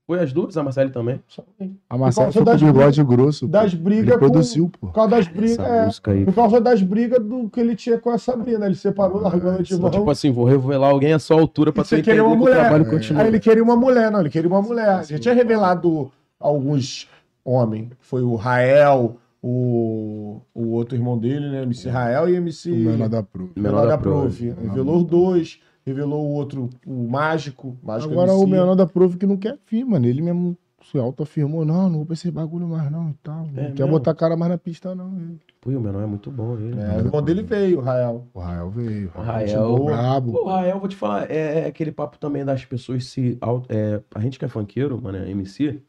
Speaker 3: Foi as duas, a Marcele também.
Speaker 1: Só tem.
Speaker 2: A Marcela
Speaker 1: Por
Speaker 2: foi
Speaker 1: causa
Speaker 2: com
Speaker 1: das
Speaker 2: bigode grosso. pô.
Speaker 1: Das
Speaker 2: Ele
Speaker 1: brigas com.
Speaker 2: produziu, pô.
Speaker 1: Por causa das brigas.
Speaker 3: Essa
Speaker 1: É,
Speaker 3: música aí.
Speaker 1: por causa das brigas do que ele tinha com a Sabrina. Ele separou, largou ela de
Speaker 2: Isso,
Speaker 1: mão.
Speaker 3: Tipo assim, vou revelar alguém a sua altura pra
Speaker 1: E você
Speaker 3: tu
Speaker 1: queria
Speaker 3: entender
Speaker 1: uma
Speaker 3: que o
Speaker 1: mulher.
Speaker 3: trabalho
Speaker 2: É.
Speaker 3: continua.
Speaker 1: Aí ele queria uma mulher, não, ele queria uma mulher. Já tinha revelado alguns homens. Foi o Rael, o, o outro irmão dele, né? MC Rael e MC
Speaker 2: O menor da Pro.
Speaker 1: Menor da Prove. né? Revelou os dois, revelou o outro, o Mágico. Mágico
Speaker 2: Agora
Speaker 1: MC.
Speaker 2: o menor da prova que não quer vir, mano. Ele mesmo se autoafirmou, não, não vou pra esse bagulho mais não e tal. Não
Speaker 3: É
Speaker 2: quer
Speaker 3: mesmo?
Speaker 2: botar a cara mais na pista não. ele.
Speaker 3: Pô, e o menor é muito bom ele.
Speaker 1: É, o irmão dele veio, o Rael.
Speaker 2: O Rael veio.
Speaker 3: O Rael-
Speaker 2: continuou brabo.
Speaker 3: Pô, Rael, vou te falar, é, é aquele papo também das pessoas se. au- é, a gente que é funkeiro, mano, é MC,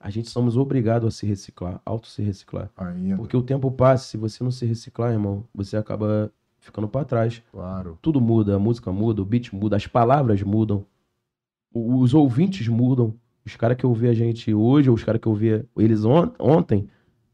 Speaker 3: a gente somos obrigados a se reciclar, auto se reciclar.
Speaker 2: Ainda,
Speaker 3: Porque o tempo passa, se você não se reciclar, irmão, você acaba ficando pra trás.
Speaker 2: claro.
Speaker 3: Tudo muda, a música muda, o beat muda, as palavras mudam, o- os ouvintes mudam. Os caras que eu vi a gente hoje, ou os caras que eu vi eles on- ontem,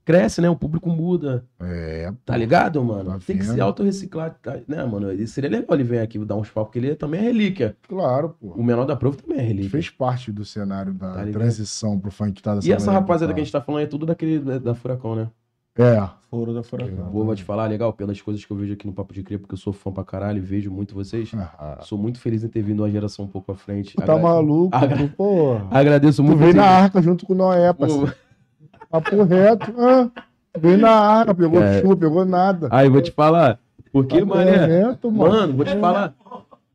Speaker 3: cresce, né? O público muda.
Speaker 2: É,
Speaker 3: Tá ligado, mano?
Speaker 2: Tá
Speaker 3: Tem que se
Speaker 2: vendo?
Speaker 3: autorreciclar, tá- né, mano? E seria legal ele vir aqui dar uns papos, porque ele também é relíquia.
Speaker 2: claro, pô.
Speaker 3: O menor da prova também é relíquia.
Speaker 2: Fez parte do cenário da
Speaker 3: Tá ligado?
Speaker 2: transição pro funk tá
Speaker 3: E essa
Speaker 2: maneira
Speaker 3: rapaziada
Speaker 2: tá.
Speaker 3: que a gente tá falando é tudo daquele da, da Furacão, né? [laughs]
Speaker 2: É.
Speaker 1: Foro da Furacão.
Speaker 3: Vou, vou te falar, legal, pelas coisas que eu vejo aqui no Papo de Cria, porque eu sou fã pra caralho, vejo muito vocês.
Speaker 2: Ah,
Speaker 3: Sou muito feliz em ter vindo uma geração um pouco à frente.
Speaker 2: Tu tá
Speaker 3: Agra-
Speaker 2: maluco,
Speaker 3: Agra-
Speaker 2: tu, porra.
Speaker 3: Agradeço
Speaker 2: Tu
Speaker 3: muito.
Speaker 2: veio na
Speaker 3: vocês.
Speaker 2: arca junto com o Noé, parceiro.
Speaker 3: Pô,
Speaker 2: Papo reto. hã? Veio na arca, pegou
Speaker 3: É.
Speaker 2: chuva, pegou nada.
Speaker 3: Aí, vou te falar. Porque,
Speaker 2: Papo
Speaker 3: mané,
Speaker 2: reto, mano.
Speaker 3: mano, vou te falar.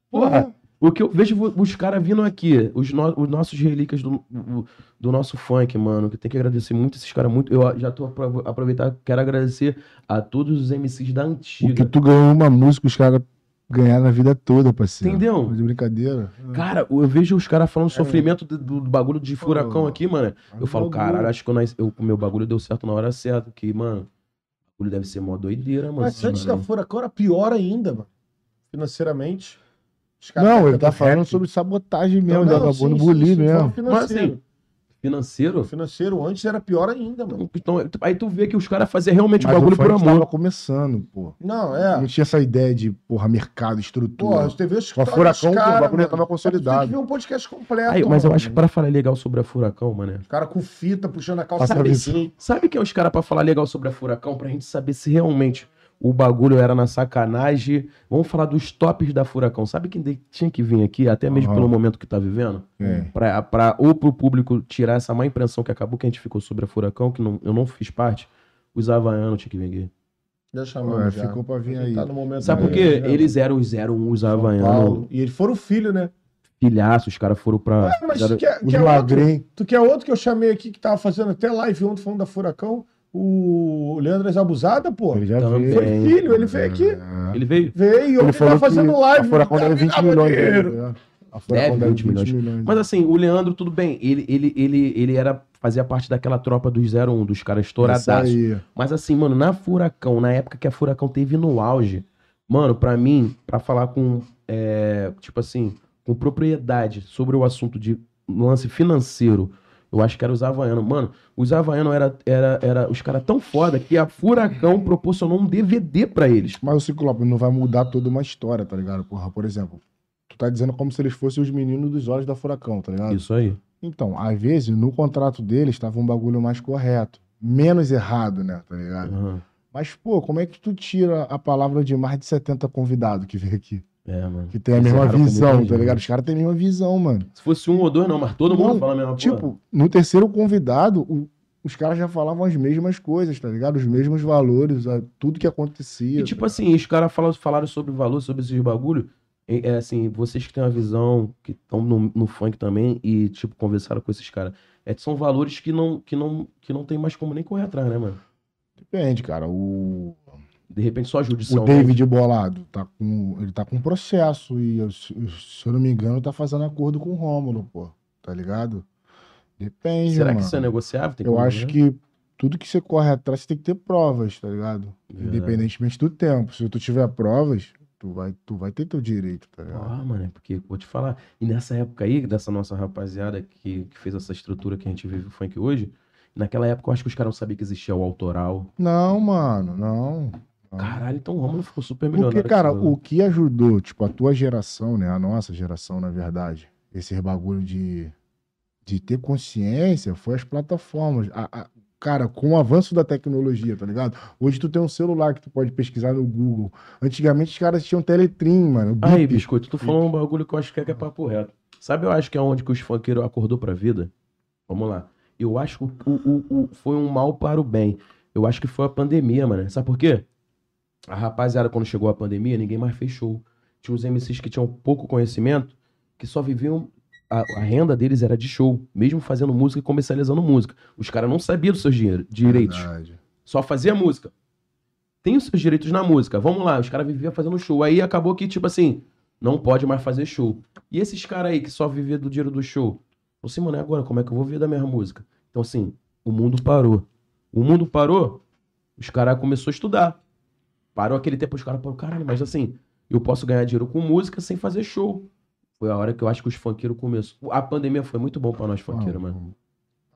Speaker 3: Porra, Porque eu vejo vo- os caras vindo aqui, os, no- os nossos relíquias do, do- do nosso funk, mano, que tem que agradecer muito esses caras, muito. Eu já tô apro- aproveitar, quero agradecer a todos os MCs da
Speaker 2: O que
Speaker 3: antiga.
Speaker 2: tu ganhou uma música, os caras ganharam na vida toda, parceiro.
Speaker 3: Entendeu?
Speaker 2: Mas de brincadeira.
Speaker 3: Cara, eu vejo os caras
Speaker 2: É
Speaker 3: falando do sofrimento do, do bagulho de furacão
Speaker 2: Pô,
Speaker 3: aqui, mano.
Speaker 1: Um
Speaker 3: Eu falo,
Speaker 2: Bagulho.
Speaker 3: caralho, acho que eu nas- eu- o meu bagulho deu certo na hora certa, que, mano, o bagulho deve ser mó doideira, mano.
Speaker 1: Mas antes da
Speaker 3: mano.
Speaker 1: Furacão era pior ainda, mano. Financeiramente. Os caras-
Speaker 2: Não, ele tá
Speaker 1: Rap.
Speaker 2: falando sobre sabotagem mesmo,
Speaker 1: Então,
Speaker 2: da
Speaker 1: não,
Speaker 2: acabou no
Speaker 1: sim, sim,
Speaker 2: bullying
Speaker 1: sim, um fala
Speaker 2: mesmo.
Speaker 1: Financeiro.
Speaker 3: Mas, Financeiro?
Speaker 1: O financeiro antes era pior ainda, mano.
Speaker 3: Então, aí tu vê que os caras faziam realmente
Speaker 2: Mas
Speaker 3: bagulho
Speaker 2: Tipo, é o funk
Speaker 3: por amor.
Speaker 2: tava começando, pô.
Speaker 1: Não,
Speaker 2: Não
Speaker 1: é.
Speaker 2: tinha essa ideia de, porra, mercado,
Speaker 1: Porra,
Speaker 2: estrutura.
Speaker 1: as TVs
Speaker 2: Uma
Speaker 1: os
Speaker 2: furacão, o
Speaker 1: cara,
Speaker 2: bagulho já tá
Speaker 1: mano.
Speaker 2: tava
Speaker 1: Tem que
Speaker 2: consolidado.
Speaker 1: ver um podcast
Speaker 2: é
Speaker 1: completo.
Speaker 3: Aí, mas eu
Speaker 1: mano.
Speaker 3: acho
Speaker 2: né?
Speaker 3: que para falar legal sobre a Furacão, mano.
Speaker 1: Os caras com fita, puxando a calça
Speaker 2: Passa a
Speaker 1: pra
Speaker 2: visão.
Speaker 1: direita.
Speaker 3: Sabe quem é os caras pra falar legal sobre a Furacão? Pra gente saber se realmente o bagulho era na sacanagem. Vamos falar dos tops da Furacão. Sabe quem de- tinha que vir aqui, até mesmo
Speaker 2: Aham.
Speaker 3: pelo momento que tá vivendo?
Speaker 2: É.
Speaker 3: Pra, pra, ou pro público tirar essa má impressão que acabou que a gente ficou sobre a Furacão, que não- eu não fiz parte. Os Havaianos tinha que vir aqui.
Speaker 1: Já chamamos.
Speaker 2: Ué,
Speaker 1: Tá já.
Speaker 2: ficou pra vir
Speaker 1: Ele
Speaker 2: aí.
Speaker 1: tá no momento
Speaker 3: Sabe
Speaker 1: da-
Speaker 3: por quê?
Speaker 1: né?
Speaker 3: Eles eram os 01, os
Speaker 1: São
Speaker 3: Havaianos.
Speaker 1: Paulo. E ele foram o filho, né?
Speaker 3: Filhaço, os caras foram pra.
Speaker 1: Ah, mas
Speaker 3: fizeram-
Speaker 1: tu quer,
Speaker 2: Os
Speaker 1: quer outro,
Speaker 2: magrinhos.
Speaker 1: tu quer outro que eu chamei aqui que tava fazendo até live ontem falando da Furacão? O Leandro Abusada, pô.
Speaker 2: Ele já
Speaker 3: Também.
Speaker 2: veio.
Speaker 1: Foi filho, ele veio aqui.
Speaker 2: É.
Speaker 3: Ele veio?
Speaker 1: Veio e ontem
Speaker 2: Ele falou
Speaker 1: tava fazendo
Speaker 2: que
Speaker 1: live.
Speaker 2: A Furacão
Speaker 1: tá
Speaker 2: deve 20
Speaker 1: ligado,
Speaker 2: milhões.
Speaker 1: dinheiro.
Speaker 2: né? A Furacão
Speaker 3: Deve
Speaker 2: deve
Speaker 3: 20
Speaker 2: 20 milhões.
Speaker 3: Mas assim, o Leandro, tudo bem, ele, ele, ele, ele era, fazia parte daquela tropa dos 01, dos caras
Speaker 2: Isso
Speaker 3: estouradaços.
Speaker 2: aí.
Speaker 3: Mas assim, mano, na Furacão, na época que a Furacão teve no auge, mano, pra mim, pra falar com, é, tipo assim, com propriedade sobre o assunto de lance financeiro, eu acho que era os Havaiano. Mano, os Havaiano era, era, era os caras tão foda que a Furacão proporcionou um DVD pra eles.
Speaker 2: Mas o Ciclope não vai mudar toda uma história, tá ligado? Porra, por exemplo, tu tá dizendo como se eles fossem os meninos dos olhos da Furacão, tá ligado?
Speaker 3: Isso aí.
Speaker 2: Então, às vezes, no contrato deles tava um bagulho mais correto. Menos errado, né? Tá ligado?
Speaker 3: Aham.
Speaker 2: Mas, pô, como é que tu tira a palavra de mais de 70 convidados que veio aqui?
Speaker 3: É, mano.
Speaker 2: Que tem a
Speaker 3: Eles
Speaker 2: mesma
Speaker 3: erraram com
Speaker 2: visão,
Speaker 3: muita
Speaker 2: tá
Speaker 3: gente.
Speaker 2: ligado? Os caras têm a mesma visão, mano.
Speaker 3: Se fosse um ou dois, não, mas todo mundo
Speaker 2: Não,
Speaker 3: fala a mesma porra.
Speaker 2: Tipo, no terceiro convidado, o- os caras já falavam as mesmas coisas, tá ligado? Os mesmos valores, a- tudo que acontecia.
Speaker 3: E tipo assim, os caras falaram, falaram sobre valor, sobre esses bagulho. E, É assim, vocês que têm uma visão, que estão no, no funk também, e tipo, conversaram com esses caras. É, que são valores que não, que, não, que não tem mais como nem correr atrás, né, mano?
Speaker 2: Depende, cara. O,
Speaker 3: De repente só
Speaker 2: o
Speaker 3: judicialmente.
Speaker 2: David Bolado tá com. Ele tá com processo e, eu- se se eu não me engano, tá fazendo acordo com o Rômulo, pô. Tá ligado? Depende,
Speaker 3: Será que
Speaker 2: mano.
Speaker 3: isso é negociável? Tem
Speaker 2: Eu
Speaker 3: como,
Speaker 2: acho
Speaker 3: né?
Speaker 2: que tudo que você corre atrás, você tem que ter provas, tá ligado?
Speaker 3: Verdade.
Speaker 2: Independentemente do tempo. Se tu tiver provas, tu vai, tu vai ter teu direito, tá ligado?
Speaker 3: Ah, mano, é porque vou te falar. E nessa época aí, dessa nossa rapaziada que, que fez essa estrutura que a gente vive o funk hoje, naquela época eu acho que os caras não sabiam que existia o autoral.
Speaker 2: Não, mano, não. não.
Speaker 3: Caralho, então o Romulo ficou super milionário.
Speaker 2: Ah. Porque, cara,
Speaker 3: com isso, né?
Speaker 2: o que ajudou, tipo, a tua geração, né? A nossa geração, na verdade, esse bagulho de, de ter consciência foi as plataformas. A- a- cara, com o avanço da tecnologia, tá ligado? Hoje tu tem um celular que tu pode pesquisar no Google. Antigamente os caras tinham teletrim, mano.
Speaker 3: Aí,
Speaker 2: bip.
Speaker 3: biscoito, tu falou um bagulho que eu acho que é, que é papo reto. Sabe, eu acho que é onde que os funkeiros acordou pra vida? Vamos lá. Eu acho que o, o- o- foi um mal para o bem. Eu acho que foi a pandemia, mano. Sabe por quê? A rapaziada, quando chegou a pandemia, ninguém mais fez show. Tinha uns MCs que tinham pouco conhecimento, que só viviam. A, a renda deles era de show, mesmo fazendo música e comercializando música. Os caras não sabiam dos seus dinheiro- direitos.
Speaker 2: Verdade.
Speaker 3: Só fazia música. Tem os seus direitos na música. Vamos lá, os caras viviam fazendo show. Aí acabou que, tipo assim, não pode mais fazer show. E esses caras aí que só viviam do dinheiro do show? Falou assim, mano, e agora? Como é que eu vou viver da minha música? Então, assim, o mundo parou. O mundo parou, os caras começaram a estudar. Parou aquele tempo, os caras falaram, caralho, mas assim, eu posso ganhar dinheiro com música sem fazer show. Foi a hora que eu acho que os funkeiros começaram. A pandemia foi muito bom pra nós funkeiros, mano.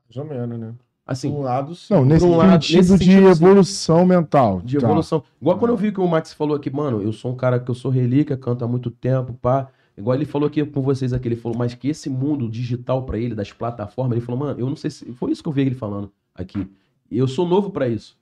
Speaker 1: Mais ou menos, né?
Speaker 3: Assim,
Speaker 1: Um lado, sim.
Speaker 2: Não, nesse
Speaker 3: um lado-
Speaker 2: sentido
Speaker 3: nesse
Speaker 2: de
Speaker 3: sentido, sim.
Speaker 2: evolução mental.
Speaker 3: De
Speaker 2: tá.
Speaker 3: evolução. Igual quando eu vi que o Max falou aqui, mano, eu sou um cara que eu sou relíquia, canto há muito tempo, pá. Igual ele falou aqui com vocês aqui, ele falou, mas que esse mundo digital pra ele, das plataformas, ele falou, mano, eu não sei se. Foi isso que eu vi ele falando aqui. Eu sou novo pra isso.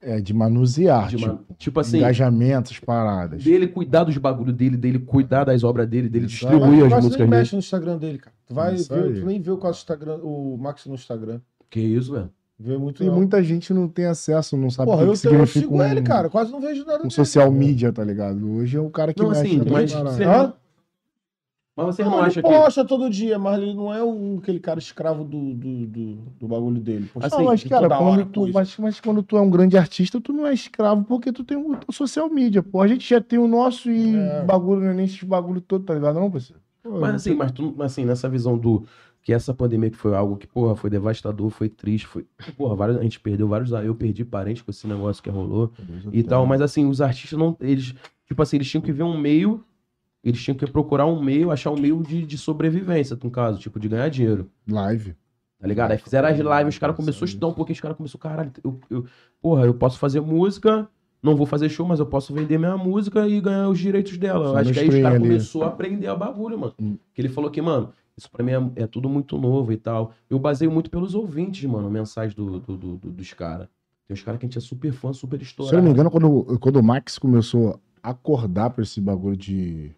Speaker 2: É, de manusear,
Speaker 3: De
Speaker 2: tipo,
Speaker 3: uma- tipo assim,
Speaker 2: engajamentos, paradas.
Speaker 3: dele cuidar dos bagulho dele, dele cuidar das obras dele, dele
Speaker 2: Isso aí.
Speaker 1: Mas
Speaker 3: distribuir
Speaker 1: tu
Speaker 3: as
Speaker 1: quase
Speaker 3: músicas
Speaker 1: nem
Speaker 3: dele.
Speaker 1: mexe no Instagram dele, cara. Tu vai
Speaker 2: né? Isso
Speaker 1: ver,
Speaker 2: aí.
Speaker 1: tu nem vê o, quase o Instagram, o Max no Instagram.
Speaker 3: Que isso, velho.
Speaker 1: Vê muito
Speaker 2: E
Speaker 1: não.
Speaker 2: muita gente não tem acesso, não sabe
Speaker 1: Porra,
Speaker 2: o
Speaker 1: eu,
Speaker 2: que
Speaker 1: tenho- eu
Speaker 2: significa
Speaker 1: sigo
Speaker 2: um,
Speaker 1: ele, cara. Quase não vejo nada
Speaker 2: um
Speaker 1: dele.
Speaker 2: social media, tá ligado? Hoje é o cara que
Speaker 3: Não,
Speaker 2: mexe
Speaker 3: assim,
Speaker 2: na
Speaker 3: mas.
Speaker 2: parada.
Speaker 3: sei
Speaker 1: Hã?
Speaker 3: lá, Mas vocês
Speaker 1: Não,
Speaker 3: não,
Speaker 1: ele
Speaker 3: acham que.
Speaker 1: posta todo dia, mas ele não é um, aquele cara escravo do, do, do, do bagulho dele. Posta
Speaker 3: Assim,
Speaker 2: Ah, mas,
Speaker 1: de
Speaker 2: cara,
Speaker 1: toda
Speaker 2: quando
Speaker 1: hora,
Speaker 2: tu,
Speaker 1: coisa.
Speaker 2: mas, mas quando tu é um grande artista, tu não é escravo porque tu tem o social media, pô. A gente já tem o nosso e
Speaker 1: É.
Speaker 2: bagulho, não é nem esses bagulho todo, tá ligado? Não, parceiro. Pô,
Speaker 3: Mas assim, mas tu- mas, assim, nessa visão do. Que essa pandemia que foi algo que, porra, foi devastador, foi triste, foi. Porra, vários, a gente perdeu vários. Eu perdi parente com esse negócio que rolou e
Speaker 2: Então.
Speaker 3: tal. Mas assim, os artistas não. Eles. Tipo assim, eles tinham que ver um meio. Eles tinham que procurar um meio, achar um meio de, de sobrevivência, no caso, tipo, de ganhar dinheiro.
Speaker 2: Live.
Speaker 3: Tá ligado? Aí fizeram as lives, os caras começaram a estudar um pouquinho, os caras começaram, caralho, eu, eu, porra, eu posso fazer música, não vou fazer show, mas eu posso vender minha música e ganhar os direitos dela.
Speaker 2: Só
Speaker 3: Acho
Speaker 2: no
Speaker 3: que aí os
Speaker 2: stream
Speaker 3: caras
Speaker 2: ali.
Speaker 3: começaram a aprender a bagulho, mano.
Speaker 2: Hum.
Speaker 3: Que ele falou que, mano, isso pra mim é, é tudo muito novo e tal. Eu baseio muito pelos ouvintes, mano, a mensagem do, do- do- do- dos caras. Tem os caras que a gente é super fã, super
Speaker 2: Se eu não me
Speaker 3: estourado.
Speaker 2: engano, quando, quando o Max começou a acordar pra esse bagulho de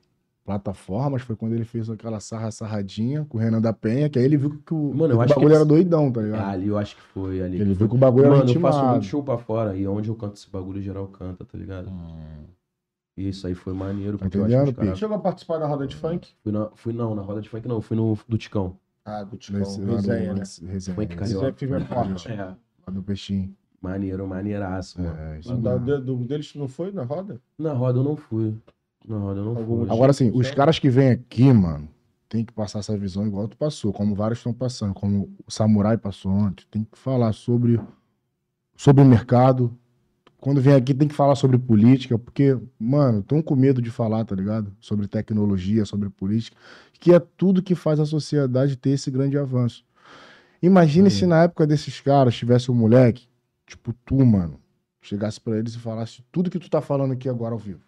Speaker 2: plataformas, foi quando ele fez aquela sarra sarradinha com o Renan da Penha, que aí ele viu que o,
Speaker 3: Mano,
Speaker 2: que
Speaker 3: eu
Speaker 2: o
Speaker 3: acho que
Speaker 2: bagulho
Speaker 3: ele-
Speaker 2: era doidão, tá
Speaker 3: Ah,
Speaker 2: ligado?
Speaker 3: ali, eu acho que foi ali.
Speaker 2: Ele viu que o bagulho era
Speaker 3: Mano, eu
Speaker 2: intimado.
Speaker 3: faço muito show pra fora e onde eu canto esse bagulho, geral canta, tá ligado? E isso aí foi maneiro, porque eu acho
Speaker 2: Tá Entendendo,
Speaker 3: que os caras
Speaker 1: Chegou a participar da roda de funk?
Speaker 3: Fui na, fui não, na roda de funk não, fui no do Ticão.
Speaker 1: Ah, do Ticão.
Speaker 2: Nesse lado-
Speaker 1: Resenha, né?
Speaker 2: nesse- resenha,
Speaker 3: Funk
Speaker 2: esse
Speaker 3: carioca.
Speaker 1: Resenha que é forte.
Speaker 3: É.
Speaker 2: lado do peixinho.
Speaker 3: Maneiro, maneiraço, mano.
Speaker 2: É, isso
Speaker 1: Não,
Speaker 2: mesmo.
Speaker 1: da- do- do- deles tu não foi na roda?
Speaker 3: Na roda eu não fui. Na roda eu não
Speaker 1: Algum
Speaker 3: fui.
Speaker 2: Agora sim, os
Speaker 1: Certo.
Speaker 2: caras que vêm aqui, mano, tem que passar essa visão igual tu passou, como vários estão passando, como o Samurai passou ontem. Tem que falar sobre, sobre o mercado. Quando vem aqui, tem que falar sobre política, porque, mano, estão com medo de falar, tá ligado? Sobre tecnologia, sobre política, que é tudo que faz a sociedade ter esse grande avanço. Imagine se na época desses caras tivesse um moleque, tipo tu, mano, chegasse pra eles e falasse tudo que tu tá falando aqui agora ao vivo.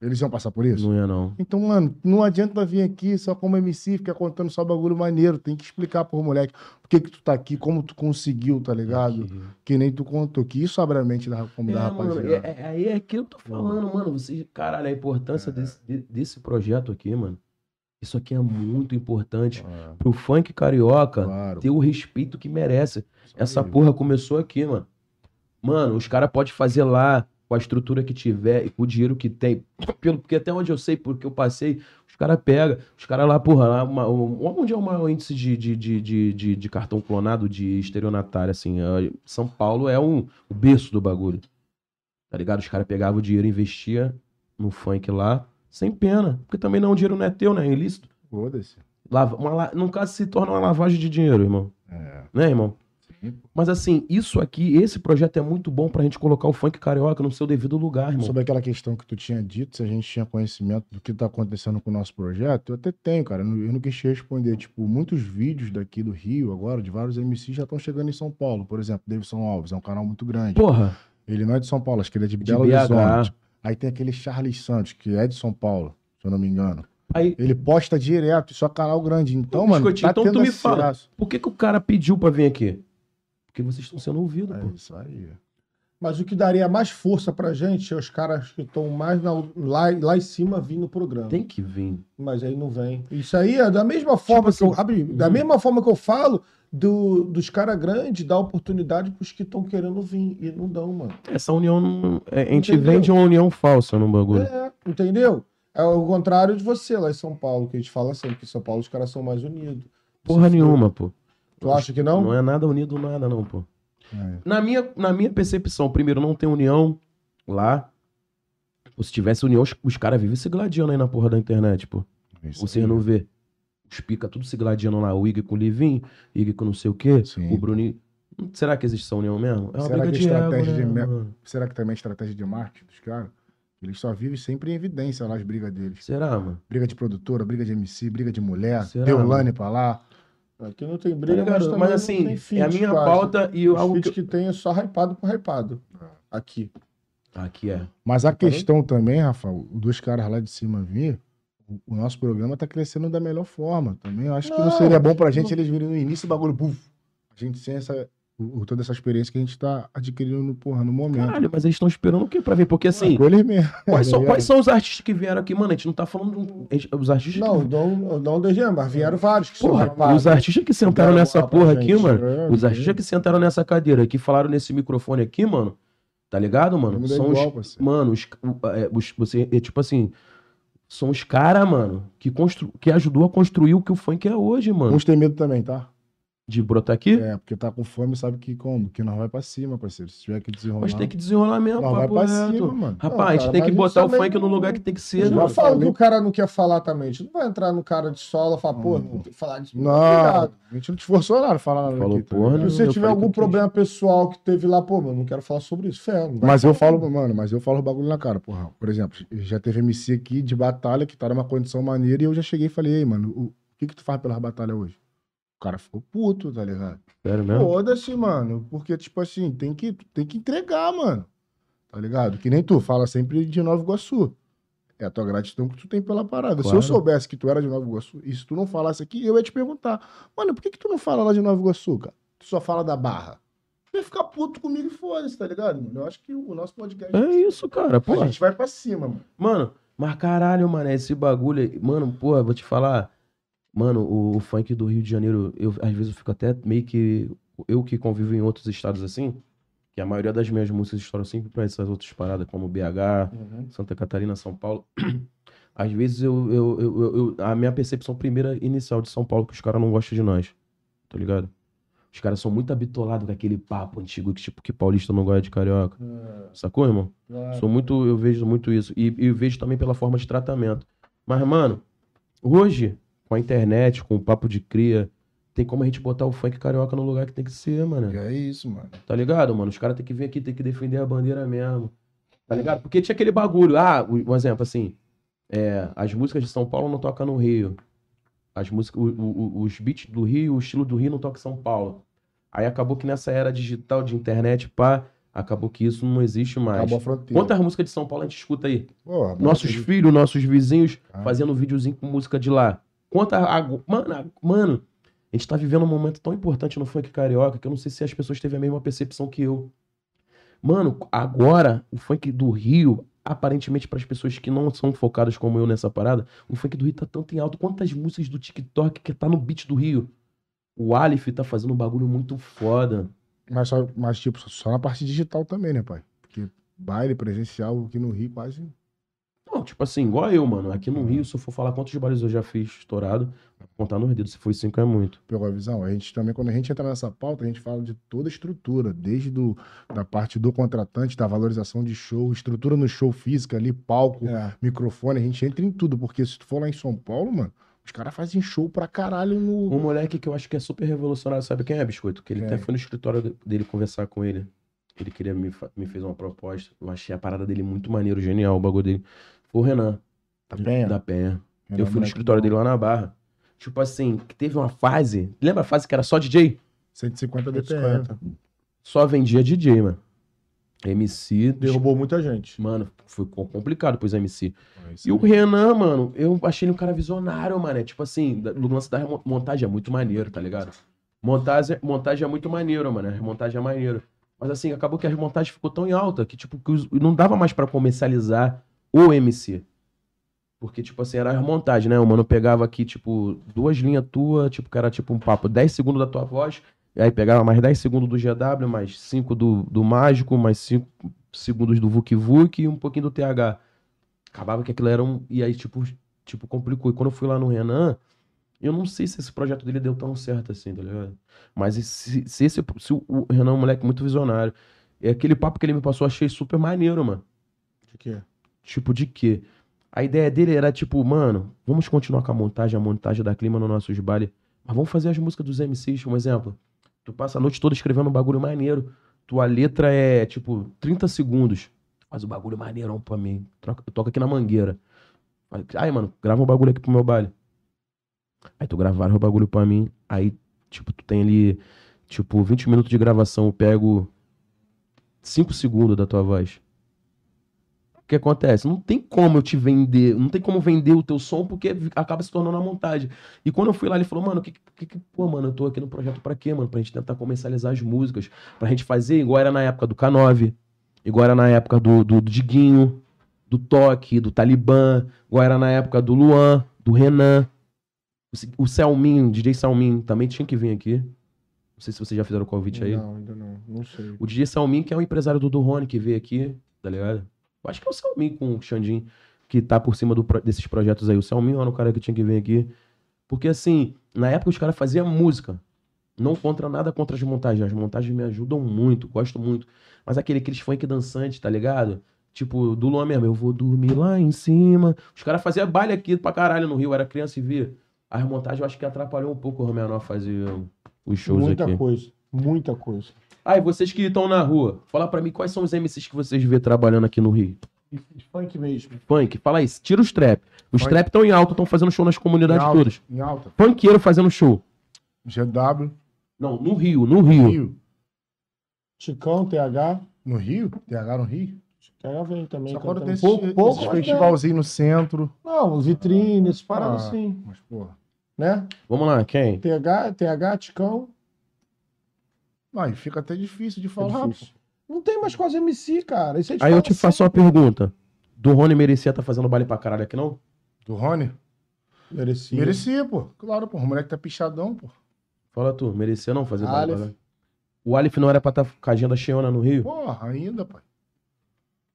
Speaker 2: Eles iam passar por isso?
Speaker 3: Não ia não.
Speaker 2: Então, mano, não adianta vir aqui só como MC, ficar contando só bagulho maneiro. Tem que explicar pro moleque por que que tu tá aqui, como tu conseguiu, tá ligado? Que nem tu contou, que isso abre a mente da, como
Speaker 3: É,
Speaker 2: da
Speaker 3: mano,
Speaker 2: rapaziada.
Speaker 3: é, é, aí é aquilo que eu tô falando, mano. Vocês, caralho, a
Speaker 2: É.
Speaker 3: importância desse, de- desse projeto aqui, mano. Isso aqui é muito importante
Speaker 2: Ah,
Speaker 3: pro funk carioca
Speaker 2: claro.
Speaker 3: ter o respeito que merece. Essa
Speaker 2: Aí.
Speaker 3: porra começou aqui, mano. Mano, os caras podem fazer lá com a estrutura que tiver e com o dinheiro que tem. Pelo, porque até onde eu sei, porque eu passei, os caras pegam. Os caras lá, porra, lá, uma, um- onde é o maior índice de, de, de, de, de- de cartão clonado de estelionatário, assim? é, São Paulo é um, o berço do bagulho. Tá ligado? Os caras pegavam o dinheiro e investia no funk lá, sem pena. Porque também não, o dinheiro não é teu, né? É ilícito.
Speaker 2: Foda-se.
Speaker 3: Lava, uma, la- no caso, se torna uma lavagem de dinheiro, irmão
Speaker 2: É.
Speaker 3: né, irmão?
Speaker 2: Sim.
Speaker 3: Mas assim, isso aqui, esse projeto é muito bom pra gente colocar o funk carioca no seu devido lugar, irmão.
Speaker 2: Sobre aquela questão que tu tinha dito, se a gente tinha conhecimento do que tá acontecendo com o nosso projeto, eu até tenho, cara. Eu não, eu não quis te responder. Tipo, muitos vídeos daqui do Rio agora, de vários MCs, já estão chegando em São Paulo. Por exemplo, Davidson Alves, é um canal muito grande.
Speaker 3: Porra,
Speaker 2: Ele não é de São Paulo, acho que ele é de,
Speaker 3: de né?
Speaker 2: Belo Horizonte.
Speaker 3: BH.
Speaker 2: Aí tem aquele Charles Santos, que é de São Paulo, se eu não me engano.
Speaker 3: Aí,
Speaker 2: Ele posta direto, isso é canal grande. Então,
Speaker 3: Ô,
Speaker 2: mano,
Speaker 3: Biscoitinho,
Speaker 2: tá
Speaker 3: então
Speaker 2: tendo
Speaker 3: tu me
Speaker 2: acesso.
Speaker 3: fala. por que, que o cara pediu pra vir aqui? Porque vocês estão sendo ouvidos,
Speaker 2: É
Speaker 3: pô.
Speaker 2: isso aí.
Speaker 1: Mas o que daria mais força pra gente é os caras que estão mais na- lá, lá em cima vindo no programa.
Speaker 3: Tem que vir.
Speaker 1: Mas aí não vem. assim, uhum. Isso aí é da mesma forma que eu. abre- da
Speaker 3: hum.
Speaker 1: mesma forma que eu falo do, dos caras grandes dar oportunidade pros que estão querendo vir. E não dão, mano.
Speaker 3: Essa união, não- é, a gente
Speaker 1: Entendeu?
Speaker 3: vende uma união falsa no bagulho.
Speaker 1: É, entendeu? É o contrário de você lá em São Paulo, que a gente fala sempre que em São Paulo os caras são mais unidos.
Speaker 3: Porra
Speaker 1: Isso foi-
Speaker 3: nenhuma, pô.
Speaker 1: Tu acha que não?
Speaker 3: Não é nada unido, nada não, pô.
Speaker 2: É.
Speaker 3: Na minha, na minha percepção, primeiro, não tem união lá. Ou se tivesse união, os, os caras vivem se gladiando aí na porra da internet, pô.
Speaker 2: é isso
Speaker 3: Você
Speaker 2: aí.
Speaker 3: não vê. Os pica tudo se gladiando lá. O Ig com o Livin, Ig com não sei o quê,
Speaker 2: Sim.
Speaker 3: o Bruninho. Hum, Será que existe essa união mesmo? É uma
Speaker 2: Será
Speaker 3: briga
Speaker 2: que a
Speaker 3: de
Speaker 2: estratégia
Speaker 3: ego,
Speaker 2: de
Speaker 3: né,
Speaker 2: me-
Speaker 3: mano?
Speaker 2: Será que também é estratégia de marketing dos caras? Eles só vivem sempre em evidência lá as brigas deles.
Speaker 3: Será, mano?
Speaker 2: Briga de produtora, briga de MC, briga de mulher,
Speaker 3: Será,
Speaker 2: Deolane pra lá.
Speaker 1: Aqui não tem
Speaker 3: Tá
Speaker 1: briga,
Speaker 3: ligado?
Speaker 1: também
Speaker 3: mas
Speaker 1: não
Speaker 3: assim,
Speaker 1: tem
Speaker 3: é a
Speaker 1: feat,
Speaker 3: minha
Speaker 1: quase.
Speaker 3: pauta e
Speaker 1: Os
Speaker 3: algo
Speaker 1: feat
Speaker 3: que... Ah.
Speaker 1: que tem é só hypado por hypado. Aqui.
Speaker 3: Aqui é.
Speaker 2: Mas a questão também, Rafa, os dois caras lá de cima vir, o- o nosso programa tá crescendo da melhor forma também. Eu acho que não
Speaker 1: Não,
Speaker 2: seria bom pra gente
Speaker 1: não-
Speaker 2: eles virem no início e bagulho, buf. A gente sem essa, o- o- toda essa experiência que a gente tá adquirindo no, porra, no momento. Tá
Speaker 3: Caralho, mas eles estão esperando o quê pra ver? Porque assim,
Speaker 2: Com eles mesmo.
Speaker 3: quais, são,
Speaker 1: é.
Speaker 2: tá
Speaker 3: quais são os artistas que vieram aqui? Mano, a gente não tá falando de um... a gente- Os artistas
Speaker 1: Não,
Speaker 3: que...
Speaker 1: não, não DG, mas vieram vários que são
Speaker 3: Porra,
Speaker 1: hypados.
Speaker 3: os artistas que sentaram
Speaker 1: Deram
Speaker 3: nessa
Speaker 1: bola pra
Speaker 3: porra
Speaker 1: gente, né?
Speaker 3: aqui, mano.
Speaker 2: ligado?
Speaker 3: Os artistas que sentaram nessa cadeira, que falaram nesse microfone aqui, mano. Tá ligado,
Speaker 2: Todo
Speaker 3: mano?
Speaker 2: mundo é
Speaker 3: São os
Speaker 2: igual, parceiro.
Speaker 3: Mano, os, o- é, os- você, é tipo assim, São os caras, mano, que, constru... que ajudou a construir o que o funk é hoje, mano.
Speaker 2: Uns tem medo também, tá?
Speaker 3: De brotar aqui.
Speaker 2: É, porque tá com fome, sabe que como? Que nós vai pra cima, parceiro. Se tiver que desenrolar.
Speaker 3: Mas tem que desenrolar mesmo,
Speaker 2: Nós vai
Speaker 3: papo
Speaker 2: pra
Speaker 3: reto.
Speaker 2: cima, mano.
Speaker 3: Rapaz,
Speaker 2: Não, cara,
Speaker 3: tem que
Speaker 2: mas
Speaker 3: botar o
Speaker 2: isso também
Speaker 3: funk no lugar que tem que
Speaker 1: Não
Speaker 3: ser,
Speaker 2: Já
Speaker 3: mano.
Speaker 1: fala o
Speaker 2: falei.
Speaker 1: que o cara não quer falar também. A gente não vai entrar no cara de sola e falar, pô, não tem que falar disso.
Speaker 2: Não, a gente não te forçou nada a falar nada
Speaker 3: Falou
Speaker 2: tá
Speaker 3: porra
Speaker 2: ligado?
Speaker 1: Se
Speaker 3: Eu
Speaker 1: você
Speaker 3: falei
Speaker 1: tiver
Speaker 3: que
Speaker 1: algum
Speaker 3: eu quis.
Speaker 1: problema pessoal que teve lá, pô, mano, não quero falar sobre isso. Fé, não vai.
Speaker 2: Mas eu falo, mano, mas eu falo o bagulho na cara, porra. Por exemplo, já teve MC aqui de batalha que tá numa condição maneira e eu já cheguei e falei, ei, mano, o que que tu faz pelas batalhas hoje? O cara ficou puto, tá ligado?
Speaker 3: Sério mesmo?
Speaker 2: Foda-se, mano, porque, tipo assim, tem que, tem que entregar, mano. Tá ligado? Que nem tu, fala sempre de Nova Iguaçu. É a tua gratidão que tu tem pela parada. Se eu
Speaker 3: Claro.
Speaker 2: soubesse que tu era de Nova Iguaçu e se tu não falasse aqui, eu ia te perguntar, mano, por que que tu não fala lá de Nova Iguaçu, cara? Tu só fala da Barra. Tu ia ficar puto comigo e foda-se, tá ligado, mano? Eu acho que o nosso podcast...
Speaker 3: É isso, cara.
Speaker 2: A
Speaker 3: Pô,
Speaker 2: gente vai pra cima, mano.
Speaker 3: Mano, mas caralho, mano, é esse bagulho. aí- Mano, porra, vou te falar. Mano, o, o funk do Rio de Janeiro, eu, às vezes eu fico até meio que. Eu que convivo em outros estados assim, que a maioria das minhas músicas estouram sempre pra essas outras paradas, como BH, Santa Catarina, São Paulo. [clears throat] Às vezes eu, eu, eu, eu- eu- A minha percepção primeira inicial de São Paulo é que os caras não gostam de nós. Tá ligado? Os caras são muito habitolados com aquele papo antigo que, tipo, que paulista não gosta de carioca. Sacou, irmão?
Speaker 1: É.
Speaker 3: Sou muito, eu vejo muito isso. E, e vejo também pela forma de tratamento. Mas, mano, hoje, com a internet, com o papo de cria, tem como a gente botar o funk carioca no lugar que tem que ser, mano.
Speaker 2: É isso, mano.
Speaker 3: Tá ligado, mano? Os caras tem que vir aqui, tem que defender a bandeira mesmo. Tá ligado? Porque tinha aquele bagulho. Ah, um exemplo assim. é, as músicas de São Paulo não tocam no Rio. As músicas, o- o- o- os beats do Rio, o estilo do Rio não toca em São Paulo. Aí acabou que nessa era digital de internet, pá, acabou que isso não existe mais.
Speaker 2: Acabou a fronteira.
Speaker 3: Quantas músicas de São Paulo a gente escuta aí?
Speaker 2: Porra, mano,
Speaker 3: Nossos
Speaker 2: tem-
Speaker 3: filhos, nossos vizinhos
Speaker 2: Ah.
Speaker 3: fazendo videozinho com música de lá. Quanta. agu- Mano, a- mano, a gente tá vivendo um momento tão importante no funk carioca que eu não sei se as pessoas tiveram a mesma percepção que eu. Mano, agora, o funk do Rio, aparentemente para as pessoas que não são focadas como eu nessa parada, o funk do Rio tá tanto em alto. Quantas músicas do TikTok que tá no beat do Rio? O Aleph tá fazendo um bagulho muito foda.
Speaker 2: Mas, só, mas, tipo, só na parte digital também, né, pai? Porque baile presencial aqui no Rio quase...
Speaker 3: Não, tipo assim, igual eu, mano. Aqui no
Speaker 2: Uhum.
Speaker 3: Rio, se eu for falar quantos bares eu já fiz estourado, contar nos dedos, se foi cinco é muito.
Speaker 2: Pegou a visão? A gente também, quando a gente entra nessa pauta, a gente fala de toda a estrutura, desde do, da parte do contratante, da valorização de show, estrutura no show física ali, palco,
Speaker 1: É.
Speaker 2: microfone, a gente entra em tudo, porque se tu for lá em São Paulo, mano, os caras fazem show pra caralho no.
Speaker 3: Um moleque que eu acho que é super revolucionário, sabe quem é, Biscoito? Que ele
Speaker 2: Quem?
Speaker 3: até foi no escritório de- dele conversar com ele. Ele queria me, fa- me fez uma proposta. Eu achei a parada dele muito maneiro, genial o bagulho dele. Foi o Renan,
Speaker 2: Tá bem?
Speaker 3: da Penha.
Speaker 2: Renan então.
Speaker 3: eu fui no
Speaker 2: Moleque do
Speaker 3: escritório dele lá na Barra. Tipo assim, que teve uma fase. Lembra a fase que era só DJ?
Speaker 2: 150 BPM.
Speaker 1: 150.
Speaker 3: Só vendia DJ, mano. MC.
Speaker 1: Derrubou muita gente.
Speaker 3: Mano, foi co- complicado pros MC.
Speaker 2: É isso
Speaker 3: E o
Speaker 2: aí.
Speaker 3: Renan, mano, eu achei ele um cara visionário, mano. É tipo assim, da- do lance da remo- montagem é muito maneiro, tá ligado? Montagem, montagem é muito maneiro, mano. A remontagem é maneiro. Mas assim, acabou que a remontagem ficou tão em alta que, tipo, que os- não dava mais pra comercializar o MC. Porque, tipo assim, era a remontagem, né? O mano pegava aqui, tipo, duas linhas tua, tipo, que era tipo um papo, 10 segundos da tua voz, e aí pegava mais 10 segundos do GW, mais 5 do, do Mágico, mais 5 segundos do Vuk Vuk e um pouquinho do TH. Acabava que aquilo era um. E aí, tipo, tipo, complicou. E quando eu fui lá no Renan, eu não sei se esse projeto dele deu tão certo assim, tá ligado? Mas e se, se esse. Se o o Renan é um moleque muito visionário. E aquele papo que ele me passou, eu achei super maneiro, mano.
Speaker 1: O que que é?
Speaker 3: Tipo, de quê? A ideia dele era tipo, mano, vamos continuar com a montagem, a montagem da clima nos nossos bailes, mas vamos fazer as músicas dos MCs, um exemplo. Tu passa a noite toda escrevendo um bagulho maneiro, tua letra é tipo 30 segundos, tu faz o bagulho maneirão pra mim, troca, eu toco aqui na mangueira. Aí, mano, grava um bagulho aqui pro meu baile. Aí tu gravaram o bagulho pra mim, aí, tipo, tu tem ali, tipo, 20 minutos de gravação, eu pego 5 segundos da tua voz. O que acontece? Não tem como eu te vender, não tem como vender o teu som porque vi- acaba se tornando a montagem. E quando eu fui lá, ele falou, mano, que, que, que- pô, mano, eu tô aqui no projeto pra quê, mano? Pra gente tentar comercializar as músicas, pra gente fazer igual era na época do K9, igual era na época do, do, do Diguinho, do Toque, do Talibã, igual era na época do Luan, do Renan, o, Se- o Selminho, DJ Selminho, também tinha que vir aqui. Não sei se vocês já fizeram o convite aí.
Speaker 1: Não, ainda não. Não sei.
Speaker 3: O DJ Salmin, que é o empresário do Durrone, que veio aqui, tá ligado? Eu acho que é o Salmin com o Xandinho. que tá por cima do pro- desses projetos aí. O Selminho era o cara que tinha que vir aqui. Porque, assim, na época os caras faziam música. Não contra nada contra as montagens. As montagens me ajudam muito, gosto muito. Mas aquele aqueles funk dançante, tá ligado? Tipo, do Luan mesmo, eu vou dormir lá em cima. Os caras faziam baile aqui pra caralho no Rio, era criança e via. As montagens eu acho que atrapalhou um pouco o Romenor fazer os shows
Speaker 1: Muita
Speaker 3: aqui.
Speaker 1: coisa, muita coisa.
Speaker 3: Aí, vocês que estão na rua, fala pra mim quais são os MCs que vocês vê trabalhando aqui no Rio.
Speaker 1: Funk mesmo.
Speaker 3: Punk, fala isso, tira os trap. Os
Speaker 2: Funk.
Speaker 3: trap estão em alta, estão fazendo show nas comunidades
Speaker 2: Em alta.
Speaker 3: todas.
Speaker 2: Em alta.
Speaker 3: Punkeiro fazendo show.
Speaker 2: GW.
Speaker 3: Não, no Rio, no Rio.
Speaker 2: Rio.
Speaker 1: Chicão, TH.
Speaker 2: No Rio? TH no Rio?
Speaker 1: TH vem também.
Speaker 2: Só quando
Speaker 1: cantando.
Speaker 2: tem esses,
Speaker 1: pouco, pouco,
Speaker 2: esses
Speaker 1: mas tem.
Speaker 2: festivalzinhos no centro.
Speaker 1: Não, vitrine, essas paradas
Speaker 2: Ah.
Speaker 1: assim,
Speaker 2: Mas, porra.
Speaker 1: né?
Speaker 3: Vamos lá, quem?
Speaker 1: TH, TH, Chicão.
Speaker 2: Aí fica até difícil de
Speaker 1: é
Speaker 2: falar.
Speaker 1: difícil. Não tem mais quase MC, cara. Isso a gente
Speaker 3: Aí eu
Speaker 1: fala
Speaker 2: assim.
Speaker 3: te faço uma pergunta. Do Rony Merecia tá fazendo baile pra caralho aqui, não?
Speaker 2: pô. Do Rony?
Speaker 1: sempre. Merecia.
Speaker 2: Merecia, pô. Claro, pô. O moleque tá pichadão, pô.
Speaker 3: Fala tu, merecia não fazer baile
Speaker 1: Aleph.
Speaker 3: pra caralho? O Aleph não era pra estar com a agenda cheiona no Rio?
Speaker 2: Porra, ainda, pai.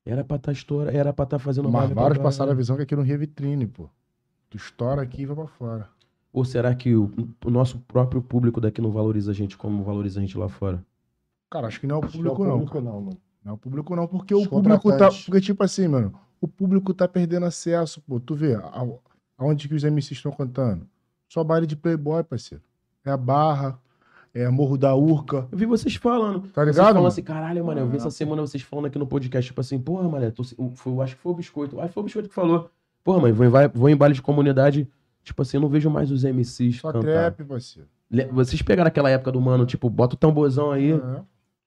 Speaker 3: Era pra estar estourando, era pra estar fazendo
Speaker 2: Mas
Speaker 3: pra
Speaker 2: vários
Speaker 3: caralho.
Speaker 2: passaram a visão que aqui no Rio é vitrine, pô. Tu estoura aqui e vai pra fora.
Speaker 3: Ou será que o, o nosso próprio público daqui não valoriza a gente como valoriza a gente lá fora?
Speaker 2: Cara, acho que não é o
Speaker 1: Acho que é
Speaker 2: público,
Speaker 1: o
Speaker 2: não.
Speaker 1: público não, mano.
Speaker 2: Não é o público, não, porque
Speaker 1: Os
Speaker 2: o público tá.
Speaker 1: contratantes.
Speaker 2: Porque, tipo assim, mano, o público tá perdendo acesso, pô. Tu vê, ao- aonde que os MCs estão cantando? Só baile de Playboy, parceiro. É a Barra, é Morro da Urca.
Speaker 3: Eu vi vocês falando.
Speaker 2: Tá
Speaker 3: Vocês
Speaker 2: ligado?
Speaker 3: falam
Speaker 2: mano?
Speaker 3: assim, caralho, mano, eu vi essa semana vocês falando aqui no podcast, tipo assim, porra, mano, eu, tô se- o- foi- eu acho que foi o Biscoito. Aí foi o Biscoito que falou. Porra, mano, vou em, vai- vou em baile de comunidade, tipo assim, eu não vejo mais os MCs
Speaker 2: Só
Speaker 3: cantar.
Speaker 2: trap, parceiro.
Speaker 3: Le- Vocês pegaram aquela época do mano, tipo, bota o tamborzão aí,
Speaker 2: É.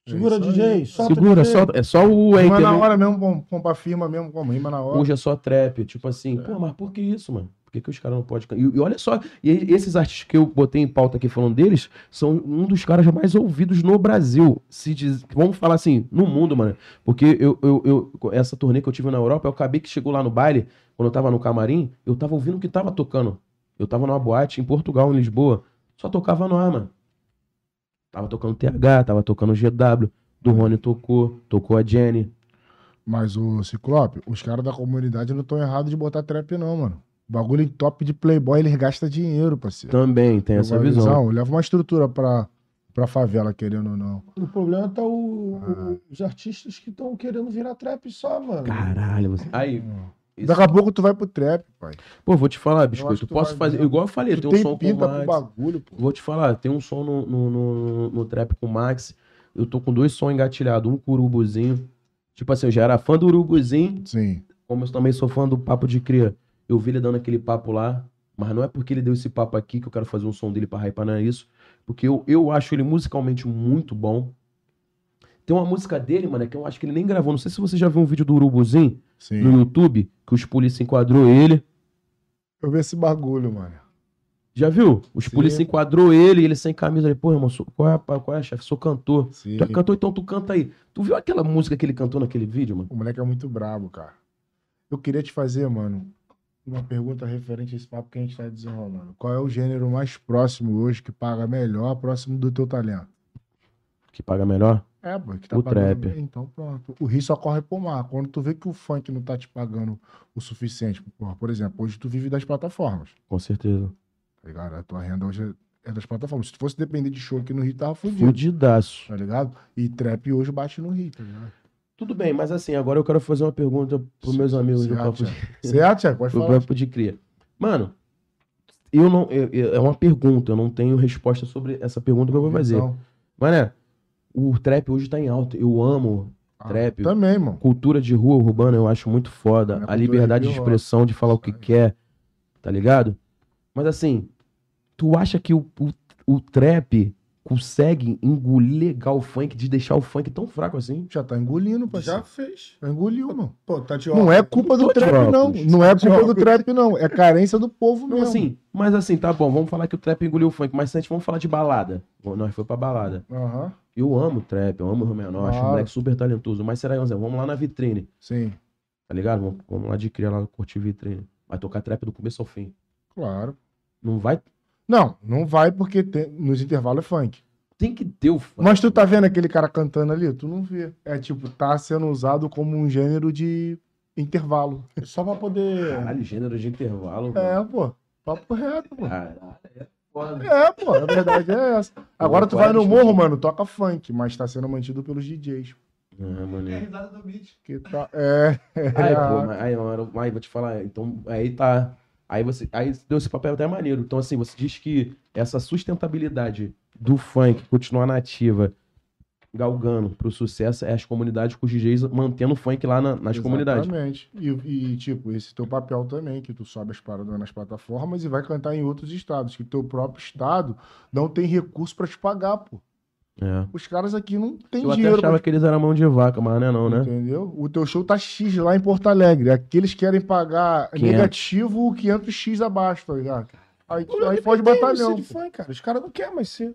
Speaker 2: É
Speaker 1: Segura,
Speaker 2: isso aí.
Speaker 1: DJ. Solta
Speaker 3: segura,
Speaker 1: o DJ.
Speaker 3: solta, é só o
Speaker 2: Rima
Speaker 3: enter,
Speaker 2: na
Speaker 3: né?
Speaker 2: hora mesmo, pom- pompa firma mesmo, como rima na hora.
Speaker 3: Hoje é só trap, tipo assim, pô, mas por que isso, mano? Por que, que os caras não podem... can- E, e olha só, e esses artistas que eu botei em pauta aqui falando deles, são um dos caras mais ouvidos no Brasil. Se diz- Vamos falar assim, no mundo, mano. Porque eu, eu, eu- essa turnê que eu tive na Europa, eu acabei que chegou lá no baile, quando eu tava no camarim, eu tava ouvindo o que tava tocando. Eu tava numa boate em Portugal, em Lisboa, só tocava no ar, mano. Tava tocando TH, tava tocando GW, do Rony tocou, tocou a Jenny.
Speaker 2: Mas o Ciclope, os caras da comunidade não estão errados de botar trap, não, mano. O bagulho em top de Playboy, eles gastam dinheiro, parceiro.
Speaker 3: Também tem essa é
Speaker 2: Uma
Speaker 3: visão.
Speaker 2: Leva uma estrutura pra, pra favela, querendo ou não.
Speaker 1: O problema tá o- os artistas que estão querendo virar trap só, mano.
Speaker 3: Caralho, você. Aí, isso-
Speaker 2: Daqui a pouco tu vai pro trap, pai.
Speaker 3: pô, vou te falar,
Speaker 2: acho
Speaker 3: biscoito.
Speaker 2: que tu
Speaker 3: Posso
Speaker 2: vai
Speaker 3: fazer.
Speaker 2: mesmo.
Speaker 3: Igual eu falei,
Speaker 2: tu
Speaker 3: tem um
Speaker 2: tem
Speaker 3: som com o
Speaker 2: pinta pro
Speaker 3: Max.
Speaker 2: bagulho, pô.
Speaker 3: Vou te falar, tem um som no, no, no, no trap com o Max. Eu tô com dois sons engatilhados, um com o Urubuzinho. Tipo assim, eu já era fã do Urubuzinho,
Speaker 2: Sim.
Speaker 3: como eu também sou fã do Papo de Cria. Eu vi ele dando aquele papo lá, mas não é porque ele deu esse papo aqui que eu quero fazer um som dele pra hypar, não é isso. Porque eu, eu acho ele musicalmente muito bom. Tem uma música dele, mano, que eu acho que ele nem gravou. Não sei se você já viu um vídeo do Urubuzinho.
Speaker 2: Sim.
Speaker 3: no YouTube que os polícia enquadrou ele.
Speaker 2: Eu vi esse bagulho, mano.
Speaker 3: Já viu? Os
Speaker 2: Sim.
Speaker 3: polícia enquadrou ele, ele sem camisa. Ele, pô, irmão, sou- qual é, pá, qual é, chefe? Sou cantor.
Speaker 2: Sim.
Speaker 3: Tu é cantor, então tu canta aí. Tu viu aquela música que ele cantou naquele vídeo, mano?
Speaker 2: O moleque é muito brabo, cara. Eu queria te fazer, mano, uma pergunta referente a esse papo que a gente tá desenrolando. Qual é o gênero mais próximo hoje que paga melhor, próximo do teu talento?
Speaker 3: Que paga melhor?
Speaker 2: É, pô, que tá
Speaker 3: O
Speaker 2: pagando
Speaker 3: trap.
Speaker 2: bem, então pronto. O rio só corre pro mar. Quando tu vê que o funk não tá te pagando o suficiente, porra, por exemplo, hoje tu vive das plataformas,
Speaker 3: Com certeza.
Speaker 2: tá ligado? A tua renda hoje é das plataformas. Se tu fosse depender de show aqui no Rio, tava fudido,
Speaker 3: Fudidaço.
Speaker 2: tá ligado? E trap hoje bate no Rio, tá ligado?
Speaker 3: Tudo bem, mas assim, agora eu quero fazer uma pergunta pros meus amigos do
Speaker 2: Certo,
Speaker 3: Papo de
Speaker 2: Thiago? Certo, Thiago? Pode
Speaker 3: pro
Speaker 2: falar.
Speaker 3: Papo de Cria. Mano, eu não. eu- eu- é uma pergunta, eu não tenho resposta sobre essa pergunta que eu vou fazer.
Speaker 2: Então,
Speaker 3: Mas, né? O trap hoje tá em alta. Eu amo
Speaker 2: ah,
Speaker 3: Trap.
Speaker 2: Também, irmão.
Speaker 3: cultura de rua urbana eu acho muito
Speaker 2: É,
Speaker 3: foda. A
Speaker 2: cultura
Speaker 3: liberdade de
Speaker 2: hip hop.
Speaker 3: expressão, de falar o que
Speaker 2: Isso aí.
Speaker 3: quer, tá ligado? Mas assim, tu acha que o, o, o trap consegue engolir legal o funk, de deixar o funk tão fraco assim?
Speaker 2: Já tá engolindo, parceiro.
Speaker 4: Já fez.
Speaker 2: Já engoliu, mano.
Speaker 4: Pô, tá de
Speaker 2: Não é culpa do
Speaker 3: Tô de
Speaker 2: trap, não.
Speaker 3: óculos.
Speaker 2: Não é culpa do
Speaker 4: óculos.
Speaker 2: trap, não. É carência do povo
Speaker 3: Não,
Speaker 2: mesmo.
Speaker 3: assim, mas assim, tá bom, vamos falar que o trap engoliu o funk, mas antes vamos falar de balada. Bom, Nós foi pra balada.
Speaker 2: Aham.
Speaker 3: Eu amo trap, eu amo o Romeu Menor, acho um
Speaker 2: Claro.
Speaker 3: moleque super talentoso. Mas será, Zé, vamos lá na vitrine,
Speaker 2: Sim.
Speaker 3: tá ligado? Vamos, vamos lá de cria lá, curtir vitrine. Vai tocar trap do começo ao fim.
Speaker 2: Claro.
Speaker 3: Não vai.
Speaker 2: Não, não vai porque tem- nos intervalos é funk.
Speaker 3: Tem que ter o funk.
Speaker 2: Mas tu tá vendo aquele cara cantando ali? Tu não vê. É tipo, tá sendo usado como um gênero de intervalo.
Speaker 1: Só pra poder.
Speaker 3: Caralho, gênero de intervalo. mano.
Speaker 2: É, pô. Papo reto, pô.
Speaker 3: Caralho, é foda.
Speaker 2: É, pô. A verdade é essa. Agora tu vai no
Speaker 3: Quase.
Speaker 2: morro, mano, toca funk, mas tá sendo mantido pelos DJs.
Speaker 3: Ah,
Speaker 4: É a
Speaker 3: maneiro.
Speaker 4: risada do beat.
Speaker 2: Que tá... É.
Speaker 3: Aí, pô, mas- aí, mano, mas vou te falar, então, aí tá. Aí você. Aí deu esse papel até maneiro. Então, assim, você diz que essa sustentabilidade do funk continuar nativa, galgando pro sucesso, é as comunidades com os DJs mantendo o funk lá na- nas comunidades.
Speaker 2: Exatamente. E, e, tipo, esse teu papel também, que tu sobe as paradas nas plataformas e vai cantar em outros estados, que teu próprio estado não tem recurso pra te pagar, pô.
Speaker 3: É.
Speaker 2: Os caras aqui não têm
Speaker 3: Eu até
Speaker 2: dinheiro pra
Speaker 3: achava que eles eram mão de vaca, mas não é não, né?
Speaker 2: Entendeu? O teu show tá X lá em Porto Alegre. Aqueles querem pagar
Speaker 3: 500.
Speaker 2: negativo 500x abaixo, tá ligado? Aí,
Speaker 1: Pô,
Speaker 2: aí
Speaker 1: eu
Speaker 2: pode
Speaker 1: tenho
Speaker 2: batalhão.
Speaker 1: MC de funk, cara. Os caras não querem mais ser.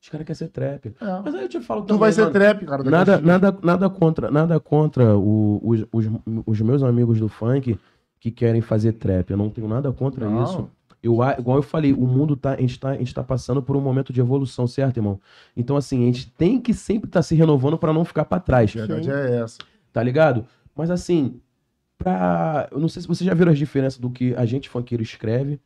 Speaker 3: Os caras querem ser trap.
Speaker 2: É.
Speaker 3: Mas aí eu te falo
Speaker 2: Tu
Speaker 3: também,
Speaker 2: vai ser
Speaker 3: mano,
Speaker 2: trap, cara. daqui a
Speaker 3: Nada,
Speaker 2: X.
Speaker 3: nada, nada contra, nada contra o- os, os, os meus amigos do funk que querem fazer trap. Eu não tenho nada contra
Speaker 2: Não.
Speaker 3: isso. Eu, a- igual eu falei, o mundo tá a, gente tá. a gente tá passando por um momento de evolução, certo, irmão? Então, assim, a gente tem que sempre estar se renovando pra não ficar pra trás,
Speaker 2: A verdade é essa.
Speaker 3: tá ligado? Mas assim, pra. Eu não sei se vocês já viram as diferenças do que a gente funkeiro escreve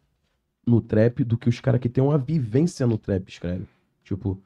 Speaker 3: no trap, do que os caras que têm uma vivência no trap escrevem. Tipo,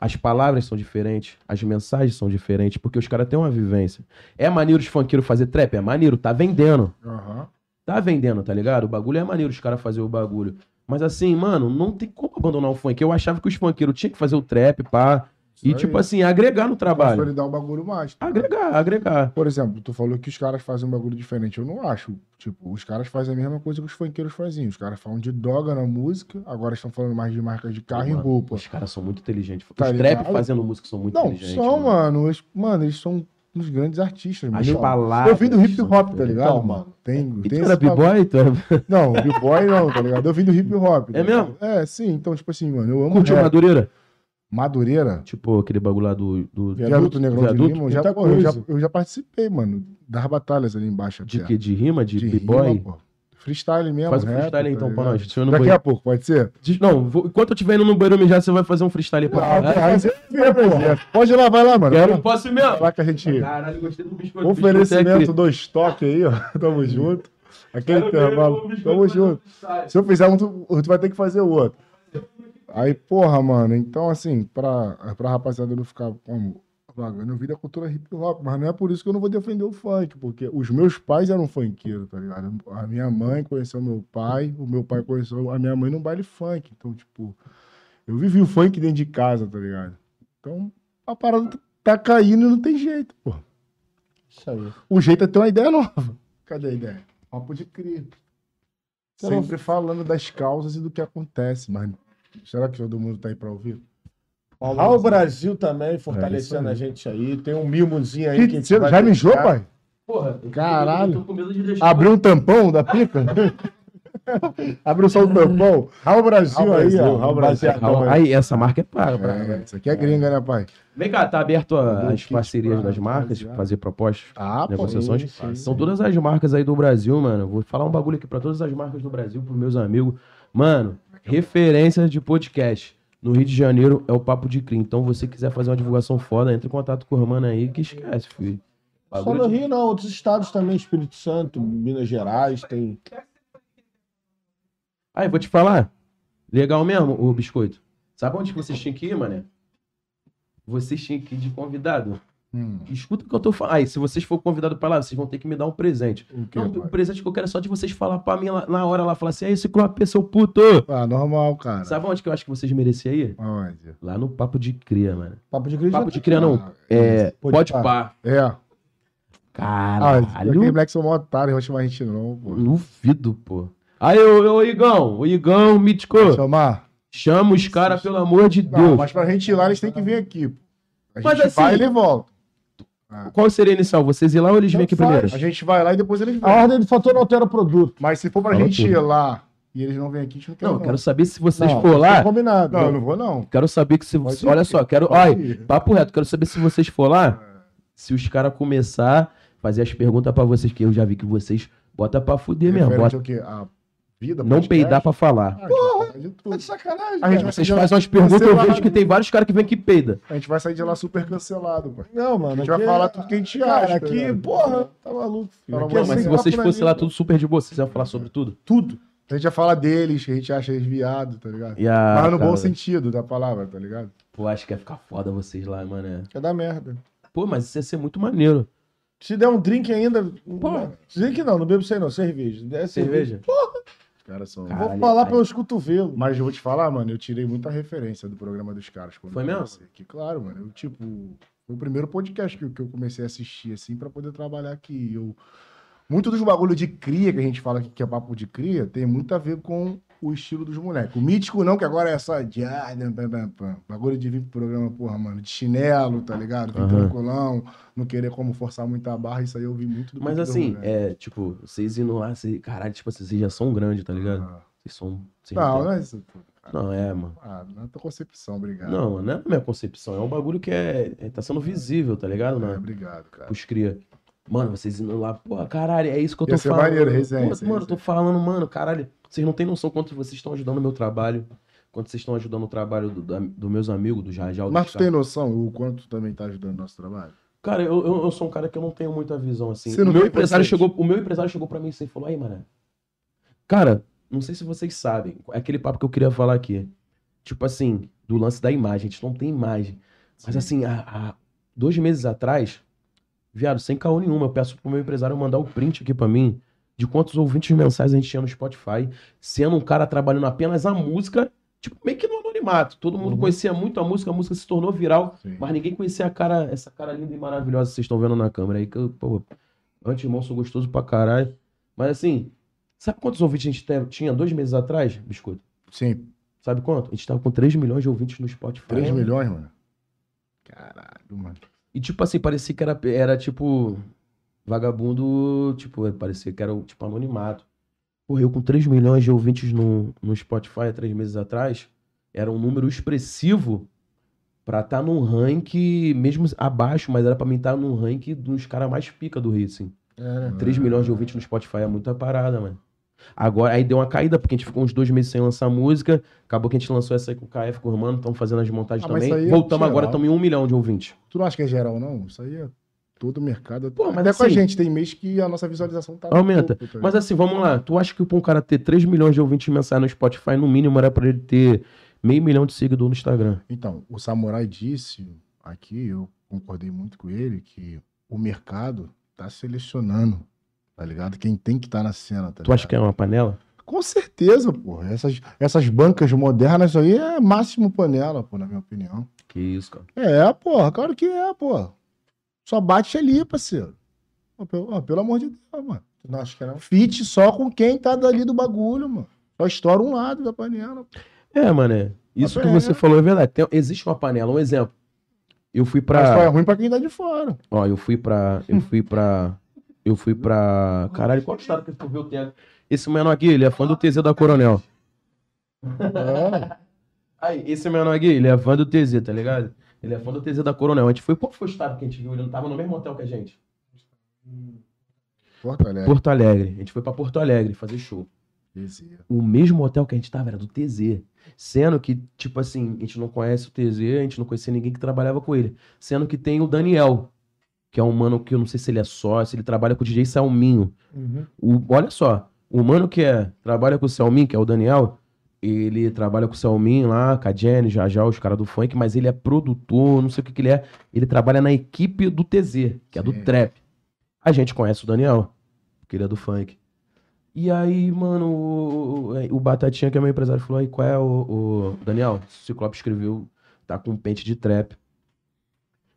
Speaker 3: as palavras são diferentes, as mensagens são diferentes, porque os caras têm uma vivência. É maneiro os funkeiros fazer trap? É maneiro, tá vendendo.
Speaker 2: Aham.
Speaker 3: Tá vendendo, tá ligado? O bagulho é maneiro os caras fazer o bagulho. Mas assim, mano, não tem como abandonar o funk. Eu achava que os funkeiros tinham que fazer o trap, pá. E,
Speaker 2: Isso
Speaker 3: tipo
Speaker 2: aí.
Speaker 3: assim, agregar no trabalho.
Speaker 2: Consolidar o bagulho mais. tá ligado?
Speaker 3: Agregar, agregar.
Speaker 2: Por exemplo, tu falou que os caras fazem um bagulho diferente. Eu não acho. Tipo, os caras fazem a mesma coisa que os funkeiros faziam. Os caras falam de doga na música, agora estão falando mais de marcas de carro e
Speaker 3: Mano,
Speaker 2: roupa.
Speaker 3: Os caras são muito inteligentes.
Speaker 2: Tá
Speaker 3: os
Speaker 2: ligado?
Speaker 3: trap fazendo música são muito
Speaker 2: Não,
Speaker 3: inteligentes.
Speaker 2: são,
Speaker 3: mano.
Speaker 2: mano. Eles, mano, eles são uns grandes artistas.
Speaker 3: As
Speaker 2: mano.
Speaker 3: palavras.
Speaker 2: Eu vim do hip hop, tá
Speaker 3: são
Speaker 2: ligado?
Speaker 1: Então,
Speaker 2: mano? Tem,
Speaker 3: E
Speaker 2: tem
Speaker 3: tu era
Speaker 2: esse papo.
Speaker 3: b-boy? Tu era...
Speaker 2: Não, b-boy não, tá ligado? Eu vim do hip hop. tá
Speaker 3: É
Speaker 2: ligado?
Speaker 3: mesmo?
Speaker 2: É, sim. Então, tipo assim, mano, eu amo
Speaker 3: Curtiu
Speaker 2: rap.
Speaker 3: Madureira?
Speaker 2: Madureira.
Speaker 3: Tipo aquele bagulho lá do... do...
Speaker 1: Viaduto,
Speaker 2: Viaduto Negrão
Speaker 3: viaduto,
Speaker 2: de Lima, eu já,
Speaker 1: muita
Speaker 2: pô, eu, já,
Speaker 1: coisa.
Speaker 2: eu já participei, mano, das batalhas ali embaixo.
Speaker 3: De,
Speaker 2: até.
Speaker 3: que, de rima? De,
Speaker 2: De
Speaker 3: b-boy?
Speaker 2: rima, pô. Freestyle mesmo.
Speaker 3: Faz um
Speaker 2: rap,
Speaker 3: freestyle aí,
Speaker 2: tá
Speaker 3: então pra
Speaker 2: ligado?
Speaker 3: nós. Deixa eu ir no
Speaker 2: Daqui
Speaker 3: banheiro.
Speaker 2: a pouco, pode ser?
Speaker 3: Diz- Não, vou- enquanto eu estiver indo no banheiro mijar, você vai fazer um freestyle aí pra
Speaker 2: Ah,
Speaker 3: caralho.
Speaker 2: aí você vê, pô. Pode ir lá, vai lá, mano.
Speaker 3: Quero, posso ir mesmo?
Speaker 2: Falar que a gente.
Speaker 3: Caralho, gostei do biscoito. é
Speaker 2: Oferecimento do estoque aí, ó. [laughs] Tamo junto. Aquele intervalo. Tamo junto. Se eu fizer um, tu, tu vai ter que fazer o outro. Aí, porra, mano, então assim, pra, pra rapaziada não ficar como, vagando, eu vi da cultura hip hop, mas não é por isso que eu não vou defender o funk, porque os meus pais eram funkeiros, tá ligado? A minha mãe conheceu meu pai, o meu pai conheceu a minha mãe num baile funk, então, tipo, eu vivi o funk dentro de casa, tá ligado? Então, a parada tá caindo e não tem jeito, pô.
Speaker 1: Isso aí.
Speaker 2: O jeito é ter uma ideia nova. Cadê a ideia? Papo de cria. Sempre falando das causas e do que acontece, mas será que todo mundo tá aí pra ouvir?
Speaker 1: Olha o Brasil
Speaker 3: É,
Speaker 1: também fortalecendo
Speaker 2: aí.
Speaker 1: a gente aí. Tem um mimozinho aí que a
Speaker 2: Que,
Speaker 1: gente
Speaker 2: você
Speaker 1: vai
Speaker 2: já mijou,
Speaker 1: deixar.
Speaker 2: pai?
Speaker 3: Porra, eu
Speaker 2: Caralho.
Speaker 3: tô com medo de deixar.
Speaker 2: Abriu um tampão da pica? Abriu só um tampão?
Speaker 1: Raul Brasil
Speaker 2: Raul
Speaker 1: aí,
Speaker 2: Brasil,
Speaker 1: ó.
Speaker 2: Raul Brasil.
Speaker 1: Rapaziada,
Speaker 3: Calma, Aí, essa marca é paga, pra
Speaker 2: Ah, então É, isso aqui é gringa, né, pai?
Speaker 3: Vem cá, tá aberto a-
Speaker 2: Mandou
Speaker 3: as
Speaker 2: kit
Speaker 3: parcerias
Speaker 2: pra
Speaker 3: das marcas,
Speaker 2: rapaziada.
Speaker 3: fazer propostas?
Speaker 2: Ah, pô.
Speaker 3: Negociações?
Speaker 2: sim, sim,
Speaker 3: São
Speaker 2: sim.
Speaker 3: todas as marcas aí do Brasil, mano. Vou falar um bagulho aqui pra todas as marcas do Brasil, pros meus amigos. Mano, referência de podcast. No Rio de Janeiro é o Papo de Cri. Então, você quiser fazer uma divulgação foda, entre em contato com o Romano aí, que esquece, filho.
Speaker 1: Só no
Speaker 3: Bagulho de...
Speaker 1: Rio, não. Outros estados também. Espírito Santo, Minas Gerais, tem.
Speaker 3: Aí, vou te falar. Legal mesmo, o biscoito. Sabe onde que vocês tinham que ir, mané? Vocês tinham que ir de convidado.
Speaker 2: Hum,
Speaker 3: Escuta o que eu tô falando. Aí, se vocês for convidado pra lá, vocês vão ter que me dar um presente.
Speaker 2: o quê,
Speaker 3: Não, o
Speaker 2: pai?
Speaker 3: presente que eu quero é só de vocês falar pra mim lá- na hora lá, falar assim, aí, Ciclope, seu puto!
Speaker 2: Ah, normal, cara.
Speaker 3: Sabe onde que eu acho que vocês mereciam ir?
Speaker 2: Aonde?
Speaker 3: Lá no Papo de Cria, mano.
Speaker 1: Papo de Cristo.
Speaker 3: Papo de Cria não,
Speaker 2: Ah,
Speaker 3: é...
Speaker 1: Pode
Speaker 3: Pode
Speaker 1: pá.
Speaker 3: pá.
Speaker 2: É. Ah, aquele
Speaker 3: Caralho,
Speaker 2: moleque são mó otário, vai chamar a gente não, pô.
Speaker 3: duvido, pô. Aí, ô, ô Igão, o Igão, Mítico,
Speaker 2: Chamar?
Speaker 3: chama os caras, pelo amor de
Speaker 2: Não,
Speaker 3: Deus.
Speaker 2: mas pra gente ir lá, eles têm que vir aqui. pô. A
Speaker 3: Mas
Speaker 2: gente
Speaker 3: assim-
Speaker 2: vai e ele volta.
Speaker 3: Qual seria a inicial? Vocês ir lá ou eles vêm aqui
Speaker 1: Tanto faz.
Speaker 3: primeiro?
Speaker 2: A gente vai lá e depois eles
Speaker 1: A
Speaker 2: vêm.
Speaker 1: ordem do fator não altera o produto.
Speaker 2: Mas se for pra
Speaker 3: Fala
Speaker 2: gente
Speaker 3: tudo.
Speaker 2: ir lá e eles não vêm aqui, a gente não quer.
Speaker 3: Não, eu quero saber se vocês
Speaker 1: Não,
Speaker 3: for lá...
Speaker 1: tá Combinado.
Speaker 2: Não, eu não vou, não. é
Speaker 3: Quero saber que se...
Speaker 2: Pode ir.
Speaker 3: Olha só, quero...
Speaker 2: Pode
Speaker 3: Olha,
Speaker 2: ir. É.
Speaker 3: papo reto, quero saber se vocês for lá... se os caras começar a fazer as perguntas pra vocês, que eu já vi que vocês bota pra fuder mesmo.
Speaker 2: Referente
Speaker 3: Bota,
Speaker 2: ao quê? A vida,
Speaker 3: Não peidar é pra falar.
Speaker 2: Ah, Porra! De
Speaker 1: Tá
Speaker 2: tudo.
Speaker 1: de sacanagem,
Speaker 2: A gente
Speaker 1: cara.
Speaker 2: vai
Speaker 3: Vocês
Speaker 2: ser
Speaker 3: fazem umas perguntas, eu
Speaker 2: cancelado.
Speaker 3: vejo que tem vários caras que vêm que peida.
Speaker 2: A gente vai sair de lá super cancelado, pai.
Speaker 1: Não, mano.
Speaker 2: A gente vai
Speaker 1: aqui- é-
Speaker 2: falar tudo que a gente acha.
Speaker 1: Cara,
Speaker 2: tá
Speaker 1: aqui,
Speaker 2: ligado?
Speaker 1: porra, tá maluco. filho.
Speaker 2: Não,
Speaker 1: Aqui
Speaker 2: Pô,
Speaker 1: é
Speaker 3: Não, mas
Speaker 1: sem
Speaker 3: se vocês
Speaker 1: papo na
Speaker 3: fossem lá
Speaker 1: língua.
Speaker 3: tudo super de boa, vocês iam falar sobre tudo?
Speaker 1: Tudo.
Speaker 2: A gente vai falar deles, que a gente acha eles viado, tá ligado?
Speaker 3: E a,
Speaker 2: Mas no bom
Speaker 3: Ah, cara,
Speaker 2: sentido da palavra, tá ligado?
Speaker 3: Pô, acho que ia ficar foda vocês lá, mano.
Speaker 1: Quer dar merda.
Speaker 3: Pô, mas isso ia ser muito maneiro.
Speaker 1: Se der um drink ainda.
Speaker 3: Porra.
Speaker 1: Drink não, não bebo isso aí não, cerveja. Se der
Speaker 3: Cerveja?
Speaker 2: Os caras são.
Speaker 3: Cara.
Speaker 1: Vou
Speaker 3: Caralho,
Speaker 1: falar
Speaker 3: aí.
Speaker 1: pelos cotovelos.
Speaker 2: Mas eu vou te falar, mano, eu tirei muita referência do programa dos caras. quando
Speaker 3: Foi
Speaker 2: eu
Speaker 3: mesmo?
Speaker 2: comecei Aqui. Claro, mano. Eu, tipo, foi o primeiro podcast que, que eu comecei a assistir, assim, pra poder trabalhar aqui. E Eu, muito dos bagulho de cria, que a gente fala aqui que é papo de cria, tem muito a ver com o estilo dos moleques. O mítico não, que agora é só de... ah, né, pam, pam, pam. Bagulho de vir pro programa, porra, mano, de chinelo, tá ligado? Vim
Speaker 3: Aham.
Speaker 2: tranquilão, não querer como forçar muito a barra, isso aí eu vi muito do
Speaker 3: Mas
Speaker 2: Mítico dos
Speaker 3: assim,
Speaker 2: moleques.
Speaker 3: é, tipo, vocês indo lá, vocês, caralho, tipo, assim, vocês já são grandes, tá ligado?
Speaker 2: Ah.
Speaker 3: Vocês são. Vocês
Speaker 2: Não,
Speaker 3: têm-
Speaker 2: não é isso tudo, cara.
Speaker 3: não, é, mano.
Speaker 2: Ah, na tua concepção, obrigado.
Speaker 3: Não, mano, não é a minha concepção. É um bagulho que é, é- tá sendo visível, tá ligado?
Speaker 2: É,
Speaker 3: Né?
Speaker 2: obrigado, cara.
Speaker 3: Pros cria. Mano, vocês indo lá, pô, caralho, é isso que eu
Speaker 2: Ia
Speaker 3: tô
Speaker 2: ser
Speaker 3: falando.
Speaker 2: maneiro, resenha,
Speaker 3: Pô,
Speaker 2: isso aí,
Speaker 3: mano, eu
Speaker 2: isso
Speaker 3: tô falando, mano, caralho, vocês não têm noção quanto vocês estão ajudando o meu trabalho, quanto vocês estão ajudando o trabalho dos do, dos meus amigos, do Jajal,
Speaker 2: Mas
Speaker 3: dos
Speaker 2: tu tem noção o quanto tu também tá ajudando o nosso trabalho?
Speaker 3: Cara, eu, eu, eu sou um cara que eu não tenho muita visão, assim.
Speaker 2: Você não
Speaker 3: o, meu
Speaker 2: tem
Speaker 3: empresário
Speaker 2: presente.
Speaker 3: chegou, o meu empresário chegou pra mim e falou, aí, mano. Cara, não sei se vocês sabem, é aquele papo que eu queria falar aqui. Tipo assim, do lance da imagem, a gente não tem imagem. Mas assim, há, há dois meses atrás, viado, sem caô nenhuma, eu peço pro meu empresário mandar o print aqui pra mim de quantos ouvintes mensais a gente tinha no Spotify, sendo um cara trabalhando apenas a música, tipo, meio que no anonimato. Todo mundo
Speaker 2: Uhum.
Speaker 3: conhecia muito a música, a música se tornou viral.
Speaker 2: Sim.
Speaker 3: Mas ninguém conhecia a cara, essa cara linda e maravilhosa que vocês estão vendo na câmera aí. Que eu, pô, antes, irmão, sou gostoso pra caralho. Mas assim, sabe quantos ouvintes a gente te- tinha dois meses atrás, biscoito?
Speaker 2: Sim,
Speaker 3: Sabe quanto? A gente tava com 3 milhões de ouvintes no Spotify.
Speaker 2: 3 milhões, mano. Caralho, mano.
Speaker 3: E tipo assim, parecia que era, era tipo. Vagabundo, tipo, parecia que era tipo anonimato. Porra, eu com 3 milhões de ouvintes no, no Spotify há 3 meses atrás, era um número expressivo pra estar num ranking, mesmo abaixo, mas era pra mim estar num ranking dos caras mais pica do Rio, assim.
Speaker 1: É,
Speaker 2: Ah.
Speaker 3: 3 milhões de ouvintes no Spotify é muita parada, mano. Agora, aí deu uma caída, porque a gente ficou uns dois meses sem lançar música. Acabou que a gente lançou essa aí com o KF, com o Romano, estamos fazendo as montagens
Speaker 2: Ah, mas
Speaker 3: também.
Speaker 2: isso aí é
Speaker 3: Voltamos agora,
Speaker 2: geral.
Speaker 3: estamos em um milhão de ouvintes.
Speaker 2: Tu não acha que é geral, não? Isso aí é todo mercado.
Speaker 3: Pô, mas
Speaker 2: Até com a
Speaker 3: assim-
Speaker 2: gente, tem mês que a nossa visualização tá. no
Speaker 3: Aumenta.
Speaker 2: topo, tá
Speaker 3: Mas assim, vamos lá. Tu acha que pra um cara ter 3 milhões de ouvintes mensais no Spotify, no mínimo era pra ele ter meio milhão de seguidores no Instagram?
Speaker 2: Então, o Samurai disse aqui, eu concordei muito com ele, que o mercado tá selecionando, tá ligado? Quem tem que estar na cena, tá
Speaker 3: Tu acha que é uma panela?
Speaker 2: Com certeza, porra. Essas, essas bancas modernas aí é máximo panela, pô, na minha opinião.
Speaker 3: Que isso, cara.
Speaker 2: É, porra, claro que é, porra. Só bate ali, parceiro. Pô, pelo, ó, pelo amor de Deus, mano. É um
Speaker 1: Tu não acha que é não?
Speaker 2: Fit só com quem tá dali do bagulho, mano. Só estoura um lado da panela. pô.
Speaker 3: É, mané. Isso
Speaker 2: Uma
Speaker 3: que
Speaker 2: panela.
Speaker 3: você falou é verdade. Tem- existe uma panela, um exemplo. Eu fui
Speaker 2: Mas só é
Speaker 3: pra.
Speaker 2: ruim pra quem tá de
Speaker 3: [laughs]
Speaker 2: fora.
Speaker 3: Ó, eu fui pra. Eu fui pra. Eu fui pra. Caralho, qual estado que tu viu o tempo? Esse menor aqui, ele é fã do TZ da Coronel.
Speaker 2: É.
Speaker 3: Aí, esse menor aqui, ele é fã do TZ, tá ligado? Ele é fã do TZ da Coronel. A gente foi. Qual foi o estado que a gente viu? Ele não tava no mesmo hotel que a gente.
Speaker 2: Porto Alegre.
Speaker 3: Porto Alegre. A gente foi pra Porto Alegre fazer show.
Speaker 2: Dizia.
Speaker 3: O mesmo hotel que a gente tava era do TZ. Sendo que, tipo assim, a gente não conhece o TZ, a gente não conhecia ninguém que trabalhava com ele. Sendo que tem o Daniel, que é um mano que eu não sei se ele é sócio, ele trabalha com o DJ Salminho. O, olha só, o mano que é, trabalha com o Selmin, que é o Daniel, ele trabalha com o Selmin lá, com a Jenny, já já, os caras do funk, mas ele é produtor, não sei o que que ele é. Ele trabalha na equipe do TZ, que é do
Speaker 2: Sim.
Speaker 3: trap. A gente conhece o Daniel, que ele é do funk. E aí, mano, o, o- o Batatinha, que é meu empresário, falou aí, qual é o, o... Daniel, o Ciclope escreveu, tá com um pente de trap.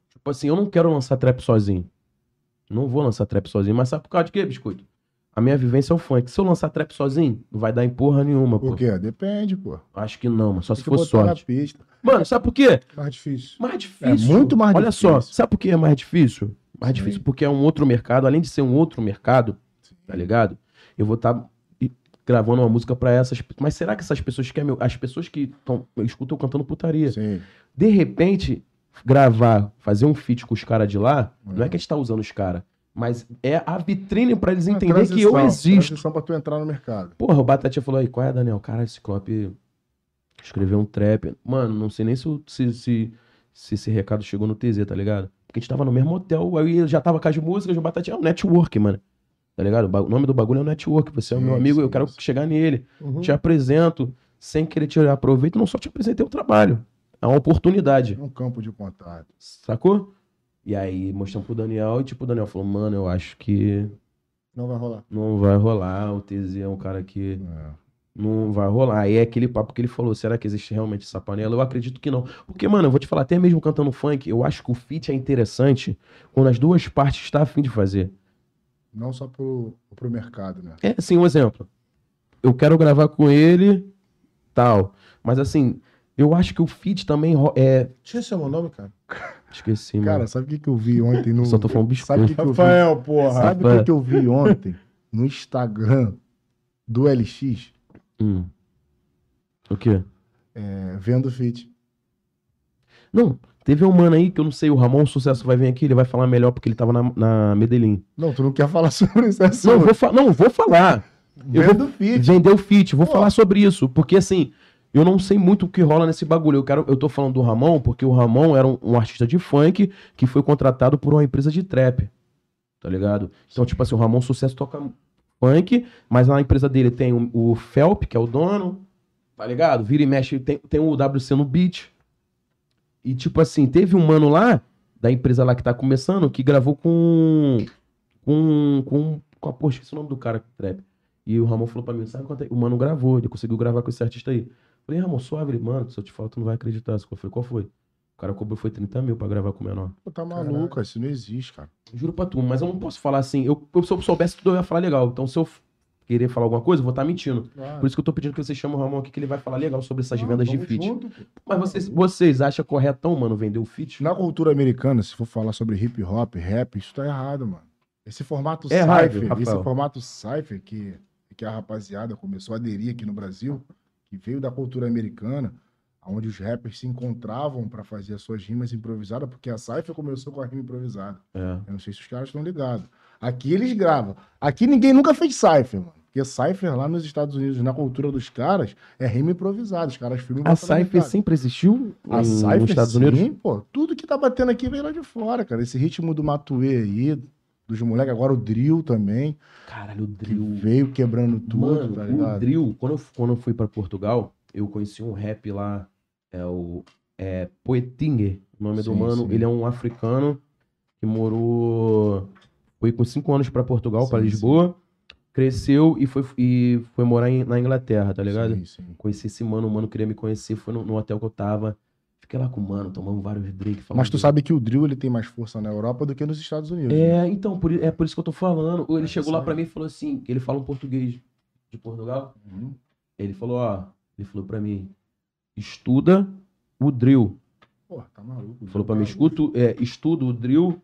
Speaker 3: Tipo assim, eu não quero lançar trap sozinho. Não vou lançar trap sozinho, mas sabe por causa de quê, biscoito? A minha vivência é o funk. Se eu lançar trap sozinho, não vai dar em porra nenhuma, pô.
Speaker 2: Por quê? Depende, pô.
Speaker 3: Acho que não, mano. Só
Speaker 2: Tem
Speaker 3: se
Speaker 2: que
Speaker 3: for
Speaker 2: botar na
Speaker 3: sorte.
Speaker 2: pista.
Speaker 3: Mano, sabe por quê?
Speaker 1: Mais difícil.
Speaker 3: Mais difícil.
Speaker 2: É muito mais
Speaker 3: Olha
Speaker 2: difícil.
Speaker 3: só, sabe por que é mais difícil? Mais
Speaker 2: Sim.
Speaker 3: difícil porque é um outro mercado. Além de ser um outro mercado,
Speaker 2: Sim.
Speaker 3: tá ligado? Eu vou estar gravando uma música pra essas. Mas será que essas pessoas que é meu... as pessoas que tão... escutam eu cantando putaria,
Speaker 2: Sim.
Speaker 3: de repente gravar, fazer um feat com os caras de lá, não é
Speaker 2: Uhum.
Speaker 3: que a gente tá usando os caras, Mas é a vitrine pra eles
Speaker 2: Uma
Speaker 3: entenderem que
Speaker 2: transição, né?
Speaker 3: eu existo.
Speaker 2: Transição pra tu entrar no mercado.
Speaker 3: Porra, o Batatinha falou aí, qual é, Daniel? Cara, esse Ciclope escreveu um trap. Mano, não sei nem se, o- se, se, se esse recado chegou no TZ, tá ligado? Porque a gente tava no mesmo hotel, aí eu já tava com as músicas, o Batatinha é um network, mano. Tá ligado? O, ba- o nome do bagulho é o network. Você é o
Speaker 2: Sim,
Speaker 3: meu amigo,
Speaker 2: sim,
Speaker 3: eu quero
Speaker 2: sim.
Speaker 3: chegar nele.
Speaker 1: Uhum.
Speaker 3: Te apresento, sem querer tirar proveito, não só te apresentei o trabalho. É uma oportunidade.
Speaker 2: É um campo de contato.
Speaker 3: Sacou? E aí mostramos pro Daniel e tipo, o Daniel falou, mano, eu acho que
Speaker 1: Não vai rolar.
Speaker 3: não vai rolar. O TZ é um cara que
Speaker 2: É.
Speaker 3: não vai rolar. Aí é aquele papo que ele falou, será que existe realmente essa panela? Eu acredito que não. Porque, mano, eu vou te falar, até mesmo cantando funk, eu acho que o feat é interessante quando as duas partes estão afim de fazer.
Speaker 2: Não só pro, pro mercado, né?
Speaker 3: É assim, um exemplo. Eu quero gravar com ele, tal. Mas assim, eu acho que o feat também ro- é...
Speaker 1: Tinha esse é o meu nome, cara?
Speaker 3: Esqueci, mano.
Speaker 2: Cara, sabe o que, que eu vi ontem no.
Speaker 3: Hum. Só tô falando
Speaker 2: Sabe o que,
Speaker 3: biscoito.
Speaker 2: que eu vi?
Speaker 3: [laughs]
Speaker 1: Rafael, porra.
Speaker 2: Sabe o
Speaker 3: é?
Speaker 2: que, que eu vi ontem no Instagram do LX?
Speaker 3: Hum. O quê?
Speaker 2: É, vendo fit.
Speaker 3: Não, teve um mano aí que eu não sei, o Ramon Sucesso vai vir aqui, ele vai falar melhor porque ele tava na, na Medellín.
Speaker 2: Não, tu não quer falar [laughs] sobre isso. É
Speaker 3: Não, eu
Speaker 2: sobre
Speaker 3: vou, fa- não, vou falar. eu
Speaker 2: vendo fit.
Speaker 3: Vendeu o fit, vou
Speaker 2: Pô.
Speaker 3: falar sobre isso, porque assim, eu não sei muito o que rola nesse bagulho. Eu, quero, eu tô falando do Ramon porque o Ramon era um, um artista de funk que foi contratado por uma empresa de trap, tá ligado? Então, tipo assim, o Ramon Sucesso toca funk, mas na empresa dele tem o, o Felp, que é o dono, tá ligado? Vira e mexe, tem, tem o WC no beat. E, tipo assim, teve um mano lá, da empresa lá que tá começando, que gravou com. Com. Com. com a, poxa, esqueci o nome do cara que trap. E o Ramon falou pra mim, sabe quanto é? O mano gravou, ele conseguiu gravar com esse artista aí. Falei, Ramon, suave, ele, mano, se eu te falar, tu não vai acreditar. Eu falei, qual foi? O cara cobrou foi 30 mil pra gravar com o menor.
Speaker 2: Pô, tá maluco, isso não existe, cara.
Speaker 3: Juro pra tu, mas eu não posso falar assim. Eu, eu- se eu soubesse tudo, eu ia falar legal. Então, se eu f- querer falar alguma coisa, eu vou estar mentindo. Por isso que eu tô pedindo que você chame o Ramon aqui, que ele vai falar legal sobre essas vendas de fit. Mas vocês, vocês acham corretão, mano, vender o fit?
Speaker 2: Na cultura americana, se for falar sobre hip hop, rap, isso tá errado, mano. Esse formato
Speaker 3: É errado,
Speaker 2: cypher,
Speaker 3: Rafael.
Speaker 2: esse formato cypher que, que a rapaziada começou a aderir aqui no Brasil, que veio da cultura americana, onde os rappers se encontravam pra fazer as suas rimas improvisadas, porque a cypher começou com a rima improvisada.
Speaker 3: É.
Speaker 2: Eu não sei se os caras estão ligados. Aqui eles gravam. Aqui ninguém nunca fez cypher, mano. Porque cypher lá nos Estados Unidos, na cultura dos caras, é rima improvisada. Os caras filmam e
Speaker 3: A
Speaker 2: botam na
Speaker 3: Cypher
Speaker 2: metade.
Speaker 3: sempre existiu
Speaker 2: A
Speaker 3: em-
Speaker 2: Cypher,
Speaker 3: nos Estados
Speaker 2: sim,
Speaker 3: Unidos?
Speaker 2: pô. Tudo que tá batendo aqui vem lá de fora, cara. Esse ritmo do Matuê aí, dos moleques, agora o drill também,
Speaker 3: Caralho, o
Speaker 2: que
Speaker 3: drill.
Speaker 2: veio quebrando tudo,
Speaker 3: Mano,
Speaker 2: tá
Speaker 3: o
Speaker 2: ligado?
Speaker 3: drill, quando eu, quando eu fui pra Portugal, eu conheci um rap lá, é o é, Poetinger, o nome do
Speaker 2: Sim,
Speaker 3: mano.
Speaker 2: sim.
Speaker 3: Ele é um africano que morou, foi com cinco anos pra Portugal, pra
Speaker 2: Sim,
Speaker 3: Lisboa, cresceu e foi, e foi morar em- na Inglaterra, tá ligado?
Speaker 2: Sim, sim.
Speaker 3: Conheci esse mano, o mano queria me conhecer, foi no, no hotel que eu tava. Fiquei lá com o mano, tomamos vários drinks.
Speaker 2: Mas
Speaker 3: falando
Speaker 2: tu sabe que o drill ele tem mais força na Europa do que nos Estados Unidos. né?
Speaker 3: É, então, por, i- é por isso que eu tô falando. Ele
Speaker 2: É
Speaker 3: chegou
Speaker 2: isso
Speaker 3: lá
Speaker 2: aí.
Speaker 3: pra mim e falou assim, que ele fala um português de Portugal.
Speaker 2: Uhum.
Speaker 3: Ele falou, ó, ele falou pra mim, estuda o drill.
Speaker 2: Pô, tá maluco.
Speaker 3: Ele falou pra mim, escuto, é, estuda o drill.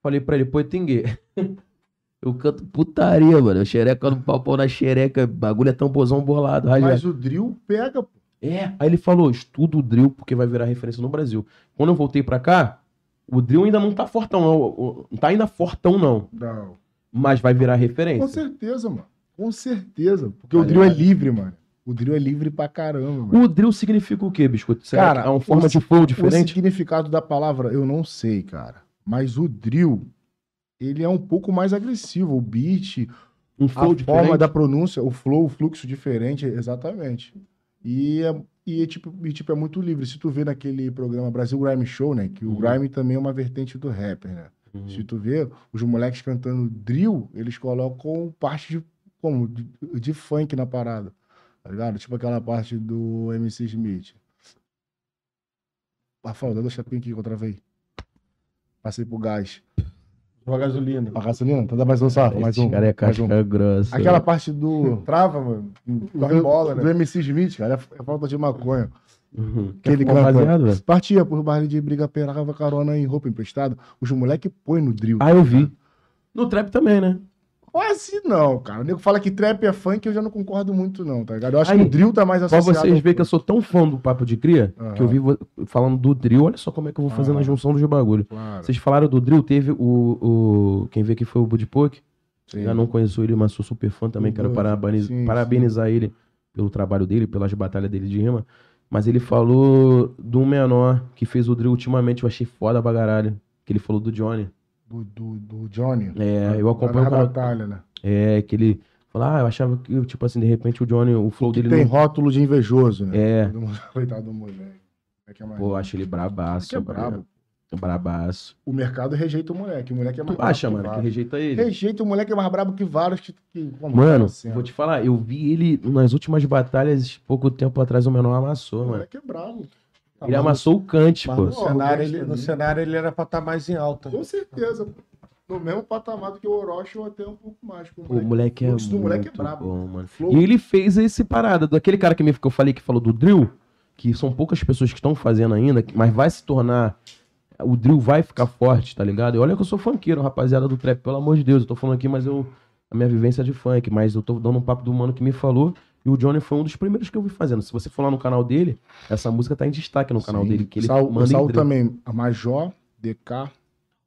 Speaker 3: Falei pra ele, pô, Tingue. [laughs] Eu canto putaria, mano. Xereca no pau, pau na xereca. Bagulho é tamborzão bolado. rasgado.
Speaker 2: Mas o drill pega, pô.
Speaker 3: É, aí ele falou, estuda o drill porque vai virar referência no Brasil. Quando eu voltei pra cá, o drill ainda não tá fortão, não. O- o- Não tá ainda fortão, não.
Speaker 2: Não.
Speaker 3: Mas vai virar
Speaker 2: Com
Speaker 3: referência.
Speaker 2: certeza, mano. Com certeza. Porque
Speaker 3: Tá
Speaker 2: o drill é
Speaker 3: ligado?
Speaker 2: livre, mano. O drill é livre pra caramba, mano.
Speaker 3: O drill significa o quê, biscoito? Será
Speaker 2: Cara,
Speaker 3: que é uma
Speaker 2: o
Speaker 3: forma de flow
Speaker 2: O
Speaker 3: diferente?
Speaker 2: significado da palavra eu não sei, cara. Mas o drill, ele é um pouco mais agressivo. O beat,
Speaker 3: Um
Speaker 2: a forma
Speaker 3: flow diferente?
Speaker 2: da pronúncia, o flow, o fluxo diferente, exatamente. E é, e é tipo, e tipo, é muito livre. Se tu vê naquele programa Brasil Grime Show, né? Que o
Speaker 3: Uhum.
Speaker 2: grime também é uma vertente do rapper, né?
Speaker 3: Hum.
Speaker 2: Se tu vê, os moleques cantando drill, eles colocam parte de, como, de, de funk na parada. Tá ligado? Tipo aquela parte do MC Smith. Ah, Rafael, dá dois chapinhos aqui que eu travei. Passei pro gás.
Speaker 1: Uma gasolina.
Speaker 2: A gasolina? Então dá mais um só. Mais
Speaker 3: Esse
Speaker 2: um.
Speaker 3: cara é
Speaker 2: mais um.
Speaker 3: casca grossa.
Speaker 2: Aquela parte do.
Speaker 1: Trava, mano. Corre
Speaker 2: Hum. do-
Speaker 1: bola,
Speaker 2: Do
Speaker 1: né?
Speaker 2: MC Smith, cara, é f- é falta de maconha.
Speaker 3: Uhum.
Speaker 2: Que ele
Speaker 3: Quer fumar
Speaker 2: canta.
Speaker 3: baseado, velho?
Speaker 2: Partia por baile de briga, perava carona em roupa emprestada. Os moleque põe no drill.
Speaker 3: Ah, eu vi. No trap também, né?
Speaker 2: Quase não, cara. O nego fala que trap é funk, eu já não concordo muito, não, tá ligado? Eu acho
Speaker 3: Aí,
Speaker 2: que o drill tá mais
Speaker 3: Pra
Speaker 2: associado.
Speaker 3: vocês verem que eu sou tão fã do Papo de Cria,
Speaker 2: Aham.
Speaker 3: que eu vi vo- falando do drill, olha só como é que eu vou fazer
Speaker 2: Ah.
Speaker 3: na junção dos bagulho.
Speaker 2: Claro.
Speaker 3: Vocês falaram do drill, teve o. o- quem veio aqui foi o Budipoke.
Speaker 2: sim.
Speaker 3: Já não conheço ele, mas sou super fã também.
Speaker 2: O
Speaker 3: Quero
Speaker 2: Bud,
Speaker 3: parabeniz-
Speaker 2: sim,
Speaker 3: parabenizar ele pelo trabalho dele, pelas batalhas dele de rima. Mas ele falou do menor que fez o drill ultimamente, eu achei foda pra caralho. Que ele falou do Johnny.
Speaker 2: Do, do, do Johnny.
Speaker 3: É, eu acompanho
Speaker 2: Na
Speaker 3: o canal.
Speaker 2: batalha, né?
Speaker 3: É, que ele falou, ah, eu achava que, tipo assim, de repente o Johnny, o flow
Speaker 2: Que
Speaker 3: dele
Speaker 2: tem
Speaker 3: não.
Speaker 2: rótulo de invejoso, né?
Speaker 3: É,
Speaker 2: Todo mundo- [laughs] Coitado do moleque. É que é mais-
Speaker 3: pô, eu acho ele brabaço.
Speaker 2: que é brabo.
Speaker 3: mano. Brabaço.
Speaker 2: O mercado rejeita o moleque. O moleque é mais
Speaker 3: Tu acha,
Speaker 2: brabo
Speaker 3: mano, que
Speaker 2: vários.
Speaker 3: rejeita ele?
Speaker 2: Rejeita o moleque é mais brabo que vários que. que
Speaker 3: Mano,
Speaker 2: assim,
Speaker 3: vou te falar, eu vi ele nas últimas batalhas, pouco tempo atrás, o menor amassou,
Speaker 2: O
Speaker 3: mano.
Speaker 2: moleque é brabo.
Speaker 1: Ah,
Speaker 3: Ele
Speaker 1: mas-
Speaker 3: amassou o Kant,
Speaker 1: mas
Speaker 3: pô.
Speaker 1: no, cenário,
Speaker 2: Pô, o
Speaker 1: ele, no
Speaker 2: Gangsta
Speaker 1: cenário ele era pra estar mais em alta.
Speaker 2: Com certeza. No mesmo patamar do que o Orochi ou até um pouco mais. com o
Speaker 3: O
Speaker 2: moleque.
Speaker 3: moleque é
Speaker 2: Isso do
Speaker 3: muito
Speaker 2: moleque é brabo.
Speaker 3: bom, mano.
Speaker 2: Flow.
Speaker 3: E ele fez esse parada daquele cara que me que eu falei que falou do drill, que são poucas pessoas que estão fazendo ainda, mas vai se tornar o drill vai ficar forte, tá ligado? E olha que eu sou funkeiro, rapaziada do trap, pelo amor de Deus, eu tô falando aqui, mas eu a minha vivência é de funk, mas eu tô dando um papo do mano que me falou e o Johnny foi um dos primeiros que eu vi fazendo. Se você for lá no canal dele, essa música tá em destaque no canal
Speaker 2: Sim.
Speaker 3: dele, que ele
Speaker 2: Sal,
Speaker 3: manda em
Speaker 2: Sal
Speaker 3: drill.
Speaker 2: também. É A Major, DK,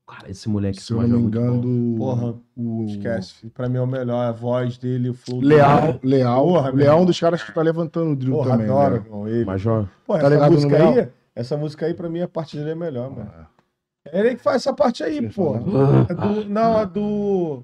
Speaker 3: Cara, esse moleque,
Speaker 2: se eu não
Speaker 3: major
Speaker 2: me
Speaker 3: é muito
Speaker 2: engano,
Speaker 3: bom.
Speaker 2: do-
Speaker 1: Porra,
Speaker 2: o
Speaker 1: esquece. Pra mim é o melhor. A voz dele, o flow dele.
Speaker 2: Leal, Leal,
Speaker 1: Porra, meu
Speaker 2: Leal é um
Speaker 1: irmão.
Speaker 2: dos caras que tá levantando o drill
Speaker 1: Porra,
Speaker 2: também.
Speaker 1: adoro,
Speaker 2: né?
Speaker 1: irmão, ele.
Speaker 3: Major,
Speaker 1: Porra,
Speaker 2: Tá
Speaker 1: essa
Speaker 2: ligado no
Speaker 1: música
Speaker 2: Leal?
Speaker 1: aí, essa música aí pra mim a parte dele é melhor, mano.
Speaker 2: né? Ah.
Speaker 1: É ele que faz essa parte aí,
Speaker 2: Ele
Speaker 1: porra.
Speaker 3: fala.
Speaker 1: É do- não, é do.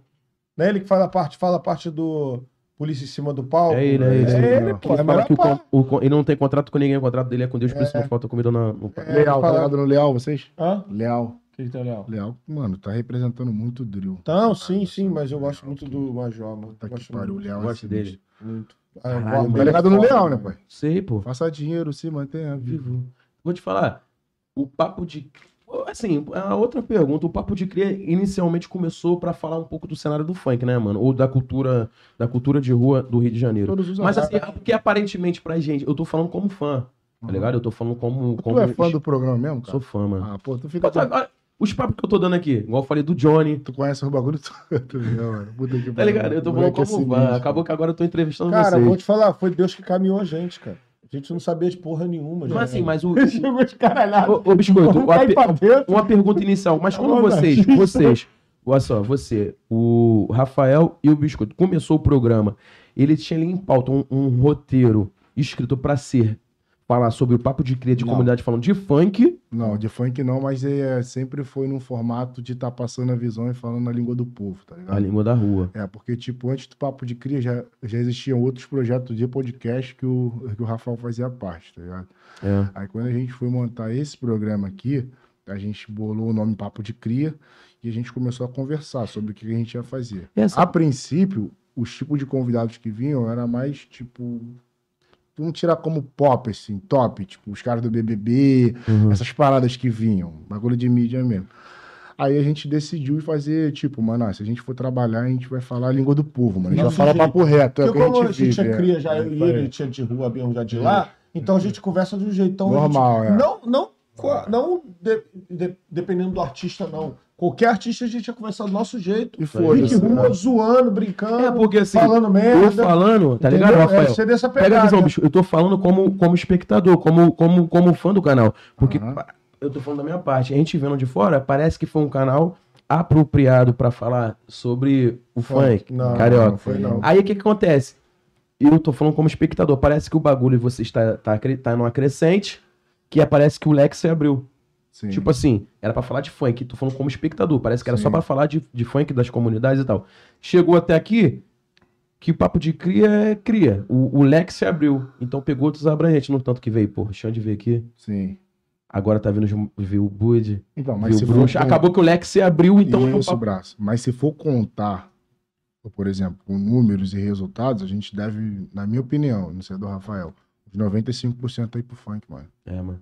Speaker 1: Não é ele que faz a parte, fala a parte do Polícia em cima do palco.
Speaker 3: É ele, é ele.
Speaker 1: É ele,
Speaker 3: Que
Speaker 1: pô. É a
Speaker 3: ele fala
Speaker 1: melhor
Speaker 3: que o con-
Speaker 1: parte.
Speaker 3: o con- ele não tem contrato com ninguém, o contrato dele é com Deus, por isso não falta comida na, no prato.
Speaker 2: Leal, tá
Speaker 1: fala-
Speaker 2: ligado no Leal, vocês?
Speaker 1: Hã?
Speaker 2: Leal.
Speaker 1: Quem tá Leal?
Speaker 2: Leal, mano, tá representando muito o drill.
Speaker 1: Então, sim, sim, mas eu gosto muito do Major, mano.
Speaker 2: Tá que
Speaker 1: gosto
Speaker 2: pariu, o Leal é
Speaker 3: Gosto
Speaker 2: sinistro.
Speaker 3: dele.
Speaker 1: muito. muito.
Speaker 3: Caralho,
Speaker 1: A voz
Speaker 3: mano.
Speaker 2: Tá
Speaker 1: dele é
Speaker 2: ligado no
Speaker 1: foda,
Speaker 2: Leal, né,
Speaker 1: mano.
Speaker 2: pai?
Speaker 3: Sei, pô.
Speaker 2: Faça dinheiro, se mantenha vivo.
Speaker 3: Vivo. Vou te falar, o papo de. Assim, a outra pergunta, o papo de cria inicialmente começou pra falar um pouco do cenário do funk, né, mano? Ou da cultura, da cultura de rua do Rio de Janeiro.
Speaker 2: Todos os
Speaker 3: Mas
Speaker 2: horários.
Speaker 3: assim, é porque aparentemente pra gente, eu tô falando como fã,
Speaker 2: Uhum.
Speaker 3: tá ligado? Eu tô falando como.
Speaker 2: Tu
Speaker 3: como
Speaker 2: é fã do programa mesmo, cara?
Speaker 3: Sou fã, mano.
Speaker 2: Ah, pô, tu fica.
Speaker 3: Olha, olha, os papos que eu tô dando aqui, igual eu falei do Johnny,
Speaker 2: Tu conhece o bagulho [laughs] todo, né, mano? Puta que
Speaker 3: Tá
Speaker 2: pariu.
Speaker 3: ligado? Eu tô falando
Speaker 2: Moleque é
Speaker 3: como
Speaker 2: sinistro.
Speaker 3: vai. Acabou que agora eu tô entrevistando
Speaker 1: Cara,
Speaker 3: vocês.
Speaker 1: vou te falar, foi Deus que caminhou a gente, cara. A gente não sabia de porra nenhuma.
Speaker 3: Mas
Speaker 1: gente.
Speaker 3: assim,
Speaker 2: [laughs]
Speaker 3: mas o.
Speaker 1: Chegou escaralhado.
Speaker 3: Ô, ô, Biscoito,
Speaker 1: Vamos
Speaker 3: uma,
Speaker 1: cair
Speaker 3: pe-
Speaker 1: pra dentro.
Speaker 3: uma pergunta inicial. Mas quando
Speaker 1: Vamos lá.
Speaker 3: vocês, vocês, olha só, você, o Rafael e o Biscoito, começou o programa, ele tinha ali em pauta um, um roteiro escrito pra ser falar sobre o papo de cria de
Speaker 1: Não.
Speaker 3: comunidade falando de funk.
Speaker 2: Não, de funk não, mas é, sempre foi num formato de tá passando a visão e falando a língua do povo, tá ligado?
Speaker 3: A língua da rua.
Speaker 2: É, porque, tipo, antes do Papo de Cria já, já existiam outros projetos de podcast que o, que o Rafael fazia parte, tá ligado?
Speaker 3: É.
Speaker 2: Aí quando a gente foi montar esse programa aqui, a gente bolou o nome Papo de Cria e a gente começou a conversar sobre o que a gente ia fazer.
Speaker 3: Essa-
Speaker 2: A princípio, os tipos de convidados que vinham era mais, tipo... Vamos tirar como pop, assim, top, tipo, os caras do BBB,
Speaker 3: Uhum.
Speaker 2: essas paradas que vinham, bagulho de mídia mesmo. Aí a gente decidiu fazer, tipo, mano, se a gente for trabalhar, a gente vai falar a língua do povo, mano. A gente
Speaker 1: Nosso
Speaker 2: vai falar
Speaker 1: jeito.
Speaker 2: papo reto, é o
Speaker 1: Porque
Speaker 2: que a gente
Speaker 1: como a gente
Speaker 2: vive,
Speaker 1: é
Speaker 2: é.
Speaker 1: cria já, eu e
Speaker 2: É,
Speaker 1: ele, ele tinha de rua mesmo já de lá, então a gente conversa de um jeitão. a gente-
Speaker 2: Normal, é.
Speaker 1: Não, não, co- não de- de- dependendo do artista, não. Qualquer artista a gente ia conversar do nosso jeito.
Speaker 2: E
Speaker 1: E de
Speaker 2: foda-se.
Speaker 1: rua,
Speaker 2: né?
Speaker 1: zoando, brincando,
Speaker 3: É, porque assim,
Speaker 1: Ah, falando merda.
Speaker 3: eu falando, tá ligado,
Speaker 1: entendeu?
Speaker 3: Rafael?
Speaker 1: É, ser dessa
Speaker 3: Pega a
Speaker 1: pegada.
Speaker 3: visão, bicho. Eu tô falando como, como espectador, como, como, como fã do canal. Porque
Speaker 2: Aham.
Speaker 3: pa- eu tô falando da minha parte. A gente vendo de fora, parece que foi um canal apropriado pra falar sobre o funk
Speaker 1: Não,
Speaker 3: carioca.
Speaker 2: não foi, não.
Speaker 1: Ah,
Speaker 3: Aí o que, que acontece? Eu tô falando como espectador. Parece que o bagulho você está tá, cre- tá numa crescente que parece que o leque se abriu.
Speaker 2: Sim.
Speaker 3: Tipo assim, era pra falar de funk. Tô falando como espectador. Parece que era
Speaker 2: Sim.
Speaker 3: só pra falar de, de funk das comunidades e tal. Chegou até aqui, que o papo de cria é cria. O, o leque se abriu. Então pegou outros abrangentes. No tanto que veio, pô, o Xande veio aqui.
Speaker 2: Sim.
Speaker 3: Agora tá vindo os- veio o Bud,
Speaker 2: Então, mas
Speaker 3: veio
Speaker 2: se
Speaker 3: o
Speaker 2: for
Speaker 3: Bruxa.
Speaker 2: com-
Speaker 3: Acabou que o leque se abriu, então...
Speaker 2: e
Speaker 3: é um
Speaker 2: esse
Speaker 3: papo-
Speaker 2: braço. Mas se for contar, por exemplo, com números e resultados, a gente deve, na minha opinião, não sei a do Rafael, uns 95% aí pro funk, mano.
Speaker 3: É, mano.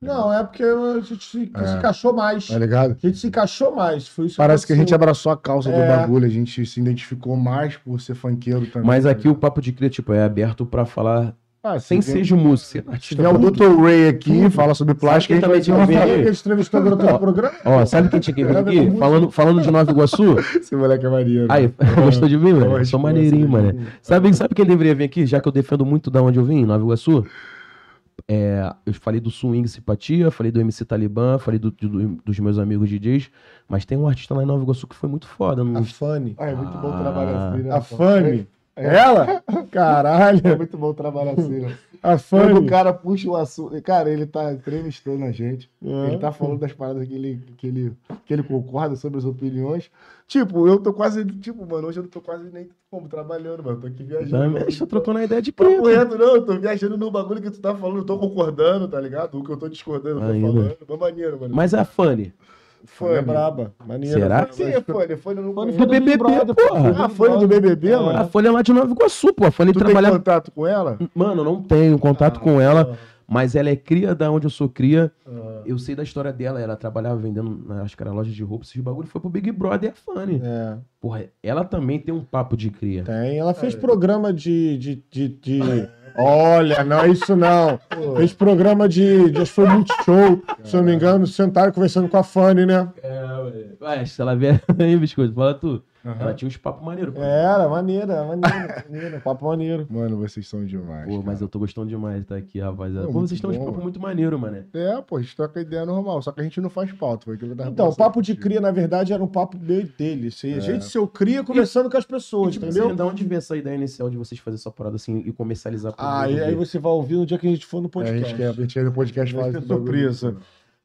Speaker 1: Não, é porque a gente se,
Speaker 2: É.
Speaker 1: se encaixou mais.
Speaker 2: Tá ligado?
Speaker 1: A gente se encaixou mais. Foi isso
Speaker 2: Parece que a gente
Speaker 1: aconteceu.
Speaker 2: abraçou a causa do
Speaker 1: É.
Speaker 2: bagulho, a gente se identificou mais por ser funkeiro também.
Speaker 3: Mas
Speaker 2: tá
Speaker 3: aqui o papo de cria, tipo, é aberto pra falar
Speaker 2: Ah,
Speaker 3: Sem
Speaker 2: se
Speaker 3: seja músico, ser
Speaker 2: Se
Speaker 3: artista.
Speaker 2: vier o
Speaker 3: pronto.
Speaker 2: Dr. Ray aqui, fala sobre plástico, a gente
Speaker 3: quem
Speaker 2: vai
Speaker 3: também
Speaker 2: ter uma
Speaker 3: tinha
Speaker 1: Sabe
Speaker 3: aí.
Speaker 1: que a gente entrevistou durante o
Speaker 3: Ó.
Speaker 1: programa?
Speaker 3: Ó, sabe quem tinha que vir aqui? Falando, falando de
Speaker 2: [laughs]
Speaker 3: Nova Iguaçu.
Speaker 2: Esse moleque é maneiro.
Speaker 3: Aí, [laughs] gostou de mim, mano?
Speaker 2: Lógico,
Speaker 3: Sou maneirinho,
Speaker 2: gostei.
Speaker 3: mano. Sabe, sabe quem deveria vir aqui, já que eu defendo muito da onde eu vim, Nova Iguaçu? É, eu falei do swing simpatia, falei do MC Talibã, falei do- do- dos meus amigos DJs, mas tem um artista lá em Nova Iguaçu que foi muito foda.
Speaker 1: A
Speaker 3: Não...
Speaker 1: Fanny.
Speaker 2: Ah, é muito bom
Speaker 3: Ah.
Speaker 2: trabalhar assim, né?
Speaker 1: A
Speaker 2: pô?
Speaker 1: Fanny. Ela?
Speaker 2: É
Speaker 1: Caralho.
Speaker 2: muito bom trabalhar assim, né?
Speaker 1: A
Speaker 2: Quando o
Speaker 1: Fanny.
Speaker 2: cara puxa o assunto. Cara, ele tá entrevistando a gente.
Speaker 1: É.
Speaker 2: Ele tá falando das paradas que ele, que, ele, que ele concorda sobre as opiniões. Tipo, eu tô quase. Tipo, mano, hoje eu não tô quase nem como, trabalhando, mano. Tô aqui viajando.
Speaker 3: Tá, Tá trocando a ideia de
Speaker 2: Papo
Speaker 3: preto.
Speaker 2: reto, não, eu tô viajando no bagulho que tu tá falando, eu tô concordando, tá ligado? O que eu tô discordando, eu tô
Speaker 3: Ainda.
Speaker 2: falando. Mas maneiro, mano.
Speaker 3: Mas a Fanny.
Speaker 1: Fanny é
Speaker 2: Fone.
Speaker 1: braba. Maneira.
Speaker 3: Será?
Speaker 2: Sim, é fone, fone no
Speaker 1: Fone
Speaker 3: Do BBB, porra.
Speaker 2: Ah, fone do BBB,
Speaker 1: É.
Speaker 2: mano?
Speaker 3: A Fanny é lá de Nova Iguaçu, pô. A Fanny
Speaker 2: Tu tem Ah.
Speaker 3: trabalha.
Speaker 2: contato com ela?
Speaker 3: Mano, eu não tenho contato com ela, mas ela é cria da onde eu sou cria.
Speaker 2: Ah.
Speaker 3: Eu sei da história dela, ela trabalhava vendendo, na- acho que era loja de roupa, esses bagulho foi pro Big Brother e a Fanny.
Speaker 1: É,
Speaker 3: Porra, ela também tem um papo de cria.
Speaker 1: tem. Ela
Speaker 2: É.
Speaker 1: fez programa de. de, de, de- Olha, não é isso não. Fez programa de. de acho que foi muito show, se eu não me engano. Sentaram conversando com a Fanny, né?
Speaker 3: É, ué. Ué, se ela vier [laughs] aí, biscoito, fala tu.
Speaker 2: Aham.
Speaker 3: Ela tinha uns papos maneiros. pô.
Speaker 1: Era, maneira, maneira, maneira. Papo maneiro.
Speaker 2: Mano, vocês são demais.
Speaker 3: Pô, mas
Speaker 2: cara.
Speaker 3: eu tô gostando demais de estar aqui, rapaziada.
Speaker 2: Pô,
Speaker 3: Pô, vocês
Speaker 2: muito
Speaker 3: estão uns
Speaker 2: bom,
Speaker 3: papos
Speaker 2: mano.
Speaker 3: muito maneiros, mané.
Speaker 2: É, pô, a gente troca ideia normal, só que a gente não faz pauta. Foi aquilo que eu tava
Speaker 1: Então, o
Speaker 2: conversando
Speaker 1: papo de
Speaker 2: contigo.
Speaker 1: cria, na verdade, era um papo meio dele. Assim,
Speaker 2: É.
Speaker 1: A gente seu cria conversando com as pessoas,
Speaker 3: Tipo
Speaker 1: entendeu?
Speaker 3: assim, da onde veio essa ideia inicial de vocês fazerem essa parada assim e comercializar por
Speaker 1: Ah, e aí você vai ouvir no dia que a gente for no
Speaker 2: É, a
Speaker 1: podcast.
Speaker 2: gente quer, a gente quer no podcast
Speaker 1: Vai
Speaker 2: falar
Speaker 1: ser
Speaker 2: esse bagulho.
Speaker 1: surpresa.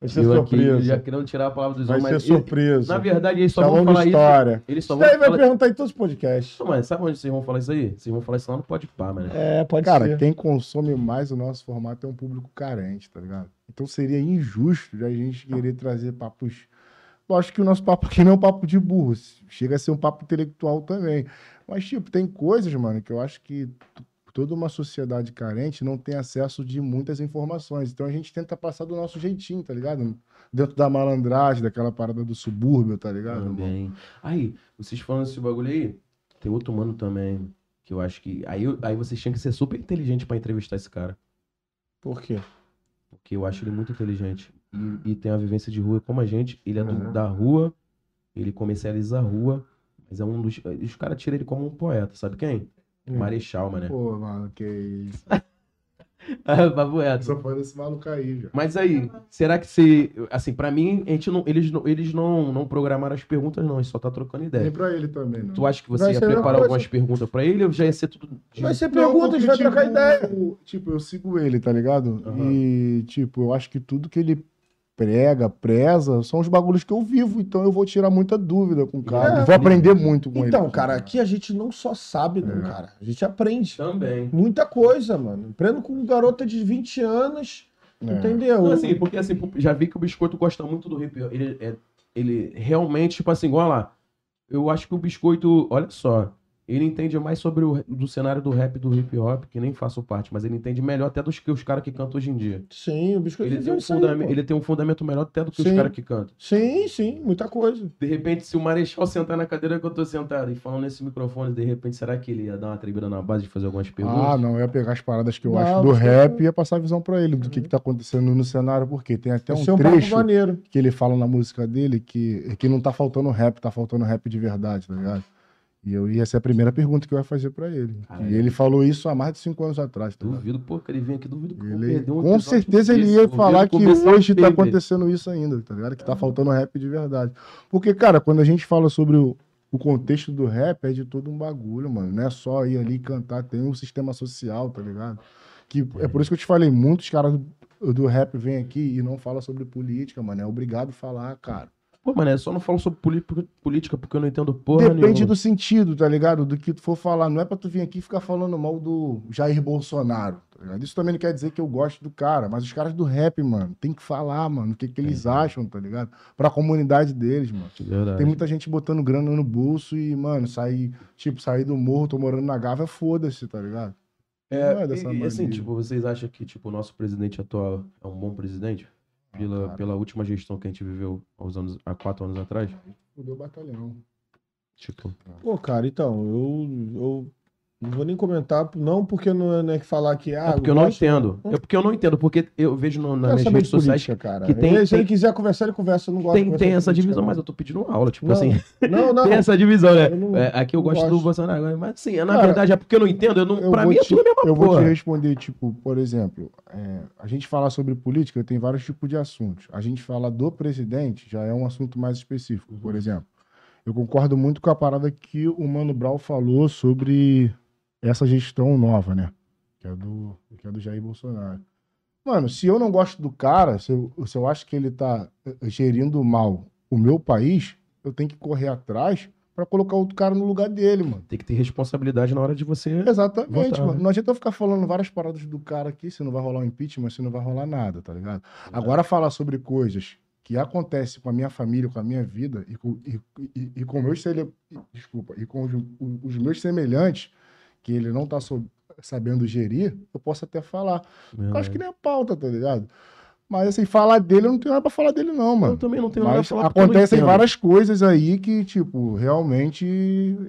Speaker 1: Vai ser
Speaker 3: eu aqui já
Speaker 1: surpresa.
Speaker 3: querendo tirar a palavra dos
Speaker 1: Vai
Speaker 3: homens,
Speaker 1: ser
Speaker 3: mas ele-
Speaker 1: surpresa. Tá
Speaker 3: Na verdade, eles só vão
Speaker 1: Chamamos
Speaker 3: falar
Speaker 1: história.
Speaker 3: isso. Eles só
Speaker 1: Isso
Speaker 3: vão
Speaker 1: daí vai
Speaker 3: falar.
Speaker 1: perguntar em todos os podcasts.
Speaker 3: Não, mas sabe onde vocês vão falar isso aí? Vocês vão falar isso lá no Pode Pá, mano.
Speaker 1: É, pode
Speaker 2: Cara,
Speaker 1: ser.
Speaker 2: quem consome mais o nosso formato é um público carente, tá ligado? Então seria injusto de a gente querer trazer papos. Lógico que o nosso papo aqui não é um papo de burro, chega a ser um papo intelectual também. Mas, tipo, tem coisas, mano, que eu acho que t- toda uma sociedade carente não tem acesso de muitas informações. Então a gente tenta passar do nosso jeitinho, tá ligado? Dentro da malandragem, daquela parada do subúrbio, tá ligado?
Speaker 1: Uhum.
Speaker 2: mano?
Speaker 3: Também. Aí, vocês falando esse bagulho aí, tem outro mano também. Que eu acho que. Aí, eu- aí vocês tinham que ser super inteligente pra entrevistar esse cara.
Speaker 1: Por quê?
Speaker 3: Porque eu acho ele muito inteligente. E, e tem a vivência de rua como a gente. Ele é do-
Speaker 1: Uhum.
Speaker 3: da rua, ele comercializa a rua. Mas é um dos. Os caras tiram ele como um poeta, sabe quem?
Speaker 1: Hum.
Speaker 3: Marechal, mané. [laughs]
Speaker 2: Pô, mano, que isso.
Speaker 3: Ah, Babueto.
Speaker 2: Só foi desse maluco aí, já.
Speaker 3: Mas aí, será que se. Assim, pra mim, a gente não, eles, não, eles não, não programaram as perguntas, não. A gente só tá trocando
Speaker 1: É.
Speaker 2: Nem
Speaker 3: ideia.
Speaker 2: pra ele também, não.
Speaker 3: Tu acha que você
Speaker 1: Vai
Speaker 3: ia
Speaker 1: ser a mesma
Speaker 3: preparar
Speaker 1: coisa.
Speaker 3: algumas perguntas pra ele ou já ia ser tudo. de-
Speaker 1: Vai ser
Speaker 2: Não,
Speaker 1: pergunta, a gente vai
Speaker 2: porque,
Speaker 1: trocar
Speaker 2: tipo,
Speaker 1: ideia.
Speaker 2: Tipo, eu sigo ele, tá ligado?
Speaker 3: Aham.
Speaker 2: E, tipo, eu acho que tudo que ele prega, preza, são os bagulhos que eu vivo. Então eu vou tirar muita dúvida com o cara.
Speaker 1: É.
Speaker 2: Vou aprender muito com ele. É.
Speaker 1: Então, cara, aqui a gente não só sabe, não, cara. A gente aprende.
Speaker 3: Também.
Speaker 1: Muita coisa, mano. Aprendo com garota de 20 anos,
Speaker 2: É.
Speaker 1: entendeu?
Speaker 3: Assim, porque assim, já vi que o biscoito gosta muito do hip hop. Ele, é, ele realmente, tipo assim, igual lá. Eu acho que o biscoito, olha só. Ele entende mais sobre o do cenário do rap e do hip hop, que nem faço parte, mas ele entende melhor até dos que os caras que cantam hoje em dia.
Speaker 1: Sim, o
Speaker 2: Então,
Speaker 1: biscoito
Speaker 3: Ele tem,
Speaker 1: viveu
Speaker 3: um
Speaker 1: isso aí,
Speaker 3: fundamento,
Speaker 1: pô.
Speaker 3: ele tem um fundamento melhor até do que os
Speaker 1: Sim.
Speaker 3: caras que cantam.
Speaker 1: Sim, sim, muita coisa.
Speaker 3: De repente, se o Marechal sentar na cadeira que eu tô sentado e falando nesse microfone, de repente, será que ele ia dar uma tribuna na base de fazer algumas perguntas?
Speaker 2: Ah, não, eu ia pegar as paradas que eu
Speaker 1: Não,
Speaker 2: acho do
Speaker 1: você- é um-
Speaker 2: rap e ia passar a visão pra ele do que, que tá acontecendo no cenário, porque tem até um
Speaker 1: Esse é um
Speaker 2: trecho
Speaker 1: papo maneiro.
Speaker 2: que ele fala na música dele que, que não tá faltando rap, tá faltando rap de verdade, tá ligado? E eu ia ser a primeira pergunta que eu ia fazer pra ele.
Speaker 3: Caralho.
Speaker 2: E ele falou isso há mais de cinco anos atrás, tá ligado?
Speaker 3: Duvido, pô, que ele vem aqui, duvido que eu vou
Speaker 2: Ele-
Speaker 3: perder um
Speaker 2: com
Speaker 3: episódio
Speaker 2: certeza ele
Speaker 3: desse,
Speaker 2: ia
Speaker 3: duvido
Speaker 2: falar que
Speaker 3: começar
Speaker 2: hoje tá
Speaker 3: a perder.
Speaker 2: acontecendo isso ainda, tá ligado? Que tá faltando rap de verdade. Porque, cara, quando a gente fala sobre o, o contexto do rap, é de todo um bagulho, mano. Não é só ir ali e cantar, tem um sistema social, tá ligado? Que, é por isso que eu te falei, muitos caras do, do rap vêm aqui e não falam sobre política, mano. É obrigado a falar, cara.
Speaker 3: Pô, mano, eu só não falo sobre poli- por- política porque eu não entendo porra
Speaker 2: Depende
Speaker 3: nenhuma.
Speaker 2: do sentido, tá ligado? Do que tu for falar. Não é pra tu vir aqui e ficar falando mal do Jair Bolsonaro, tá ligado? Isso também não quer dizer que eu gosto do cara, mas os caras do rap, mano, tem que falar, mano, o que, que eles acham, tá ligado? Pra comunidade deles, mano.
Speaker 3: Verdade.
Speaker 2: Tem muita gente botando grana no bolso e, mano, sair, tipo, sair do morro, tô morando na Gávea, foda-se, tá ligado?
Speaker 3: É,
Speaker 2: Não é dessa
Speaker 3: e- e, assim,
Speaker 2: maneira.
Speaker 3: tipo, vocês acham que tipo, o nosso presidente atual é um bom presidente? Pela,
Speaker 2: Ah, cara.
Speaker 3: pela última gestão que a gente viveu aos anos, há quatro anos atrás?
Speaker 2: Fudeu o batalhão.
Speaker 3: Tipo,
Speaker 1: Pô, cara, então, eu, eu Não vou nem comentar, não porque não é, não é que falar que. Ah,
Speaker 3: É porque eu não
Speaker 1: gosto-
Speaker 3: entendo. É porque eu não entendo, porque eu vejo no- nas
Speaker 1: Quero
Speaker 3: minhas
Speaker 1: saber
Speaker 3: redes
Speaker 1: de
Speaker 3: sociais
Speaker 1: política,
Speaker 2: Tá
Speaker 1: cara.
Speaker 3: que tem-
Speaker 1: Ele- se ele
Speaker 3: tem-
Speaker 1: quiser conversar, ele conversa. Eu não gosto de
Speaker 3: tem,
Speaker 1: conversar
Speaker 3: tem
Speaker 1: de
Speaker 3: essa
Speaker 1: política,
Speaker 3: divisão,
Speaker 1: não.
Speaker 3: mas eu tô pedindo aula, tipo
Speaker 1: Não,
Speaker 3: assim.
Speaker 1: Não, não.
Speaker 3: [laughs] Tem essa divisão, né?
Speaker 1: Eu não-
Speaker 3: É, aqui eu
Speaker 1: não
Speaker 3: gosto,
Speaker 1: gosto.
Speaker 3: do Bolsonaro, mas assim, na
Speaker 1: Cara,
Speaker 3: verdade é porque eu não entendo. Eu não,
Speaker 2: eu
Speaker 3: pra
Speaker 2: vou
Speaker 3: mim é
Speaker 2: te-
Speaker 3: tudo a mesma
Speaker 2: Eu vou te
Speaker 3: porra.
Speaker 2: responder, tipo, por exemplo, é, a gente falar sobre política tem vários tipos de assuntos. A gente falar do presidente já é um assunto mais específico, por exemplo. Eu concordo muito com a parada que o Mano Brown falou sobre essa gestão nova, né? Que é do, que é do Jair Bolsonaro. Mano, se eu não gosto do cara, se eu, se eu acho que ele tá eh, gerindo mal o meu país, eu tenho que correr atrás pra colocar outro cara no lugar dele, mano.
Speaker 3: Tem que ter responsabilidade na hora de você.
Speaker 2: Exatamente,
Speaker 3: votar,
Speaker 2: mano.
Speaker 3: né?
Speaker 2: Não adianta eu ficar falando várias paradas do cara aqui, se não vai rolar um impeachment, se não vai rolar nada, tá ligado? Agora falar sobre coisas que acontecem com a minha família, com a minha vida e com, e, e- e com meus sele... desculpa, e com os, os meus semelhantes, que ele não tá sou- sabendo gerir, eu posso até falar. Eu
Speaker 3: É.
Speaker 2: acho que nem a pauta, tá ligado? Mas assim, falar dele, eu não tenho nada pra falar dele, não, mano.
Speaker 3: eu também não tenho nada a
Speaker 2: Mas
Speaker 3: um falar. porque eu não
Speaker 2: acontecem
Speaker 3: entendo.
Speaker 2: várias coisas aí que, tipo, realmente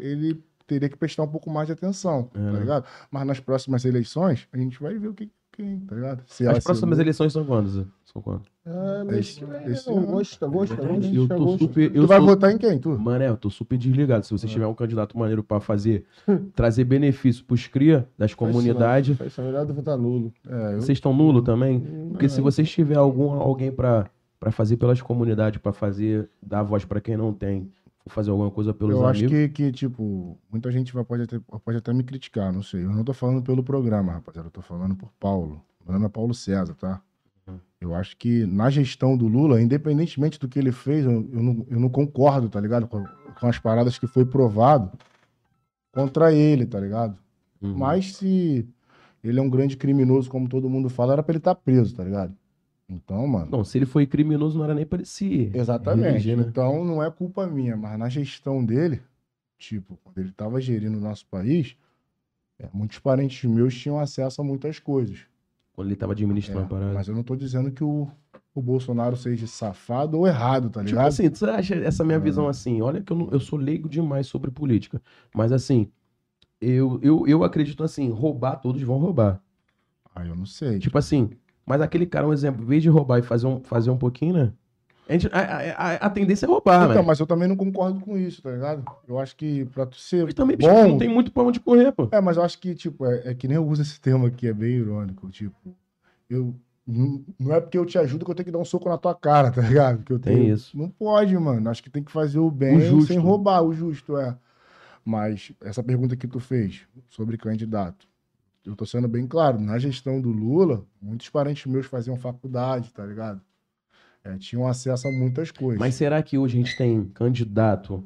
Speaker 2: ele teria que prestar um pouco mais de atenção,
Speaker 3: É,
Speaker 2: tá
Speaker 3: né?
Speaker 2: ligado? Mas nas próximas eleições, a gente vai ver o que quem, tá ligado? Se ela- se
Speaker 3: As próximas
Speaker 2: o-
Speaker 3: eleições são quando, Zé? São quando?
Speaker 1: Ah, mas.
Speaker 2: Esse-
Speaker 1: é,
Speaker 2: esse
Speaker 1: não,
Speaker 2: ano.
Speaker 1: Gosta, gosta, gosta.
Speaker 3: Eu
Speaker 1: gosta,
Speaker 3: tô
Speaker 1: gosta.
Speaker 3: super.
Speaker 2: Tu
Speaker 3: Eu
Speaker 2: vai
Speaker 3: sou-
Speaker 2: votar Ah. em quem, tu?
Speaker 3: Mané, eu tô super desligado. Se você tiver um candidato maneiro pra fazer, trazer benefício pros cria das
Speaker 1: Faz
Speaker 3: comunidades.
Speaker 1: sinal, Faz sinal, melhor do votar nulo. Hum,
Speaker 2: É, eu-
Speaker 3: Vocês estão nulo também? Porque se vocês tiver algum, alguém pra pra fazer pelas comunidades, pra fazer, dar voz pra quem não tem, ou fazer alguma coisa pelos
Speaker 2: eu acho
Speaker 3: amigos.
Speaker 2: que, que, tipo, muita gente vai, pode, até, pode até me criticar, não sei. Eu não tô falando pelo programa, rapaziada. Eu tô falando por Paulo. Meu nome é Paulo César, tá?
Speaker 3: Uhum.
Speaker 2: Eu acho que na gestão do Lula, independentemente do que ele fez, eu, eu não, eu não concordo, tá ligado? Com, com as paradas que foi provado contra ele, tá ligado?
Speaker 3: Uhum.
Speaker 2: Mas se ele é um grande criminoso, como todo mundo fala, era pra ele estar preso, tá ligado? Então, mano.
Speaker 3: Não, se ele foi criminoso, não era nem pra ele se.
Speaker 2: Exatamente.
Speaker 3: Dirigir, né?
Speaker 2: Então não é culpa minha, mas na gestão dele, tipo, quando ele estava gerindo o nosso país, é, muitos parentes meus tinham acesso a muitas coisas.
Speaker 3: Quando ele tava administrando
Speaker 2: É,
Speaker 3: a parada.
Speaker 2: mas eu não tô dizendo que o, o Bolsonaro seja safado ou errado, tá
Speaker 3: Tipo
Speaker 2: ligado? É.
Speaker 3: assim, você acha essa minha visão assim? Olha que eu, não- eu sou leigo demais sobre política. Mas assim, eu, eu, eu acredito assim, roubar, todos vão roubar.
Speaker 2: Ah, eu não sei.
Speaker 3: Tipo assim, mas aquele cara, um exemplo, em vez de roubar e fazer um, fazer um pouquinho, né? A, gente, a, a, a- a tendência é roubar,
Speaker 2: então,
Speaker 3: velho.
Speaker 2: mas eu também não concordo com isso, tá ligado? Eu acho que pra tu ser
Speaker 3: Mas também, bicho,
Speaker 2: bom,
Speaker 3: não tem muito pra onde correr, pô.
Speaker 2: É, mas eu acho que, tipo, é, é que nem eu uso esse termo aqui, é bem irônico. Tipo, eu. n- Não é porque eu te ajudo que eu tenho que dar um soco na tua cara, [laughs] tá ligado? Que eu
Speaker 3: Tem
Speaker 2: tenho...
Speaker 3: isso.
Speaker 2: Não pode, mano. Acho que tem que fazer o bem
Speaker 3: O justo.
Speaker 2: sem roubar, o justo, é. Mas essa pergunta que tu fez sobre candidato. Eu tô sendo bem claro, na gestão do Lula, muitos parentes meus faziam faculdade, tá ligado? É, tinham acesso a muitas coisas.
Speaker 3: Mas será que hoje a gente tem candidato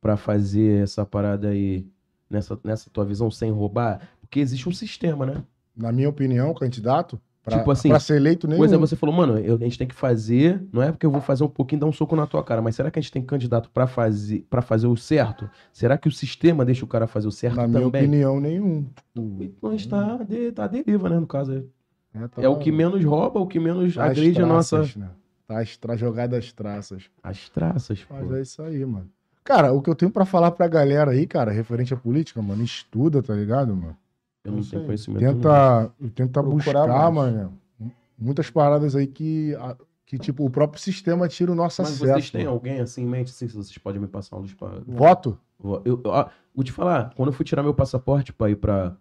Speaker 3: pra fazer essa parada aí, nessa, nessa tua visão, sem roubar? Porque existe um sistema, né?
Speaker 2: Na minha opinião, candidato, pra,
Speaker 3: Tipo assim,
Speaker 2: pra ser eleito nenhum.
Speaker 3: Pois é, você falou, mano, eu- a gente tem que fazer, não é porque eu vou fazer um pouquinho, dar um soco na tua cara, mas será que a gente tem candidato pra fazer para fazer o certo? Será que o sistema deixa o cara fazer o certo
Speaker 2: Na minha
Speaker 3: também?
Speaker 2: opinião, nenhum. Tipo,
Speaker 3: Então a gente tá, de, tá à deriva, né, no caso. aí.
Speaker 2: tá-
Speaker 3: É o que menos rouba, o que menos
Speaker 2: Tá as
Speaker 3: agride a nossa...
Speaker 2: traças, Né? Tá as tra... jogada as traças.
Speaker 3: As traças, pô.
Speaker 2: Mas é isso aí, mano. Cara, o que eu tenho pra falar pra galera aí, cara, referente à política, mano, estuda, tá ligado, mano?
Speaker 3: Eu não
Speaker 1: isso
Speaker 3: tenho
Speaker 1: aí.
Speaker 3: conhecimento. nenhum.
Speaker 2: Tenta, tenta
Speaker 1: Procurar
Speaker 2: buscar,
Speaker 1: mais.
Speaker 2: mano, muitas paradas aí que, a- que, tipo, o próprio sistema tira o nosso
Speaker 3: Mas
Speaker 2: acesso.
Speaker 3: vocês têm alguém assim em mente, assim, se vocês podem me passar uma luz pra...
Speaker 2: Voto?
Speaker 3: Vou- Eu, ó, vou te falar, quando eu fui tirar meu passaporte pra ir pra,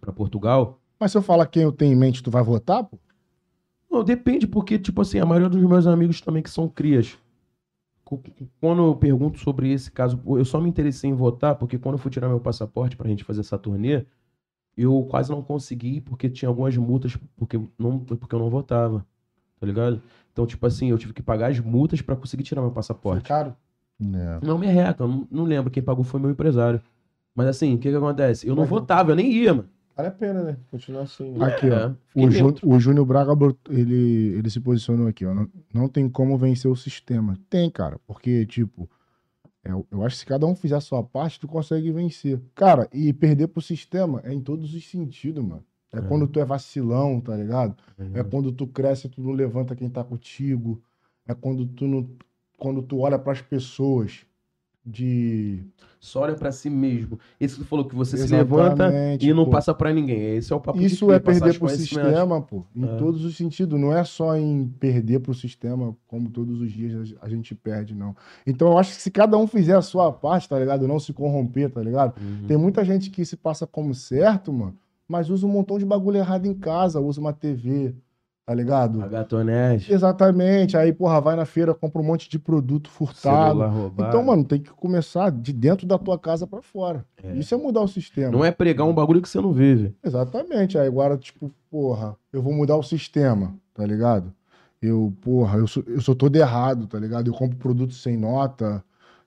Speaker 3: pra Portugal,
Speaker 2: Mas se eu falar quem eu tenho em mente, tu vai votar, pô?
Speaker 3: Não, depende, porque, tipo assim, a maioria dos meus amigos também que são crias. Cu- Quando eu pergunto sobre esse caso, eu só me interessei em votar, porque quando eu fui tirar meu passaporte pra gente fazer essa turnê, eu quase não consegui, porque tinha algumas multas, porque, não, porque eu não votava, tá ligado? Então, tipo assim, eu tive que pagar as multas pra conseguir tirar meu passaporte.
Speaker 1: Caro.
Speaker 2: É.
Speaker 3: Não me arreca, eu não, não lembro quem pagou foi meu empresário. Mas assim, o que que acontece? Eu não
Speaker 1: Mas-
Speaker 3: votava, eu nem ia, mano.
Speaker 1: Vale a pena, né? Continuar assim. né?
Speaker 2: Aqui, ó.
Speaker 3: É, fiquei
Speaker 2: O, Jú-
Speaker 3: neutro.
Speaker 2: o Júnior Braga bot- ele, ele se posicionou aqui, ó. Não, não tem como vencer o sistema. Tem, cara, porque, tipo, é, eu- eu acho que se cada um fizer a sua parte, tu consegue vencer. Cara, e perder pro sistema é em todos os sentidos, mano. É,
Speaker 3: É.
Speaker 2: quando tu é vacilão, tá ligado? É
Speaker 3: É.
Speaker 2: quando tu cresce e tu não levanta quem tá contigo. É quando tu não. Quando tu olha pras pessoas de.
Speaker 3: Só olha pra si mesmo. Esse que tu falou que você
Speaker 2: Exatamente,
Speaker 3: se levanta e não
Speaker 2: pô.
Speaker 3: passa pra ninguém. Esse é o papo de
Speaker 2: Isso
Speaker 3: cria,
Speaker 2: é
Speaker 3: passar
Speaker 2: perder
Speaker 3: os
Speaker 2: pro
Speaker 3: conhecimentos.
Speaker 2: sistema, pô. Em
Speaker 3: É.
Speaker 2: todos os sentidos. Não é só em perder pro sistema, como todos os dias a gente perde, não. Então eu acho que se cada um fizer a sua parte, tá ligado? Não se corromper, tá ligado?
Speaker 3: Uhum.
Speaker 2: Tem muita gente que se passa como certo, mano, mas usa um montão de bagulho errado em casa, usa uma TV, tá ligado?
Speaker 3: A gatonete,
Speaker 2: Exatamente. Aí, porra, vai na feira, compra um monte de produto furtado.
Speaker 3: celular roubado.
Speaker 2: Então, mano, tem que começar de dentro da tua casa pra fora.
Speaker 3: É.
Speaker 2: Isso é mudar o sistema.
Speaker 3: Não é pregar um bagulho que você não vive.
Speaker 2: Exatamente. Aí agora, tipo, porra, eu vou mudar o sistema, tá ligado? Eu, porra, eu sou, eu sou todo errado, tá ligado? Eu compro produto sem nota,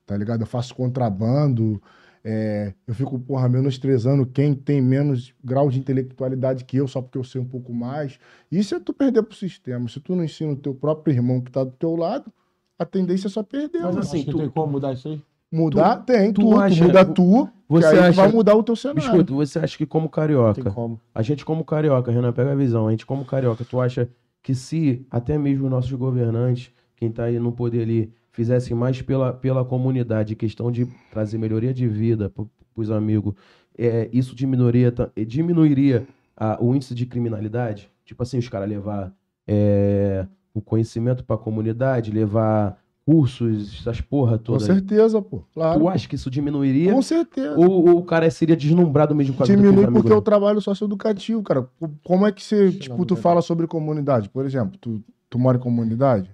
Speaker 2: tá ligado? Eu faço contrabando. é, eu fico, porra, menosprezando quem tem menos grau de intelectualidade que eu, só porque eu sei um pouco mais. Isso é tu perder pro sistema. Se tu não ensina o teu próprio irmão que tá do teu lado, a tendência é só perder.
Speaker 1: Mas
Speaker 2: mano.
Speaker 3: assim,
Speaker 1: assim, tu...
Speaker 3: tu-
Speaker 1: tem como mudar isso aí?
Speaker 2: Mudar tem,
Speaker 3: tu
Speaker 2: tu, tu
Speaker 3: acha-
Speaker 2: muda tu, que aí
Speaker 3: Você
Speaker 2: tu vai
Speaker 3: acha.
Speaker 2: mudar o teu cenário.
Speaker 3: Biscoito, você acha que como
Speaker 1: Tem
Speaker 3: carioca,
Speaker 1: como.
Speaker 3: a gente como carioca, Renan, pega a visão, a gente como carioca, tu acha que se até mesmo nossos governantes, quem tá aí no poder ali, fizessem mais pela, pela comunidade, questão de trazer melhoria de vida pro- pros amigos, é, isso diminuiria, ta- eh, diminuiria a- o índice de criminalidade? Tipo assim, os caras levar é, o conhecimento pra comunidade, levar cursos, essas porra
Speaker 2: Com
Speaker 3: todas.
Speaker 2: certeza, pô. Claro.
Speaker 3: Tu acha que isso diminuiria?
Speaker 2: Com certeza.
Speaker 3: Ou, ou o cara seria deslumbrado mesmo com a vida dos
Speaker 2: Diminui
Speaker 3: amigos
Speaker 2: porque eu
Speaker 3: dele?
Speaker 2: trabalho socioeducativo, cara. Co- Como é que você,
Speaker 1: Isso não
Speaker 2: tipo, tu
Speaker 1: muda.
Speaker 2: fala sobre comunidade? Por exemplo, tu, tu mora em comunidade?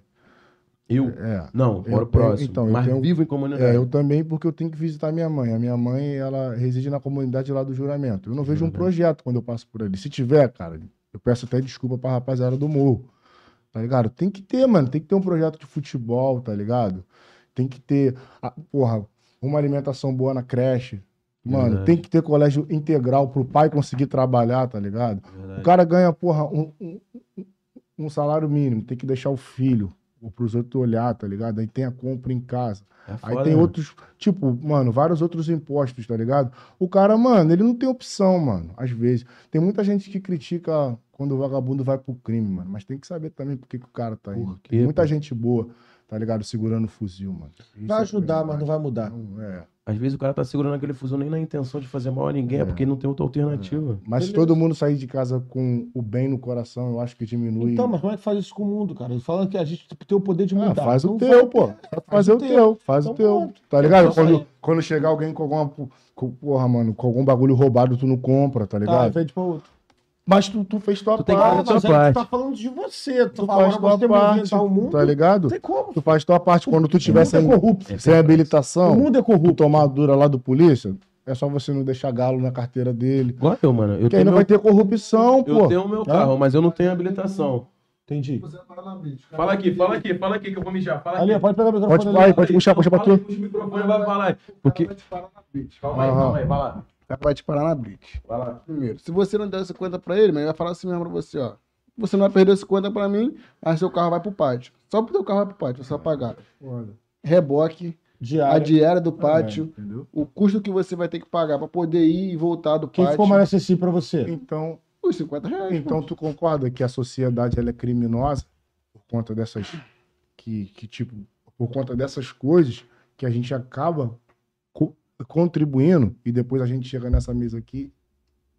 Speaker 3: Eu?
Speaker 2: É.
Speaker 3: Não,
Speaker 2: Eu
Speaker 3: moro
Speaker 2: tenho-
Speaker 3: próximo.
Speaker 2: então, eu
Speaker 3: mas
Speaker 2: tenho-
Speaker 3: vivo em
Speaker 2: É,
Speaker 3: comunidade.
Speaker 2: eu também, porque eu tenho que visitar minha mãe. A minha mãe, ela reside na comunidade lá do juramento. Eu não vejo um
Speaker 3: Juramento.
Speaker 2: projeto quando eu passo por ali. Se tiver, cara, eu peço até desculpa pra rapaziada do morro. Tá ligado? Tem que ter, mano. Tem que ter um projeto de futebol, tá ligado? Tem que ter, ah, porra, uma alimentação boa na creche. Mano,
Speaker 3: Verdade.
Speaker 2: tem que ter colégio integral pro pai conseguir trabalhar, tá ligado? O
Speaker 3: É Verdade.
Speaker 2: cara ganha, porra, um, um- um- um salário mínimo, tem que deixar o filho ou pros outros olhar, tá ligado? Aí tem a compra em casa.
Speaker 3: É
Speaker 2: Aí
Speaker 3: foda,
Speaker 2: tem
Speaker 3: né?
Speaker 2: outros, tipo, mano, vários outros impostos, tá ligado? O cara, mano, ele não tem opção, mano, às vezes. Tem muita gente que critica quando o vagabundo vai pro crime, mano, mas tem que saber também por que, que o cara tá aí.
Speaker 3: Por quê,
Speaker 2: Tem muita
Speaker 3: pô?
Speaker 2: gente boa, tá ligado? Segurando o fuzil, mano. Isso
Speaker 1: Vai
Speaker 2: é
Speaker 1: ajudar, mas não vai mudar.
Speaker 2: verdade. Não, é.
Speaker 3: Às vezes o cara tá segurando aquele fuzil nem na intenção de fazer mal a ninguém, é,
Speaker 2: É.
Speaker 3: porque não tem outra alternativa.
Speaker 2: Mas se
Speaker 1: Beleza.
Speaker 2: todo mundo sair de casa com o bem no coração, eu acho que diminui.
Speaker 1: Então, mas como é que faz isso com o mundo, cara? Eles falam que a gente tem o poder de
Speaker 2: Ah,
Speaker 1: mudar.
Speaker 2: faz o
Speaker 1: Não
Speaker 2: teu,
Speaker 1: vai.
Speaker 2: pô. Faz o teu, faz o
Speaker 1: Então
Speaker 2: teu.
Speaker 1: pronto.
Speaker 2: Tá ligado?
Speaker 1: Então,
Speaker 2: Quando,
Speaker 1: isso
Speaker 2: quando chegar alguém com alguma. com- porra, mano, com algum bagulho roubado, tu não compra, tá
Speaker 1: Tá,
Speaker 2: ligado?
Speaker 1: vende pra outro.
Speaker 2: mas tu, tu fez tua
Speaker 3: Tu tem que
Speaker 2: parte.
Speaker 3: fazer
Speaker 1: Ah,
Speaker 3: a tua
Speaker 1: mas aí tu tá
Speaker 3: parte.
Speaker 1: falando de você. Tu,
Speaker 2: Tu
Speaker 1: fala,
Speaker 2: faz
Speaker 1: agora
Speaker 2: tua
Speaker 1: você é
Speaker 2: parte.
Speaker 1: movimentar o um mundo.
Speaker 2: Tá ligado?
Speaker 1: Não tem como.
Speaker 2: Tu faz tua parte. Quando tu tiver
Speaker 1: mundo é
Speaker 2: sem,
Speaker 1: corrupto.
Speaker 2: sem habilitação,
Speaker 1: O mundo é corrupto.
Speaker 2: tu tomar dura lá do polícia, é só você não deixar galo na carteira dele.
Speaker 3: Igual eu, mano. Eu
Speaker 2: Porque aí
Speaker 3: tenho,
Speaker 2: não
Speaker 3: meu,
Speaker 2: vai ter corrupção,
Speaker 3: eu
Speaker 2: pô.
Speaker 3: tenho meu carro, mas eu não tenho habilitação.
Speaker 1: Entendi.
Speaker 4: Você para lá, bicho.
Speaker 3: Fala aqui, fala aqui, fala aqui que eu vou mijar. Fala
Speaker 1: Ali, ó,
Speaker 3: aqui.
Speaker 1: pode pegar o microfone
Speaker 2: Pode
Speaker 1: ali.
Speaker 2: falar aí, pode puxar,
Speaker 3: Não,
Speaker 2: puxa pra
Speaker 3: fala
Speaker 2: tu.
Speaker 3: aí pros microfones, vai falar aí. Porque...
Speaker 4: Porque... Vai te parar na blitz.
Speaker 3: Calma aí,
Speaker 2: Aham.
Speaker 3: calma aí, vai lá.
Speaker 4: O cara vai te parar na blitz.
Speaker 3: Vai lá.
Speaker 4: Primeiro, se você não der os 50 pra ele, mas ele vai falar assim mesmo pra você, ó. Você não vai perder os 50 pra mim, mas seu carro vai pro pátio. Só pro teu carro vai pro pátio, você vai pagar. Reboque, a
Speaker 1: Diário.
Speaker 4: diária do pátio,
Speaker 2: É, Entendeu?
Speaker 4: o custo que você vai ter que pagar pra poder ir e voltar do
Speaker 1: Quem
Speaker 4: pátio.
Speaker 1: ficou mais acessível pra você?
Speaker 2: Então,
Speaker 4: Os 50 reais.
Speaker 2: Então tu concorda que a sociedade ela é criminosa por conta dessas que, que tipo por conta dessas coisas que a gente acaba co- contribuindo e depois a gente chega nessa mesa aqui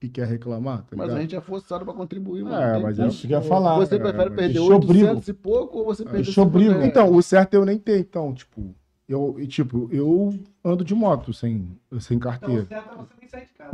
Speaker 2: e quer reclamar, tá
Speaker 4: Mas
Speaker 2: ligado?
Speaker 4: a gente é forçado pra contribuir, mano.
Speaker 2: É,
Speaker 4: Tem-
Speaker 2: mas
Speaker 4: tem-
Speaker 1: Isso que eu ia falar.
Speaker 4: Você
Speaker 2: cara,
Speaker 4: prefere
Speaker 2: mas é
Speaker 4: perder
Speaker 1: te obrigo.
Speaker 4: 800 e pouco ou você perder
Speaker 1: te
Speaker 4: 50
Speaker 1: obrigo.
Speaker 4: reais?
Speaker 2: Então, o certo é eu nem ter, então, tipo, eu e, tipo, eu ando de moto sem sem carteira. Então,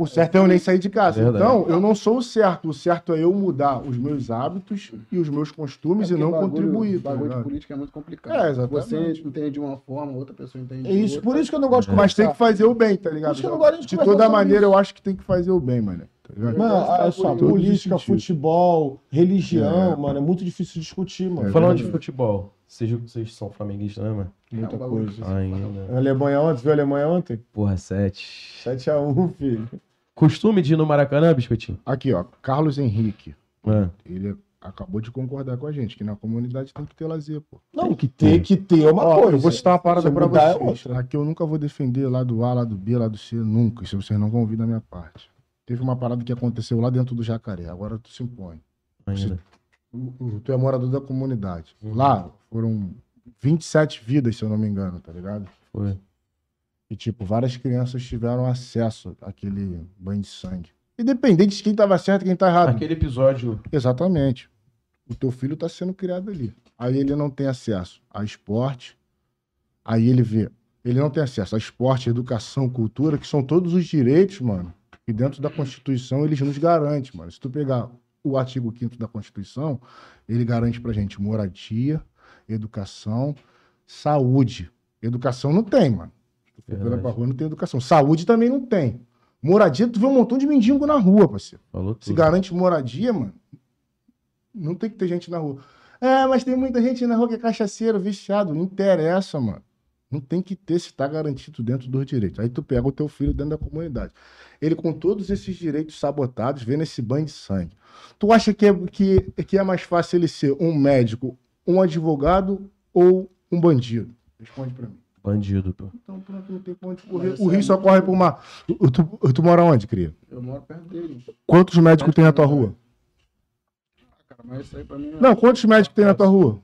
Speaker 2: O certo é eu nem sair de casa.
Speaker 3: Verdade.
Speaker 2: Então, eu não sou o certo. O certo é eu mudar os meus hábitos e os meus costumes
Speaker 4: É
Speaker 2: e não
Speaker 4: porque bagulho-
Speaker 2: contribuir. tá
Speaker 4: bagulho de
Speaker 2: ligado?
Speaker 4: política é muito complicado.
Speaker 2: É, exatamente.
Speaker 4: Você entende de uma forma, outra pessoa entende
Speaker 1: É
Speaker 4: de
Speaker 1: isso,
Speaker 4: outra.
Speaker 1: por isso que eu não gosto de
Speaker 2: Mas
Speaker 1: conversar.
Speaker 2: tem que fazer o bem, tá ligado?
Speaker 1: é Por isso que eu não gosto nem de
Speaker 2: De
Speaker 1: conversar
Speaker 2: toda
Speaker 1: sobre
Speaker 2: maneira,
Speaker 1: isso.
Speaker 2: eu acho que tem que fazer o bem, mano. Tá ligado?
Speaker 1: Mano, olha só,
Speaker 2: Todo
Speaker 1: política,
Speaker 2: sentido.
Speaker 1: futebol, religião,
Speaker 2: É.
Speaker 1: mano, é muito difícil discutir, mano.
Speaker 2: É
Speaker 3: Falando
Speaker 2: verdade.
Speaker 3: de futebol, vocês, vocês são flamenguistas, né, mano?
Speaker 1: Muita
Speaker 4: É um bagulho
Speaker 1: coisa.
Speaker 4: difícil.
Speaker 3: Ainda.
Speaker 1: A Alemanha ontem, viu a Alemanha ontem?
Speaker 3: Porra, sete.
Speaker 1: 7x1, filho.
Speaker 3: Costume de ir no Maracanã, biscoitinho?
Speaker 2: Aqui, ó, Carlos Henrique.
Speaker 3: Ah.
Speaker 2: Ele acabou de concordar com a gente, que na comunidade tem que ter lazer, pô.
Speaker 1: Não, que ter, que ter é uma
Speaker 2: Ó,
Speaker 1: coisa.
Speaker 2: eu vou citar uma parada
Speaker 1: Se
Speaker 2: pra
Speaker 1: mudar, é
Speaker 2: vocês.
Speaker 1: outra.
Speaker 2: Aqui eu nunca vou defender lá do A, lá do B, lá do C, nunca. Se vocês não vão ouvir da minha parte. Teve uma parada que aconteceu lá dentro do jacaré. Agora tu se impõe.
Speaker 3: Ainda.
Speaker 2: O- Tu é morador da comunidade. Lá foram 27 vidas, se eu não me engano, tá ligado?
Speaker 3: Foi.
Speaker 2: E, tipo, várias crianças tiveram acesso àquele banho de sangue. Independente de quem tava certo e quem tá errado.
Speaker 3: Naquele episódio,
Speaker 2: Exatamente. O teu filho está sendo criado ali. Aí ele não tem acesso a esporte. Aí ele vê. Ele não tem acesso a esporte, educação, cultura, que são todos os direitos, mano. E dentro da Constituição eles nos garantem, mano. Se tu pegar o artigo 5 da Constituição, ele garante pra gente moradia, educação, saúde. Educação não tem, mano. Tu for
Speaker 3: Verdade.
Speaker 2: pela pra rua não tem educação. Saúde também não tem. Moradia, tu vê um montão de mendigo na rua, parceiro.
Speaker 3: falou tudo.
Speaker 2: Se garante moradia, mano, não tem que ter gente na rua. É, mas tem muita gente na rua que é cachaceiro, viciado. Não interessa, mano. Não tem que ter se tá garantido dentro dos direitos. Aí tu pega o teu filho dentro da comunidade. Ele com todos esses direitos sabotados, vendo esse banho de sangue. Tu acha que é, que, que é mais fácil ele ser um médico, um advogado ou um bandido? Responde pra mim.
Speaker 3: Bandido, pô.
Speaker 2: Então pronto, não tem pra onde correr.
Speaker 4: Mas
Speaker 2: O rio
Speaker 4: isso
Speaker 2: só
Speaker 4: é muito-
Speaker 2: corre pro mar. Tu, tu, tu mora onde, cria?
Speaker 4: Eu moro perto dele.
Speaker 2: Quantos médicos tem na tua rua?
Speaker 4: Ah, Cara, mas isso aí pra mim não,
Speaker 2: Não, quantos médicos tem na tua rua?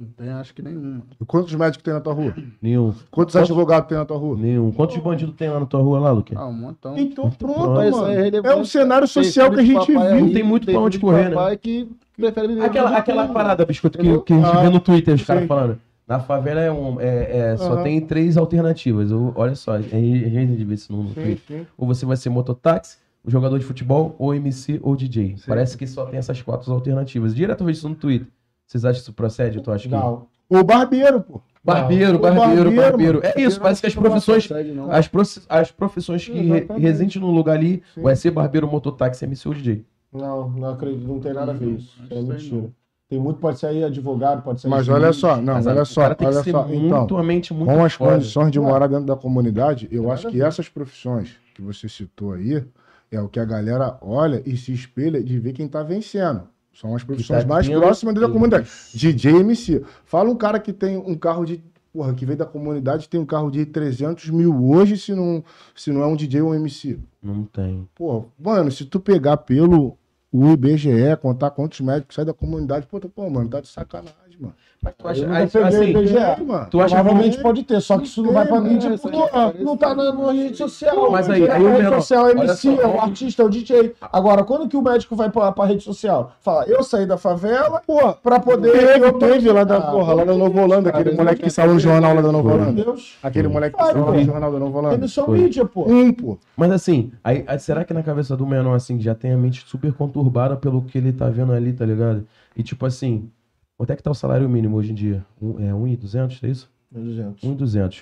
Speaker 4: não tem, acho que nenhuma.
Speaker 2: Quantos médicos tem na tua rua?
Speaker 3: Nenhum.
Speaker 2: Quantos advogados tem na tua rua?
Speaker 3: Nenhum. Quantos bandidos tem lá na tua rua, lá, Luque?
Speaker 4: Ah, um montão.
Speaker 2: Então pronto,
Speaker 3: Pronto,
Speaker 2: mano.
Speaker 4: isso aí é relevante.
Speaker 2: É um cenário social que a gente vive.
Speaker 3: Não tem muito pra onde correr, né?
Speaker 4: pai que prefere viver
Speaker 3: Aquela,
Speaker 4: com
Speaker 3: aquela
Speaker 4: tudo.
Speaker 3: parada, biscoito, que,
Speaker 4: Entendeu?
Speaker 3: que a gente
Speaker 2: Ah,
Speaker 3: vê no Twitter, os
Speaker 2: sim.
Speaker 3: caras falando. Na favela é um. É, é, só
Speaker 2: Aham.
Speaker 3: tem três alternativas. Eu- olha só, a gente a gente vê isso no no Twitter. Ou você vai ser mototáxi, jogador de futebol, ou MC ou DJ. Parece que só tem essas quatro alternativas. Direto eu vejo isso no Twitter. Vocês acham que isso procede? Eu tô acho que.
Speaker 1: Não.
Speaker 2: O barbeiro, pô.
Speaker 3: Barbeiro,
Speaker 2: Não.
Speaker 3: barbeiro,
Speaker 2: O barbeiro,
Speaker 3: barbeiro, É isso, parece que as profissões.
Speaker 4: Procede, não.
Speaker 3: As, profi- as profissões que re-
Speaker 1: Exatamente.
Speaker 3: residem no lugar ali
Speaker 1: Sim.
Speaker 3: vai ser barbeiro, mototáxi, MC ou DJ.
Speaker 1: Não, não acredito, não tem nada a ver isso.
Speaker 4: Não,
Speaker 1: É
Speaker 4: isso aí
Speaker 1: mentira. Tem muito, pode sair advogado, pode sair.
Speaker 2: Mas
Speaker 1: juiz.
Speaker 2: olha só, não,
Speaker 3: Mas
Speaker 2: olha
Speaker 3: o
Speaker 2: só,
Speaker 3: cara tem que
Speaker 2: olha
Speaker 3: ser
Speaker 2: só. Então,
Speaker 3: muito a mente muito
Speaker 2: com as
Speaker 3: foda.
Speaker 2: condições de morar dentro da comunidade, eu
Speaker 1: Nada
Speaker 2: acho
Speaker 1: a
Speaker 2: que
Speaker 1: ver.
Speaker 2: essas profissões que você citou aí é o que a galera olha e se espelha de ver quem tá vencendo. São as profissões mais
Speaker 3: tá tendo-
Speaker 2: próximas dentro da comunidade. DJ MC. Fala um cara que tem um carro de. Porra, que veio da comunidade, tem um carro de 300 mil hoje, se não, se não é um DJ ou um MC.
Speaker 3: Não tem.
Speaker 2: Pô, mano, se tu pegar pelo o IBGE, contar quantos médicos saem da comunidade, pô, tu- pô, mano, tá de sacanagem, mano.
Speaker 3: Mas tu
Speaker 1: Eu
Speaker 3: acha,
Speaker 1: nunca
Speaker 3: aí,
Speaker 1: peguei
Speaker 3: assim,
Speaker 1: IBGE.
Speaker 2: É, mano.
Speaker 3: tu acha
Speaker 1: Provavelmente
Speaker 3: que
Speaker 1: pode ter, só que isso não vai pra
Speaker 2: Tem,
Speaker 1: mídia
Speaker 4: né?
Speaker 1: porque
Speaker 4: Isso aí
Speaker 1: não, não tá na, na rede social.
Speaker 3: Mas
Speaker 1: mano.
Speaker 3: aí-
Speaker 1: é
Speaker 3: aí o
Speaker 1: a rede
Speaker 3: menor-
Speaker 1: social, é o
Speaker 3: olha
Speaker 1: MC,
Speaker 3: só.
Speaker 1: é o artista, é o DJ. Agora, quando que o médico vai pra, pra rede social? Fala, eu saí da favela
Speaker 2: Pô,
Speaker 1: pra poder.
Speaker 2: teve, teve lá da
Speaker 1: Ah,
Speaker 2: porra, lá da Nova Holanda, aquele
Speaker 1: Cara,
Speaker 2: moleque que saiu no jornal lá da Nova
Speaker 1: Pelo amor de
Speaker 2: Holanda.
Speaker 1: Deus.
Speaker 2: Aquele moleque que
Speaker 1: Vai,
Speaker 2: saiu lá
Speaker 1: pô.
Speaker 2: no jornal da Nova Holanda.
Speaker 1: Eles são
Speaker 3: Foi. Hum.
Speaker 1: mídia, pô.
Speaker 2: Um, pô.
Speaker 3: Mas assim, aí, aí será que na cabeça do menor, assim, que já tem a mente super conturbada pelo que ele tá vendo ali, tá ligado? E tipo assim, quanto é que tá o salário mínimo hoje em dia? Um, é 1,200, é isso?
Speaker 1: Gente.
Speaker 3: Hum. 1,200.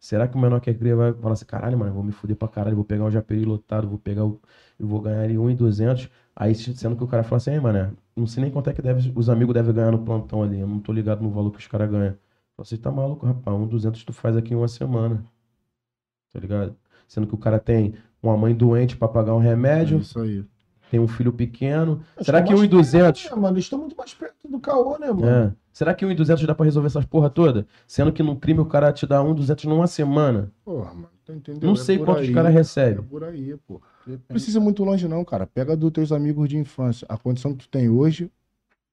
Speaker 3: Será que o menor que é cria vai falar assim, caralho, mano, eu vou me fuder pra caralho, vou pegar o Japeri lotado, vou pegar o... Eu vou ganhar ali 1,200. Aí se- sendo que o cara fala assim, aí, mano, não sei nem quanto é que deve, os amigos devem ganhar no plantão ali, eu não tô ligado no valor que os caras ganham. Você tá maluco, rapaz, 1,200 tu faz aqui em uma semana. Tá ligado? Sendo que o cara tem uma mãe doente pra pagar um
Speaker 1: É
Speaker 3: remédio,
Speaker 2: É isso aí.
Speaker 3: tem um filho pequeno.
Speaker 1: Eles
Speaker 3: Será
Speaker 1: estão
Speaker 3: que
Speaker 1: mais
Speaker 3: 1,200?
Speaker 1: perto, né, mano, estou muito mais perto do caô, né, mano?
Speaker 3: É. Será que 1,200 dá pra resolver essas porra toda? Sendo que no crime o cara te dá 1,200 numa semana.
Speaker 2: Porra, mano, tu entendeu?
Speaker 3: Não
Speaker 2: É
Speaker 3: sei
Speaker 2: por
Speaker 3: quantos
Speaker 2: aí.
Speaker 3: caras
Speaker 2: É
Speaker 3: recebem.
Speaker 2: por aí, pô. Não
Speaker 4: Depende.
Speaker 2: precisa ir muito longe, não, cara. Pega dos teus amigos de infância. A condição que tu tem hoje,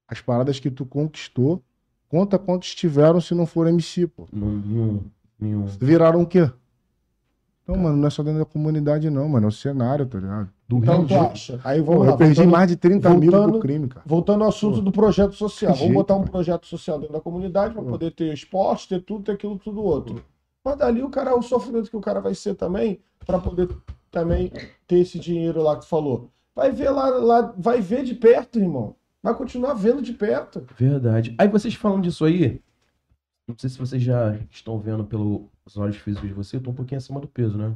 Speaker 2: as paradas que tu conquistou, conta quantos tiveram se não for MC, pô.
Speaker 3: Nenhum. Nenhum.
Speaker 2: Viraram o quê? Então, mano, não é só dentro da comunidade, não, mano. É o cenário, tá ligado?
Speaker 3: Do
Speaker 1: Então
Speaker 3: Rio
Speaker 1: tu
Speaker 3: de
Speaker 1: acha. Aí
Speaker 2: Pô,
Speaker 1: vamos lá.
Speaker 2: eu perdi
Speaker 1: voltando-
Speaker 2: mais de 30 mil
Speaker 1: voltando-
Speaker 2: pro crime, cara.
Speaker 1: Voltando ao assunto do projeto social.
Speaker 2: Que
Speaker 1: Vamos botar um
Speaker 2: jeito,
Speaker 1: projeto social dentro da comunidade para
Speaker 2: Pô.
Speaker 1: poder ter esporte, ter tudo, ter aquilo, tudo outro. Mas dali o cara, o sofrimento que o cara vai ser também, para poder também ter esse dinheiro lá que tu falou. Vai ver lá, lá, vai ver de perto, irmão. Vai continuar vendo de perto.
Speaker 3: Verdade. Aí vocês falando disso aí, não sei se vocês já estão vendo pelos olhos físicos de você, eu tô um pouquinho acima do peso, né?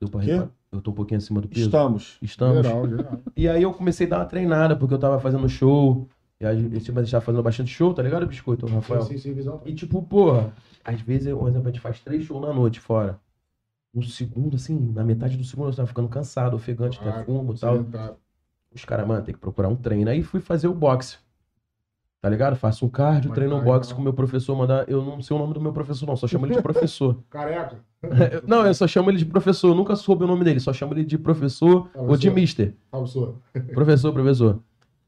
Speaker 3: Deu pra
Speaker 1: Quê?
Speaker 3: reparar? Eu tô um pouquinho acima do peso.
Speaker 1: Estamos.
Speaker 3: Estamos.
Speaker 2: Geral, geral.
Speaker 3: E aí eu comecei a dar uma treinada, porque eu tava fazendo show. E aí, eu mas tava fazendo bastante show, tá ligado, Biscoito, Rafael? E tipo, porra, às vezes, por exemplo, a gente faz três shows na noite fora. No segundo, assim, na metade do segundo, eu tava ficando cansado, ofegante, até
Speaker 2: Claro,
Speaker 3: fumo e tal. Os caras, mano, tem que procurar um treino. Aí fui fazer o boxe. Tá ligado? Faço um cardio,
Speaker 2: Mas
Speaker 3: treino
Speaker 2: tá,
Speaker 3: boxe
Speaker 2: então.
Speaker 3: com o meu professor, mandar. Eu não sei o nome do meu professor, não, só chamo
Speaker 2: [laughs]
Speaker 3: ele de professor.
Speaker 2: Careca.
Speaker 3: Eu- não, eu só chamo ele de professor, eu nunca soube o nome dele, só chamo ele de professor
Speaker 2: Ah,
Speaker 3: ou de
Speaker 2: você-
Speaker 3: mister.
Speaker 2: Absurdo.
Speaker 3: Professor, professor.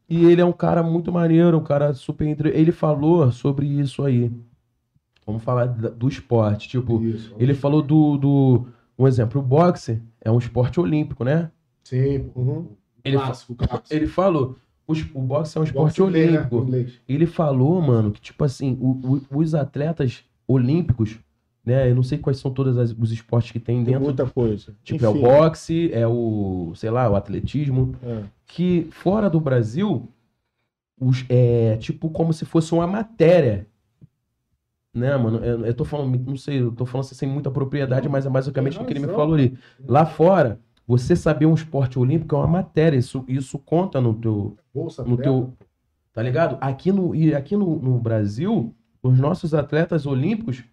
Speaker 3: E ele é um cara muito maneiro, um cara super entre. Ele falou sobre isso aí. Vamos falar da- do esporte. Tipo,
Speaker 2: Isso.
Speaker 3: ele falou do, do. Um exemplo, o boxe é um esporte olímpico, né?
Speaker 2: Sim,
Speaker 3: Ele, fa-
Speaker 2: clássico, clássico.
Speaker 3: ele falou. O, es- o boxe é um esporte
Speaker 2: Boxe inglês, né?
Speaker 3: olímpico.
Speaker 2: Inglês.
Speaker 3: Ele falou, mano, que tipo assim, o- o- os atletas olímpicos, né? Eu não sei quais são todos as- os esportes que tem
Speaker 1: Tem
Speaker 3: dentro.
Speaker 1: muita coisa.
Speaker 3: Tipo, é o boxe, é o, sei lá, o atletismo.
Speaker 1: É.
Speaker 3: Que fora do Brasil, os, é tipo como se fosse uma matéria. Né, mano? Eu, eu tô falando, não sei, eu tô falando assim, sem muita propriedade, mas é basicamente o que ele me
Speaker 2: razão.
Speaker 3: falou ali. Lá fora, você saber um esporte olímpico é uma matéria. Isso, isso conta no teu,
Speaker 2: Bolsa
Speaker 3: no
Speaker 2: Atleta.
Speaker 3: teu. Tá ligado? Aqui no, e aqui no, no Brasil, os nossos atletas olímpicos,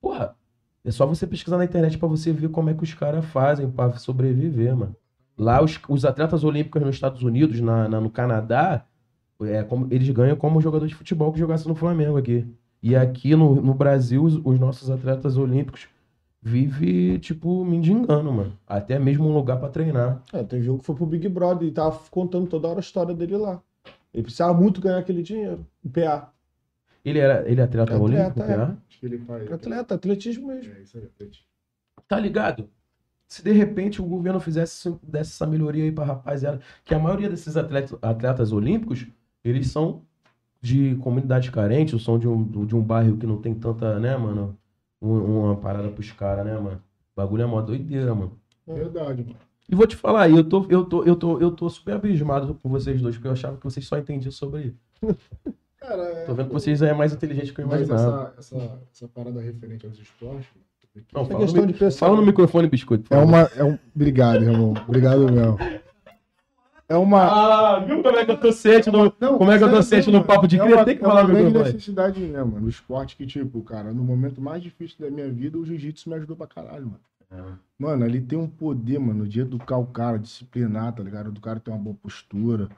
Speaker 3: porra, é só você pesquisar na internet pra você ver como é que os caras fazem pra sobreviver, mano. Lá os, os atletas olímpicos nos Estados Unidos, na, na- no Canadá, é como, eles ganham como jogador de futebol que jogasse no Flamengo aqui. E aqui no, no Brasil, os, os nossos atletas olímpicos vivem, tipo, mendigando, mano. Até mesmo um lugar pra treinar.
Speaker 1: É, teve um que foi pro Big Brother e tava contando toda hora a história dele lá. Ele precisava muito ganhar aquele dinheiro. um Em PA.
Speaker 3: Ele era ele é atleta,
Speaker 1: Atleta,
Speaker 3: olímpico,
Speaker 1: é.
Speaker 3: né?
Speaker 2: Acho que ele faz.
Speaker 1: Atleta, atletismo mesmo.
Speaker 2: É isso aí, atleta.
Speaker 3: Tá ligado? Se de repente o governo fizesse isso- desse essa melhoria aí pra rapaziada, que a maioria desses atletas, atletas olímpicos, eles são de comunidades carentes, ou são de um, do- de um bairro que não tem tanta, né, mano? um- uma parada pros caras, né, mano? O bagulho é mó doideira, mano.
Speaker 2: Verdade, mano.
Speaker 3: E vou te falar, eu tô, eu tô, eu tô, eu tô super abismado com vocês dois, porque eu achava que vocês só entendiam sobre.
Speaker 2: Cara, é...
Speaker 3: Tô vendo que vocês é mais inteligente que eu
Speaker 2: Mas
Speaker 3: imaginava.
Speaker 2: essa, essa, essa parada referente aos esportes, mano, tu vê que-
Speaker 3: Não,
Speaker 1: É
Speaker 3: fala,
Speaker 1: questão
Speaker 3: no,
Speaker 1: de pensar.
Speaker 3: fala no microfone, biscoito.
Speaker 2: É
Speaker 3: fala.
Speaker 2: uma. É um... Obrigado, irmão. Obrigado mesmo. É uma.
Speaker 3: Ah, viu como é que eu tô ciente do,
Speaker 2: Não,
Speaker 3: Como é que eu tô
Speaker 2: sério
Speaker 3: ciente
Speaker 2: mesmo,
Speaker 3: no papo de
Speaker 2: mano.
Speaker 3: cria?
Speaker 2: É uma,
Speaker 3: Tem que
Speaker 2: é uma
Speaker 3: falar meu
Speaker 2: grande
Speaker 3: mano.
Speaker 2: necessidade minha, mano. No esporte que, tipo, cara, no momento mais difícil da minha vida, o jiu-jitsu me ajudou pra caralho, mano.
Speaker 3: É,
Speaker 2: Mano, ele tem um poder, mano, de educar o cara, disciplinar, tá ligado? Do cara ter uma boa postura,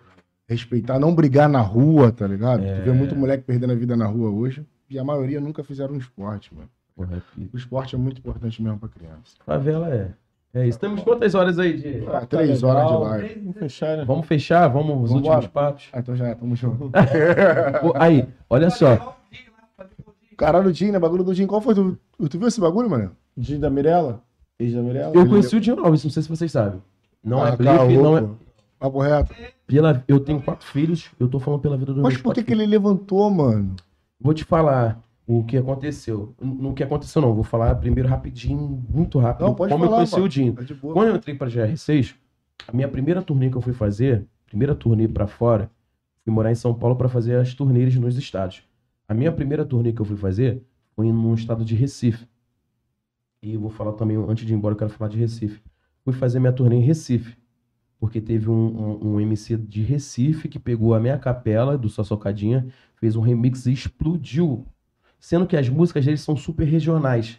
Speaker 2: respeitar, não brigar na rua, tá ligado? Tu vê
Speaker 3: É.
Speaker 2: muito moleque perdendo a vida na rua hoje, e a maioria nunca fizeram um esporte, mano.
Speaker 3: Porra, que-
Speaker 2: O esporte é muito importante mesmo pra criança.
Speaker 3: Favela é. É isso. Temos quantas horas aí de.
Speaker 2: Ah, três horas de live.
Speaker 1: Vamos fechar, né?
Speaker 3: Vamos fechar? Vamos os
Speaker 2: Vambora.
Speaker 3: últimos papos.
Speaker 2: Ah, então já é, tamo junto.
Speaker 3: Pô, Aí, olha só.
Speaker 2: [laughs] Caralho, o Jim, né? Bagulho do Jim. Qual foi? Tu, tu viu esse bagulho, mano?
Speaker 1: Dinho da Mirella? Ex da Mirella?
Speaker 3: Eu conheci o Dinho Alves, não sei se vocês sabem. Não é
Speaker 2: Ah,
Speaker 3: clipe,
Speaker 2: caô,
Speaker 3: não é.
Speaker 2: pô. Papo reto.
Speaker 3: Pela... Eu tenho quatro filhos, eu tô falando pela vida dos
Speaker 2: Mas
Speaker 3: meus
Speaker 2: por que
Speaker 3: quatro
Speaker 2: que ele levantou, mano?
Speaker 3: Vou te falar o que aconteceu. No que aconteceu, não. Vou falar primeiro rapidinho, muito rápido.
Speaker 2: Não, pode
Speaker 3: como eu
Speaker 2: falar,
Speaker 3: conheci
Speaker 2: mano.
Speaker 3: o Dinho.
Speaker 2: Tá de boa.
Speaker 3: Quando eu entrei pra GR6, a minha primeira turnê que eu fui fazer, primeira turnê pra fora, fui morar em São Paulo pra fazer as turnês nos estados. A minha primeira turnê que eu fui fazer foi no estado de Recife. E eu vou falar também, antes de ir embora, eu quero falar de Recife. Fui fazer minha turnê em Recife. Porque teve um, um- um MC de Recife que pegou a minha capela do Sossocadinha, fez um remix e explodiu. Sendo que as músicas deles são super regionais.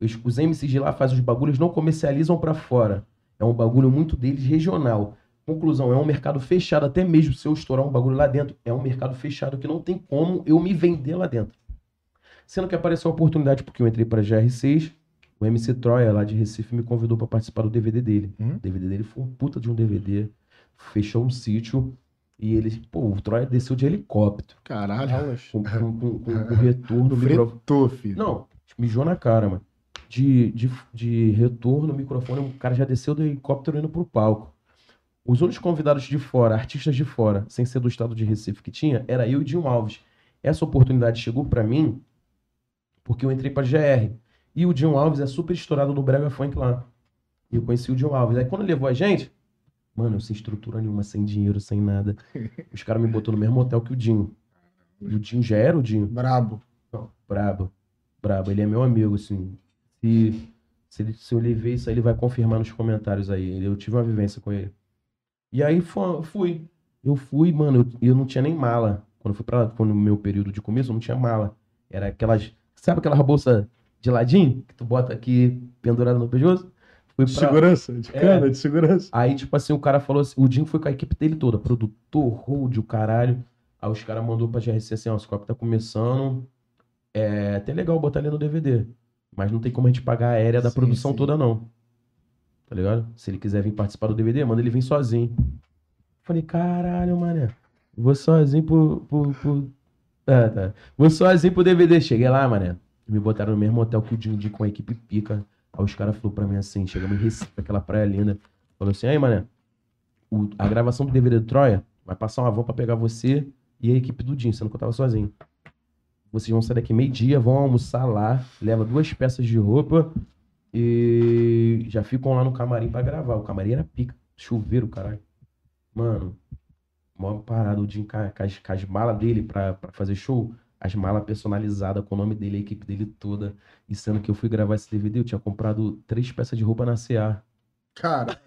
Speaker 3: Os, os MCs de lá fazem os bagulhos, não comercializam pra fora. É um bagulho muito deles regional. Conclusão, é um mercado fechado, até mesmo se eu estourar um bagulho lá dentro, é um mercado fechado que não tem como eu me vender lá dentro. Sendo que apareceu a oportunidade, porque eu entrei pra GR6, o MC Troia lá de Recife me convidou pra participar do DVD dele.
Speaker 2: Hum?
Speaker 3: O DVD dele foi um puta de um DVD, fechou um sítio, e ele, pô, o Troia desceu de helicóptero,
Speaker 2: Caralho.
Speaker 1: Aulas.
Speaker 3: com, com, com, com- com retorno, microfone.
Speaker 2: Fretou, filho.
Speaker 3: Não, tipo, mijou na cara, mano. De, de, de retorno, microfone, o cara já desceu do helicóptero indo pro palco. Os únicos convidados de fora, artistas de fora, sem ser do estado de Recife que tinha, era eu e Dinho Alves. Essa oportunidade chegou pra mim porque eu entrei pra GR. E o Dinho Alves é super estourado no Brega Funk lá. E eu conheci o Dinho Alves. Aí quando ele levou a gente, mano, eu sem estrutura nenhuma, sem dinheiro, sem nada. Os caras me botou no mesmo hotel que o Dinho. E o Dinho já era o Dinho.
Speaker 1: Brabo.
Speaker 3: Não, brabo. Brabo. Ele é meu amigo, assim. Se, se, ele- se eu levei isso aí, ele vai confirmar nos comentários aí. Ele- Eu tive uma vivência com ele. E aí fu- fui. Eu fui, mano, eu, eu não tinha nem mala. Quando eu fui pra lá, quando no meu período de começo, eu não tinha mala. Era aquelas. Sabe aquelas bolsa de ladinho que tu bota aqui pendurada no pescoço? Fui
Speaker 1: De
Speaker 3: pra.
Speaker 1: segurança, de
Speaker 3: É.
Speaker 1: cana, de segurança.
Speaker 3: Aí, tipo assim, o cara falou assim, o Dinho foi com a equipe dele toda, produtor, hold, o caralho. Aí os caras mandou pra GRC assim, ó, esse copo tá começando. É até legal botar ele no DVD. Mas não tem como a gente pagar a aérea da
Speaker 2: Sim,
Speaker 3: produção
Speaker 2: sim.
Speaker 3: toda, não. Tá ligado? Se ele quiser vir participar do DVD, manda ele vir sozinho. Falei, caralho, mané. é, Vou sozinho pro. pro, pro... Ah, tá. Vou sozinho pro DVD. Cheguei lá, mané. Me botaram no mesmo hotel que o Dindi com a equipe pica. Aí os caras falaram pra mim assim, chegamos em Recife, aquela praia linda. Falou assim, aí, mané, o- a gravação do DVD do Troia vai passar uma van pra pegar você e a equipe do Dindi, sendo que eu tava sozinho. Vocês vão sair daqui meio-dia, vão almoçar lá, leva duas peças de roupa e já ficam lá no camarim pra gravar. O camarim era pica, chuveiro, caralho. Mano, mó parada, o Jim com a- com as, com as malas dele pra, pra fazer show, as malas personalizadas com o nome dele, a equipe dele toda. E sendo que eu fui gravar esse DVD, eu tinha comprado três peças de roupa na CA.
Speaker 1: Cara,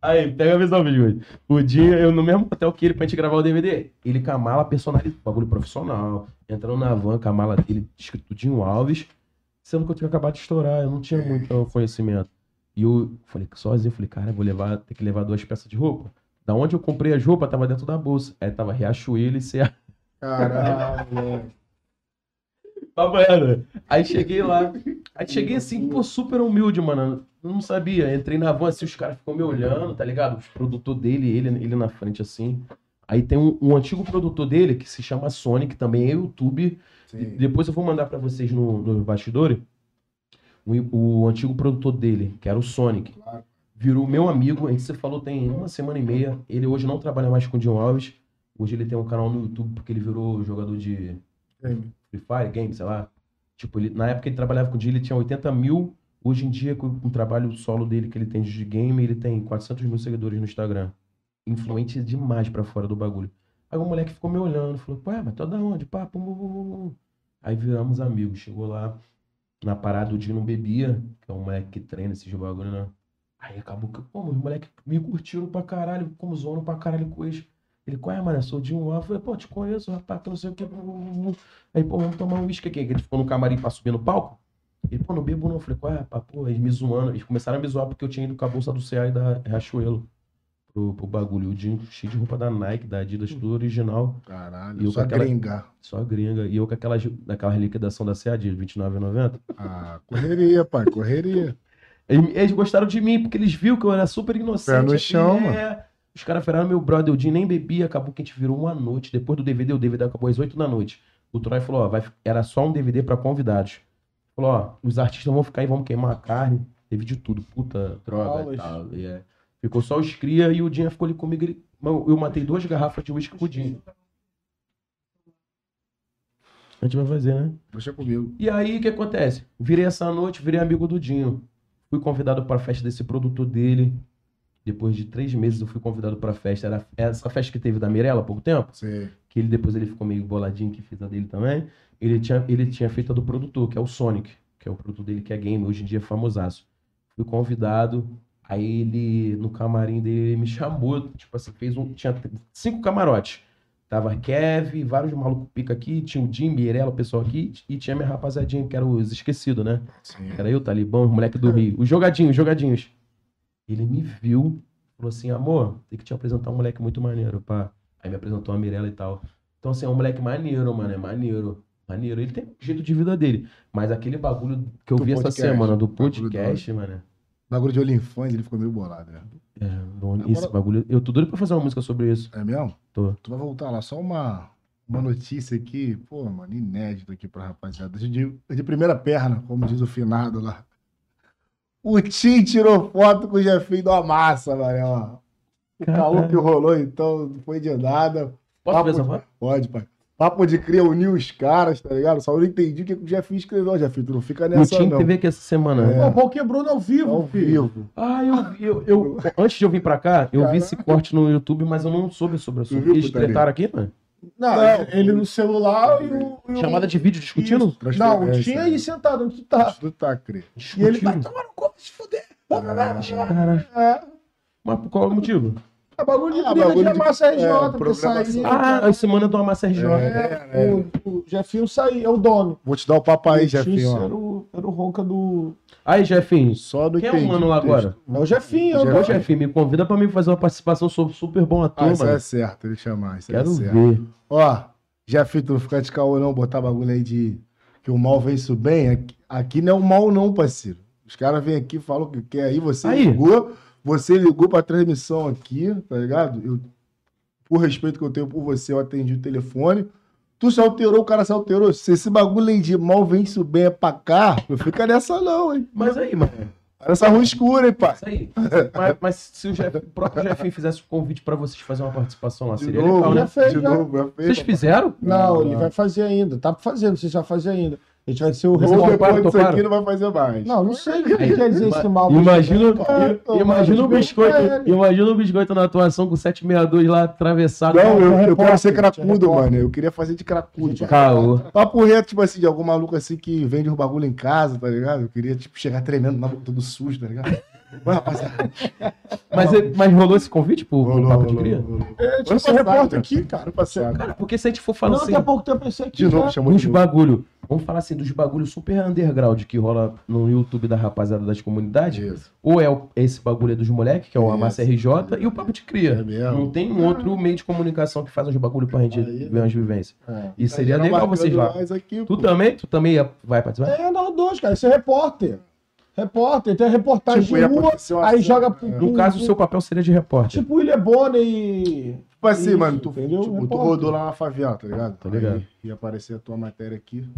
Speaker 3: Aí, pega a visão, vídeo. O dia, eu no mesmo hotel que ele pra gente gravar o DVD. Ele com a mala personalizada, bagulho profissional. Entrando na van com a mala dele, escrito Dinho Alves. Sendo que eu tinha acabado de estourar, eu não tinha muito conhecimento. E eu falei, sozinho, eu falei, cara, eu vou levar, ter que levar duas peças de roupa. Da onde eu comprei as roupas, tava dentro da bolsa. Aí tava Riachuelo e CA.
Speaker 1: caralho.
Speaker 3: Babaiana. Tá Aí cheguei lá. Aí cheguei assim, pô, super humilde, mano. Eu Não sabia. Entrei na van assim, os caras ficam me olhando, tá ligado? Os produtor dele, ele, ele na frente assim. Aí tem um, um antigo produtor dele que se chama Sony, que também é YouTube. E
Speaker 2: Sim.
Speaker 3: depois eu vou mandar pra vocês no, no bastidores. O, o antigo produtor dele, que era o Sonic, virou meu amigo. A gente se falou tem uma semana e meia. Ele hoje não trabalha mais com o John Alves. Hoje ele tem um canal no YouTube porque ele virou jogador de Free Fire, game, sei lá. Tipo, ele, na época ele trabalhava com o dia, ele tinha 80 mil. Hoje em dia, com o trabalho solo dele que ele tem de game, ele tem 400 mil seguidores no Instagram. Influente demais pra fora do bagulho. Aí o moleque ficou me olhando, falou, ué, mas tu é da onde? Pá, pum, pum, pum, pum, pum." Aí viramos amigos. Chegou lá, na parada o Dino Bebia, que é um moleque que treina esses bagulho, né? Aí acabou que, pô, os moleques me curtiram pra caralho, como zoando pra caralho com eles. Ele, qual é, mano? Eu sou o Dinho Alves. Eu falei, pô, te conheço, rapaz, que não sei o que. Aí, pô, vamos tomar um uísque aqui. Que ele ficou no camarim pra subir no palco. Ele, pô, não bebo não. Eu falei, qual é, rapaz? Pô, eles me zoando. Eles começaram a me zoar porque eu tinha ido com a bolsa do CA e da Riachuelo pro, pro bagulho. O Dinho cheio de roupa da Nike, da Adidas, tudo original, E
Speaker 2: Caralho,
Speaker 3: eu
Speaker 2: só
Speaker 3: com aquela-
Speaker 2: gringar.
Speaker 3: só gringa. E eu com aquelas, aquela liquidação da CA de R$29,90.
Speaker 2: Ah, correria, pai, correria.
Speaker 3: Eles eles gostaram de mim, porque eles viram que eu era super inocente.
Speaker 2: Pé no chão,
Speaker 3: É. Os caras feraram meu brother, o Jim nem bebia, acabou que a gente virou uma noite. Depois do DVD, o DVD acabou às 8 da noite. O Troy falou, ó, vai, fi- era só um DVD pra convidados. Falou, ó, os artistas vão ficar aí, vão queimar a carne. Teve de tudo, puta, droga e
Speaker 1: Aulas.
Speaker 3: tal. e é. Ficou só os cria e o Jim ficou ali comigo. Ele... Mano, eu matei duas garrafas de uísque com o Jim. A gente vai fazer, né?
Speaker 2: Deixa comigo.
Speaker 3: E aí, o que acontece? Virei essa noite, virei amigo do Dinho. Fui convidado pra festa desse produtor dele. Depois de três meses, eu fui convidado pra festa. Era essa festa que teve da Mirella há pouco tempo.
Speaker 2: Você
Speaker 3: Que ele depois ele ficou meio boladinho que fez a dele também. Ele tinha, ele tinha feito a do produtor, que é o Sonic, que é o produtor dele que é game, hoje em dia é famosaço. Fui convidado, aí ele, no camarim dele, ele me [laughs] chamou, tipo assim, fez um. Tinha t- cinco camarotes. Tava Kev, vários malucos pica aqui, tinha o Jim, Mirella, o pessoal aqui, e tinha minha rapaziadinha, que era os esquecidos, né?
Speaker 2: Sim.
Speaker 3: Era eu, Talibão, os moleque do Rio. Os jogadinhos, os jogadinhos. Ele me viu, falou assim, amor, tem que te apresentar um moleque muito maneiro, pá. Aí me apresentou a Mirella e tal. Então, assim, é um moleque maneiro, mano, é maneiro. Maneiro. Ele tem o jeito de vida dele. Mas aquele bagulho que eu
Speaker 2: Do
Speaker 3: vi
Speaker 2: podcast.
Speaker 3: essa semana do
Speaker 2: Bagulho
Speaker 3: podcast, mano.
Speaker 2: Bagulho de olho em fãs, ele ficou meio bolado, né?
Speaker 3: É, bom, esse bagulho. Eu tô doido pra fazer uma música sobre isso.
Speaker 2: É mesmo?
Speaker 3: Tô.
Speaker 2: Tu vai voltar lá, só uma, uma notícia aqui, pô, mano, inédita aqui pra rapaziada. De, de primeira perna, como diz o finado lá. O Tim tirou foto com o Jefinho da massa, mano. ó. O caô que rolou, então, não foi de nada.
Speaker 3: Posso
Speaker 2: Papo
Speaker 3: ver essa
Speaker 2: de-
Speaker 3: foto?
Speaker 2: Pode, pai. Papo de cria uniu os caras, tá ligado? Só eu não entendi o que que o Jefinho escreveu. Jefinho, tu não fica
Speaker 3: No
Speaker 2: nessa,
Speaker 3: Tim
Speaker 2: não. É.
Speaker 3: TV aqui essa semana.
Speaker 1: Pô, pau quebrando ao vivo,
Speaker 2: Ao
Speaker 1: filho.
Speaker 2: vivo.
Speaker 3: Ah, eu, vi, eu, eu- Antes de eu vir pra cá, eu vi esse corte no YouTube, mas eu não soube sobre o assunto.
Speaker 2: viu,
Speaker 3: Eles
Speaker 2: putaria?
Speaker 3: tretaram aqui, mano?
Speaker 1: Não,
Speaker 2: Não.
Speaker 1: Ah, ele é um no celular e o. e o-
Speaker 3: Chamada de vídeo discutindo?
Speaker 1: Não, tinha aí sentado onde tu tá.
Speaker 2: Tu tá, cria.
Speaker 1: E ele vai
Speaker 3: Discutindo?
Speaker 1: tomar no cu, vai se fuder. É,
Speaker 3: Cara, mas por qual o motivo?
Speaker 1: é bagulho de
Speaker 2: Ah,
Speaker 1: briga
Speaker 2: bagulho
Speaker 1: de
Speaker 2: de-
Speaker 1: amassa RJ,
Speaker 2: é,
Speaker 1: porque
Speaker 2: programação.
Speaker 1: saía.
Speaker 3: Ah, a semana do Amassa RJ.
Speaker 1: é, o, o Jefinho saía, é o dono.
Speaker 2: Vou te dar o papo aí,
Speaker 1: O
Speaker 2: Jefinho.
Speaker 1: Tício
Speaker 2: ó.
Speaker 1: Era o, era o ronca do.
Speaker 3: Aí, Jefinho,
Speaker 2: Só do
Speaker 3: quem é o mano lá agora?
Speaker 1: É o Jefinho, é o
Speaker 2: Jefinho.
Speaker 3: Ô,
Speaker 1: dono.
Speaker 3: Jefinho, me convida pra mim fazer uma participação, sou super bom
Speaker 2: Ah,
Speaker 3: ator,
Speaker 2: isso
Speaker 3: mano.
Speaker 2: é certo, ele chamar, isso
Speaker 3: Quero
Speaker 2: é certo.
Speaker 3: ver.
Speaker 2: Ó, Jefinho, tu não ficar de caô não, botar bagulho aí de que o mal vem isso bem. Aqui, aqui não é o mal não, parceiro. Os caras vêm aqui, falam o que quer aí, você
Speaker 3: Aí.
Speaker 2: ligou, você ligou pra transmissão aqui, tá ligado? Eu, por respeito que eu tenho por você, eu atendi o telefone. Tu se alterou, o cara se alterou. Se esse bagulho aí de mal vem bem é pra cá, não fica nessa não, hein?
Speaker 3: Mas aí, mano.
Speaker 2: Nessa rua escura, hein, pai?
Speaker 3: Isso
Speaker 2: [laughs]
Speaker 3: aí. Mas, mas se o, Jeff- o próprio Jefinho fizesse o convite pra vocês fazerem uma participação lá,
Speaker 2: De
Speaker 3: seria
Speaker 2: novo,
Speaker 3: legal, né?
Speaker 1: já fez,
Speaker 2: de
Speaker 1: já.
Speaker 2: novo, já fez.
Speaker 3: Vocês fizeram?
Speaker 1: Não, ele
Speaker 2: não.
Speaker 1: vai fazer ainda. Tá fazendo, você já fazer ainda. A gente vai ser o
Speaker 2: Ou
Speaker 1: responsável.
Speaker 2: depois
Speaker 3: Toparam,
Speaker 2: disso
Speaker 3: toparam?
Speaker 2: aqui não vai fazer mais.
Speaker 1: Não, não sei o que quer dizer esse mal.
Speaker 3: Imagina,
Speaker 1: Cara,
Speaker 3: imagina o
Speaker 1: mano, pra
Speaker 3: biscoito,
Speaker 1: ele.
Speaker 3: imagina o biscoito na atuação com 762 lá atravessado.
Speaker 2: Não, eu, eu quero
Speaker 1: repórter,
Speaker 2: ser cracudo,
Speaker 1: repórter.
Speaker 2: mano. Eu queria fazer de cracudo.
Speaker 1: Gente,
Speaker 2: pai.
Speaker 3: Caô.
Speaker 2: Papo reto, tipo assim, de algum maluco assim que vende os bagulho em casa, tá ligado? Eu queria, tipo, chegar tremendo na boca todo sujo, tá ligado? Ué, rapaziada.
Speaker 3: Mas, ele- mas rolou esse convite pro, pro
Speaker 2: rolou,
Speaker 3: Papo de
Speaker 2: rolou,
Speaker 3: Cria?
Speaker 2: rolou.
Speaker 1: É, tipo,
Speaker 2: Ano
Speaker 1: esse repórter
Speaker 2: passado,
Speaker 1: aqui, cara.
Speaker 2: Ano passado.
Speaker 3: Cara, porque se a gente for
Speaker 1: Não,
Speaker 3: falando assim,
Speaker 1: daqui a pouco tempo tá- eu sei que
Speaker 2: assim, De novo,
Speaker 1: já-
Speaker 2: chamou
Speaker 3: uns
Speaker 2: de novo.
Speaker 3: bagulho, vamos falar assim, dos bagulhos super underground que rola no YouTube da rapaziada das comunidades,
Speaker 2: Isso.
Speaker 3: ou é o- esse bagulho dos moleques, que é o
Speaker 2: Isso.
Speaker 3: Amassa RJ, e o Papo de Cria.
Speaker 2: É mesmo.
Speaker 3: Não tem um outro meio de comunicação que faz uns bagulho pra gente
Speaker 2: Aí,
Speaker 3: ver umas vivências.
Speaker 1: É.
Speaker 3: E seria
Speaker 2: Tá
Speaker 3: legal
Speaker 2: marcando
Speaker 3: vocês lá.
Speaker 2: nós aqui,
Speaker 3: Tu tá
Speaker 2: pô.
Speaker 3: também? Tu também ia- vai participar?
Speaker 1: É, não, dois, cara. Isso é repórter. Repórter, tem reportagem
Speaker 2: Tipo,
Speaker 1: de
Speaker 2: ia
Speaker 1: rua,
Speaker 2: acontecer uma
Speaker 1: aí
Speaker 2: cena,
Speaker 1: joga
Speaker 2: né?
Speaker 1: pro.
Speaker 3: No caso, o seu papel seria de repórter.
Speaker 1: Tipo, William Bonner e.
Speaker 2: Tipo assim,
Speaker 1: Isso,
Speaker 2: mano, tu,
Speaker 1: entendeu?
Speaker 2: tipo, tu
Speaker 1: Repórter.
Speaker 2: rodou lá na favela, tá ligado?
Speaker 3: Tá ligado.
Speaker 2: Aí ia aparecer a tua matéria aqui,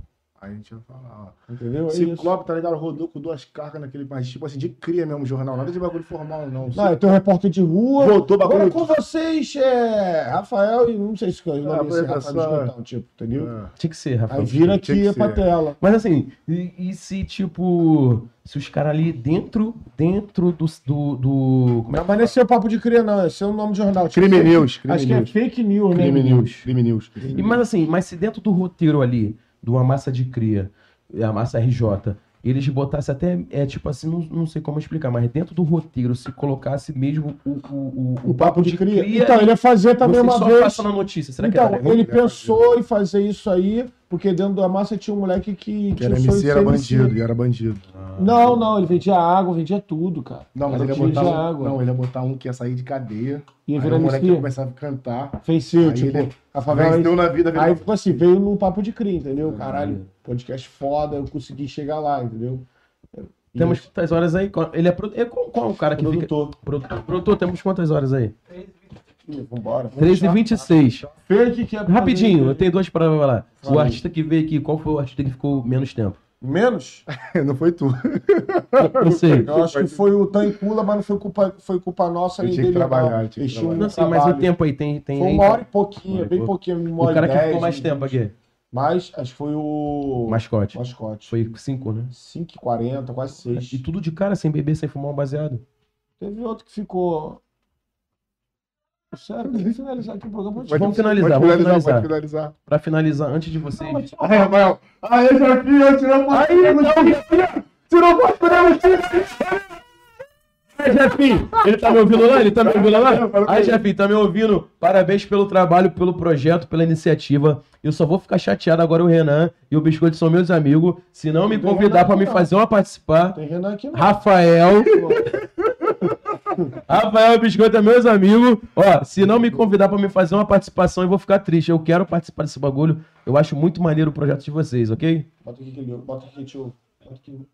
Speaker 2: aí a gente ia falar, ó.
Speaker 1: Entendeu? É isso.
Speaker 2: Ciclope, tá ligado? Rodou com duas cargas naquele, mas tipo assim, de cria mesmo, jornal. Nada de bagulho formal, não.
Speaker 1: Não, tem um repórter de rua.
Speaker 2: Rodou
Speaker 1: Agora
Speaker 2: bagulho.
Speaker 1: com vocês, é, Rafael e não sei se o nome desse Rafael
Speaker 2: apresentação, é.
Speaker 1: Escantão, tipo, entendeu?
Speaker 2: É.
Speaker 3: Tinha que ser, Rafael.
Speaker 1: Aí vira
Speaker 2: Tinha que
Speaker 1: aqui
Speaker 2: ser.
Speaker 1: pra tela.
Speaker 3: Mas assim, e, e se tipo, se os caras ali dentro, dentro do, do, do- como é?
Speaker 1: Não, mas não é seu papo de cria, não. Esse é o nome de jornal. Tipo,
Speaker 2: Crime
Speaker 1: fake-
Speaker 2: News, Crime
Speaker 1: Acho que é
Speaker 2: News.
Speaker 1: fake news, né?
Speaker 2: Crime News, Crime News.
Speaker 3: E, mas assim, mas se dentro do roteiro ali, de uma massa de cria, é a massa RJ, eles botassem até, é tipo assim, não, não sei como explicar, mas dentro do roteiro, se colocasse mesmo o, o, o,
Speaker 1: O papo de cria. Então,
Speaker 3: ali,
Speaker 1: ele ia fazer também
Speaker 3: você
Speaker 1: uma
Speaker 3: só
Speaker 1: vez.
Speaker 3: passa na notícia, será que é
Speaker 1: Então,
Speaker 3: era legal?
Speaker 1: ele
Speaker 2: Ele ia
Speaker 1: pensou em fazer isso aí, porque dentro da massa tinha um moleque que.
Speaker 2: Que
Speaker 1: tinha
Speaker 2: era
Speaker 1: o sonho de
Speaker 2: MC, era
Speaker 1: ser
Speaker 2: bandido, e era bandido.
Speaker 1: Não, não, ele vendia água, vendia tudo, cara.
Speaker 2: Não, mas
Speaker 1: Era
Speaker 2: ele ia
Speaker 1: tiro
Speaker 2: botar
Speaker 1: de
Speaker 2: um,
Speaker 1: água.
Speaker 2: não, ele ia botar um que ia sair de cadeia.
Speaker 1: Ia
Speaker 2: aí
Speaker 1: virar
Speaker 2: o moleque ia
Speaker 1: MC.
Speaker 2: começar a cantar.
Speaker 1: Fez sim,
Speaker 2: Aí
Speaker 1: tipo,
Speaker 2: ele-
Speaker 1: a favela.
Speaker 2: Venceu na vida,
Speaker 1: Aí
Speaker 2: [laughs] virou-
Speaker 1: ficou assim, veio no papo de cria, entendeu?
Speaker 2: Ah,
Speaker 1: Caralho, podcast foda, eu consegui chegar lá, entendeu?
Speaker 3: Temos quantas horas aí? Qual- Ele é, pro- é qual, qual é o cara que fica...
Speaker 1: Produtor.
Speaker 3: Produtor, produtor, temos quantas horas aí?
Speaker 1: Ih, Vambora.
Speaker 3: 13h26.
Speaker 1: Fake que é pra
Speaker 3: Rapidinho,
Speaker 1: fazer-
Speaker 3: eu tenho duas para falar. O
Speaker 1: Fala aí.
Speaker 3: artista que veio aqui, qual foi o artista que ficou
Speaker 1: [laughs]
Speaker 3: menos tempo?
Speaker 1: Menos?
Speaker 2: [laughs] Não foi tu.
Speaker 3: Não sei.
Speaker 1: Eu acho que foi o Tancula, mas não foi culpa, foi culpa nossa
Speaker 2: Eu
Speaker 1: nem
Speaker 2: tinha que
Speaker 1: dele. não.
Speaker 2: trabalhar, eu tinha que
Speaker 1: Eles tinham
Speaker 2: trabalhar.
Speaker 1: um
Speaker 3: Não sei, mas o
Speaker 1: trabalho.
Speaker 3: tempo aí tem. tem
Speaker 1: Foi
Speaker 3: aí,
Speaker 1: uma hora e
Speaker 3: tá?
Speaker 1: pouquinho,
Speaker 3: Uma hora e
Speaker 1: bem
Speaker 3: pouco.
Speaker 1: pouquinho, uma
Speaker 3: O
Speaker 1: hora
Speaker 3: cara
Speaker 1: e
Speaker 3: que ficou
Speaker 1: dez,
Speaker 3: mais
Speaker 1: né?
Speaker 3: tempo aqui.
Speaker 1: Mas acho que foi o.
Speaker 3: O mascote.
Speaker 1: Mascote.
Speaker 3: Foi 5, né?
Speaker 1: 5h40, quase 6.
Speaker 3: E tudo de cara, sem beber, sem fumar um baseado.
Speaker 1: Teve outro que ficou. Sério, deixa eu finalizar aqui o programa.
Speaker 2: Pode-
Speaker 3: Vamos finalizar,
Speaker 2: pode
Speaker 3: vamos
Speaker 2: finalizar,
Speaker 3: finalizar.
Speaker 2: pode finalizar.
Speaker 3: Pra finalizar, antes de [laughs] vocês.
Speaker 2: Aí, Rafael. Aí, Jefinho, tirou foto. Tirou foto pra
Speaker 3: Aí, Jefinho, ele tá me ouvindo lá? Ele tá me ouvindo lá?
Speaker 2: Fala pra
Speaker 3: Aí,
Speaker 2: ele.
Speaker 3: Jefinho, tá me ouvindo? Parabéns pelo trabalho, pelo projeto, pela iniciativa. Eu só vou ficar chateado agora o Renan e o Biscoito são meus amigos. Se não me
Speaker 1: Não tem
Speaker 3: convidar
Speaker 1: Renan
Speaker 3: pra
Speaker 1: aqui,
Speaker 3: me
Speaker 1: não.
Speaker 3: fazer uma participar,
Speaker 1: Tem Renan aqui, né? não.
Speaker 3: Rafael.
Speaker 1: Pô,
Speaker 3: Rafael Biscoito é meus amigos. Ó, se não me convidar pra me fazer uma participação, eu vou ficar triste. Eu quero participar desse bagulho. Eu acho muito maneiro o projeto de vocês, ok?
Speaker 1: Bota aqui que ele. Bota aqui, tio. Bota aqui.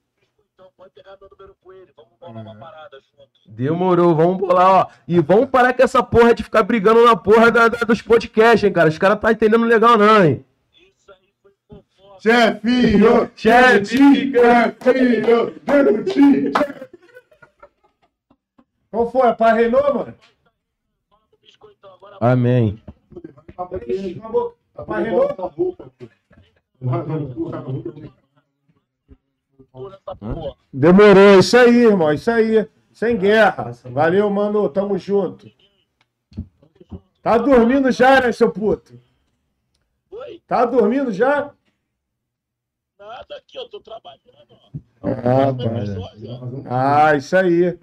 Speaker 3: Demorou, vamos bolar, ó. E vamos parar com essa porra de ficar brigando na porra da- da- dos podcasts, hein, cara. Os caras tá entendendo legal, não, hein?
Speaker 2: Jefinho,
Speaker 3: Chefe!
Speaker 2: Jefinho, Jefinho.
Speaker 1: Qual foi? É pra Renan, mano?
Speaker 3: Amém.
Speaker 1: Papai Renan? Demorou, é isso aí, irmão, isso aí. Sem guerra. Valeu, mano, tamo junto. Tá dormindo já, né, seu puto?
Speaker 5: Oi?
Speaker 1: Tá dormindo já?
Speaker 5: Nada aqui, eu tô trabalhando, ó.
Speaker 1: Ah,
Speaker 5: Mas olha,
Speaker 1: Ah, isso aí.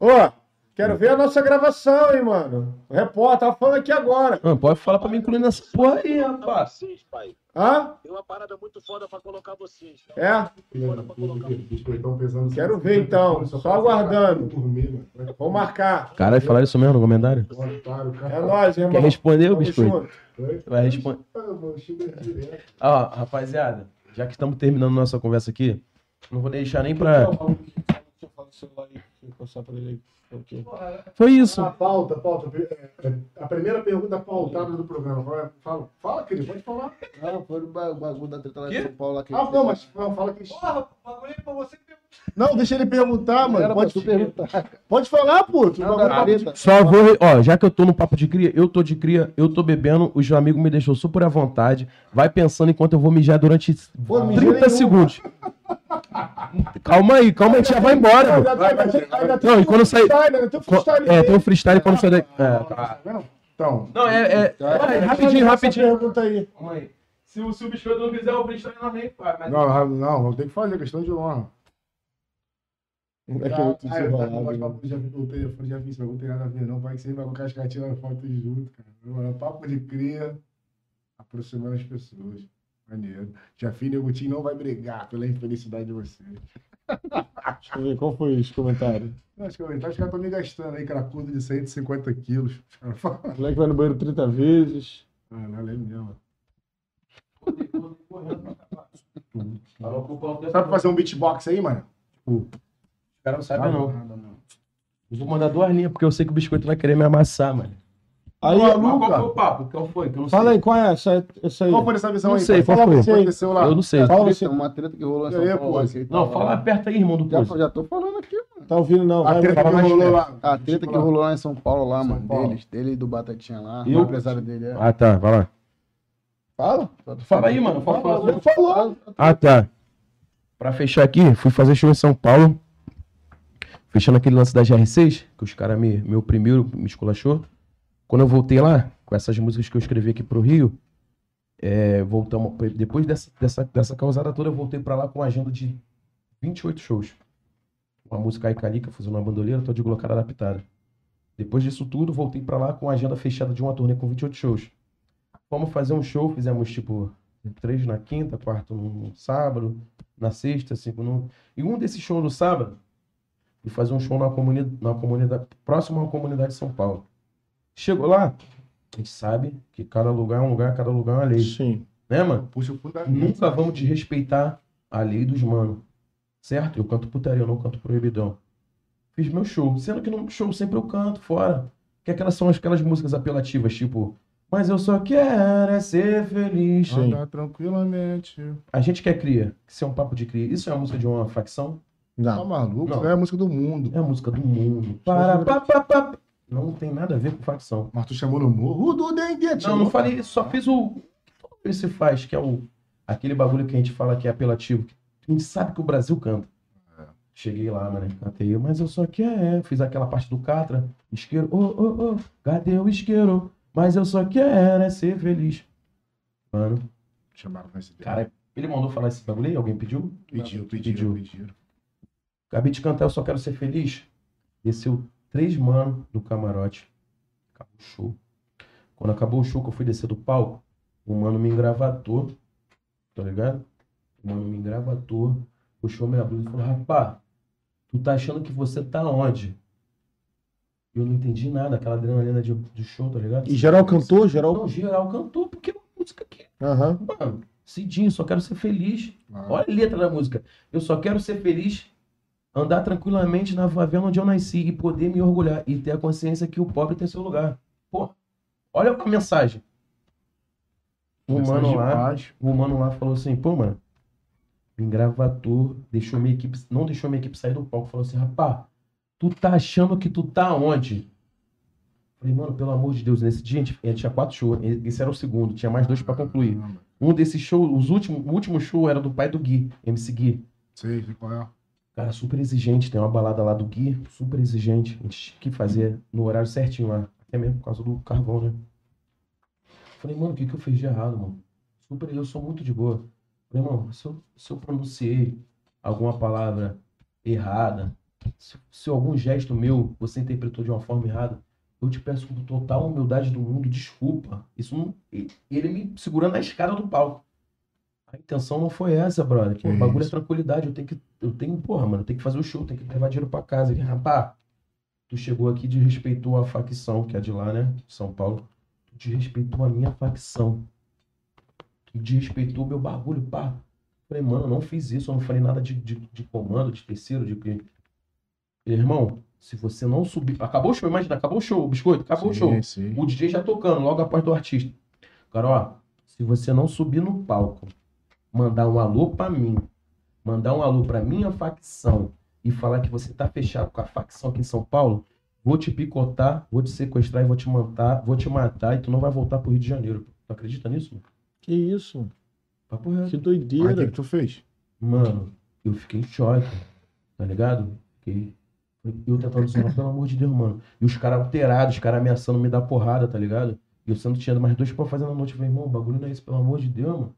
Speaker 1: Ô, quero ver a nossa gravação, hein, mano. O repórter tá falando aqui agora.
Speaker 3: Ah, pode falar pra me incluir nessa porra aí,
Speaker 5: pra
Speaker 3: rapaz.
Speaker 5: vocês, pai.
Speaker 1: Hã?
Speaker 5: Tem uma parada muito foda pra colocar vocês. Tá?
Speaker 1: É?
Speaker 5: Muito foda pra colocar vocês.
Speaker 1: Quero ver, então. Só aguardando. Vou marcar.
Speaker 3: Caralho, falaram isso mesmo no comentário?
Speaker 1: É nóis, irmão.
Speaker 3: Quer responder, ô
Speaker 1: Tamo
Speaker 3: Biscoito?
Speaker 1: junto.
Speaker 3: Vai responder. Ó, rapaziada, já que estamos terminando nossa conversa aqui, não vou deixar nem pra.
Speaker 1: Deixa eu falar do celular aí, deixa eu passar pra ele aí.
Speaker 6: Foi isso.
Speaker 2: A pauta, pauta. é, A primeira pergunta pautada do programa. Fala, fala, fala querido, pode falar.
Speaker 4: Ah, foi o ba- bagulho da treta lá
Speaker 7: Quê?
Speaker 4: de São Paulo. lá que a
Speaker 2: Ah,
Speaker 4: gente
Speaker 2: não,
Speaker 4: fez.
Speaker 2: mas não, fala que.
Speaker 7: Porra, o bagulho é pra você que
Speaker 2: Não, deixa ele perguntar, tá, mano.
Speaker 4: Era pra
Speaker 2: Pode, Tá.
Speaker 4: tu perguntar.
Speaker 2: pode falar, pô. Tu
Speaker 4: Não,
Speaker 1: é
Speaker 2: bagulho
Speaker 4: da
Speaker 2: tá-
Speaker 4: treta.
Speaker 3: Só vou. re- Ó, já que eu tô no papo de cria, eu tô de cria, eu tô bebendo, os amigos me deixou super à vontade. Vai pensando enquanto eu vou mijar durante
Speaker 2: Pô, mijar
Speaker 3: 30
Speaker 2: nenhuma.
Speaker 3: segundos. Calma aí, calma aí, já vai embora. mano.
Speaker 2: Vai, vai, vai, vai.
Speaker 3: Não, e quando sair.
Speaker 2: Freestyle, né? Tem um
Speaker 3: co-
Speaker 2: freestyle
Speaker 3: É,
Speaker 2: aí.
Speaker 3: tem um freestyle quando sair daqui. É.
Speaker 2: Tá vendo? Então.
Speaker 3: Não, é. é- é, rapidinho,
Speaker 2: Essa
Speaker 3: rapidinho.
Speaker 2: Pergunta
Speaker 1: É
Speaker 2: aí.
Speaker 7: Tá. Calma aí. Se o, se o biscoito não quiser, o freestyle não nem faz. Mas
Speaker 2: Não, não, não tem que fazer, questão de honra.
Speaker 1: É que eu tô
Speaker 2: Ah, eu tava com
Speaker 1: desenrolado,
Speaker 2: voz
Speaker 1: né?
Speaker 2: papo de avião, o telefone de aviso, mas não tem nada a ver, não. Vai que você vai colocar as catinhas foto junto, cara. Na moral, papo de cria, aproximando as pessoas. Maneiro. Já filho o Gutinho não vai brigar pela infelicidade de vocês.
Speaker 1: Deixa eu ver qual foi os comentários.
Speaker 2: Não, Acho que eu vou entrar, os caras estão me gastando aí, cracudo de 150 quilos. [laughs] Os caras falam,
Speaker 1: O moleque vai no banheiro 30 vezes.
Speaker 2: Caralho, é mesmo.
Speaker 7: Falou com o pau dessa-
Speaker 2: Sabe fazer um beatbox aí, mano?
Speaker 7: O cara não sabe,
Speaker 4: Tá,
Speaker 7: não.
Speaker 2: Nada, não.
Speaker 3: Eu Vou mandar duas linhas, porque eu sei que o biscoito vai querer me amassar, mano.
Speaker 1: Aí,
Speaker 7: Qual-
Speaker 1: Luca,
Speaker 3: é
Speaker 7: Qual foi o papo? Qual foi? Que eu não
Speaker 1: fala
Speaker 7: sei.
Speaker 1: aí, qual é essa, essa aí?
Speaker 2: Qual foi essa visão
Speaker 3: Não
Speaker 2: aí?
Speaker 3: sei,
Speaker 2: cara?
Speaker 3: qual
Speaker 2: Fala o que
Speaker 1: foi?
Speaker 2: aconteceu lá.
Speaker 3: Eu não sei.
Speaker 1: Fala
Speaker 4: Treta,
Speaker 1: você-
Speaker 4: Uma treta que rolou em São
Speaker 2: E aí,
Speaker 4: Paulo.
Speaker 2: pô?
Speaker 4: lá, que ele
Speaker 3: Não,
Speaker 4: tava
Speaker 3: fala
Speaker 4: lá.
Speaker 3: aperta aí, irmão do
Speaker 4: Já,
Speaker 3: Pose.
Speaker 4: já tô falando aqui, mano.
Speaker 1: Tá ouvindo, não?
Speaker 2: A
Speaker 1: Vai,
Speaker 2: treta
Speaker 1: vai.
Speaker 2: que
Speaker 3: mais
Speaker 2: Ah, rolou
Speaker 3: perto.
Speaker 2: lá.
Speaker 4: A treta que rolou lá em São Paulo lá, mano.
Speaker 2: Paulo.
Speaker 4: Deles, dele e do Batatinha lá.
Speaker 3: Eu?
Speaker 4: O empresário dele é.
Speaker 3: Ah, tá, vai lá.
Speaker 1: Fala.
Speaker 3: Fala aí, mano. Fala, fala.
Speaker 1: Ele falou.
Speaker 3: Ah, tá. Pra fechar aqui, fui fazer show em São Paulo. Fechando aquele lance da GR6, que os caras me, me oprimiram, me esculachou. Quando eu voltei lá, com essas músicas que eu escrevi aqui pro Rio, é, voltamos. Depois dessa, dessa, dessa causada toda, eu voltei pra lá com uma agenda de 28 shows. Uma música aí calica, fazendo uma bandoleira, tô de colocada adaptada. Depois disso tudo, voltei pra lá com a agenda fechada de uma turnê com 28 shows. Fomos fazer um show, fizemos tipo três na quinta, quarto no sábado, na sexta, cinco no. E um desses shows no sábado, e fazer um show na comunidade, na comunidade próximo à comunidade de São Paulo. Chegou lá, a gente sabe que cada lugar é um lugar, cada lugar é uma lei,
Speaker 1: Sim.
Speaker 3: né, mano?
Speaker 2: Puxa o fundamento.
Speaker 3: Nunca vamos desrespeitar a lei dos manos, certo? Eu canto putaria, eu não canto proibidão. Fiz meu show, sendo que no show sempre eu canto fora. Que aquelas são aquelas músicas apelativas, tipo, mas eu só quero é ser feliz.
Speaker 1: Sim.
Speaker 2: Andar tá tranquilamente.
Speaker 3: A gente quer cria, que isso é um papo de cria. Isso é a música de uma facção?
Speaker 2: Tá
Speaker 1: Não.
Speaker 2: maluco?
Speaker 3: Não.
Speaker 2: Isso é a música do mundo.
Speaker 3: É a música do mundo. Para, pa, pa, pa. Não tem nada a ver com facção.
Speaker 2: Mas tu chamou no morro do Dengue.
Speaker 3: Não, não falei isso, só fiz o. O que se faz, que é o. Aquele bagulho que a gente fala que é apelativo. que A gente sabe que o Brasil canta. Cheguei lá, mano, cantei, mas eu só quero. Fiz aquela parte do Catra. Isqueiro, ô, ô, ô, cadê o isqueiro? Mas eu só quero é ser feliz. Mano,
Speaker 2: Chamaram pra esse
Speaker 3: cara, ele mandou falar esse bagulho aí? Alguém pediu?
Speaker 2: Pediu, pediu,
Speaker 3: Pediu.
Speaker 2: pediu.
Speaker 3: Acabei de cantar Eu Só Quero Ser Feliz. Desceu três mano do camarote. Acabou o show. Quando acabou o show, que eu fui descer do palco, o mano me engravatou. Tá ligado? O mano me engravatou, puxou minha blusa e falou: Rapá, tu tá achando que você tá onde? Eu não entendi nada, aquela adrenalina de, do show, tá ligado?
Speaker 1: E geral cantou? Geral.
Speaker 3: Não, geral cantou, porque é uma música que,
Speaker 1: Aham.
Speaker 3: mano, Cidinho, só quero ser feliz.
Speaker 2: Claro.
Speaker 3: Olha a letra da música. Eu só quero ser feliz, andar tranquilamente na favela onde eu nasci e poder me orgulhar e ter a consciência que o pobre tem seu lugar. Pô, olha a mensagem. O
Speaker 2: Mensagem
Speaker 3: mano
Speaker 2: de
Speaker 3: lá,
Speaker 2: paz.
Speaker 3: o mano lá falou assim, pô, mano, me engravatou, deixou minha equipe, não deixou minha equipe sair do palco. Falou assim, rapá, tu tá achando que tu tá onde? Falei, mano, pelo amor de Deus, nesse dia a gente, a gente tinha quatro shows, esse era o segundo, tinha mais dois pra concluir.
Speaker 2: Caramba.
Speaker 3: Um desses shows, os últimos, o último show era do pai do Gui, MC Gui.
Speaker 2: Sei, sei qual é.
Speaker 3: Cara, super exigente, tem uma balada lá do Gui, super exigente. A gente tinha que fazer no horário certinho lá, até mesmo por causa do carvão, né? Falei, mano, o que, que eu fiz de errado, mano? Super, eu sou muito de boa. Falei, mano, se eu, se eu pronunciei alguma palavra errada, se, se algum gesto meu você interpretou de uma forma errada, eu te peço com total humildade do mundo, desculpa. Isso não. e- e Ele me segurando na escada do palco. A intenção não foi essa, brother. Que
Speaker 2: Que
Speaker 3: o bagulho
Speaker 2: isso.
Speaker 3: é tranquilidade. Eu tenho que. Eu tenho, porra, mano, eu tenho que fazer o show, eu tenho que levar dinheiro pra casa. Ele, rapá, tu chegou aqui e desrespeitou a facção, que é de lá, né? São Paulo. Tu desrespeitou a minha facção. Tu desrespeitou meu bagulho, pá. Falei, mano, eu não fiz isso, eu não falei nada de, de, de comando, de terceiro, de. Irmão, se você não subir. Acabou o show, imagina, acabou o show, o biscoito, acabou o show.
Speaker 2: Sim, sim.
Speaker 3: O DJ já tocando logo após do artista. Cara, ó, se você não subir no palco, mandar um alô pra mim, mandar um alô pra minha facção e falar que você tá fechado com a facção aqui em São Paulo, vou te picotar, vou te sequestrar e vou te matar, vou te matar e tu não vai voltar pro Rio de Janeiro. Tu acredita nisso? mano?
Speaker 1: Que isso?
Speaker 3: Papo reto.
Speaker 1: Que
Speaker 2: Mas o que,
Speaker 1: doideira.
Speaker 2: que tu fez?
Speaker 3: Mano, eu fiquei em choque, tá ligado? Fiquei. Eu tentando sonar, pelo amor de Deus, mano. E os caras alterados, os caras ameaçando me dar porrada, tá ligado? E eu sendo tinha mais dois pra fazer na noite. Eu falei, irmão, o bagulho não é isso, pelo amor de Deus, mano.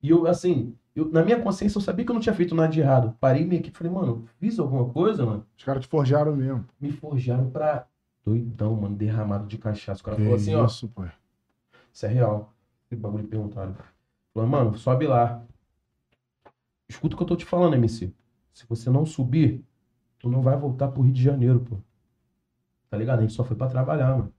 Speaker 3: E eu, assim, eu, na minha consciência eu sabia que eu não tinha feito nada de errado. Parei minha equipe e falei, mano, fiz alguma coisa, mano?
Speaker 2: Os caras te forjaram mesmo.
Speaker 3: Me forjaram pra doidão, mano, derramado de cachaça. O cara
Speaker 2: Que
Speaker 3: falou assim, ó,
Speaker 2: isso, pô.
Speaker 3: isso é real. Esse bagulho perguntaram. Falou, mano, sobe lá. Escuta o que eu tô te falando, MC. Se você não subir, tu não vai voltar pro Rio de Janeiro, pô. Tá ligado? A gente só foi pra trabalhar, mano.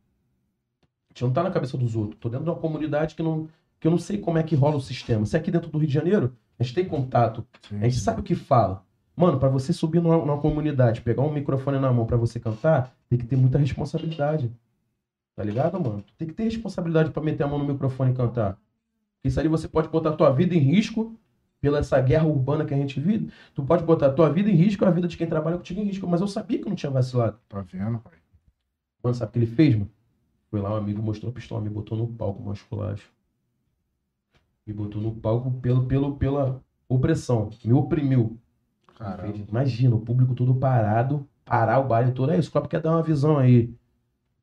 Speaker 3: A gente não tá na cabeça dos outros. Tô dentro de uma comunidade que, não, que eu não sei como é que rola o sistema. Se é aqui dentro do Rio de Janeiro, a gente tem contato.
Speaker 2: Sim,
Speaker 3: A gente
Speaker 2: sim.
Speaker 3: sabe o que fala. Mano, pra você subir numa, numa comunidade, pegar um microfone na mão pra você cantar, tem que ter muita responsabilidade. Tá ligado, mano? Tem que ter responsabilidade pra meter a mão no microfone e cantar. Porque isso ali você pode botar a tua vida em risco pela essa guerra urbana que a gente vive. Tu pode botar a tua vida em risco, a vida de quem trabalha contigo em risco. Mas eu sabia que eu não tinha vacilado.
Speaker 2: Tá vendo, pai?
Speaker 3: Mano, sabe o que ele fez, mano? Foi lá, um amigo mostrou a pistola, me botou no palco, mano, esculacho. Me botou no palco pelo, pelo, pela opressão. Me oprimiu.
Speaker 2: Caramba.
Speaker 3: Imagina, o público todo parado, parar o baile todo. É isso, o copo quer dar uma visão aí.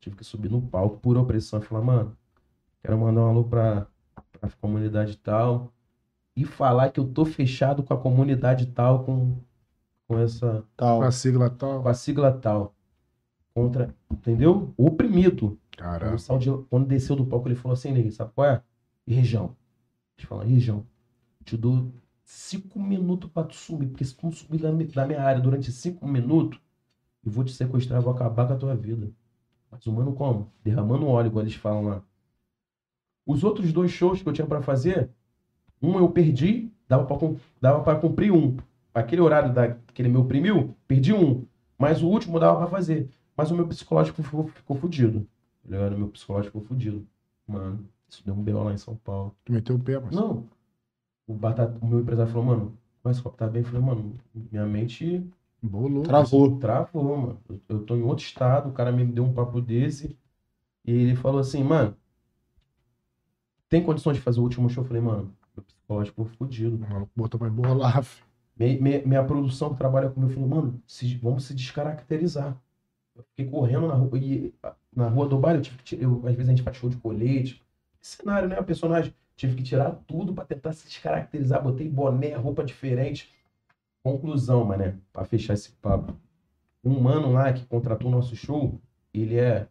Speaker 3: Tive que subir no palco por opressão e falar, mano, quero mandar um alô pra, pra comunidade tal. E falar que eu tô fechado com a comunidade tal, com, com essa.
Speaker 2: Com
Speaker 1: Tal.
Speaker 2: a sigla tal.
Speaker 3: com a sigla tal. Contra. Entendeu? Oprimido. Quando,
Speaker 2: Caramba.
Speaker 3: saiu de- quando desceu do palco, ele falou assim, nele, sabe qual é? Irjão. Eles falam, Irjão, te dou cinco minutos pra tu sumir, porque se tu não sumir da, mi- da minha área durante cinco minutos, eu vou te sequestrar, vou acabar com a tua vida. Mas o mano como? Derramando óleo, igual eles falam lá. Os outros dois shows que eu tinha pra fazer, um eu perdi, dava pra, cum- dava pra cumprir um. Aquele horário da, que ele me oprimiu, perdi um. Mas o último dava pra fazer. Mas o meu psicológico ficou, ficou fudido. Tá ligado? Meu psicológico ficou fudido. Mano, isso deu um B.O. lá em São Paulo.
Speaker 2: Tu meteu o pé, mas.
Speaker 3: Não. O, batata, o meu empresário falou, mano, mas tá bem? Eu falei, mano, minha mente
Speaker 2: Bolou.
Speaker 1: Travou.
Speaker 3: travou, mano. Eu, eu tô em outro estado, o cara me deu um papo desse. E ele falou assim, mano, tem condições de fazer o último show? Eu falei, mano, meu psicológico ficou fudido.
Speaker 2: O maluco botou pra embolar, filho.
Speaker 3: Minha, minha, minha produção que trabalha comigo falou, mano, se- vamos se descaracterizar. Eu fiquei correndo na rua, e, na rua do baile, eu tive que ti- eu, às vezes a gente faz show de colete, cenário, né, personagem. Tive que tirar tudo pra tentar se descaracterizar, botei boné, roupa diferente. Conclusão, mané, pra fechar esse papo. Um mano lá que contratou o nosso show, ele é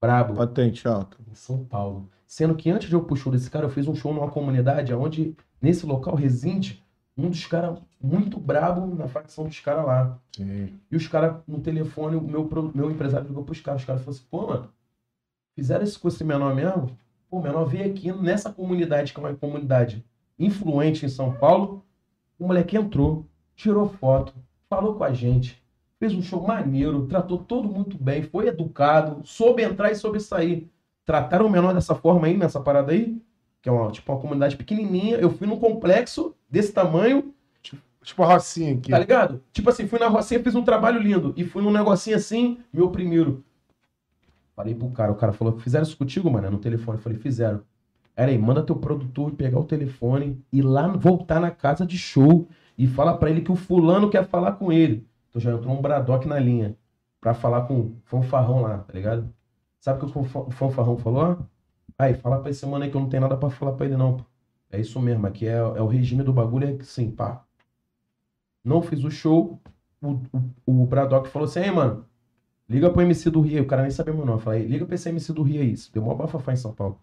Speaker 3: brabo
Speaker 1: Patente alta.
Speaker 3: em São Paulo. Sendo que antes de eu puxar desse cara, eu fiz um show numa comunidade onde, nesse local resinte, um dos caras muito brabo na facção dos caras lá.
Speaker 2: Sim.
Speaker 3: E os caras, no telefone, o meu, pro- meu empresário ligou pros caras. Os caras falaram assim, pô, mano, fizeram isso com esse menor mesmo? Pô, o menor veio aqui nessa comunidade, que é uma comunidade influente em São Paulo. O moleque entrou, tirou foto, falou com a gente, fez um show maneiro, tratou todo muito bem, foi educado, soube entrar e soube sair. Trataram o menor dessa forma aí, nessa parada aí, que é uma, tipo, uma comunidade pequenininha. Eu fui num complexo desse tamanho,
Speaker 2: Tipo a rocinha aqui.
Speaker 3: Tá ligado? Tipo assim, fui na rocinha, fiz um trabalho lindo. E fui num negocinho assim, meu primeiro. Falei pro cara, o cara falou, fizeram isso contigo, mano? No telefone. Eu falei, fizeram. Era aí, manda teu produtor pegar o telefone e lá voltar na casa de show e fala pra ele que o fulano quer falar com ele. Então já entrou um Bradock na linha pra falar com o fanfarrão lá, tá ligado? Sabe o que o fanfa- o fanfarrão falou? Aí, fala pra esse mano aí que eu não tenho nada pra falar pra ele, não. pô. É isso mesmo, aqui é, é o regime do bagulho, é que sim, pá não fiz o show. O, o, o Braddock falou assim: aí, mano, liga pro MC do Rio. aí." O cara nem sabia meu nome. Eu falei: liga pra esse MC do Rio aí. Isso deu uma bafafá em São Paulo.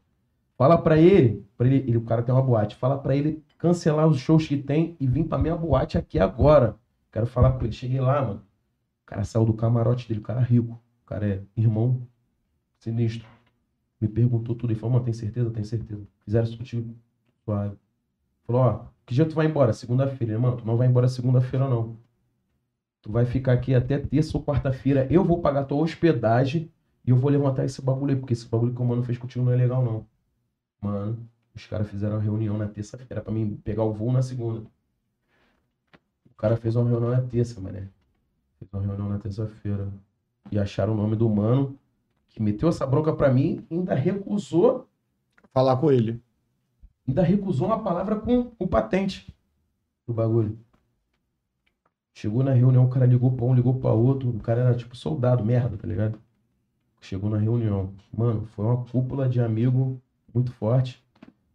Speaker 3: Fala pra ele, pra ele, ele- o cara tem uma boate. Fala pra ele cancelar os shows que tem e vir pra minha boate aqui agora. Quero falar com ele. Cheguei lá, mano. O cara saiu do camarote dele, o cara é rico. O cara é irmão sinistro. Me perguntou tudo. Ele falou, mano, tem certeza? Tem certeza. Fizeram isso contigo. Suave. Falou, ó, que dia tu vai embora? Segunda-feira, Ele, mano. Tu não vai embora segunda-feira, não. Tu vai ficar aqui até terça ou quarta-feira. Eu vou pagar tua hospedagem e eu vou levantar esse bagulho aí, porque esse bagulho que o mano fez contigo não é legal, não. Mano, os caras fizeram uma reunião na terça-feira pra mim pegar o voo na segunda. O cara fez uma reunião na terça, mané. Fez uma reunião na terça-feira. E acharam o nome do mano que meteu essa bronca pra mim e ainda recusou,
Speaker 1: Falar com ele.
Speaker 3: ainda recusou uma palavra com o patente do bagulho. Chegou na reunião, o cara ligou pra um, ligou pra outro. O cara era tipo soldado, merda, tá ligado? Chegou na reunião. Mano, foi uma cúpula de amigo muito forte.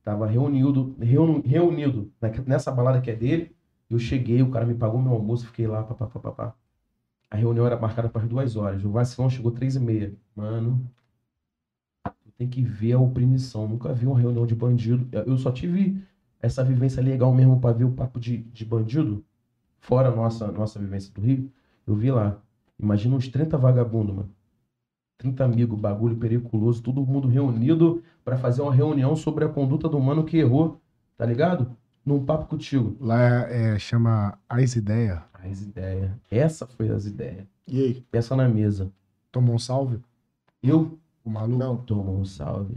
Speaker 3: Tava reunido, reun- reunido naque- nessa balada que é dele. Eu cheguei, o cara me pagou meu almoço, fiquei lá, papapá. Pá, pá, pá. A reunião era marcada para as duas horas. O vacilão chegou três e meia. Mano, tu tem que ver a oprimição. Nunca vi uma reunião de bandido. Eu só tive essa vivência legal mesmo para ver o papo de, de bandido. Fora a nossa, nossa vivência do Rio. Eu vi lá. Imagina uns 30 vagabundos, mano. 30 amigos, bagulho periculoso, todo mundo reunido para fazer uma reunião sobre a conduta do mano que errou, tá ligado? Num papo contigo.
Speaker 2: Lá é, é, chama As Ideias.
Speaker 3: As ideias. Essa foi as ideias.
Speaker 1: E aí?
Speaker 3: Peça na mesa.
Speaker 2: Tomou um salve?
Speaker 3: Eu
Speaker 2: O maluco?
Speaker 1: Não.
Speaker 3: tomo um salve.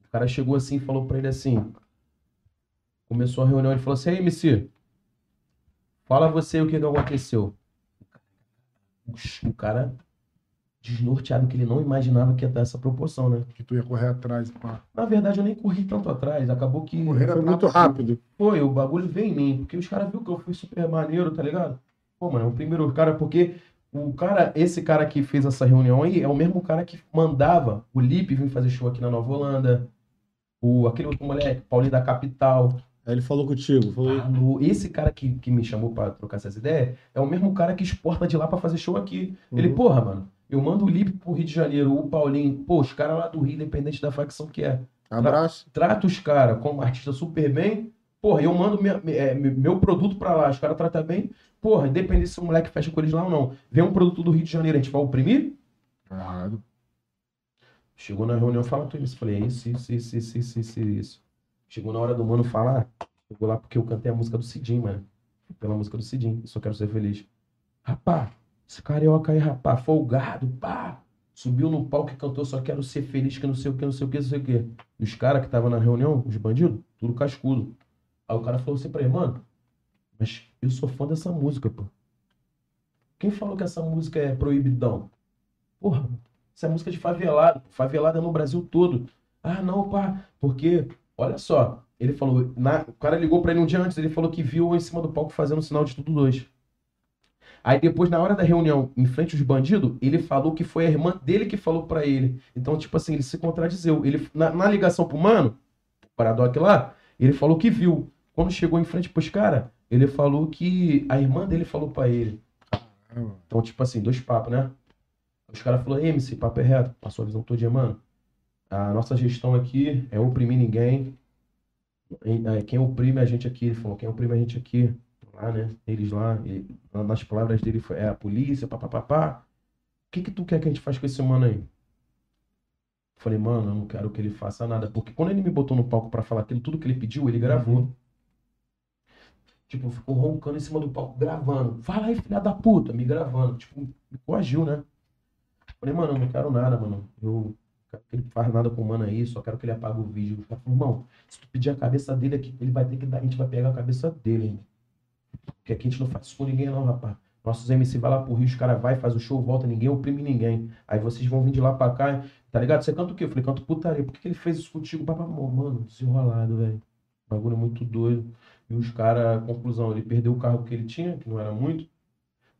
Speaker 3: O cara chegou assim e falou pra ele assim. Começou a reunião, ele falou assim, "Ei, MC, fala você aí o que que aconteceu. Oxi, O cara desnorteado, que ele não imaginava que ia dar essa proporção, né?
Speaker 2: Que tu ia correr atrás. Pá.
Speaker 3: Na verdade, eu nem corri tanto atrás, acabou que...
Speaker 2: Correr
Speaker 1: Foi
Speaker 2: atrás.
Speaker 1: muito rápido.
Speaker 3: Foi, o bagulho veio em mim, porque os caras viram que eu fui super maneiro, tá ligado? Pô, mano, o primeiro cara, porque o cara, esse cara que fez essa reunião aí é o mesmo cara que mandava o Lipe vir fazer show aqui na Nova Holanda, o, aquele outro moleque, Paulinho da Capital.
Speaker 1: Aí ele falou contigo. Falou,
Speaker 3: Falou, Esse cara que, que me chamou pra trocar essas ideias é o mesmo cara que exporta de lá pra fazer show aqui. Ele, porra, mano, eu mando o Lipe pro Rio de Janeiro, o Paulinho, pô, os caras lá do Rio, independente da facção que é
Speaker 1: abraço.
Speaker 3: trata os caras como um artista super bem, porra, eu mando minha- me- é, me- meu produto pra lá, os caras tratam bem, porra, independente se o moleque fecha com eles lá ou não. Vem um produto do Rio de Janeiro, a gente vai oprimir?
Speaker 2: Errado.
Speaker 3: Chegou na reunião, fala tudo isso. Falei, é isso, isso, isso, isso, isso, isso, isso. Chegou na hora do mano falar, chegou lá porque eu cantei a música do Cidinho, mano. Pela música do Cidinho, só quero ser feliz. Rapá, esse carioca aí, rapá, folgado, pá. Subiu no palco e cantou Só Quero Ser Feliz, que não sei o que, não sei o que, não sei o que. E os caras que estavam na reunião, os bandidos, tudo cascudo. Aí o cara falou assim pra ele, mano, mas eu sou fã dessa música, pô. Quem falou que essa música é proibidão? Porra, isso é música de favelado. Favelado é no Brasil todo. Ah, não, pá. Porque, olha só. Ele falou. na- o cara ligou pra ele um dia antes. Ele falou que viu eu em cima do palco fazendo sinal de tudo dois. Aí depois, na hora da reunião, em frente aos bandidos, ele falou que foi a irmã dele que falou pra ele. Então, tipo assim, ele se contradizeu. Ele, na, na ligação pro mano, pro Paradoc lá, ele falou que viu. Quando chegou em frente pros caras, ele falou que a irmã dele falou pra ele. Então, tipo assim, dois papos, né? Os caras falaram, "Ei, MC, papo é reto, passou a visão todo dia, mano. A nossa gestão aqui é oprimir ninguém. E, é, Quem oprime a gente aqui, ele falou, quem oprime a gente aqui, lá, né? Eles lá, e na- nas palavras dele foi, é a polícia, papapá. O que que tu quer que a gente faça com esse mano aí? Falei, mano, eu não quero que ele faça nada. Porque quando ele me botou no palco pra falar aquilo, tudo que ele pediu, ele gravou. Tipo, ficou roncando em cima do palco, gravando. Fala aí, filha da puta, me gravando. Tipo, me coagiu, né? Falei, mano, eu não quero nada, mano. Eu não quero que ele faça nada com o mano aí, só quero que ele apague o vídeo. O cara falou, irmão, se tu pedir a cabeça dele aqui, ele vai ter que dar, a gente vai pegar a cabeça dele, hein? Porque aqui a gente não faz isso com ninguém, não, rapaz. Nossos MC vai lá pro Rio, os caras vai, faz o show, volta, ninguém oprime ninguém. Aí vocês vão vir de lá pra cá, tá ligado? Você canta o quê? Eu falei, canto putaria. Por que, que ele fez isso contigo? Papai, mano, desenrolado, velho. Bagulho muito doido. E os caras, conclusão, ele perdeu o cargo que ele tinha, que não era muito.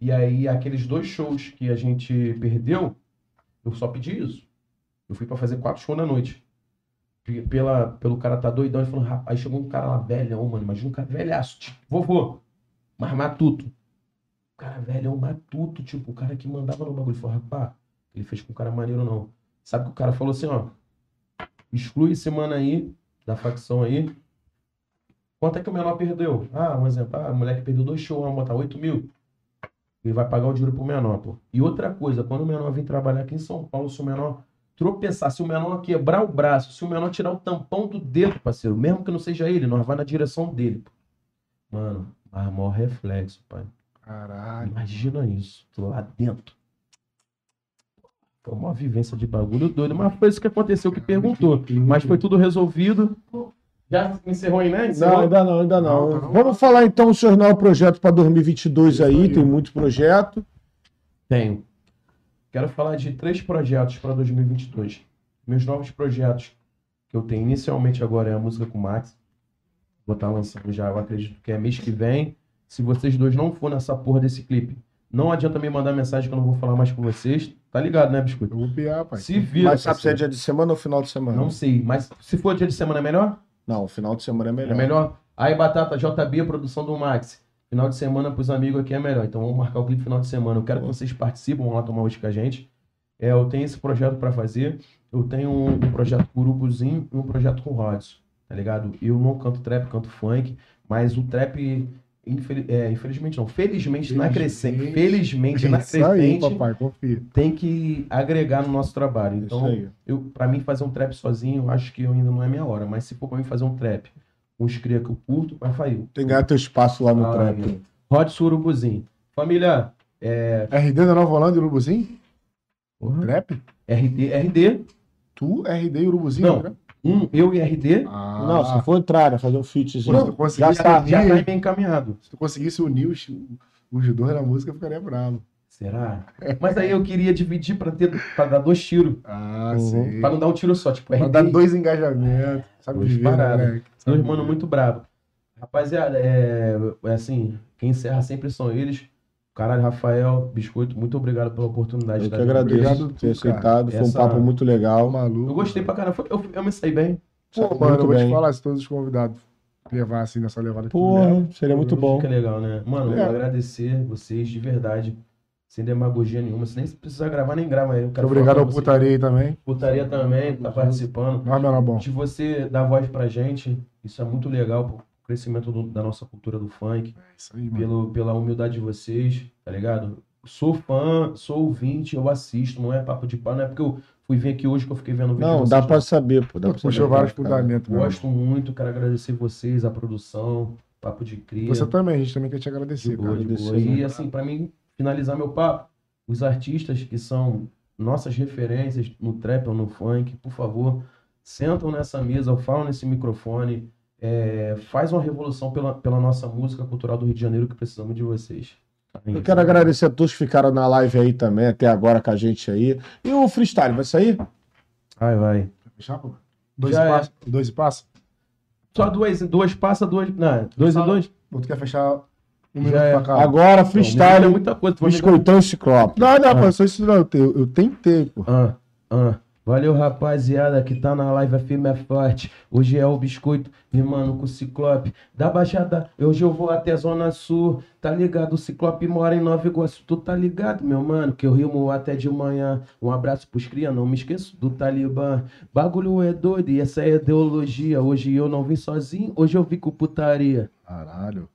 Speaker 3: E aí, aqueles dois shows que a gente perdeu, eu só pedi isso. Eu fui pra fazer quatro shows na noite. P- Pela, pelo cara tá doidão, ele falou, rapaz, chegou um cara lá velhão, mano, imagina um cara velhaço, tipo, vovô, mas matuto. O cara velhão, matuto, tipo, o cara que mandava no bagulho. Ele falou, rapaz, ele fez com um cara maneiro não. Sabe que o cara falou assim, ó, exclui esse mano aí, da facção aí. Quanto é que o menor perdeu? Ah, um exemplo, ah, o moleque perdeu dois shows, vamos botar 8 mil. Ele vai pagar o dinheiro pro menor, pô. E outra coisa, quando o menor vir trabalhar aqui em São Paulo, se o menor tropeçar, se o menor quebrar o braço, se o menor tirar o tampão do dedo, parceiro, mesmo que não seja ele, nós vai na direção dele, pô. Mano, mas maior reflexo, pai.
Speaker 2: Caralho.
Speaker 3: Imagina isso, tô lá dentro. Foi uma vivência de bagulho doido, mas foi isso que aconteceu, que perguntou. Mas foi tudo resolvido. Já encerrou aí, né? Encerrou?
Speaker 1: Não, ainda não, ainda não.
Speaker 2: Não, tá bom.
Speaker 1: Vamos falar então o seu novo projeto para 2022
Speaker 2: Isso
Speaker 1: aí,
Speaker 2: aí.
Speaker 1: tem muito projeto.
Speaker 3: Tenho. Quero falar de três projetos para 2022. Meus novos projetos que eu tenho inicialmente agora é a música com o Max. Vou estar lançando já, eu acredito que é mês que vem. Se vocês dois não for nessa porra desse clipe, não adianta me mandar mensagem que eu não vou falar mais com vocês. Tá ligado, né, Biscoito?
Speaker 2: Eu vou piar, pai.
Speaker 3: Se vira.
Speaker 1: Mas sabe se é
Speaker 3: parceiro.
Speaker 1: dia de semana ou final de semana?
Speaker 3: Não sei, mas se for dia de semana é melhor?
Speaker 1: Não, final de semana é melhor.
Speaker 3: É melhor. Aí, Batata, JB, produção do Max. Final de semana pros amigos aqui é melhor. Então vamos marcar o clipe final de semana. Eu quero que vocês participem, vão lá tomar hoje com a gente. É, eu tenho esse projeto pra fazer. Eu tenho um, um projeto com o Urubuzinho e um projeto com o Rodson, tá ligado? Eu não canto trap, canto funk, mas o trap, infel- é, infelizmente não, felizmente na crescente,
Speaker 2: Felizmente. É
Speaker 3: felizmente na
Speaker 2: Isso aí,
Speaker 3: crescente,
Speaker 2: papai, É confia.
Speaker 3: tem que agregar no nosso trabalho.
Speaker 1: Isso
Speaker 3: Então,
Speaker 1: aí.
Speaker 3: eu, para mim, fazer um trap sozinho, eu acho que ainda não é minha hora. Mas se for pra mim fazer um trap, com os cria que eu curto, vai fazer.
Speaker 1: Tem que ganhar teu espaço lá no
Speaker 3: Ah,
Speaker 1: trap.
Speaker 3: meu. Rod Surubuzinho. Família,
Speaker 2: RD da é Nova Holanda e Urubuzinho?
Speaker 3: porra,
Speaker 2: Trap?
Speaker 3: RD, RD,
Speaker 2: Tu, RD e Urubuzinho?
Speaker 3: Não.
Speaker 2: trap?
Speaker 3: um, eu e RD,
Speaker 2: Ah,
Speaker 1: Não, se for entrar, né, fazer um featzinho.
Speaker 2: Não,
Speaker 1: já
Speaker 2: consegui-
Speaker 1: tá.
Speaker 3: já tá bem encaminhado.
Speaker 2: se tu conseguisse unir os, os dois na música, eu ficaria bravo.
Speaker 3: Será? Mas aí eu queria dividir pra, ter, pra dar dois tiros.
Speaker 2: Ah,
Speaker 1: Uhum.
Speaker 2: sim.
Speaker 3: Pra não dar um tiro só, tipo,
Speaker 2: Pra
Speaker 3: RD,
Speaker 2: dar dois engajamentos. Sabe
Speaker 3: Duas
Speaker 2: viver, né,
Speaker 3: paradas.
Speaker 2: moleque?
Speaker 3: dois mano muito bravo. Rapaziada, é, é assim, quem encerra sempre são eles. Caralho, Rafael, Biscoito, muito obrigado pela oportunidade.
Speaker 1: Eu que
Speaker 3: tá?
Speaker 1: agradeço
Speaker 2: Obrigado
Speaker 1: por
Speaker 2: tu,
Speaker 1: ter
Speaker 2: cara.
Speaker 1: aceitado. Foi um
Speaker 3: Essa-
Speaker 1: papo muito
Speaker 2: Tá
Speaker 1: legal.
Speaker 2: maluco.
Speaker 3: Eu gostei pra caramba. Foi- Eu, eu me saí bem.
Speaker 2: Pô,
Speaker 1: Muito
Speaker 2: mano, eu vou
Speaker 1: bem.
Speaker 2: te falar, se todos os convidados levar assim nessa levada que tu leva,
Speaker 1: Porra, Né? seria É muito bom.
Speaker 3: Fica legal, né? Mano, eu
Speaker 2: É.
Speaker 3: vou agradecer vocês de verdade. Sem demagogia nenhuma. Se nem precisar gravar, nem grava aí. Eu
Speaker 2: Muito
Speaker 3: quero
Speaker 2: obrigado
Speaker 3: falar
Speaker 2: ao
Speaker 3: pra você.
Speaker 2: putaria aí também.
Speaker 3: Putaria também, tá participando.
Speaker 2: Vai, meu bom.
Speaker 3: De você dar voz pra gente, isso é muito legal pro crescimento do- da nossa cultura do funk.
Speaker 2: É isso aí, mano.
Speaker 3: Pelo, pela humildade de vocês, tá ligado? Sou fã, sou ouvinte, eu assisto, não é papo de pá, não é porque eu fui vir aqui hoje que eu fiquei vendo o vídeo. de
Speaker 1: Não,
Speaker 3: vocês,
Speaker 1: dá pra saber, pô. Dá pra
Speaker 2: Puxou
Speaker 1: saber,
Speaker 2: vários
Speaker 1: cara.
Speaker 2: fundamentos, meu.
Speaker 3: Gosto muito, quero agradecer vocês, a produção, papo de cria.
Speaker 2: Você também, a gente também quer te
Speaker 3: De
Speaker 2: agradecer,
Speaker 3: boa,
Speaker 2: cara.
Speaker 3: de boa.
Speaker 1: agradecer,
Speaker 3: E assim, pra mim, finalizar meu papo, os artistas que são nossas referências no trap ou no funk, por favor, sentam nessa mesa, falam nesse microfone, é, faz uma revolução pela, pela nossa música cultural do Rio de Janeiro que precisamos de vocês.
Speaker 1: Eu quero agradecer a todos que ficaram na live aí também, até agora com a gente aí. E o freestyle, vai sair?
Speaker 3: Vai, vai.
Speaker 2: Fechar, pô? Dois
Speaker 3: Já
Speaker 2: e
Speaker 3: é.
Speaker 2: passos? Dois e passos?
Speaker 3: Só duas, duas passa, duas. Não, dois e dois?
Speaker 2: Ou tu quer fechar um
Speaker 3: Já
Speaker 2: minuto
Speaker 3: é.
Speaker 2: pra cá?
Speaker 1: Agora,
Speaker 3: é [laughs]
Speaker 1: freestyle,
Speaker 3: muita coisa. tu vai me-
Speaker 1: biscoitão e ciclope.
Speaker 2: Não, não, pô, só isso não. Eu, te- eu tentei, pô.
Speaker 3: Ah, ah. Valeu, rapaziada, que tá na live, a firme é forte. Hoje é o biscoito, rimando com o Ciclope. Da Baixada, hoje eu vou até Zona Sul, tá ligado? O Ciclope mora em Nova Iguaçu, tu tá ligado, meu mano? Que eu rimo até de manhã. Um abraço pros cria, não me esqueço do Talibã. Bagulho é doido e essa é ideologia. Hoje eu não vim sozinho, hoje eu vim com putaria.
Speaker 2: Caralho.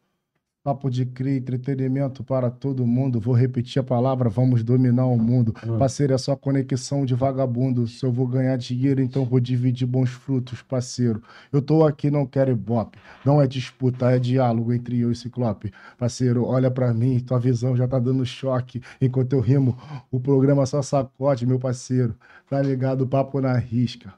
Speaker 2: Papo de cria, entretenimento para todo mundo. Vou repetir a palavra, vamos dominar o mundo.
Speaker 3: Hum.
Speaker 2: Parceiro, é só conexão de vagabundo. Se eu vou ganhar dinheiro, então vou dividir bons frutos, parceiro. Eu tô aqui, não quero ibope. Não é disputa, é diálogo entre eu e Ciclope. Parceiro, olha pra mim, tua visão já tá dando choque. Enquanto eu rimo, o programa só sacode, meu parceiro. Tá ligado? Papo na risca.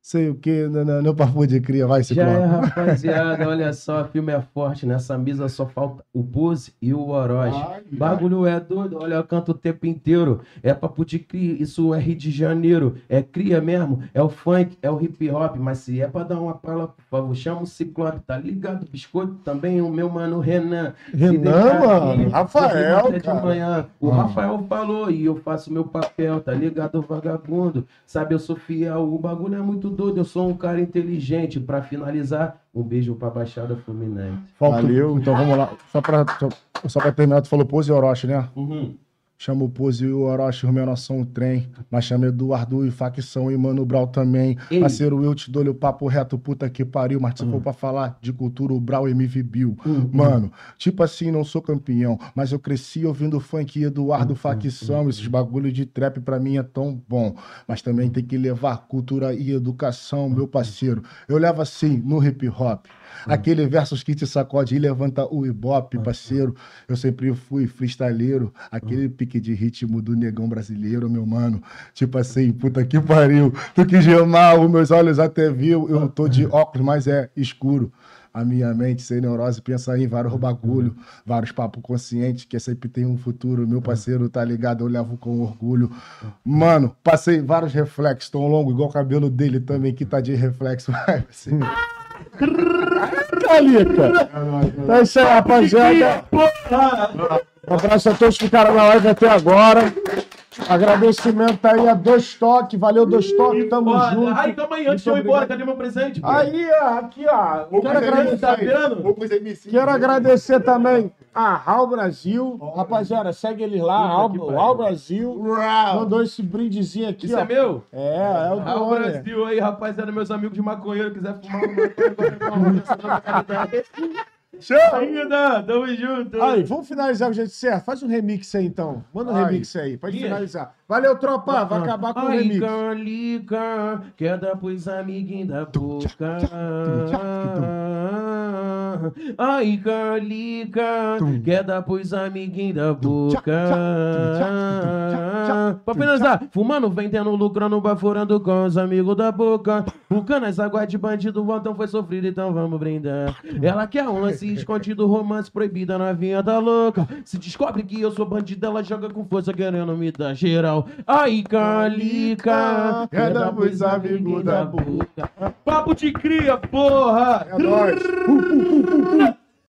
Speaker 2: Sei o que, não, papo de cria, vai,
Speaker 3: Já é,
Speaker 2: Ciclope.
Speaker 3: rapaziada, olha só, filme é forte. Nessa mesa só falta o Buzz e o Oroz. Bagulho é doido, olha, eu canto o tempo inteiro. É papo de cria, isso é Rio de Janeiro. É cria mesmo, é o funk, é o hip hop. Mas se é pra dar uma pala, por favor, chama o Ciclope, tá ligado? Biscoito também, o meu mano Renan. Se
Speaker 1: Renan,
Speaker 3: deixar
Speaker 1: mano,
Speaker 3: eu
Speaker 1: Rafael,
Speaker 3: vou até de
Speaker 1: cara.
Speaker 3: manhã. O
Speaker 2: Hum.
Speaker 3: Rafael falou e eu faço meu papel, tá ligado, vagabundo? Sabe, eu sou fiel, o bagulho é muito doido, eu sou um cara inteligente. Pra finalizar, um beijo pra Baixada Fluminense.
Speaker 2: Falta-
Speaker 1: Valeu.
Speaker 2: Então vamos lá. Só pra, só, só pra terminar, tu falou Pose e Orochi, né?
Speaker 3: Uhum.
Speaker 2: Chama o Pose e o Orochi, o menor são o trem. Mas chama Eduardo e facção e Mano Brau também.
Speaker 8: Ei.
Speaker 2: Parceiro, eu te dou-lhe o papo reto, puta que pariu. Mas se for pra falar de cultura, o Brau MV Bill. Mano, tipo assim, não sou campeão. Mas eu cresci ouvindo funk Eduardo, facção. Esses bagulho de trap pra mim é tão bom. Mas também tem que levar cultura e educação, meu parceiro. Eu levo assim no hip hop. Uhum. Aquele versos que te sacode e levanta o ibope, parceiro. Eu sempre fui freestyleiro, aquele pique de ritmo do negão brasileiro, meu mano. Tipo assim, puta que pariu. Tu quis gemar, os meus olhos até viu. Eu tô de óculos, mas é escuro. A minha mente sem neurose pensa em vários bagulho, vários papos conscientes, que sempre tem um futuro. Meu parceiro, tá ligado? Eu levo com orgulho. Mano, passei vários reflexos, tão longo, igual o cabelo dele também, que tá de reflexo. [laughs] Vai, assim.
Speaker 1: Calica. Então é tá, isso aí, rapaziada. Um abraço a todos que ficaram na live até agora. Agradecimento aí a Dois Toque. Valeu, Dois Toque. Tamo
Speaker 3: Foda. Ai,
Speaker 1: junto.
Speaker 3: calma aí, antes de eu ir embora, cadê meu presente? pô?
Speaker 1: Aí, ó, aqui, ó. Quero agradecer.
Speaker 3: tá vendo?
Speaker 1: Quero agradecer também a Raul Brasil. Rapaziada, segue ele lá, Raul, Raul Brasil. Mandou esse brindezinho aqui,
Speaker 3: Isso
Speaker 1: ó.
Speaker 3: é meu?
Speaker 1: É, é o
Speaker 3: Ah, o
Speaker 1: drone.
Speaker 3: Brasil aí, rapaziada, meus amigos de maconheiro, quiser fumar um maconheiro, vai fumar uma essa é uma caridade. Ainda, tamo junto.
Speaker 1: Aí, vamos finalizar o jeito certo. Faz um remix aí, então. Manda um
Speaker 2: Ai.
Speaker 1: remix aí, pode
Speaker 3: Ih. Ah, então.
Speaker 1: finalizar. Valeu, tropa. Vai acabar com o
Speaker 3: Ai,
Speaker 1: remix.
Speaker 3: calica, queda pros amiguinhos da boca. Ai, calica, queda pros amiguinhos da boca. Pra finalizar, fumando, vendendo, lucrando, baforando com os amigos da boca. O canas, água de bandido, o antão foi sofrido, então vamos brindar. Ela quer um lance escondido, romance proibida na vinha da tá louca. Se descobre que eu sou bandido, ela joga com força, querendo me dar geral. Ai, calica,
Speaker 2: É da pros amigos da
Speaker 3: boca. Papo de cria, porra!
Speaker 2: É nóis.